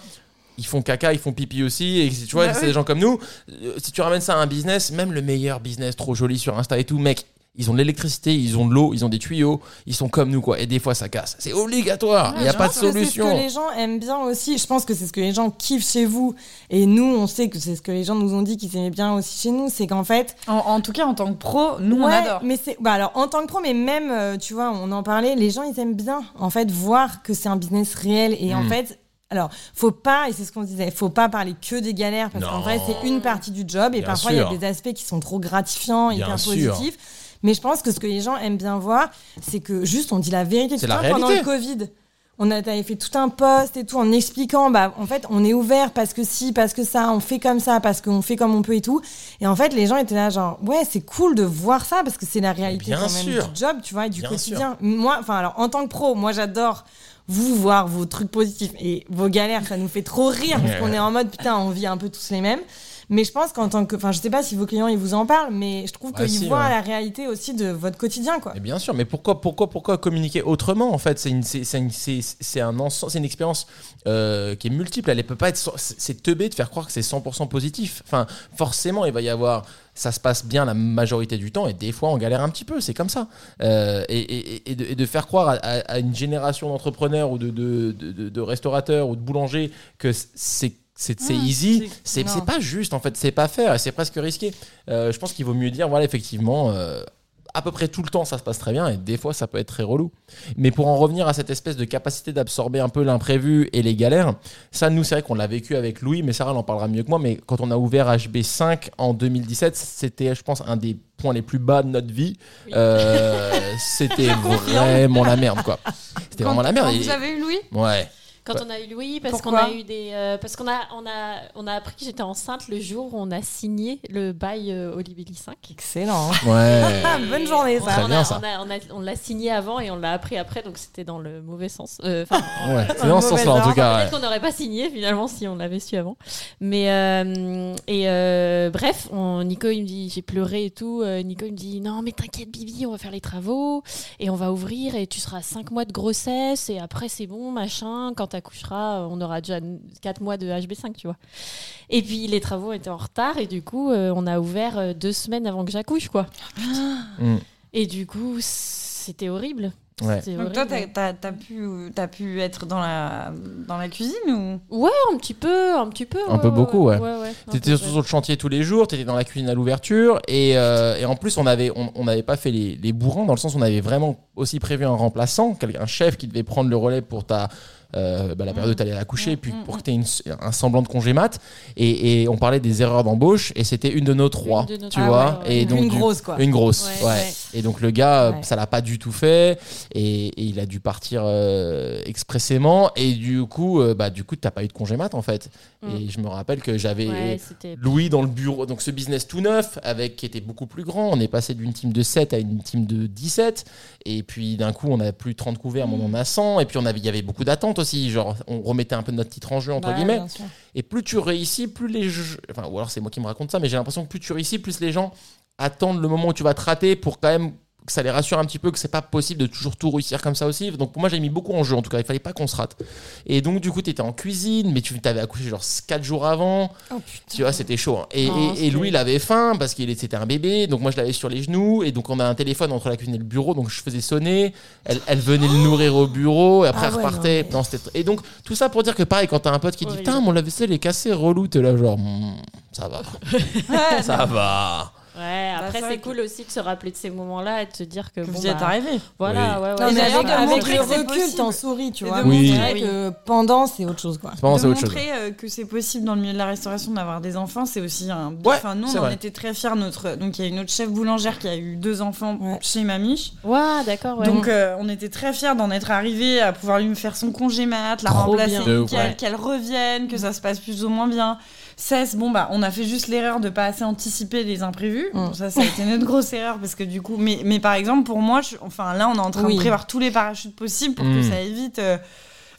Speaker 1: Ils font caca, ils font pipi aussi. Et tu vois,
Speaker 2: Bah
Speaker 1: c'est
Speaker 2: oui.
Speaker 1: des gens comme nous. Euh, si tu ramènes ça à un business, même le meilleur business trop joli sur Insta et tout, mec. Ils ont de l'électricité, ils ont de l'eau, ils ont des tuyaux, ils sont comme nous quoi. Et des fois ça casse. C'est obligatoire, il n'y a
Speaker 3: Je
Speaker 1: pas de
Speaker 3: pense que C'est ce que
Speaker 1: solution.
Speaker 3: les gens aiment bien aussi. Je pense que c'est ce que les gens kiffent chez vous. Et nous, on sait que c'est ce que les gens nous ont dit qu'ils aimaient bien aussi chez nous. C'est qu'en fait,
Speaker 2: En, en tout cas, en tant que pro, nous, on
Speaker 3: Ouais,
Speaker 2: adore.
Speaker 3: Mais c'est, bah alors en tant que pro, mais même, euh, tu vois, on en parlait, les gens ils aiment bien en fait voir que c'est un business réel et en
Speaker 1: Mm.
Speaker 3: fait. Alors, faut pas, et c'est ce qu'on se disait, faut pas parler que des galères, parce qu'en
Speaker 1: Non.
Speaker 3: vrai, c'est une partie du job, et
Speaker 1: Bien
Speaker 3: parfois, il y a
Speaker 1: sûr.
Speaker 3: des aspects qui sont trop gratifiants,
Speaker 1: Bien
Speaker 3: hyper
Speaker 1: sûr.
Speaker 3: positifs. Mais je pense que ce que les gens aiment bien voir, c'est que juste, on dit la vérité.
Speaker 1: C'est
Speaker 3: Putain,
Speaker 1: la
Speaker 3: pendant le
Speaker 1: réalité.
Speaker 3: Covid, on a, t'avais fait tout un post et tout, en expliquant, bah, en fait, on est ouvert parce que si, parce que ça, on fait comme ça, parce qu'on fait comme on peut et tout. Et en fait, les gens étaient là, genre, ouais, c'est cool de voir ça parce que c'est la réalité
Speaker 1: Bien
Speaker 3: quand même
Speaker 1: sûr.
Speaker 3: du job, tu vois, et du
Speaker 1: Bien
Speaker 3: quotidien. Moi, enfin, alors, en tant que pro, moi, j'adore vous voir vos trucs positifs et vos galères, ça nous fait trop rire parce
Speaker 1: Ouais.
Speaker 3: qu'on est en mode, putain, on vit un peu tous les mêmes. Mais je pense qu'en tant que, enfin, je sais pas si vos clients ils vous en parlent, mais je trouve
Speaker 1: Bah,
Speaker 3: qu'ils
Speaker 1: si,
Speaker 3: voient
Speaker 1: ouais.
Speaker 3: la réalité aussi de votre quotidien, quoi.
Speaker 1: Mais bien sûr, mais pourquoi, pourquoi, pourquoi communiquer autrement en fait C'est une, c'est, c'est une- c'est- c'est un ensemble, c'est une expérience euh, qui est multiple. Elle ne peut pas être, so- c'est c'est teubé de faire croire que c'est 100% positif. Enfin, forcément, il va y avoir, ça se passe bien la majorité du temps et des fois on galère un petit peu. C'est comme ça. Euh, et, et- et de, et de faire croire à, à- à une génération d'entrepreneurs ou de, de, de- de- de restaurateurs ou de boulangers que c'est c'est c'est easy, c'est
Speaker 3: non.
Speaker 1: c'est pas juste en fait, c'est pas faire, et c'est presque risqué. Euh, je pense qu'il vaut mieux dire, voilà, effectivement, euh, à peu près tout le temps, ça se passe très bien et des fois, ça peut être très relou. Mais pour en revenir à cette espèce de capacité d'absorber un peu l'imprévu et les galères, ça, nous, c'est vrai qu'on l'a vécu avec Louis, mais Sarah elle en parlera mieux que moi. Mais quand on a ouvert HB5 en 2017, c'était, je pense, un des points les plus bas de notre vie. Euh, c'était vraiment la merde, quoi. C'était
Speaker 2: Quand-
Speaker 1: vraiment la merde.
Speaker 2: quand
Speaker 1: et-
Speaker 2: vous avez eu Louis
Speaker 1: Ouais.
Speaker 4: Quand on a eu Louis, parce qu'on
Speaker 2: Pourquoi
Speaker 4: a eu des, euh, parce qu'on a, on a, on a appris que j'étais enceinte le jour où on a signé le bail euh, Olivier 5.
Speaker 3: Excellent.
Speaker 1: Ouais.
Speaker 3: Ah, bonne journée,
Speaker 4: On-
Speaker 3: ça.
Speaker 4: on a-
Speaker 1: bien, ça.
Speaker 4: On a- on a- on l'a signé avant et on l'a appris après, donc c'était dans le mauvais sens. Euh, enfin,
Speaker 1: Ouais. C'est dans ce
Speaker 3: Mauvais
Speaker 1: sens-là, en
Speaker 3: ordre.
Speaker 1: tout cas.
Speaker 2: Euh.
Speaker 1: ouais.
Speaker 4: Peut-être qu'on n'aurait pas signé finalement si on l'avait su avant. Mais euh, et euh, bref, on- Nico il me dit j'ai pleuré et tout. Euh, Nico il me dit non mais t'inquiète Bibi, on va faire les travaux et on va ouvrir et tu seras à 5 mois de grossesse et après c'est bon machin. Quand t'accoucheras, on aura déjà 4 mois de HB5 tu vois. Et puis les travaux étaient en retard et du coup euh, on a ouvert euh, deux semaines avant que j'accouche quoi.
Speaker 2: Ah,
Speaker 1: Mm.
Speaker 4: Et du coup c'était horrible.
Speaker 1: Ouais.
Speaker 4: C'était
Speaker 2: Donc toi,
Speaker 4: horrible.
Speaker 2: t'as t'as- t'as pu, t'as pu être dans la, dans la cuisine ou
Speaker 4: un petit peu, un petit peu. euh,
Speaker 1: Un peu beaucoup, ouais.
Speaker 4: un
Speaker 1: T'étais
Speaker 4: peu,
Speaker 1: sur sur le chantier tous les jours, t'étais dans la cuisine à l'ouverture, et, euh, et en plus on avait on on n'avait pas fait les, les bourrins dans le sens où on avait vraiment aussi prévu un remplaçant, quel- un chef qui devait prendre le relais pour ta euh, bah, la période où t'allais accoucher, et
Speaker 4: Mm,
Speaker 1: puis pour que t'aies une s- un semblant de congé mat, et, et on parlait des erreurs d'embauche, et c'était une de nos trois,
Speaker 4: de nos
Speaker 1: tu
Speaker 4: trois,
Speaker 1: vois,
Speaker 4: ouais, ouais,
Speaker 1: et
Speaker 4: ouais.
Speaker 1: donc
Speaker 3: une
Speaker 1: du-
Speaker 3: grosse, quoi.
Speaker 1: une grosse,
Speaker 4: Ouais,
Speaker 1: ouais.
Speaker 4: ouais.
Speaker 1: Et donc le gars,
Speaker 3: Ouais.
Speaker 1: ça l'a pas du tout fait, et, et il a dû partir euh, expressément. Et du coup, euh, bah du coup, t'as pas eu de congé mat en fait.
Speaker 4: Mm.
Speaker 1: Et je me rappelle que j'avais
Speaker 4: Ouais, c'était.
Speaker 1: Louis dans le bureau, donc ce business tout neuf, avec qui était beaucoup plus grand. On est passé d'une team de 7 à une team de 17. Et puis d'un coup, on a plus 30 couverts, mais on en a 100. Et puis on avait, il y avait beaucoup d'attentes aussi. Genre, on remettait un peu notre titre en jeu, entre
Speaker 3: Bah,
Speaker 1: guillemets.
Speaker 3: bien sûr.
Speaker 1: Et plus tu réussis, plus les gens. Enfin, ou alors c'est moi qui me raconte ça, mais j'ai l'impression que plus tu réussis, plus les gens attendent le moment où tu vas te rater pour quand même que ça les rassure un petit peu que c'est pas possible de toujours tout réussir comme ça aussi. Donc pour moi, j'ai mis beaucoup en jeu en tout cas. Il fallait pas qu'on se rate. Et donc du coup, tu étais en cuisine, mais tu t'avais accouché genre 4 jours avant.
Speaker 3: Oh putain.
Speaker 1: Tu vois, c'était chaud. hein. Et,
Speaker 2: Ah,
Speaker 4: Oh,
Speaker 1: et- et
Speaker 4: c'était-
Speaker 1: Louis, il avait faim parce qu'il était un bébé. Donc moi, je l'avais sur les genoux. Et donc on a un téléphone entre la cuisine et le bureau. Donc je faisais sonner. Elle, elle venait le nourrir au bureau. Et après,
Speaker 3: Ah
Speaker 1: elle
Speaker 3: ouais,
Speaker 1: repartait.
Speaker 3: non, mais-
Speaker 1: Non, c'était- et donc tout ça pour dire que pareil, quand t'as un pote qui dit
Speaker 4: Horrible.
Speaker 1: Putain, mon lave-vaisselle est cassé, relou. T'es là, genre, Hmm, ça
Speaker 2: Ah.
Speaker 1: va. ça va.
Speaker 4: Ouais,
Speaker 3: Bah,
Speaker 4: après,
Speaker 2: ça,
Speaker 4: c'est
Speaker 2: que-
Speaker 4: cool aussi de se rappeler de ces moments-là et de se dire que.
Speaker 2: Que
Speaker 4: bon,
Speaker 2: vous y êtes
Speaker 4: bah,
Speaker 2: arrivé.
Speaker 4: Voilà, ouais, ouais.
Speaker 3: Non,
Speaker 2: Et
Speaker 3: mais
Speaker 2: d'ailleurs,
Speaker 3: avec,
Speaker 2: de
Speaker 3: avec
Speaker 2: montrer
Speaker 3: le
Speaker 2: que c'est
Speaker 3: recul,
Speaker 2: possible.
Speaker 3: t'en souris, tu
Speaker 2: Et
Speaker 3: vois.
Speaker 2: de
Speaker 1: Oui.
Speaker 3: C'est vrai
Speaker 4: montrer-
Speaker 3: que pendant, c'est autre chose, quoi.
Speaker 1: C'est pas
Speaker 2: de
Speaker 1: c'est autre chose.
Speaker 2: montrer euh, que c'est possible dans le milieu de la restauration d'avoir des enfants, c'est aussi un.
Speaker 1: Ouais,
Speaker 2: enfin, nous,
Speaker 1: c'est
Speaker 2: on en
Speaker 1: vrai.
Speaker 2: était très fiers. Notre... Donc, il y a une autre chef boulangère qui a eu deux enfants
Speaker 3: Ouais.
Speaker 2: chez Mamiche.
Speaker 4: Ouah, d'accord, ouais.
Speaker 2: Donc, euh, on était très fiers d'en être arrivés à pouvoir lui faire son congé mat, la
Speaker 4: Trop
Speaker 2: remplacer,
Speaker 4: bien.
Speaker 1: De
Speaker 2: nickel,
Speaker 1: ouf, ouais.
Speaker 2: qu'elle revienne, que ça se passe plus ou moins bien. 16, bon, bah, on a fait juste l'erreur de pas assez anticiper les imprévus.
Speaker 3: Mm.
Speaker 2: Bon, ça, ça a été notre grosse erreur parce que du coup, mais, mais par exemple, pour moi, je- enfin, là, on est en train
Speaker 3: Oui.
Speaker 2: de prévoir tous les parachutes possibles pour que
Speaker 1: Mm.
Speaker 2: ça évite. euh,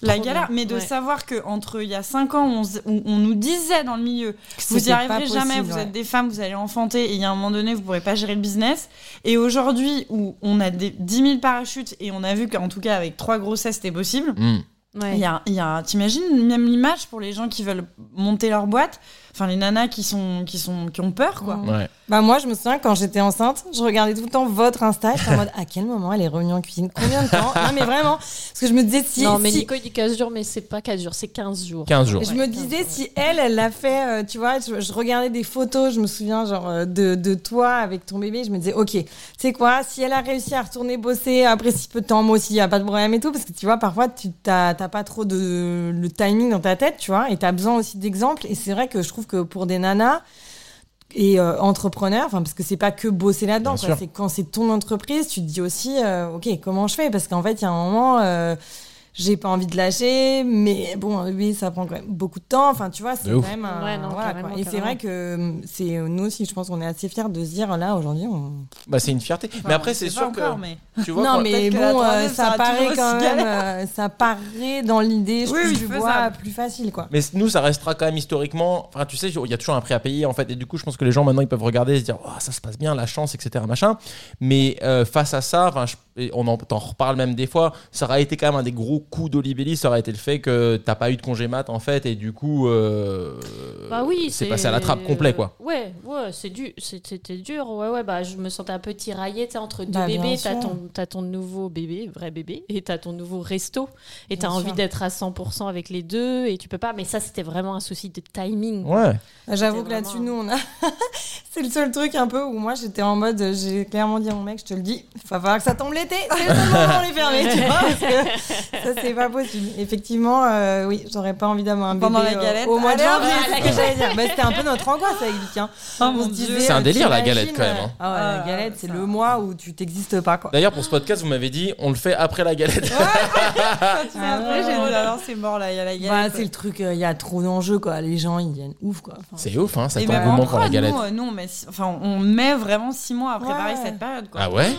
Speaker 2: la
Speaker 4: Trop
Speaker 2: galère,
Speaker 4: bien,
Speaker 2: mais de
Speaker 4: ouais.
Speaker 2: savoir que entre il y a 5 ans, on, se- où on nous disait dans le milieu, vous y
Speaker 3: C'était pas
Speaker 2: arriverez jamais,
Speaker 3: possible,
Speaker 2: vous
Speaker 3: ouais.
Speaker 2: êtes des femmes, vous allez enfanter, et il y a un moment donné, vous pourrez pas gérer le business. Et aujourd'hui, où on a des 10 000 parachutes, et on a vu qu'en tout cas, avec trois grossesses, c'était possible.
Speaker 1: Hmm.
Speaker 4: Ouais.
Speaker 2: Il y a, il y a- t'imagines même l'image pour les gens qui veulent monter leur boîte, enfin les nanas qui sont, qui sont, qui ont peur, quoi.
Speaker 3: Mm.
Speaker 1: Ouais.
Speaker 3: Bah moi, je me souviens quand j'étais enceinte, je regardais tout le temps votre Insta, j'étais en mode à quel moment elle est revenue en cuisine, combien de temps Non mais vraiment, parce que je me disais si,
Speaker 4: non, mais
Speaker 3: si-
Speaker 4: Nico, il dit 15 jours, mais c'est pas 4 jours, c'est 15 jours.
Speaker 1: 15 jours.
Speaker 3: je me disais si elle, elle l'a fait, euh, tu vois, je, je regardais des photos, je me souviens genre euh, de, de toi avec ton bébé, je me disais ok, tu sais quoi, si elle a réussi à retourner bosser après si peu de temps, moi aussi, y a pas de problème et tout, parce que tu vois parfois tu t'as t'as pas trop de le timing dans ta tête, tu vois, et t'as besoin aussi d'exemples, et c'est vrai que je trouve que pour des nanas et euh, entrepreneur, enfin parce que c'est pas que bosser là-dedans,
Speaker 1: Bien
Speaker 3: quoi.
Speaker 1: sûr.
Speaker 3: c'est quand c'est ton entreprise, tu te dis aussi, euh, ok, comment je fais Parce qu'en fait, il y a un moment, euh, j'ai pas envie de lâcher, mais bon, un bébé, ça prend quand même beaucoup de temps. Enfin, tu vois, c'est
Speaker 1: De
Speaker 3: quand
Speaker 1: ouf.
Speaker 3: même. un-
Speaker 4: Ouais, non,
Speaker 3: voilà,
Speaker 4: carrément,
Speaker 3: quoi. Et c'est
Speaker 4: carrément.
Speaker 3: vrai que hum, c'est nous aussi, je pense qu'on est assez fiers de se dire là aujourd'hui. On...
Speaker 1: Bah, c'est une fierté. mais
Speaker 2: Enfin,
Speaker 1: après,
Speaker 2: on
Speaker 1: c'est
Speaker 2: sait
Speaker 1: sûr
Speaker 2: pas
Speaker 1: que.
Speaker 2: encore, mais-
Speaker 1: Tu vois,
Speaker 3: Non,
Speaker 1: quand-
Speaker 3: mais
Speaker 2: peut-être que la
Speaker 3: bon, euh,
Speaker 2: troisième, ça
Speaker 3: ça
Speaker 2: sera
Speaker 3: paraît
Speaker 2: toujours
Speaker 3: quand
Speaker 2: aussi
Speaker 3: même, euh, ça paraît dans l'idée, je
Speaker 2: Oui,
Speaker 3: trouve,
Speaker 2: oui,
Speaker 3: du
Speaker 2: faisable.
Speaker 3: bois plus facile, quoi.
Speaker 1: Mais nous, ça restera quand même historiquement. Enfin, tu sais, il y a toujours un prix à payer en fait. Et du coup, je pense que les gens maintenant ils peuvent regarder et se dire, oh, ça se passe bien, la chance, etc. Machin. Mais euh, face à ça, enfin, je- et on en t'en reparle même des fois. Ça aurait été quand même un des gros coups d'Olivelli. Ça aurait été le fait que t'as pas eu de congé mat en fait. Et du coup, euh,
Speaker 4: Bah oui,
Speaker 1: c'est passé à la trappe complet quoi.
Speaker 4: Ouais, ouais, c'est dur, c'était dur. Ouais, ouais, bah je me sentais un peu tiraillée, tu sais, entre deux
Speaker 3: Bah, bien
Speaker 4: bébés, t'as
Speaker 3: sûr.
Speaker 4: ton, t'as ton nouveau bébé, vrai bébé, et t'as ton nouveau resto, et t'as
Speaker 3: Bien
Speaker 4: envie
Speaker 3: sûr.
Speaker 4: d'être à 100% avec les deux, et tu peux pas. Mais ça, c'était vraiment un souci de timing.
Speaker 1: Ouais.
Speaker 3: Ah, J'avoue que
Speaker 4: C'était
Speaker 3: là-dessus, nous,
Speaker 4: vraiment-
Speaker 3: on a. c'est le seul truc un peu où moi, j'étais en mode, euh, j'ai clairement dit à mon mec, je te le dis, va falloir que ça tombe l'été. C'est le seul moment où on est fermé, tu vois, parce que ça, c'est pas possible. Effectivement, euh, oui, j'aurais pas envie d'avoir un bébé
Speaker 2: Pendant la
Speaker 3: euh,
Speaker 2: galette.
Speaker 3: au mois de
Speaker 2: Allez,
Speaker 3: janvier.
Speaker 2: hop,
Speaker 3: c'est ce que j'allais dire. Bah, c'était un peu notre angoisse avec Vic. hein.
Speaker 2: Oh
Speaker 3: on
Speaker 2: mon
Speaker 3: se disait,
Speaker 2: Dieu.
Speaker 1: C'est un
Speaker 3: euh,
Speaker 1: délire, la
Speaker 3: t'imagines,
Speaker 1: galette, quand même, hein.
Speaker 3: Ah ouais, la
Speaker 2: Ah,
Speaker 3: galette, c'est
Speaker 2: ça.
Speaker 3: le mois où tu t'existes pas, quoi.
Speaker 1: D'ailleurs, pour ce podcast, vous m'avez dit, on le fait après la galette. Ah.
Speaker 2: C'est après, j'ai dit, alors c'est euh, mort là, il y a la
Speaker 3: Bah,
Speaker 2: galette.
Speaker 3: Ah. c'est le truc, il y a trop d'enjeux, quoi. Les gens, ils viennent ouf, quoi. Enfin,
Speaker 1: c'est ouf, hein,
Speaker 4: Eh
Speaker 2: Et
Speaker 1: cet
Speaker 4: ben,
Speaker 2: même en
Speaker 1: engouement pour la
Speaker 2: prod,
Speaker 1: galette.
Speaker 2: nous, euh, nous, on met- enfin, on met vraiment 6 mois à préparer
Speaker 3: Ouais.
Speaker 2: cette période. Quoi.
Speaker 1: Ah ouais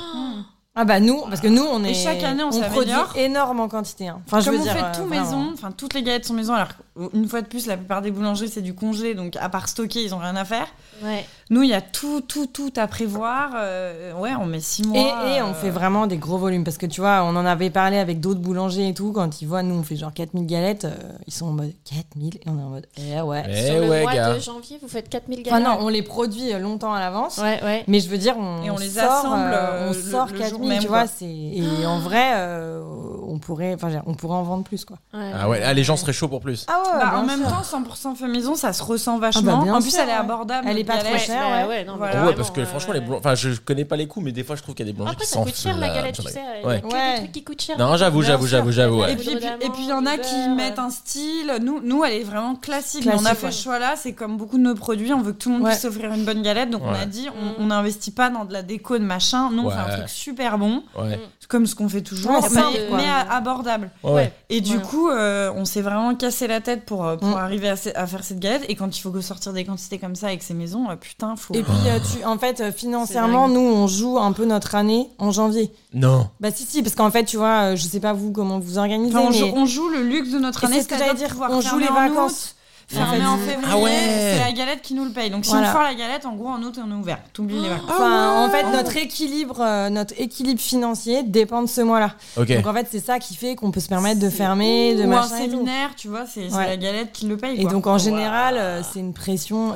Speaker 3: Ah bah nous, parce que nous on est.
Speaker 2: Et chaque année, on
Speaker 3: produit
Speaker 2: s'améliore.
Speaker 3: énorme en quantité. hein. Enfin, je
Speaker 2: Comme
Speaker 3: veux
Speaker 2: on
Speaker 3: dire,
Speaker 2: fait
Speaker 3: euh,
Speaker 2: tout
Speaker 3: vraiment.
Speaker 2: maison, enfin toutes les galettes sont maison. Alors une fois de plus, la plupart des boulangeries c'est du congelé, donc à part stocker, ils ont rien à faire.
Speaker 4: Ouais.
Speaker 2: Nous, il y a tout, tout, tout à prévoir. euh, ouais, on met six
Speaker 3: Et,
Speaker 2: mois.
Speaker 3: et
Speaker 2: euh,
Speaker 3: on fait vraiment des gros volumes parce que tu vois, on en avait parlé avec d'autres boulangers et tout. Quand ils voient, nous on fait genre 4000 galettes, euh, ils sont en mode 4000 et on est en mode eh ouais.
Speaker 1: Eh
Speaker 4: Sur le
Speaker 1: ouais,
Speaker 4: mois
Speaker 1: gars.
Speaker 4: de janvier, vous faites 4000
Speaker 3: Enfin,
Speaker 4: galettes.
Speaker 3: Ah non, on les produit euh, longtemps à l'avance.
Speaker 4: Ouais, ouais.
Speaker 3: Mais je veux dire, on,
Speaker 2: Et on les
Speaker 3: sort,
Speaker 2: assemble,
Speaker 3: euh, on
Speaker 2: euh, le-
Speaker 3: sort
Speaker 2: le jour
Speaker 3: 4000,
Speaker 2: même,
Speaker 3: tu
Speaker 2: quoi.
Speaker 3: vois. c'est- Et en vrai, euh, on, pourrait, enfin, je veux dire, on pourrait en vendre plus quoi.
Speaker 4: ouais.
Speaker 1: Ah ouais, ah, les gens seraient chauds pour plus.
Speaker 3: Ah ouais,
Speaker 2: bah, en même temps, 100% fait maison, ça se ressent
Speaker 3: Ah
Speaker 2: vachement.
Speaker 3: bah, bien
Speaker 2: en plus,
Speaker 3: sûr,
Speaker 2: elle est
Speaker 3: ouais.
Speaker 2: abordable.
Speaker 3: Elle est
Speaker 2: notre
Speaker 3: pas trop
Speaker 2: galette.
Speaker 3: chère.
Speaker 4: bah,
Speaker 3: ouais.
Speaker 4: ouais, non, mais
Speaker 2: Voilà.
Speaker 5: ouais,
Speaker 4: vraiment,
Speaker 5: parce que
Speaker 4: ouais,
Speaker 5: franchement,
Speaker 4: ouais,
Speaker 5: les boulangers. Enfin, je connais pas les coûts, mais des fois, je trouve qu'il y a des boulangers
Speaker 4: Après,
Speaker 5: qui
Speaker 4: ça coûte cher la
Speaker 5: s'enflent,
Speaker 4: galette, tu
Speaker 5: là,
Speaker 4: sais. Il y
Speaker 5: Ouais.
Speaker 4: a que
Speaker 3: Ouais.
Speaker 4: des trucs qui coûtent cher.
Speaker 5: Non, j'avoue,
Speaker 4: Bien
Speaker 5: j'avoue,
Speaker 4: sûr.
Speaker 5: j'avoue, j'avoue.
Speaker 4: Et
Speaker 5: Ouais.
Speaker 2: Et puis,
Speaker 4: poudre d'amande,
Speaker 2: et puis il y en a
Speaker 4: du
Speaker 2: qui
Speaker 4: beurre,
Speaker 2: mettent
Speaker 4: euh.
Speaker 2: un style. Nous, nous, elle est vraiment classique. mais on a
Speaker 3: Classique,
Speaker 2: fait
Speaker 3: ouais.
Speaker 2: ce choix-là. C'est comme beaucoup de nos produits. On veut que tout le monde
Speaker 3: Ouais.
Speaker 2: puisse s'offrir une bonne galette. Donc on
Speaker 5: Ouais. Mm.
Speaker 2: a dit, on- on n'investit pas dans de la déco de machin. Non, on fait
Speaker 5: Ouais.
Speaker 2: un truc super bon,
Speaker 5: Ouais.
Speaker 2: comme ce qu'on fait toujours,
Speaker 3: Ouais,
Speaker 2: mais,
Speaker 4: simple, quoi.
Speaker 2: mais à- abordable.
Speaker 5: Ouais, ouais.
Speaker 2: Et du
Speaker 4: Voilà.
Speaker 2: coup, euh, on s'est vraiment cassé la tête pour, euh, pour
Speaker 3: Mm.
Speaker 2: arriver à, ce- à faire cette galette. Et quand il faut sortir des quantités comme ça avec ces maisons, euh, putain, faut.
Speaker 3: Et puis, euh, tu, en fait, euh, financièrement, nous, on joue un peu notre année en janvier.
Speaker 5: Non.
Speaker 3: Bah, si, si, parce qu'en fait, tu vois, euh, je sais pas vous comment vous organisez.
Speaker 2: Enfin, on, joue,
Speaker 3: mais...
Speaker 2: on joue le luxe de notre
Speaker 3: Et
Speaker 2: année.
Speaker 3: c'est ce que
Speaker 2: c'est-à-dire
Speaker 3: j'allais dire,
Speaker 2: pouvoir
Speaker 3: on joue
Speaker 2: fermer
Speaker 3: les
Speaker 2: en
Speaker 3: vacances.
Speaker 2: août, fermer en
Speaker 3: Ah
Speaker 2: février,
Speaker 5: ouais.
Speaker 2: c'est la galette qui nous le paye. Donc si
Speaker 3: Voilà. Oh.
Speaker 2: on sort la galette, en gros, en août, on est ouvert. T'oublies les vacances.
Speaker 3: Enfin, en fait, notre équilibre, euh, notre équilibre financier dépend de ce mois-là.
Speaker 5: Ok.
Speaker 3: Donc en fait, c'est ça qui fait qu'on peut se permettre de
Speaker 2: C'est-
Speaker 3: fermer, de
Speaker 2: Ou un
Speaker 3: machin et tout.
Speaker 2: séminaire, tu vois, c'est c'est
Speaker 3: Ouais.
Speaker 2: la galette qui le paye.
Speaker 3: Et
Speaker 2: quoi.
Speaker 3: donc en général, euh, c'est une pression euh,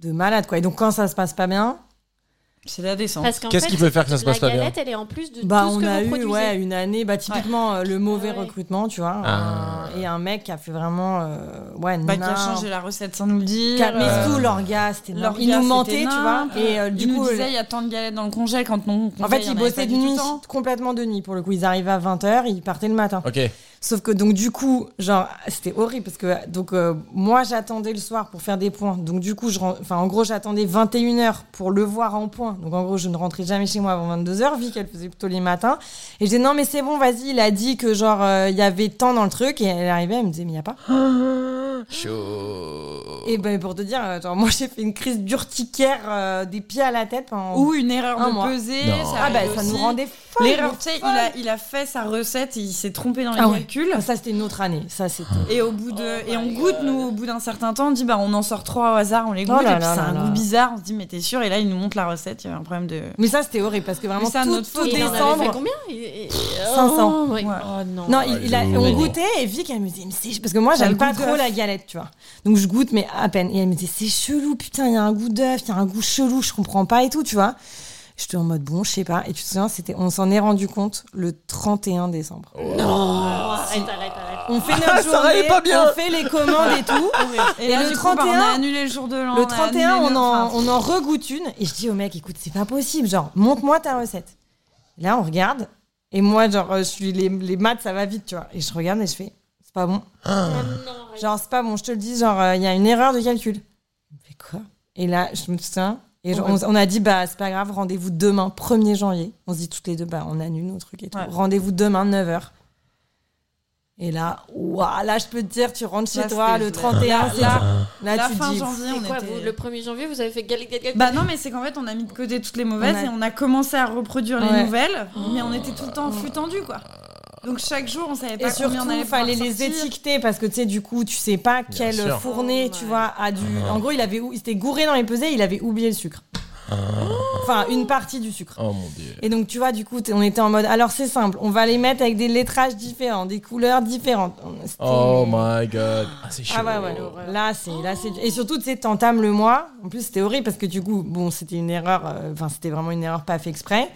Speaker 3: de malade quoi. Et donc quand ça se passe pas bien,
Speaker 2: C'est la descente.
Speaker 4: Parce qu'en
Speaker 5: Qu'est-ce
Speaker 4: fait,
Speaker 5: qui peut faire que ça se passe
Speaker 4: la
Speaker 5: pas bien
Speaker 4: galette, elle est en plus de
Speaker 3: bah
Speaker 4: tout ce
Speaker 3: on
Speaker 4: que
Speaker 3: a
Speaker 4: vous
Speaker 3: eu
Speaker 4: produisez.
Speaker 3: ouais une année bah typiquement euh, le mauvais
Speaker 4: Ah ouais.
Speaker 3: recrutement, tu vois,
Speaker 5: Ah.
Speaker 3: un- et un mec qui a fait vraiment euh, ouais
Speaker 2: Bah, qui a
Speaker 3: nain,
Speaker 2: changé la recette sans nous le dire.
Speaker 3: qui a- mais
Speaker 2: Euh,
Speaker 3: tout l'orgas, c'était nain.
Speaker 2: l'orgas,
Speaker 3: il nous
Speaker 2: c'était
Speaker 3: mentait, tu vois.
Speaker 2: nimp.
Speaker 3: Et euh, du
Speaker 2: il
Speaker 3: coup,
Speaker 2: nous
Speaker 3: euh,
Speaker 2: disait, il y a tant de galettes dans le congé quand on.
Speaker 3: en fait, ils bossaient de nuit,
Speaker 2: hein.
Speaker 3: complètement de nuit pour le coup. Ils arrivaient à 20h, ils partaient le matin.
Speaker 5: Ok.
Speaker 3: Sauf que donc du coup, genre c'était horrible parce que donc euh, moi j'attendais le soir pour faire des points. Donc du coup, je ren- enfin en gros, j'attendais 21h pour le voir en point. Donc en gros, je ne rentrais jamais chez moi avant 22h vu qu'elle faisait plutôt les matins. Et je disais non mais c'est bon, vas-y, il a dit que genre euh, il y avait tant dans le truc et elle arrivait, elle me disait mais il y a pas.
Speaker 5: Chaud.
Speaker 3: Et ben pour te dire euh, genre moi j'ai fait une crise d'urticaire euh, des pieds à la tête pendant
Speaker 2: Ou une erreur
Speaker 3: Un
Speaker 2: de
Speaker 3: mois.
Speaker 2: pesée.
Speaker 5: Non.
Speaker 2: ça
Speaker 3: ah bah
Speaker 2: arrive
Speaker 3: ça nous
Speaker 2: aussi.
Speaker 3: rendait folle.
Speaker 2: L'erreur, tu sais, il a, il a fait sa recette, et il s'est trompé dans les
Speaker 3: Ah ouais.
Speaker 2: calculs.
Speaker 3: Ah, ça c'était une autre année, ça c'était
Speaker 2: Et au bout de,
Speaker 4: Oh
Speaker 2: et on goûte nous au bout d'un certain temps, on dit bah on en sort trois au hasard, on les goûte
Speaker 3: Oh là
Speaker 2: et puis
Speaker 3: là
Speaker 2: c'est
Speaker 3: là
Speaker 2: un
Speaker 3: là.
Speaker 2: goût bizarre, on se dit mais t'es sûr et là il nous montre la recette, il y avait un problème de.
Speaker 3: Mais ça c'était horrible parce que vraiment
Speaker 2: Mais c'est à
Speaker 3: tout,
Speaker 2: notre
Speaker 3: tout
Speaker 2: faute,
Speaker 4: Et il en avait
Speaker 3: décembre
Speaker 4: fait combien Et- et- Oh,
Speaker 3: 500.
Speaker 4: ouais.
Speaker 2: Ouais.
Speaker 4: Oh, non.
Speaker 3: Non, il, il a,
Speaker 5: Allô.
Speaker 3: on goûtait et Vic, elle me disait, mais c'est- parce que moi,
Speaker 2: Ça a
Speaker 3: j'aime
Speaker 2: le
Speaker 3: pas
Speaker 2: goût
Speaker 3: trop
Speaker 2: d'œuf.
Speaker 3: la galette, tu vois. Donc je goûte, mais à peine. Et elle me disait, c'est chelou, putain, il y a un goût d'œuf, il y a un goût chelou, je comprends pas et tout, tu vois. J'étais en mode, bon, je sais pas. Et tu te souviens, c'était, on s'en est rendu compte le 31 décembre.
Speaker 4: Arrête, arrête, arrête.
Speaker 3: On fait notre journée, on fait les commandes et tout.
Speaker 2: Et,
Speaker 3: Et
Speaker 2: là
Speaker 3: le
Speaker 2: du coup, bah, on
Speaker 3: 31,
Speaker 2: a annulé le jour de l'an. on
Speaker 3: Le
Speaker 2: a
Speaker 3: 31,
Speaker 2: annulé
Speaker 3: on
Speaker 2: le-
Speaker 3: en,
Speaker 2: enfin,
Speaker 3: on en regoute une. Et je dis au mec, écoute, c'est pas possible. Genre, montre-moi ta recette. Là, on regarde. Et moi, genre, euh, je suis les, les maths, ça va vite, tu vois. Et je regarde et je fais, c'est pas bon. Genre, c'est pas bon, je te le dis, genre, euh, il y a une erreur de calcul. Mais quoi Et là, je me souviens. Et
Speaker 2: Oh
Speaker 3: genre, on, on a dit, bah, c'est pas grave, rendez-vous demain, 1er janvier. On se dit toutes les deux, bah, on annule nos trucs et tout.
Speaker 2: Ouais.
Speaker 3: Rendez-vous demain, 9h. Et là, ouah, là, je peux te dire, tu rentres chez
Speaker 2: Là,
Speaker 3: toi
Speaker 2: c'était-
Speaker 3: le 31, là,
Speaker 2: là-
Speaker 3: là,
Speaker 2: la
Speaker 3: Ah, tu
Speaker 2: fin
Speaker 3: dis,
Speaker 2: janvier,
Speaker 4: C'est
Speaker 2: on
Speaker 4: quoi,
Speaker 2: était.
Speaker 4: vous, le 1er janvier, vous avez fait galette, galette, galette
Speaker 2: Bah non, mais c'est qu'en fait, on a mis de côté toutes les mauvaises
Speaker 3: On a-
Speaker 2: et on a commencé à reproduire les
Speaker 3: Ouais. Oh.
Speaker 2: nouvelles, mais on était tout le temps en flux tendu, quoi. Donc chaque jour, on savait pas
Speaker 3: Et surtout,
Speaker 2: combien on allait
Speaker 3: il fallait
Speaker 2: pouvoir
Speaker 3: les
Speaker 2: sortir.
Speaker 3: étiqueter parce que tu sais, du coup, tu sais pas quelle
Speaker 5: sûr. Ah,
Speaker 3: fournée,
Speaker 4: Oh
Speaker 3: tu
Speaker 4: my
Speaker 3: vois, a du. En gros, il avait, ou- il s'était gouré dans les pesées, il avait oublié le sucre.
Speaker 5: Ah.
Speaker 3: Enfin, une partie du sucre.
Speaker 5: Oh mon dieu.
Speaker 3: Et donc, tu vois, du coup, t'es- on était en mode. Alors, c'est simple, on va les mettre avec des lettrages différents, des couleurs différentes. On- c'était-
Speaker 5: Oh my god. Ah, c'est chaud.
Speaker 3: ah ouais, ouais. Là, c'est. Là,
Speaker 2: Oh.
Speaker 3: c'est... Et surtout, tu sais, t'entames le mois. En plus, c'était horrible parce que du coup, bon, c'était une erreur. euh, Enfin, c'était vraiment une erreur pas fait exprès.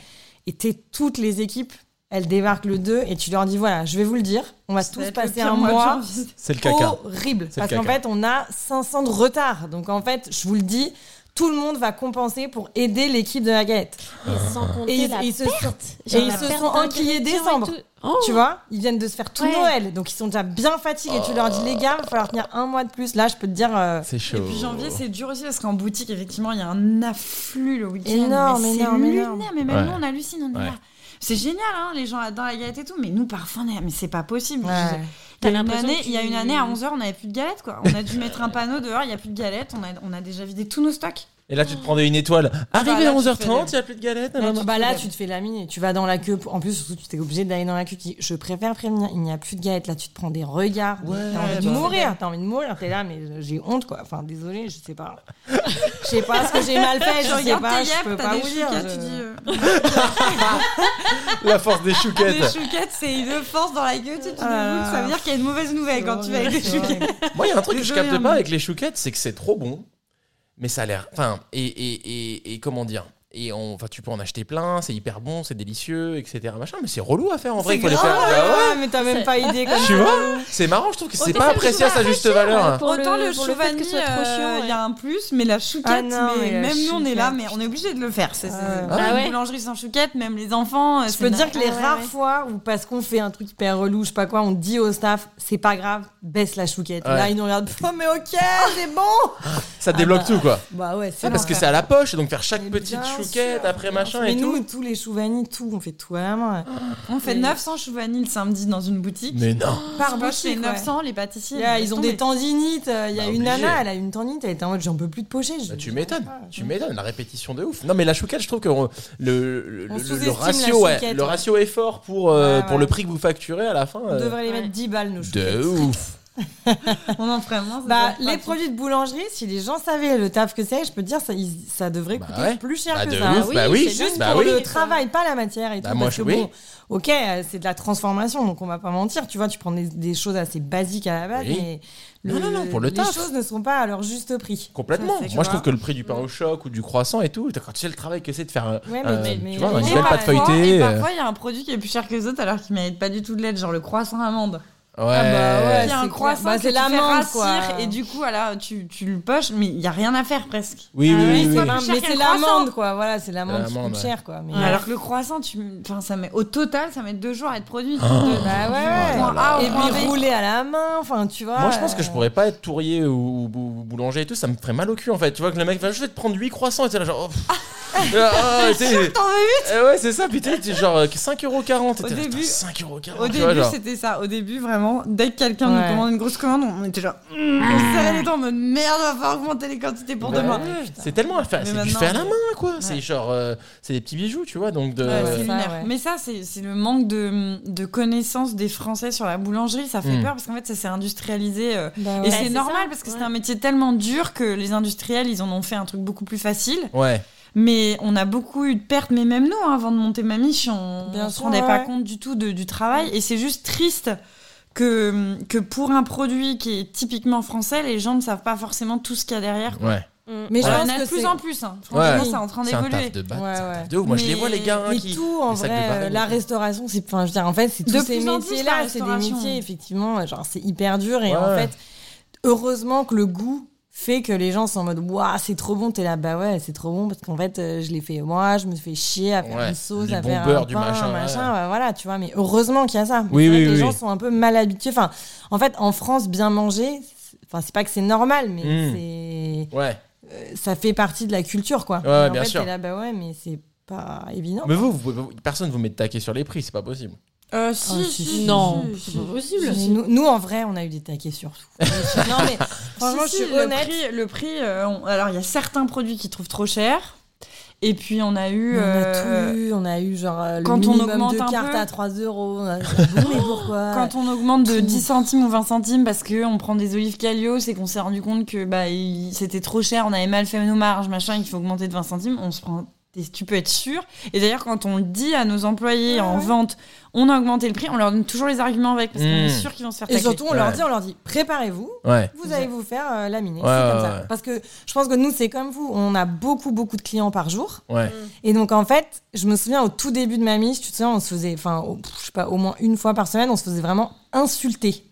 Speaker 3: Et t'es toutes les équipes, elles débarquent le 2 et tu leur dis voilà, je vais vous le dire, on va
Speaker 2: Ça
Speaker 3: tous
Speaker 2: va être le
Speaker 3: passer
Speaker 2: pire
Speaker 3: un
Speaker 2: mois de
Speaker 3: mois
Speaker 2: janvier.
Speaker 5: C'est le caca.
Speaker 4: Oh.
Speaker 3: horrible.
Speaker 5: C'est le
Speaker 3: Parce qu'en
Speaker 5: caca.
Speaker 3: fait, on a 500 de retard. Donc en fait, je vous le dis, tout le monde va compenser pour aider l'équipe de la galette.
Speaker 4: Mais sans compter
Speaker 3: Et ils-
Speaker 4: la
Speaker 3: ils se
Speaker 4: perte.
Speaker 3: sont-
Speaker 4: Genre
Speaker 3: et ils
Speaker 4: la
Speaker 3: se
Speaker 4: perte
Speaker 3: sont enquillés
Speaker 4: d'ingrédients et
Speaker 3: décembre.
Speaker 4: tout. Oh.
Speaker 3: Tu vois, ils viennent de se faire tout
Speaker 4: Ouais.
Speaker 3: Noël. Donc ils sont déjà bien fatigués. Tu leur dis, les gars, il va falloir tenir un mois de plus. Là, je peux te dire. euh,
Speaker 5: C'est chaud.
Speaker 2: Et puis janvier, c'est dur aussi parce qu'en boutique, effectivement, il y a un afflux le week-end.
Speaker 3: Énorme,
Speaker 2: mais c'est
Speaker 3: énorme,
Speaker 2: lunaire,
Speaker 3: énorme.
Speaker 2: Mais même
Speaker 5: Ouais.
Speaker 2: nous, on hallucine, on est
Speaker 5: Ouais.
Speaker 2: là. C'est génial, hein, les gens adorent la galette et tout, mais nous, parfois, on est là, mais c'est pas possible.
Speaker 3: ouais.
Speaker 2: Je-
Speaker 4: T'as
Speaker 2: Il y a une
Speaker 4: l'impression
Speaker 2: année,
Speaker 4: que
Speaker 2: il y a
Speaker 4: tu-
Speaker 2: une année à 11h, on n'avait plus de galette, quoi. On a dû mettre un panneau dehors, il n'y a plus de galette, on a, on a déjà vidé tous nos stocks.
Speaker 5: Et là, tu te prendais une étoile. Arrivé
Speaker 2: là,
Speaker 5: à
Speaker 2: tu
Speaker 5: 11h30, il
Speaker 2: fais
Speaker 5: n'y a plus de galette.
Speaker 3: Là,
Speaker 5: nanana.
Speaker 3: tu, bah là, tu te fais la mine et tu vas dans la queue. pour- En plus, surtout, tu t'es obligé d'aller dans la queue. Tu dis, je préfère prévenir, il n'y a plus de galette. Là, tu te prends des regards.
Speaker 5: Ouais.
Speaker 3: t'as envie de
Speaker 2: bah,
Speaker 3: mourir. T'as envie de mourir. T'es là, mais j'ai honte, quoi. Enfin, désolé, je sais pas. Je sais pas ce que j'ai mal fait. Je sais
Speaker 2: regarde
Speaker 3: pas.
Speaker 2: tes yaps,
Speaker 3: Je peux
Speaker 2: t'as
Speaker 3: pas
Speaker 2: des
Speaker 3: vous dire.
Speaker 2: chouquettes,
Speaker 3: je-
Speaker 2: tu dis. euh,
Speaker 5: La force des
Speaker 2: Les
Speaker 5: chouquettes.
Speaker 2: euh, chouquettes, c'est une force dans la gueule, tu te dis,
Speaker 3: Ah.
Speaker 2: écoute, ça veut dire qu'il y a une mauvaise nouvelle quand tu vas avec les
Speaker 3: C'est horrible.
Speaker 2: chouquettes.
Speaker 5: Moi, il y a un truc que je
Speaker 2: Désolé,
Speaker 5: capte
Speaker 2: hein,
Speaker 5: pas
Speaker 2: mais-
Speaker 5: avec les chouquettes, c'est que c'est trop bon, mais ça a l'air. Enfin, et, et, et, et comment dire
Speaker 1: Et on, enfin, tu peux en acheter plein, c'est hyper bon, c'est délicieux, etc. Machin, mais c'est relou à faire en vrai.
Speaker 3: C'est
Speaker 1: il faut les
Speaker 3: grave,
Speaker 1: faire- Bah ouais.
Speaker 3: ouais, Ah, mais t'as même pas idée. Comme
Speaker 1: Tu vois C'est marrant, je trouve que c'est pas apprécié à sa juste valeur.
Speaker 4: Pour
Speaker 2: Autant le,
Speaker 4: pour fait
Speaker 2: chou
Speaker 4: que
Speaker 2: vanille,
Speaker 4: ce soit trop chiant,
Speaker 2: euh, il
Speaker 4: ouais.
Speaker 2: y a un plus, mais la
Speaker 3: Ah
Speaker 2: chouquette,
Speaker 3: non,
Speaker 2: mais
Speaker 3: mais la
Speaker 2: même nous on est là, mais
Speaker 3: chouquette,
Speaker 2: on est obligé de le faire. C'est, c'est-
Speaker 3: Ah
Speaker 2: c'est-
Speaker 4: ouais.
Speaker 2: une boulangerie sans chouquette, même les enfants.
Speaker 3: Je
Speaker 2: c'est
Speaker 3: peux te
Speaker 2: na-
Speaker 3: dire que les
Speaker 2: Ah ouais,
Speaker 3: rares
Speaker 2: ouais.
Speaker 3: fois où, parce qu'on fait un truc hyper relou, je sais pas quoi, on dit au staff, c'est pas grave, baisse la chouquette.
Speaker 1: Ouais.
Speaker 3: Là, ils nous regardent, oh, mais ok, c'est bon
Speaker 1: Ça te débloque tout, quoi.
Speaker 3: Bah ouais, c'est
Speaker 1: Ah, parce que
Speaker 3: l'enfer.
Speaker 1: c'est à la poche, donc faire chaque
Speaker 3: Mais
Speaker 1: petite
Speaker 3: bien
Speaker 1: chouquette
Speaker 3: sûr,
Speaker 1: après
Speaker 3: bien
Speaker 1: machin
Speaker 3: sûr.
Speaker 1: et
Speaker 3: Mais nous,
Speaker 1: tout.
Speaker 3: tous les choux vanille, tout, on fait tout à la main.
Speaker 2: On fait 900 chou vanille le samedi dans une boutique.
Speaker 1: Mais non.
Speaker 3: Par
Speaker 2: Moi, Oh, je fais
Speaker 3: boutique, ouais.
Speaker 2: 900, les pâtissiers.
Speaker 3: Yeah,
Speaker 2: laisse
Speaker 3: ils ont
Speaker 2: tomber.
Speaker 3: des tendinites. euh, Il y a
Speaker 1: Bah,
Speaker 3: une
Speaker 1: obligé.
Speaker 3: nana, elle a une tendinite. Elle était en mode, j'en peux plus de pocher. Je-
Speaker 1: Bah, tu
Speaker 3: je-
Speaker 1: m'étonnes,
Speaker 3: Ah,
Speaker 1: tu m'étonnes, la répétition de ouf. Non mais la chouquette, je trouve que on- le, le,
Speaker 3: On
Speaker 1: le- le
Speaker 3: sous-estime
Speaker 1: ratio,
Speaker 3: la
Speaker 1: ouais,
Speaker 3: chouquette,
Speaker 1: le
Speaker 3: ouais.
Speaker 1: ratio est fort pour, euh,
Speaker 3: Ouais, ouais.
Speaker 1: pour le prix que vous facturez à la fin.
Speaker 3: On
Speaker 1: euh,
Speaker 3: devrait les
Speaker 4: Ouais.
Speaker 3: mettre 10 balles, nos
Speaker 1: de
Speaker 3: chouquettes.
Speaker 1: ouf.
Speaker 2: On en ferait moins. ça
Speaker 3: Bah,
Speaker 2: serait
Speaker 3: les
Speaker 2: pratique.
Speaker 3: produits de boulangerie, si les gens savaient le taf que c'est, je peux te dire, ça, ils- ça devrait
Speaker 1: Bah
Speaker 3: coûter
Speaker 1: ouais.
Speaker 3: plus cher
Speaker 1: Bah
Speaker 3: que
Speaker 1: de
Speaker 3: ça. Ah
Speaker 1: ouf,
Speaker 4: oui,
Speaker 1: bah
Speaker 4: c'est
Speaker 1: oui,
Speaker 4: juste
Speaker 1: bah
Speaker 3: pour
Speaker 1: oui.
Speaker 3: le travail, pas la matière et
Speaker 1: Bah
Speaker 3: tout.
Speaker 1: moi,
Speaker 3: parce
Speaker 1: je-
Speaker 3: que
Speaker 1: oui.
Speaker 3: bon, ok, euh, c'est de la transformation, donc on va pas mentir. Tu vois, tu prends des, des choses assez basiques à la base,
Speaker 1: Oui.
Speaker 3: mais
Speaker 1: Non, non, non, pour le
Speaker 3: les
Speaker 1: taf.
Speaker 3: choses ne sont pas à leur juste prix.
Speaker 1: Complètement.
Speaker 3: Ça, c'est
Speaker 1: Moi, je
Speaker 3: clair.
Speaker 1: trouve que le prix du pain au choc ou du croissant et tout, quand tu sais le travail que c'est de faire un-
Speaker 3: Ouais, mais-
Speaker 1: un-
Speaker 3: mais-
Speaker 1: tu
Speaker 3: mais-
Speaker 1: vois, une
Speaker 3: mais
Speaker 1: belle
Speaker 3: parfois-
Speaker 1: pâte
Speaker 2: Et
Speaker 1: feuilletée. euh,
Speaker 2: parfois, il y a un produit qui est plus cher que les autres alors qu'il mérite pas du tout de l'aide, genre le croissant amande.
Speaker 1: Ouais.
Speaker 2: Il y a
Speaker 3: Euh, c'est
Speaker 2: un
Speaker 3: clair.
Speaker 2: croissant
Speaker 3: Ah Bah,
Speaker 2: que
Speaker 3: c'est
Speaker 2: tu fais
Speaker 3: l'amande,
Speaker 2: rassir
Speaker 3: quoi.
Speaker 2: et du coup, voilà, tu, tu le poches, mais il y a rien à faire presque.
Speaker 1: Oui,
Speaker 3: Ah ouais,
Speaker 1: oui, oui,
Speaker 3: c'est
Speaker 1: oui.
Speaker 3: pas-
Speaker 2: Plus cher
Speaker 3: mais
Speaker 2: qu'un
Speaker 3: c'est
Speaker 2: croissant.
Speaker 3: l'amande, quoi. Voilà, c'est l'amande qui
Speaker 1: L'amande,
Speaker 3: coûte
Speaker 1: ouais.
Speaker 3: cher, quoi. Mais,
Speaker 2: Alors que le croissant, tu, enfin, ça met au total, ça met deux jours à être produit.
Speaker 1: Ah.
Speaker 2: De-
Speaker 3: Bah ouais,
Speaker 2: du point
Speaker 3: ouais.
Speaker 2: A au
Speaker 3: Et
Speaker 2: point
Speaker 3: puis
Speaker 2: B.
Speaker 3: rouler à la main, enfin tu vois.
Speaker 1: Oh Moi, je pense que je
Speaker 3: euh,
Speaker 1: pourrais pas être tourrier ou, ou bou- boulanger et tout, ça me ferait mal au cul en fait. Tu vois que le mec, va je vais te prendre 8 croissants et t'es là genre. oh, pff. Euh, ah, t'es-
Speaker 2: T'en veux vite
Speaker 1: Eh ouais, c'est ça, putain, t'es genre euh, 5,40€.
Speaker 2: Au
Speaker 1: t'es là,
Speaker 2: début-
Speaker 1: putain, 5,40€.
Speaker 2: Au
Speaker 1: tu vois,
Speaker 2: début,
Speaker 1: genre.
Speaker 2: c'était ça. Au début, vraiment, dès que quelqu'un
Speaker 3: Ouais.
Speaker 2: nous commandait une grosse commande, on était genre, Mm, on se serrait les dents en mode merde, on va falloir augmenter les quantités pour
Speaker 1: Ouais,
Speaker 2: demain.
Speaker 1: Bah ouais, c'est tellement à faire,
Speaker 2: Mais
Speaker 1: c'est du
Speaker 2: maintenant,
Speaker 1: fait à la
Speaker 2: c'est-
Speaker 1: main quoi. C'est genre, euh, c'est des petits bijoux, tu vois. Donc de.
Speaker 2: Ouais,
Speaker 3: Euh,
Speaker 2: c'est
Speaker 3: ça,
Speaker 2: lunaire.
Speaker 3: ouais.
Speaker 2: Mais ça, c'est c'est le manque de, de connaissances des Français sur la boulangerie. Ça fait
Speaker 1: Mm.
Speaker 2: peur parce qu'en fait, ça s'est industrialisé. euh,
Speaker 3: bah
Speaker 2: Et
Speaker 3: ouais.
Speaker 4: Bah,
Speaker 2: c'est
Speaker 4: c'est
Speaker 2: normal
Speaker 4: ça,
Speaker 2: parce que
Speaker 4: ouais.
Speaker 2: c'est un métier tellement dur que les industriels, ils en ont fait un truc beaucoup plus facile.
Speaker 1: Ouais.
Speaker 2: Mais on a beaucoup eu de pertes, mais même nous, hein, avant de monter Mamiche, on
Speaker 3: Bien
Speaker 2: ne se
Speaker 3: sûr,
Speaker 2: rendait pas
Speaker 3: ouais.
Speaker 2: compte du tout de- du travail. Et c'est juste triste que, que pour un produit qui est typiquement français, les gens ne savent pas forcément tout ce qu'il y a derrière. quoi.
Speaker 1: Ouais.
Speaker 4: Mm.
Speaker 3: Mais je
Speaker 2: Alors,
Speaker 3: pense
Speaker 2: il y en a
Speaker 3: que
Speaker 2: de plus
Speaker 3: c'est-
Speaker 2: en plus. hein. Franchement,
Speaker 3: Ouais.
Speaker 2: c'est en train
Speaker 1: C'est un taf
Speaker 2: d'évoluer.
Speaker 1: de batte.
Speaker 3: Ouais,
Speaker 1: c'est un
Speaker 3: ouais.
Speaker 1: taf de ouf. Moi, je les
Speaker 2: Mais-
Speaker 1: vois les gars hein,
Speaker 3: Mais
Speaker 1: qui.
Speaker 3: tout en
Speaker 1: les sacs de
Speaker 3: vrai,
Speaker 1: baril,
Speaker 3: euh,
Speaker 1: quoi.
Speaker 3: la restauration, c'est enfin, je veux dire, en fait, c'est
Speaker 2: De
Speaker 3: tous ces
Speaker 2: plus en plus,
Speaker 3: métiers-là,
Speaker 2: la
Speaker 3: c'est des
Speaker 2: restauration.
Speaker 3: métiers effectivement, genre c'est hyper dur et
Speaker 1: Ouais.
Speaker 3: en fait, heureusement que le goût fait que les gens sont en mode waouh c'est trop bon t'es là bah ouais c'est trop bon parce qu'en fait euh, je l'ai fait moi je me fais chier à faire
Speaker 1: Ouais,
Speaker 3: une sauce
Speaker 1: du
Speaker 3: à
Speaker 1: bon
Speaker 3: faire
Speaker 1: beurre,
Speaker 3: un
Speaker 1: du
Speaker 3: pain,
Speaker 1: machin, ouais.
Speaker 3: bah voilà tu vois mais heureusement qu'il y a ça
Speaker 1: Oui,
Speaker 3: C'est vrai
Speaker 1: oui,
Speaker 3: que
Speaker 1: oui,
Speaker 3: les gens
Speaker 1: oui.
Speaker 3: sont un peu mal habitués enfin en fait en France bien manger c'est- enfin c'est pas que c'est normal mais
Speaker 1: Mm.
Speaker 3: c'est
Speaker 1: Ouais.
Speaker 3: ça fait partie de la culture quoi.
Speaker 1: Ouais,
Speaker 3: Et en
Speaker 1: bien
Speaker 3: fait,
Speaker 1: sûr.
Speaker 3: t'es là, bah ouais, mais c'est pas évident.
Speaker 1: Mais vous, vous pouvez- personne vous met de taquet sur les prix, c'est pas possible.
Speaker 2: Euh, si,
Speaker 3: Ah,
Speaker 2: si,
Speaker 3: si,
Speaker 2: si,
Speaker 4: Non,
Speaker 2: si,
Speaker 4: c'est
Speaker 2: si.
Speaker 4: pas possible.
Speaker 3: Mais nous, nous, en vrai, on a eu des taquets surtout. non, mais franchement,
Speaker 2: Si,
Speaker 3: je
Speaker 2: si,
Speaker 3: suis
Speaker 2: le
Speaker 3: honnête.
Speaker 2: prix- le prix, euh, on- alors il y a certains produits qui trouvent trop cher. Et puis on a eu.
Speaker 3: On a
Speaker 2: euh,
Speaker 3: tout eu, on a eu genre euh, le
Speaker 2: quand on
Speaker 3: minimum
Speaker 2: augmente
Speaker 3: de
Speaker 2: un
Speaker 3: cartes
Speaker 2: peu.
Speaker 3: à 3 euros. on a- Bon, mais pourquoi
Speaker 2: Quand on augmente de
Speaker 3: Tout.
Speaker 2: 10 centimes ou 20 centimes parce que on prend des olives Calio, c'est qu'on s'est rendu compte que bah, il- c'était trop cher, on avait mal fait nos marges, machin, il faut augmenter de 20 centimes, on se prend. des- Tu peux être sûr. Et d'ailleurs, quand on le dit à nos employés en vente, on a augmenté le prix, on leur donne toujours les arguments avec parce qu'on
Speaker 1: Mm.
Speaker 2: est sûr qu'ils vont se faire
Speaker 3: Et
Speaker 2: tacler.
Speaker 3: surtout, on leur
Speaker 1: Ouais.
Speaker 3: dit, on leur dit, préparez-vous,
Speaker 1: Ouais.
Speaker 3: vous allez vous faire euh, laminer.
Speaker 1: Ouais,
Speaker 3: c'est comme
Speaker 1: ouais,
Speaker 3: ça.
Speaker 1: ouais.
Speaker 3: Parce que je pense que nous, c'est comme vous, on a beaucoup, beaucoup de clients par jour.
Speaker 1: Ouais.
Speaker 3: Et donc en fait, je me souviens au tout début de ma mise, tu te souviens, on se faisait, enfin, au- pff, je sais pas, au moins une fois par semaine, on se faisait vraiment insulter.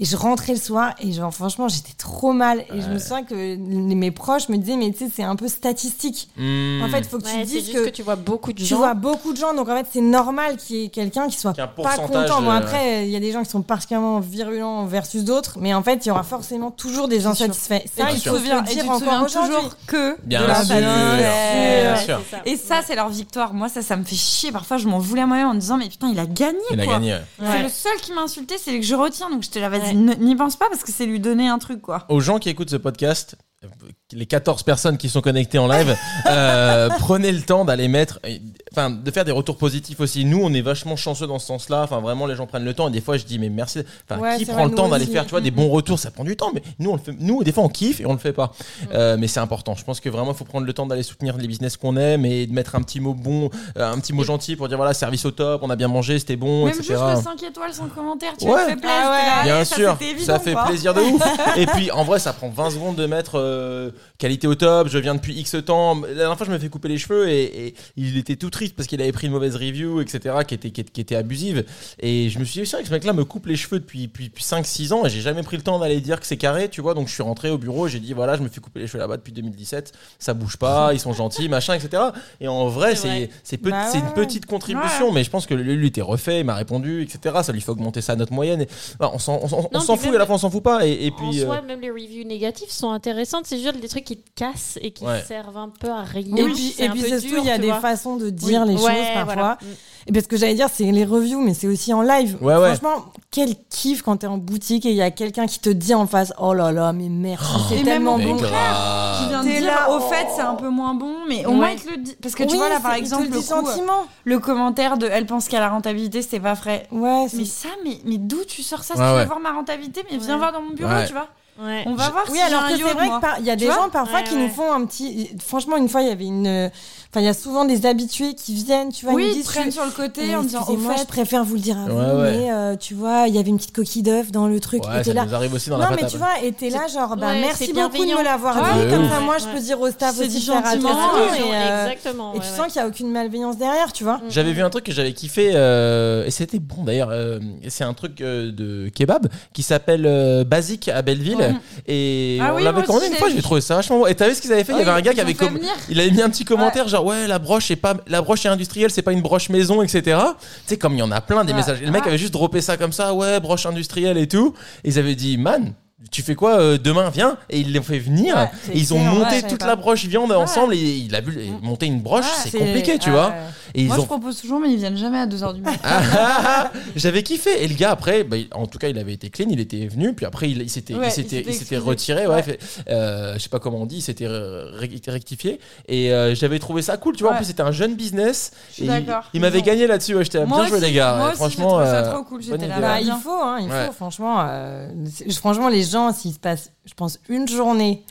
Speaker 3: Et je rentrais le soir et genre franchement j'étais trop mal et je me souviens que les- mes proches me disaient mais tu sais c'est un peu statistique. En
Speaker 1: Hmm.
Speaker 3: fait faut que
Speaker 4: Ouais,
Speaker 3: tu
Speaker 4: c'est
Speaker 3: dises
Speaker 4: juste
Speaker 3: que,
Speaker 4: que tu vois beaucoup de
Speaker 3: tu
Speaker 4: gens.
Speaker 3: vois beaucoup de gens donc en fait c'est normal qu'il y ait quelqu'un qui soit
Speaker 1: Qu'il y ait un
Speaker 3: pas
Speaker 1: pourcentage,
Speaker 3: content. Bon
Speaker 1: euh,
Speaker 3: après il y a des gens qui sont particulièrement virulents versus d'autres mais en fait il y aura forcément toujours des insatisfaits.
Speaker 2: Et
Speaker 3: Ça
Speaker 1: Bien
Speaker 3: il
Speaker 2: tu te
Speaker 1: sûr.
Speaker 3: faut se
Speaker 2: souviens,
Speaker 3: le
Speaker 2: et tu
Speaker 3: dire
Speaker 2: te
Speaker 3: encore
Speaker 2: souviens
Speaker 3: aujourd'hui.
Speaker 2: toujours que
Speaker 1: Bien
Speaker 2: de la
Speaker 1: sûr.
Speaker 2: balance.
Speaker 1: Bien sûr.
Speaker 2: Et ça, c'est leur victoire. Moi, ça, ça me fait chier. Parfois, je m'en voulais à moi-même en me disant, mais putain, il a gagné.
Speaker 1: Il a
Speaker 2: quoi.
Speaker 1: gagné. ouais.
Speaker 2: C'est le seul qui m'a insulté, c'est le que je retiens. Donc, je te la vas-y,
Speaker 4: Ouais.
Speaker 2: ne- n'y pense pas parce que c'est lui donner un truc, quoi.
Speaker 1: Aux gens qui écoutent ce podcast, euh, les 14 personnes qui sont connectées en live, euh, prenez le temps d'aller mettre, euh, enfin, de faire des retours positifs aussi. Nous, on est vachement chanceux dans ce sens-là. Enfin, vraiment, les gens prennent le temps. Et des fois, je dis, mais merci. Enfin,
Speaker 3: Ouais,
Speaker 1: qui
Speaker 3: c'est
Speaker 1: prend
Speaker 3: vrai,
Speaker 1: le temps
Speaker 3: nous
Speaker 1: d'aller
Speaker 3: aussi.
Speaker 1: faire, tu vois, des bons retours, ça prend du temps. Mais nous, on le fait. Nous, des fois, on kiffe et on le fait pas. Euh, mais c'est important. Je pense que vraiment, il faut prendre le temps d'aller soutenir les business qu'on aime et de mettre un petit mot bon, euh, un petit mot gentil pour dire voilà, service au top, on a bien mangé, c'était bon,
Speaker 2: Même
Speaker 1: etc.
Speaker 2: juste le 5 étoiles sans commentaire, tu
Speaker 1: Ouais.
Speaker 2: me fais plaisir.
Speaker 3: Ah ouais.
Speaker 2: t'es là,
Speaker 1: Bien
Speaker 2: ça,
Speaker 1: sûr,
Speaker 2: c'était évident,
Speaker 1: ça fait
Speaker 2: quoi.
Speaker 1: plaisir de ouf. Et puis en vrai, ça prend 20 secondes de mettre euh, qualité au top, je viens depuis X temps. La dernière fois, je me fais couper les cheveux et, et il était tout triste parce qu'il avait pris une mauvaise review, etc., qui était, qui, qui était abusive. Et je me suis dit, c'est vrai que ce mec-là me coupe les cheveux depuis, depuis, 5-6 ans et j'ai jamais pris le temps d'aller dire que c'est carré, tu vois. Donc je suis rentré au bureau, j'ai dit, voilà, je me fais couper les cheveux là-bas depuis 2017, ça bouge pas, ils sont gentils, machin, etc. Et en vrai,
Speaker 4: C'est vrai.
Speaker 1: c'est c'est pe-
Speaker 3: Bah
Speaker 1: c'est
Speaker 3: ouais.
Speaker 1: une petite contribution, mais je pense que lui, lui était refait, il m'a répondu, etc. Ça lui fait augmenter sa note moyenne. Et- bah, on s'en on s'en- on
Speaker 4: Non,
Speaker 1: s'en
Speaker 4: puis
Speaker 1: fout et
Speaker 4: même-
Speaker 1: à la fois on s'en fout pas. Et, et
Speaker 4: en
Speaker 1: puis. euh,
Speaker 4: soi, même les reviews négatives sont intéressantes. C'est juste des trucs qui te cassent et qui
Speaker 1: Ouais.
Speaker 4: servent un peu à rien.
Speaker 3: Et puis,
Speaker 4: C'est
Speaker 3: et
Speaker 4: un
Speaker 3: puis
Speaker 4: peu
Speaker 3: c'est surtout,
Speaker 4: dur,
Speaker 3: il y a
Speaker 4: tu
Speaker 3: des
Speaker 4: vois.
Speaker 3: façons de dire les
Speaker 4: Ouais,
Speaker 3: choses parfois. Mm.
Speaker 4: voilà.
Speaker 3: Et parce que j'allais dire, c'est les reviews, mais c'est aussi en live.
Speaker 1: Ouais, ouais.
Speaker 3: Franchement, quel kiff quand t'es en boutique et il y a quelqu'un qui te dit en face Oh là là, mais merci, c'est
Speaker 2: Oh. Et
Speaker 3: tellement
Speaker 2: même en
Speaker 3: bon.
Speaker 2: bon.
Speaker 1: grave.
Speaker 2: Tu viens de
Speaker 3: T'es
Speaker 2: dire,
Speaker 3: là,
Speaker 2: au
Speaker 3: oh.
Speaker 2: fait, c'est un peu moins bon, mais au moins,
Speaker 4: Ouais.
Speaker 2: ils te le disent. Parce que tu vois, là, par exemple, le,
Speaker 3: du
Speaker 2: coup,
Speaker 3: sentiment.
Speaker 2: le commentaire de Elle pense qu'à la rentabilité, c'était pas vrai.
Speaker 3: Ouais, c'est-
Speaker 2: Mais ça, mais, mais d'où tu sors ça Si
Speaker 8: Ouais,
Speaker 2: tu veux
Speaker 8: ouais.
Speaker 2: voir ma rentabilité, mais viens
Speaker 4: Ouais.
Speaker 2: voir dans mon bureau,
Speaker 8: Ouais.
Speaker 2: tu vois.
Speaker 4: Ouais.
Speaker 2: On va voir si
Speaker 3: Oui, alors que
Speaker 2: j'ai un
Speaker 3: c'est
Speaker 2: yacht,
Speaker 3: vrai
Speaker 2: moi.
Speaker 3: qu'il y a des
Speaker 2: vois
Speaker 3: gens parfois
Speaker 4: Ouais,
Speaker 3: qui
Speaker 4: ouais.
Speaker 3: nous font un petit. Franchement, une fois, il y avait une. Enfin, il y a souvent des habitués qui viennent, tu vois,
Speaker 2: Oui,
Speaker 3: ils nous
Speaker 2: ils
Speaker 3: disent
Speaker 2: te prennent sur le
Speaker 3: Mais
Speaker 2: côté en disant, au
Speaker 3: excusez-moi, je
Speaker 2: fait,
Speaker 3: préfère vous le dire à vous,
Speaker 1: Ouais, ouais.
Speaker 3: mais euh, tu vois, il y avait une petite coquille d'œuf dans le truc.
Speaker 1: Ouais,
Speaker 3: et t'es
Speaker 1: ça
Speaker 3: là.
Speaker 1: nous arrive aussi dans
Speaker 3: Non,
Speaker 1: la
Speaker 3: mais
Speaker 1: patate. Ah
Speaker 3: tu vois, et t'es là, genre, bah,
Speaker 4: Ouais,
Speaker 3: merci
Speaker 4: c'est
Speaker 3: beaucoup de
Speaker 4: bienveillant.
Speaker 3: me l'avoir
Speaker 4: Ouais,
Speaker 3: dit. Comme
Speaker 1: de
Speaker 3: ça,
Speaker 4: ouf.
Speaker 3: moi, je
Speaker 4: Ouais.
Speaker 3: peux dire au staff
Speaker 2: C'est
Speaker 3: aussi
Speaker 2: dit
Speaker 3: de faire
Speaker 2: gentiment,
Speaker 3: attention.
Speaker 2: ouais.
Speaker 3: Et, euh,
Speaker 4: Exactement.
Speaker 3: et tu
Speaker 4: ouais,
Speaker 3: sens qu'il n'y a aucune malveillance derrière, tu vois.
Speaker 4: ouais.
Speaker 1: J'avais vu un truc que j'avais kiffé, euh, et c'était bon d'ailleurs. euh, c'est un truc euh, de kebab qui s'appelle euh, Basique à Belleville.
Speaker 2: Ouais.
Speaker 1: Et
Speaker 2: Ah
Speaker 1: on
Speaker 2: oui,
Speaker 1: l'avait
Speaker 2: moi
Speaker 1: commandé
Speaker 2: aussi,
Speaker 1: une fois,
Speaker 2: j'ai
Speaker 1: j'ai trouvé ça vachement bon. Et t'as vu ce qu'ils avaient fait Il y avait un gars qui avait, com- il avait mis un petit commentaire genre ouais la broche est pas la broche est industrielle c'est pas une broche maison etc tu sais comme il y en a plein des
Speaker 2: Ouais.
Speaker 1: messages Et le mec
Speaker 2: Ouais.
Speaker 1: avait juste droppé ça comme ça ouais broche industrielle et tout et ils avaient dit man tu fais quoi euh, demain viens et ils l'ont fait venir
Speaker 3: Ouais,
Speaker 1: et ils ont
Speaker 3: c'est clair,
Speaker 1: monté
Speaker 3: ouais, je
Speaker 1: toute
Speaker 3: savais
Speaker 1: la
Speaker 3: pas.
Speaker 1: broche viande ensemble et il a vu et monter une broche
Speaker 3: Ah,
Speaker 2: Ouais,
Speaker 1: c'est compliqué tu vois et ils
Speaker 2: Moi, je
Speaker 1: ont
Speaker 2: propose toujours, mais ils viennent jamais à 2h du matin.
Speaker 1: ah, ah, ah, J'avais kiffé. Et le gars, après, bah, il- en tout cas, il avait été clean, il était venu, puis après, il, il s'était
Speaker 2: Ouais,
Speaker 1: il
Speaker 2: il
Speaker 1: s'était-
Speaker 2: s'était
Speaker 1: il s'était
Speaker 2: excusé.
Speaker 1: retiré, ouais,
Speaker 2: Ouais.
Speaker 1: fait- euh, je sais pas comment on dit, il s'était euh, ré- rectifié. Et euh, j'avais trouvé ça cool, tu vois. En
Speaker 2: Ouais.
Speaker 1: plus, c'était un jeune business.
Speaker 2: Je
Speaker 1: Et
Speaker 2: suis
Speaker 1: il
Speaker 2: d'accord.
Speaker 1: il m'avait
Speaker 2: Ils ont-
Speaker 1: gagné là-dessus, ouais, j'étais
Speaker 2: Moi
Speaker 1: bien joué,
Speaker 2: aussi,
Speaker 1: les gars.
Speaker 2: moi
Speaker 1: Ouais,
Speaker 2: aussi,
Speaker 1: franchement,
Speaker 2: j'ai trouvé ça
Speaker 1: euh,
Speaker 2: trop cool, j'étais
Speaker 1: bonne
Speaker 2: là,
Speaker 1: idée,
Speaker 2: bah,
Speaker 1: ouais.
Speaker 3: il faut, hein, il
Speaker 1: Ouais.
Speaker 3: faut, franchement. euh, c'est- franchement, les gens, s'il se passe, je pense, une journée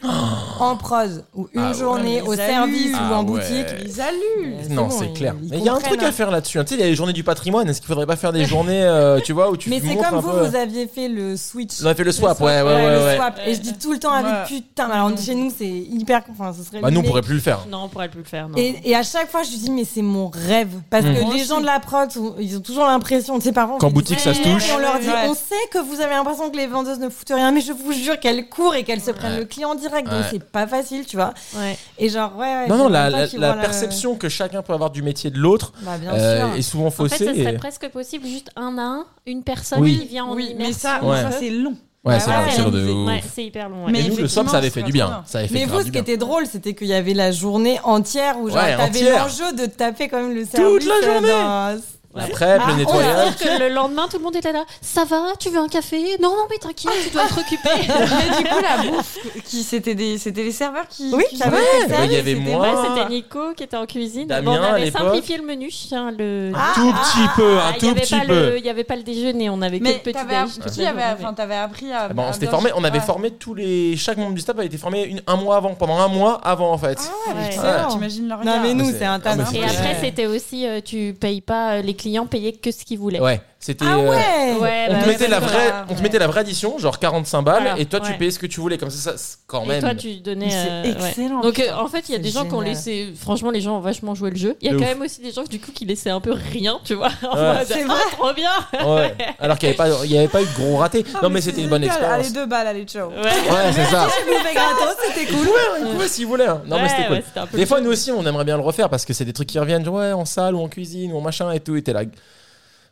Speaker 3: en prose ou une
Speaker 1: Ah ouais.
Speaker 3: journée
Speaker 2: Ils
Speaker 3: au service
Speaker 2: allument.
Speaker 3: ou en
Speaker 1: Ah ouais.
Speaker 3: boutique,
Speaker 2: Ils allument.
Speaker 3: euh,
Speaker 1: Non,
Speaker 3: bon,
Speaker 1: c'est
Speaker 3: ils-
Speaker 1: clair.
Speaker 3: ils
Speaker 1: Mais il y a un
Speaker 3: comprennent,
Speaker 1: truc à
Speaker 3: hein.
Speaker 1: faire là-dessus. hein. Tu sais, il y a les journées du patrimoine. Est-ce qu'il faudrait pas faire des journées, euh, tu vois, où tu
Speaker 3: Mais c'est
Speaker 1: montres
Speaker 3: comme
Speaker 1: un
Speaker 3: vous,
Speaker 1: peu- euh,
Speaker 3: vous aviez fait le switch.
Speaker 1: On a fait le swap, ouais, ouais,
Speaker 3: Ouais,
Speaker 1: ouais.
Speaker 3: le
Speaker 1: ouais.
Speaker 3: swap. Et je dis tout le temps avec
Speaker 2: Ouais.
Speaker 3: putain. Alors chez nous, c'est hyper. Enfin, ce serait.
Speaker 1: Bah, nous, on
Speaker 3: mais-
Speaker 1: pourrait hein. plus le faire.
Speaker 4: Non, on pourrait plus le faire. Non.
Speaker 3: Et, et à chaque fois, je lui dis, mais c'est mon rêve. Parce
Speaker 1: Mm.
Speaker 3: que
Speaker 2: Moi
Speaker 3: les
Speaker 2: aussi.
Speaker 3: gens de la prod, sont- ils ont toujours l'impression, tu sais, parents.
Speaker 1: Qu'en boutique, ça se touche.
Speaker 3: On leur dit,
Speaker 2: Ouais.
Speaker 3: on sait que vous avez l'impression que les vendeuses ne foutent rien, mais je vous jure qu'elles courent et qu'elles se prennent
Speaker 1: Ouais.
Speaker 3: le client en direct. Donc
Speaker 1: Ouais.
Speaker 3: c'est pas facile, tu vois.
Speaker 4: Ouais.
Speaker 3: Et genre, ouais, ouais.
Speaker 1: Non,
Speaker 3: c'est
Speaker 1: non, la,
Speaker 3: longtemps
Speaker 1: la-
Speaker 3: qu'ils
Speaker 1: la
Speaker 3: voient la-
Speaker 1: perception que chacun peut avoir du métier de l'autre
Speaker 3: Bah, bien
Speaker 1: euh,
Speaker 3: sûr.
Speaker 1: est souvent
Speaker 4: En fait,
Speaker 1: faussée.
Speaker 4: ça
Speaker 1: et-
Speaker 4: serait presque possible, juste un à un, une personne
Speaker 1: Oui.
Speaker 4: qui vient en
Speaker 2: Oui, mais
Speaker 4: immersion.
Speaker 2: ça,
Speaker 1: Ouais.
Speaker 2: ça c'est long.
Speaker 1: Ouais,
Speaker 3: Bah
Speaker 1: c'est
Speaker 3: ouais,
Speaker 1: un tir de
Speaker 2: organisé.
Speaker 1: ouf.
Speaker 4: Ouais, c'est hyper long. ouais.
Speaker 2: Mais
Speaker 1: et nous, le swap,
Speaker 2: effectivement,
Speaker 1: ça avait
Speaker 2: c'est
Speaker 1: fait
Speaker 2: pas
Speaker 1: du
Speaker 2: trop
Speaker 1: bien.
Speaker 2: bien.
Speaker 1: Ça avait fait
Speaker 3: Mais
Speaker 1: grave
Speaker 3: vous, ce
Speaker 1: du
Speaker 3: qui
Speaker 1: bien.
Speaker 3: était drôle, c'était qu'il y avait la journée entière où genre
Speaker 1: Ouais,
Speaker 3: t'avais
Speaker 1: entière.
Speaker 3: l'enjeu de taper quand même le service.
Speaker 1: la
Speaker 3: euh,
Speaker 1: journée.
Speaker 3: dans-
Speaker 1: La prep,
Speaker 4: Ah,
Speaker 1: le
Speaker 4: on va
Speaker 1: nettoyage.
Speaker 4: dire que le lendemain, tout le monde était là. Ça va Tu veux un café Non, non, mais t'inquiète, tu dois être occupé.
Speaker 2: Mais du coup, la bouffe, qui, c'était, des, c'était les serveurs qui.
Speaker 3: Oui,
Speaker 2: qui-
Speaker 3: qui avait fait ça.
Speaker 1: bah, Il y avait
Speaker 2: c'était
Speaker 1: moi,
Speaker 4: Ouais, c'était Nico qui était en cuisine.
Speaker 1: Damien,
Speaker 4: Bon, on
Speaker 1: à
Speaker 4: avait
Speaker 1: l'époque. Ah,
Speaker 4: simplifié le menu. hein, le...
Speaker 1: un tout petit peu, un
Speaker 4: Ah, il y
Speaker 1: tout
Speaker 4: avait
Speaker 1: petit
Speaker 4: pas
Speaker 1: peu.
Speaker 4: le- Il n'y avait pas le déjeuner, on avait
Speaker 2: Mais
Speaker 4: que le petit
Speaker 2: t'avais,
Speaker 4: déj.
Speaker 2: app-
Speaker 4: toute
Speaker 2: qui
Speaker 4: la
Speaker 2: avait,
Speaker 4: journée.
Speaker 2: enfin, t'avais appris à.
Speaker 1: Ah bah, on
Speaker 2: à
Speaker 1: s'était
Speaker 2: bien-
Speaker 1: formé, on avait
Speaker 2: Ouais.
Speaker 1: formé tous les. Chaque membre du staff avait été formé une, un mois avant, pendant un mois avant en
Speaker 2: Ah
Speaker 1: fait.
Speaker 4: Ouais.
Speaker 3: excellent.
Speaker 2: T'imagines leur
Speaker 3: Non,
Speaker 2: regard.
Speaker 3: mais
Speaker 1: Ah,
Speaker 3: nous,
Speaker 1: c'est-
Speaker 3: c'est un
Speaker 1: ah, mais
Speaker 3: tas
Speaker 4: Et
Speaker 1: Ouais.
Speaker 4: après, c'était aussi, euh, tu payes pas, euh, les clients payaient que ce qu'ils voulaient.
Speaker 1: Ouais, c'était.
Speaker 3: Ah
Speaker 1: euh,
Speaker 3: ouais!
Speaker 4: Ouais,
Speaker 1: On
Speaker 4: bah,
Speaker 1: te, mettait
Speaker 4: parce
Speaker 1: la
Speaker 4: que-
Speaker 1: vraie,
Speaker 2: là,
Speaker 1: on te
Speaker 2: ouais.
Speaker 1: mettait la vraie addition, genre 45 balles,
Speaker 4: Voilà,
Speaker 1: et toi tu
Speaker 4: ouais.
Speaker 1: payais ce que tu voulais, comme ça, ça c'est quand
Speaker 4: Et
Speaker 1: même.
Speaker 4: toi, tu donnais.
Speaker 2: Mais c'est
Speaker 4: euh, ouais.
Speaker 2: excellent,
Speaker 4: Donc, euh,
Speaker 2: putain.
Speaker 4: en fait, il y a des
Speaker 3: C'est
Speaker 4: gens qui ont
Speaker 3: génial.
Speaker 4: laissé. Franchement, les gens ont vachement joué le jeu. Il y a
Speaker 1: De
Speaker 4: quand
Speaker 1: ouf.
Speaker 4: même aussi des gens, du coup, qui laissaient un peu rien, tu vois. en
Speaker 1: Ouais.
Speaker 4: mode,
Speaker 3: C'est
Speaker 4: ah, trop bien
Speaker 1: Ouais. Alors qu'il n'y avait, pas- il y avait pas eu de gros raté.
Speaker 3: Ah,
Speaker 1: non, mais c'était une bonne expérience.
Speaker 2: Allez, deux balles, allez, ciao.
Speaker 4: Ouais,
Speaker 1: Ouais, c'est ça.
Speaker 3: Je me fais gratos, c'était
Speaker 1: Ils
Speaker 3: cool.
Speaker 1: pouvaient, ils pouvaient s'ils voulaient. hein. Non, mais
Speaker 4: Ouais,
Speaker 1: c'était cool.
Speaker 4: ouais, c'était un peu
Speaker 1: Des
Speaker 4: le
Speaker 1: fois,
Speaker 4: jeu.
Speaker 1: nous aussi, on aimerait bien le refaire parce que c'est des trucs qui reviennent, genre, ouais, en salle ou en cuisine ou en machin et tout. Et t'es là.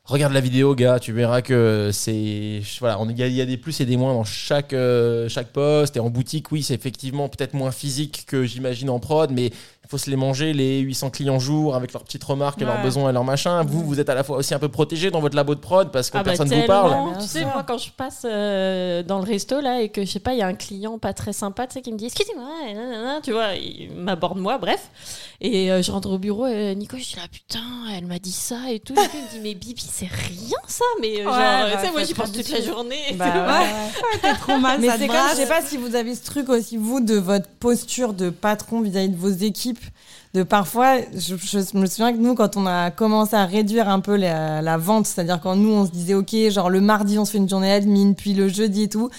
Speaker 1: Regarde la vidéo, gars, tu verras que c'est. Voilà, on- il y, a- il y a des plus et des moins dans chaque, euh, chaque poste. Et en boutique, oui, c'est effectivement peut-être moins physique que j'imagine en prod, mais il faut se les manger, les 800 clients jour, avec leurs petites remarques, et leurs
Speaker 2: Ouais.
Speaker 1: besoins et leurs machins. Vous, vous êtes à la fois aussi un peu protégé dans votre labo de prod parce que
Speaker 4: Ah bah,
Speaker 1: personne ne vous
Speaker 4: tellement.
Speaker 1: parle.
Speaker 4: Tu sais, moi, quand je passe euh, dans le resto, là, et que, je sais pas, il y a un client pas très sympa, tu sais, qui me dit, excusez-moi, et nanana, tu vois, il m'aborde moi, bref. Et euh, je rentre au bureau, et Nico, je dis, là, putain, elle m'a dit ça, et tout. Et puis, il me dit, mais Bibi, c'est rien, ça, mais euh, genre,
Speaker 2: bah,
Speaker 4: tu sais, moi,
Speaker 2: faut
Speaker 4: j'y
Speaker 2: être
Speaker 4: pense toute la
Speaker 2: habitué.
Speaker 4: journée.
Speaker 3: Bah ouais.
Speaker 2: T'es trop mal,
Speaker 3: Mais
Speaker 2: ça
Speaker 3: c'est
Speaker 2: te
Speaker 3: comme, je
Speaker 2: brasse.
Speaker 3: sais pas si vous avez ce truc aussi, vous, de votre posture de patron vis-à-vis de vos équipes. De parfois, je, je me souviens que nous, quand on a commencé à réduire un peu la, la vente, c'est-à-dire quand nous, on se disait, OK, genre le mardi, on se fait une journée admin, puis le jeudi et tout,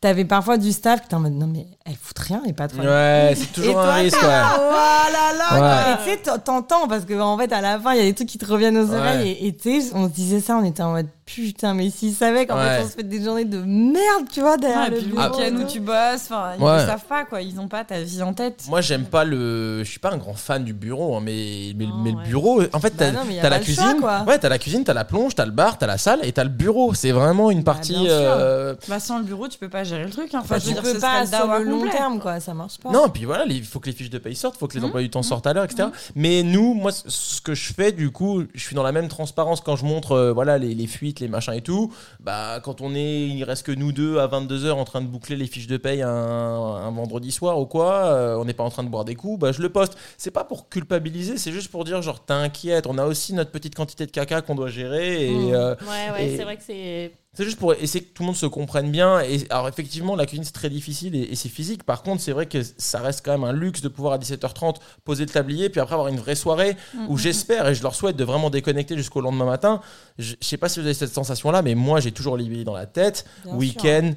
Speaker 3: t'avais parfois du staff qui était en mode non, mais elle fout rien, les patrons.
Speaker 1: Ouais, c'est toujours
Speaker 3: Et
Speaker 1: un
Speaker 3: toi,
Speaker 1: risque,
Speaker 3: t'es
Speaker 1: ouais.
Speaker 3: là, oh là là,
Speaker 1: Ah, Ouais.
Speaker 3: quoi. Et tu sais, t'en- t'entends parce que en fait, à la fin, il y a des trucs qui te reviennent aux
Speaker 1: Ouais.
Speaker 3: oreilles. Et- Et tu sais, on se disait ça, on était en mode putain, mais s'ils savaient qu'en
Speaker 1: Ouais.
Speaker 3: fait, on se fait des journées de merde, tu vois, derrière
Speaker 2: et
Speaker 3: le
Speaker 2: puis le
Speaker 3: bureau.
Speaker 2: week-end
Speaker 3: et
Speaker 2: où
Speaker 3: tout.
Speaker 2: tu bosses, enfin, ils
Speaker 1: Ouais.
Speaker 2: ne savent pas, quoi. Ils n'ont pas ta vie en tête.
Speaker 1: Moi, j'aime pas le. Je suis pas un grand fan du bureau, hein, mais, mais,
Speaker 5: Non,
Speaker 1: mais
Speaker 5: ouais.
Speaker 1: le bureau. En fait,
Speaker 3: Oh, Bah
Speaker 1: t'as
Speaker 3: non, mais y a
Speaker 1: t'as
Speaker 3: pas
Speaker 1: la
Speaker 3: le
Speaker 1: cuisine.
Speaker 3: choix, quoi.
Speaker 1: ouais, t'as la cuisine, t'as la plonge, t'as le bar, t'as la salle et t'as le bureau. C'est vraiment une
Speaker 3: Bah,
Speaker 1: partie.
Speaker 3: bien sûr.
Speaker 1: euh,
Speaker 2: Bah, sans le bureau, tu peux pas gérer le truc. hein. Enfin,
Speaker 3: Enfin,
Speaker 2: je veux
Speaker 3: tu
Speaker 2: dire,
Speaker 3: peux
Speaker 2: ce
Speaker 3: pas
Speaker 2: serait le
Speaker 3: sur
Speaker 2: dawa
Speaker 3: le long
Speaker 2: complet.
Speaker 3: terme, quoi, ça marche pas.
Speaker 1: Non, et puis voilà, il faut que les fiches de paye sortent, il faut que les emplois du temps sortent à l'heure, etc. Mais nous, moi, c- ce que je fais, du coup, je suis dans la même transparence quand je montre euh, voilà, les, les fuites, les machins et tout. Bah, quand on est, il reste que nous deux à 22h en train de boucler les fiches de paye un, un vendredi soir ou quoi, euh, on n'est pas en train de boire des coups, bah, je le poste. C'est pas pour culpabiliser, c'est juste pour dire, genre, t'inquiète, on a aussi notre petite quantité de caca qu'on doit gérer. Et,
Speaker 4: Mm.
Speaker 5: Mmh.
Speaker 3: Mhm.
Speaker 1: euh,
Speaker 5: Ouais, ouais,
Speaker 1: Et-
Speaker 5: c'est vrai que c'est.
Speaker 1: c'est juste pour essayer que tout le monde se comprenne bien. Et alors effectivement, la cuisine c'est très difficile et, et c'est physique. Par contre, c'est vrai que ça reste quand même un luxe de pouvoir à 17h30 poser le tablier, puis après avoir une vraie soirée où j'espère et je leur souhaite de vraiment déconnecter jusqu'au lendemain matin. Je, je sais pas si vous avez cette sensation-là, mais moi j'ai toujours l'idée dans la tête.
Speaker 3: Bien sûr.
Speaker 1: Week-end,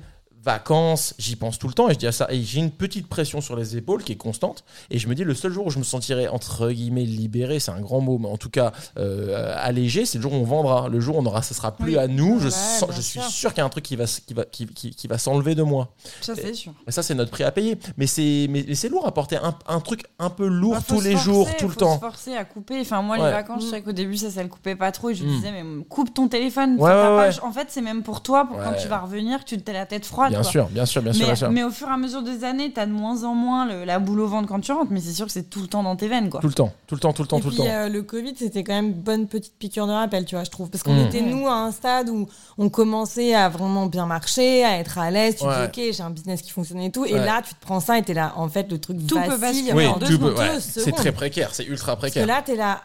Speaker 1: vacances, j'y pense tout le temps et je dis à ça. Et j'ai une petite pression sur les épaules qui est constante. Et je me dis le seul jour où je me sentirai entre guillemets libéré, c'est un grand mot, mais en tout cas euh, allégé, c'est le jour où on vendra. Le jour où on aura, ça sera plus
Speaker 2: Oui.
Speaker 1: à nous. Je,
Speaker 3: Ouais,
Speaker 1: sens-
Speaker 3: bien
Speaker 1: je suis
Speaker 3: sûr.
Speaker 1: sûr qu'il y a un truc qui va, s- qui va, qui, qui- qui va s'enlever de moi.
Speaker 2: Ça, c'est sûr.
Speaker 1: Et ça, c'est notre prix à payer. Mais c'est, mais, mais c'est lourd à porter un, un truc un peu lourd
Speaker 2: Bah, faut
Speaker 1: tous
Speaker 2: se
Speaker 1: les jours,
Speaker 2: forcer,
Speaker 1: tout le
Speaker 2: faut
Speaker 1: temps.
Speaker 2: se forcer à couper. Enfin, moi,
Speaker 1: Ouais.
Speaker 2: les vacances, je sais qu'au début, ça, ça le coupait pas trop. Et je lui
Speaker 1: Mm.
Speaker 2: disais, mais coupe ton téléphone.
Speaker 1: Ouais,
Speaker 2: ça va
Speaker 1: ouais,
Speaker 2: pas-
Speaker 1: ouais.
Speaker 2: En fait, c'est même pour toi, pour quand
Speaker 1: Ouais.
Speaker 2: tu vas revenir, que tu t'es la tête froide.
Speaker 1: Bien
Speaker 2: quoi.
Speaker 1: sûr, bien sûr, bien sûr, bien
Speaker 2: mais,
Speaker 1: sûr.
Speaker 2: mais au fur et à mesure des années, t'as de moins en moins le- la boule au ventre quand tu rentres. Mais c'est sûr que c'est tout le temps dans tes veines, quoi.
Speaker 1: Tout le temps, tout le temps, tout le temps,
Speaker 3: Et
Speaker 1: tout
Speaker 3: puis
Speaker 1: le temps.
Speaker 3: euh, le Covid, c'était quand même une bonne petite piqûre de rappel, tu vois, je trouve. Parce qu'on
Speaker 1: Mm.
Speaker 3: était, nous, à un stade où on commençait à vraiment bien marcher, à être à l'aise. Tu
Speaker 1: Ouais.
Speaker 3: te dis, ok, j'ai un business qui fonctionne et tout. Et
Speaker 1: Ouais.
Speaker 3: là, tu te prends ça et t'es là, en fait, le truc
Speaker 2: Tout peut
Speaker 3: vacille
Speaker 2: basculer.
Speaker 3: en
Speaker 2: Oui,
Speaker 3: deux
Speaker 1: tu peux-
Speaker 3: secondes,
Speaker 1: ouais,
Speaker 3: deux
Speaker 1: c'est
Speaker 3: secondes.
Speaker 1: très précaire, c'est ultra
Speaker 3: Parce que
Speaker 1: précaire.
Speaker 3: là, t'es là,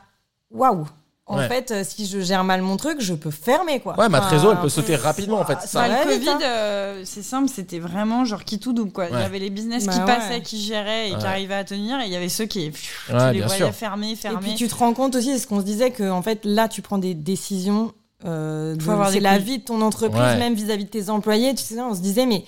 Speaker 3: waouh. En
Speaker 1: Ouais.
Speaker 3: fait, euh, si je gère mal mon truc, je peux fermer, quoi.
Speaker 1: Ouais, ma
Speaker 3: Enfin,
Speaker 1: trésor, elle peut sauter rapidement en fait.
Speaker 3: Ah. ça
Speaker 1: Ça,
Speaker 3: va
Speaker 2: Bah, le
Speaker 3: vite,
Speaker 2: Covid,
Speaker 3: hein.
Speaker 2: euh, c'est simple, c'était vraiment genre qui tout double quoi. Il
Speaker 1: Ouais.
Speaker 2: y avait les business
Speaker 3: Bah
Speaker 2: qui
Speaker 3: ouais.
Speaker 2: passaient, qui géraient et
Speaker 1: Ouais.
Speaker 2: qui arrivaient à tenir, et il y avait ceux qui pfiou,
Speaker 1: Ouais,
Speaker 2: tu les
Speaker 1: bien
Speaker 2: voyais
Speaker 1: sûr.
Speaker 2: fermer,
Speaker 3: Et
Speaker 2: fermer.
Speaker 3: puis tu te rends compte aussi, ce qu'on se disait, que en fait, là, tu prends des décisions. euh, de-
Speaker 2: Faut avoir
Speaker 3: c'est
Speaker 2: des
Speaker 3: la
Speaker 2: couilles.
Speaker 3: vie de ton entreprise,
Speaker 1: Ouais.
Speaker 3: même vis-à-vis de tes employés. Tu sais, on se disait, mais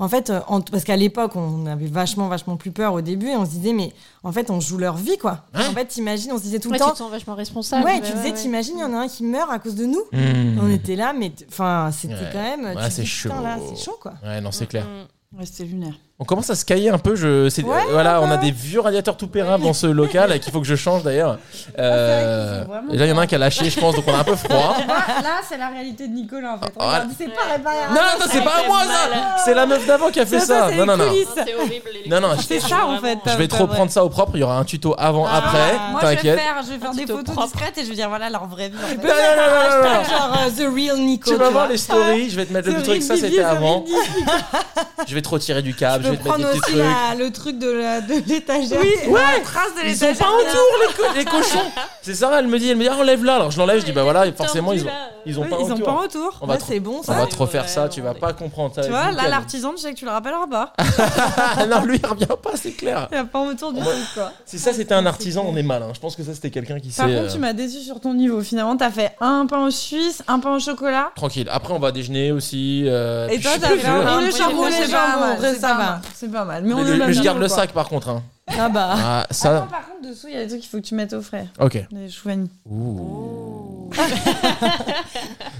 Speaker 3: en fait, euh, en- parce qu'à l'époque, on avait vachement, vachement plus peur au début, et on se disait, mais en fait, on joue leur vie, quoi.
Speaker 1: Ouais.
Speaker 3: En fait, t'imagines, on se disait tout
Speaker 5: Ouais,
Speaker 3: le temps.
Speaker 5: tu te sens vachement responsable.
Speaker 3: Ouais, tu
Speaker 5: ouais,
Speaker 3: disais,
Speaker 5: ouais.
Speaker 3: t'imagines, il y en a un qui meurt à cause de nous.
Speaker 1: Mmh.
Speaker 3: On était là, mais t- enfin, c'était
Speaker 1: Ouais.
Speaker 3: quand même.
Speaker 1: Ouais,
Speaker 3: tu te
Speaker 1: c'est
Speaker 3: dis, putain,
Speaker 1: chaud.
Speaker 3: là, c'est chaud, quoi.
Speaker 1: Ouais, non, c'est clair.
Speaker 5: Mm.
Speaker 2: Ouais, c'était lunaire.
Speaker 1: On commence à se cailler un peu. Je, c'est-
Speaker 3: Ouais,
Speaker 1: voilà, on a des vieux radiateurs tout pérables dans ce local qu'il faut que je change d'ailleurs.
Speaker 2: vrai
Speaker 1: Euh,
Speaker 2: qu'ils sont vraiment Ah,
Speaker 1: et là, il y en a un qui a lâché, je pense, donc on a un peu froid.
Speaker 2: Là, c'est la réalité de Nicolas en fait.
Speaker 1: Ah, Regarde,
Speaker 2: c'est pas
Speaker 1: Non, non, c'est pas à moi ça C'est la meuf d'avant qui a fait
Speaker 2: Ça, ça,
Speaker 1: ça.
Speaker 2: c'est
Speaker 1: Non, non,
Speaker 2: les
Speaker 1: non.
Speaker 2: coulisses.
Speaker 5: Non, C'est horrible. les
Speaker 1: Non, non,
Speaker 5: coulisses,
Speaker 2: C'est ça en fait. Euh,
Speaker 5: vraiment-
Speaker 1: Je vais te reprendre ça au propre. Il y aura un tuto avant,
Speaker 3: Ah,
Speaker 1: après.
Speaker 3: moi,
Speaker 2: Moi, je vais
Speaker 1: T'inquiète.
Speaker 2: faire, je vais faire des
Speaker 5: tuto
Speaker 2: photos
Speaker 5: propre.
Speaker 2: discrètes et je vais dire voilà leur vraie vie. en fait.
Speaker 1: Non, non, non, non, non, non.
Speaker 3: Genre euh, The Real Nico.
Speaker 1: Tu vas
Speaker 3: vois.
Speaker 1: voir les stories. Je vais te mettre le
Speaker 3: C'est
Speaker 1: truc. Ça,
Speaker 3: horrible,
Speaker 1: c'était
Speaker 3: c'est
Speaker 1: avant.
Speaker 3: horrible.
Speaker 1: Je vais te retirer du câble.
Speaker 3: Je
Speaker 1: Je
Speaker 3: peux
Speaker 1: vais te mettre
Speaker 3: prendre
Speaker 1: des petits
Speaker 3: aussi
Speaker 1: trucs.
Speaker 3: la- le truc de la- de l'étagère.
Speaker 2: Ouais, trace de
Speaker 1: Ils sont
Speaker 2: l'étagère.
Speaker 1: pas autour les, co- les cochons. C'est Sarah, elle me dit, elle me dit, Ah, enlève-la. Alors je l'enlève, je dis, bah voilà, forcément ils ont, ils ont
Speaker 2: Oui,
Speaker 1: pas
Speaker 2: Ils ont
Speaker 1: autour.
Speaker 2: pas autour.
Speaker 1: On va
Speaker 3: Ouais,
Speaker 1: trop-
Speaker 3: c'est bon
Speaker 1: On
Speaker 3: ça.
Speaker 1: va te refaire
Speaker 5: Ouais,
Speaker 1: ça, tu
Speaker 5: on
Speaker 1: vas
Speaker 5: est-
Speaker 1: pas comprendre. ça
Speaker 2: Tu
Speaker 1: va être
Speaker 2: vois, là,
Speaker 1: nickel.
Speaker 2: l'artisan, je sais que tu le rappelleras pas.
Speaker 1: Ah non, lui, il revient pas, c'est clair.
Speaker 2: Il a pas autour du truc, quoi.
Speaker 1: Si ça, c'était un artisan, on est mal. hein. Je pense que ça, c'était quelqu'un qui s'est.
Speaker 2: Par contre,
Speaker 1: euh,
Speaker 2: tu m'as déçu sur ton niveau. Finalement, t'as fait un pain au suisse, un pain au chocolat.
Speaker 1: Tranquille. Après, on va déjeuner aussi. euh,
Speaker 2: Et
Speaker 1: puis
Speaker 2: toi,
Speaker 1: je-
Speaker 2: t'as
Speaker 1: je-
Speaker 2: Ah, fait un
Speaker 3: je-
Speaker 2: le
Speaker 3: je-
Speaker 2: charbon,
Speaker 3: je-
Speaker 2: c'est
Speaker 3: je-
Speaker 2: pas
Speaker 3: je-
Speaker 2: mal.
Speaker 3: je-
Speaker 2: c'est
Speaker 3: ça
Speaker 2: pas
Speaker 3: va.
Speaker 2: mal, C'est pas mal. Mais on
Speaker 1: Mais
Speaker 2: le
Speaker 1: le- mais
Speaker 2: met
Speaker 1: je
Speaker 2: bien
Speaker 1: garde
Speaker 2: haut,
Speaker 1: le
Speaker 2: quoi.
Speaker 1: sac par contre. hein.
Speaker 3: Ah bah.
Speaker 1: Ah,
Speaker 2: Attends,
Speaker 1: ça.
Speaker 2: par contre, dessous, il y a des trucs qu'il faut que tu mettes au frais.
Speaker 1: Ok.
Speaker 2: Les chouvanis.
Speaker 1: Ouh.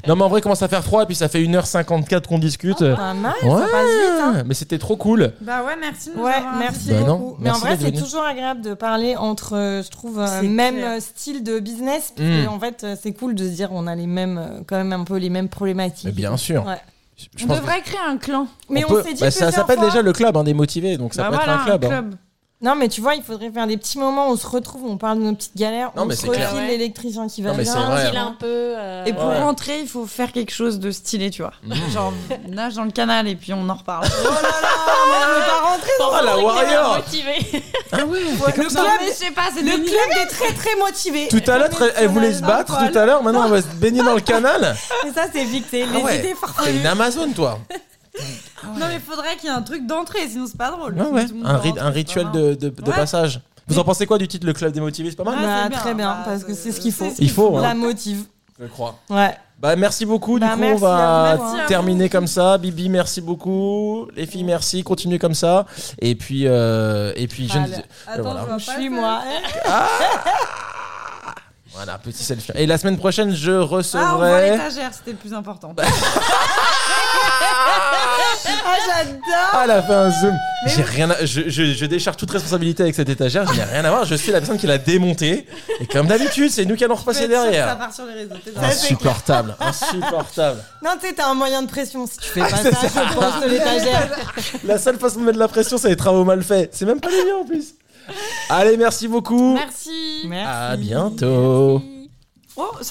Speaker 1: non, mais en vrai, il commence à faire froid et puis ça fait 1h54 qu'on discute.
Speaker 3: Pas mal,
Speaker 2: Oh,
Speaker 1: Ouais.
Speaker 3: ça passe vite. hein.
Speaker 1: Mais c'était trop cool.
Speaker 2: Bah ouais, merci. de nous
Speaker 3: Ouais,
Speaker 2: avoir
Speaker 3: merci
Speaker 1: Bah
Speaker 2: invités.
Speaker 1: non,
Speaker 3: beaucoup. Mais
Speaker 1: merci
Speaker 3: en vrai,
Speaker 1: d'être
Speaker 3: c'est
Speaker 1: venu.
Speaker 3: toujours agréable de parler entre, euh, je trouve, euh,
Speaker 2: C'est
Speaker 3: même
Speaker 2: clair.
Speaker 3: euh, style de business. Parce que,
Speaker 1: Mm.
Speaker 3: en fait, euh, c'est cool de se dire on a les mêmes, euh, quand même un peu les mêmes problématiques.
Speaker 1: Mais bien sûr.
Speaker 3: Ouais.
Speaker 1: Je-
Speaker 2: On
Speaker 1: Je pense que-
Speaker 2: devrait créer un clan.
Speaker 3: Mais on,
Speaker 1: peut-
Speaker 3: s'est dit
Speaker 1: bah, ça
Speaker 3: plusieurs
Speaker 1: s'appelle
Speaker 3: fois-
Speaker 1: déjà le club hein, des motivés, donc ça
Speaker 2: Bah
Speaker 1: peut
Speaker 2: voilà,
Speaker 1: être un club. hein.
Speaker 3: Non, mais tu vois, il faudrait faire des petits moments. On se retrouve, on parle de nos petites galères.
Speaker 1: Non,
Speaker 3: on
Speaker 1: mais
Speaker 3: se
Speaker 1: c'est clair.
Speaker 3: refile
Speaker 5: Ouais.
Speaker 3: l'électricien qui va
Speaker 1: Non, mais
Speaker 3: bien.
Speaker 1: c'est vrai.
Speaker 5: Il a un peu. euh,
Speaker 2: Et pour
Speaker 1: Ouais. Mmh.
Speaker 2: rentrer, il faut faire quelque chose de stylé, tu vois. Genre, nage dans le canal et puis on en reparle.
Speaker 1: Oh, la
Speaker 5: Pour montrer que t'es
Speaker 1: warrior
Speaker 5: motivé.
Speaker 2: le
Speaker 3: club-
Speaker 2: mais je sais pas, c'est
Speaker 3: Le
Speaker 2: devenu-
Speaker 3: club est très très motivé.
Speaker 1: Tout à l'heure, elle, elle voulait se battre tout à l'heure, maintenant elle va se baigner dans le canal.
Speaker 3: Et ça, c'est victé. Les
Speaker 1: Ah ouais.
Speaker 3: idées
Speaker 1: T'es une Amazon, toi.
Speaker 2: Non, mais faudrait qu'il y ait un truc d'entrée, sinon c'est pas drôle.
Speaker 1: Ouais, ouais.
Speaker 2: Tout le monde
Speaker 1: Un,
Speaker 2: rentre,
Speaker 1: ri- un
Speaker 2: c'est
Speaker 1: rituel
Speaker 2: pas mal.
Speaker 1: de, de- de
Speaker 2: Ouais.
Speaker 1: passage. Vous en pensez quoi du titre Le Club des motivés C'est pas mal
Speaker 2: Ah,
Speaker 3: Bah,
Speaker 2: c'est bien,
Speaker 3: très bien,
Speaker 2: bah,
Speaker 3: parce que
Speaker 2: euh,
Speaker 3: c'est ce qu'il faut.
Speaker 2: c'est ce
Speaker 1: Il faut.
Speaker 3: On
Speaker 1: hein.
Speaker 3: la motive.
Speaker 1: je crois.
Speaker 3: Ouais.
Speaker 1: Bah, merci beaucoup.
Speaker 3: Bah,
Speaker 1: du coup,
Speaker 3: merci
Speaker 1: on va
Speaker 3: à vous, hein.
Speaker 1: terminer comme ça. Bibi, merci beaucoup. Les filles, merci. Continuez comme ça. Et puis, euh, et puis, je ne-
Speaker 3: Voilà.
Speaker 1: Attends, voilà. je vois
Speaker 3: Je suis moi.
Speaker 1: Voilà, petit selfie. Et la semaine prochaine, je
Speaker 2: Ah, on voit
Speaker 1: recevrai.
Speaker 2: l'étagère, c'était le plus important.
Speaker 1: Bah,
Speaker 3: Ah, j'adore.
Speaker 1: Ah, elle a fait un zoom. J'ai rien à- je, je, je décharge toute responsabilité avec cette étagère. Je n'ai rien à voir. Je suis la personne qui l'a démontée. Et comme d'habitude, c'est nous qui allons repasser
Speaker 2: Ça
Speaker 1: derrière.
Speaker 2: part sur les réseaux. t'es d'accord.
Speaker 1: Insupportable. Insupportable.
Speaker 3: Non, tu sais, t'as un moyen de pression. Si tu fais pas ça, je pense de l'étagère.
Speaker 1: La seule façon de mettre de la pression, c'est les travaux mal faits. C'est même pas les miens en plus. Allez, merci beaucoup.
Speaker 9: Merci.
Speaker 1: À bientôt.
Speaker 9: Merci.
Speaker 2: Oh, ça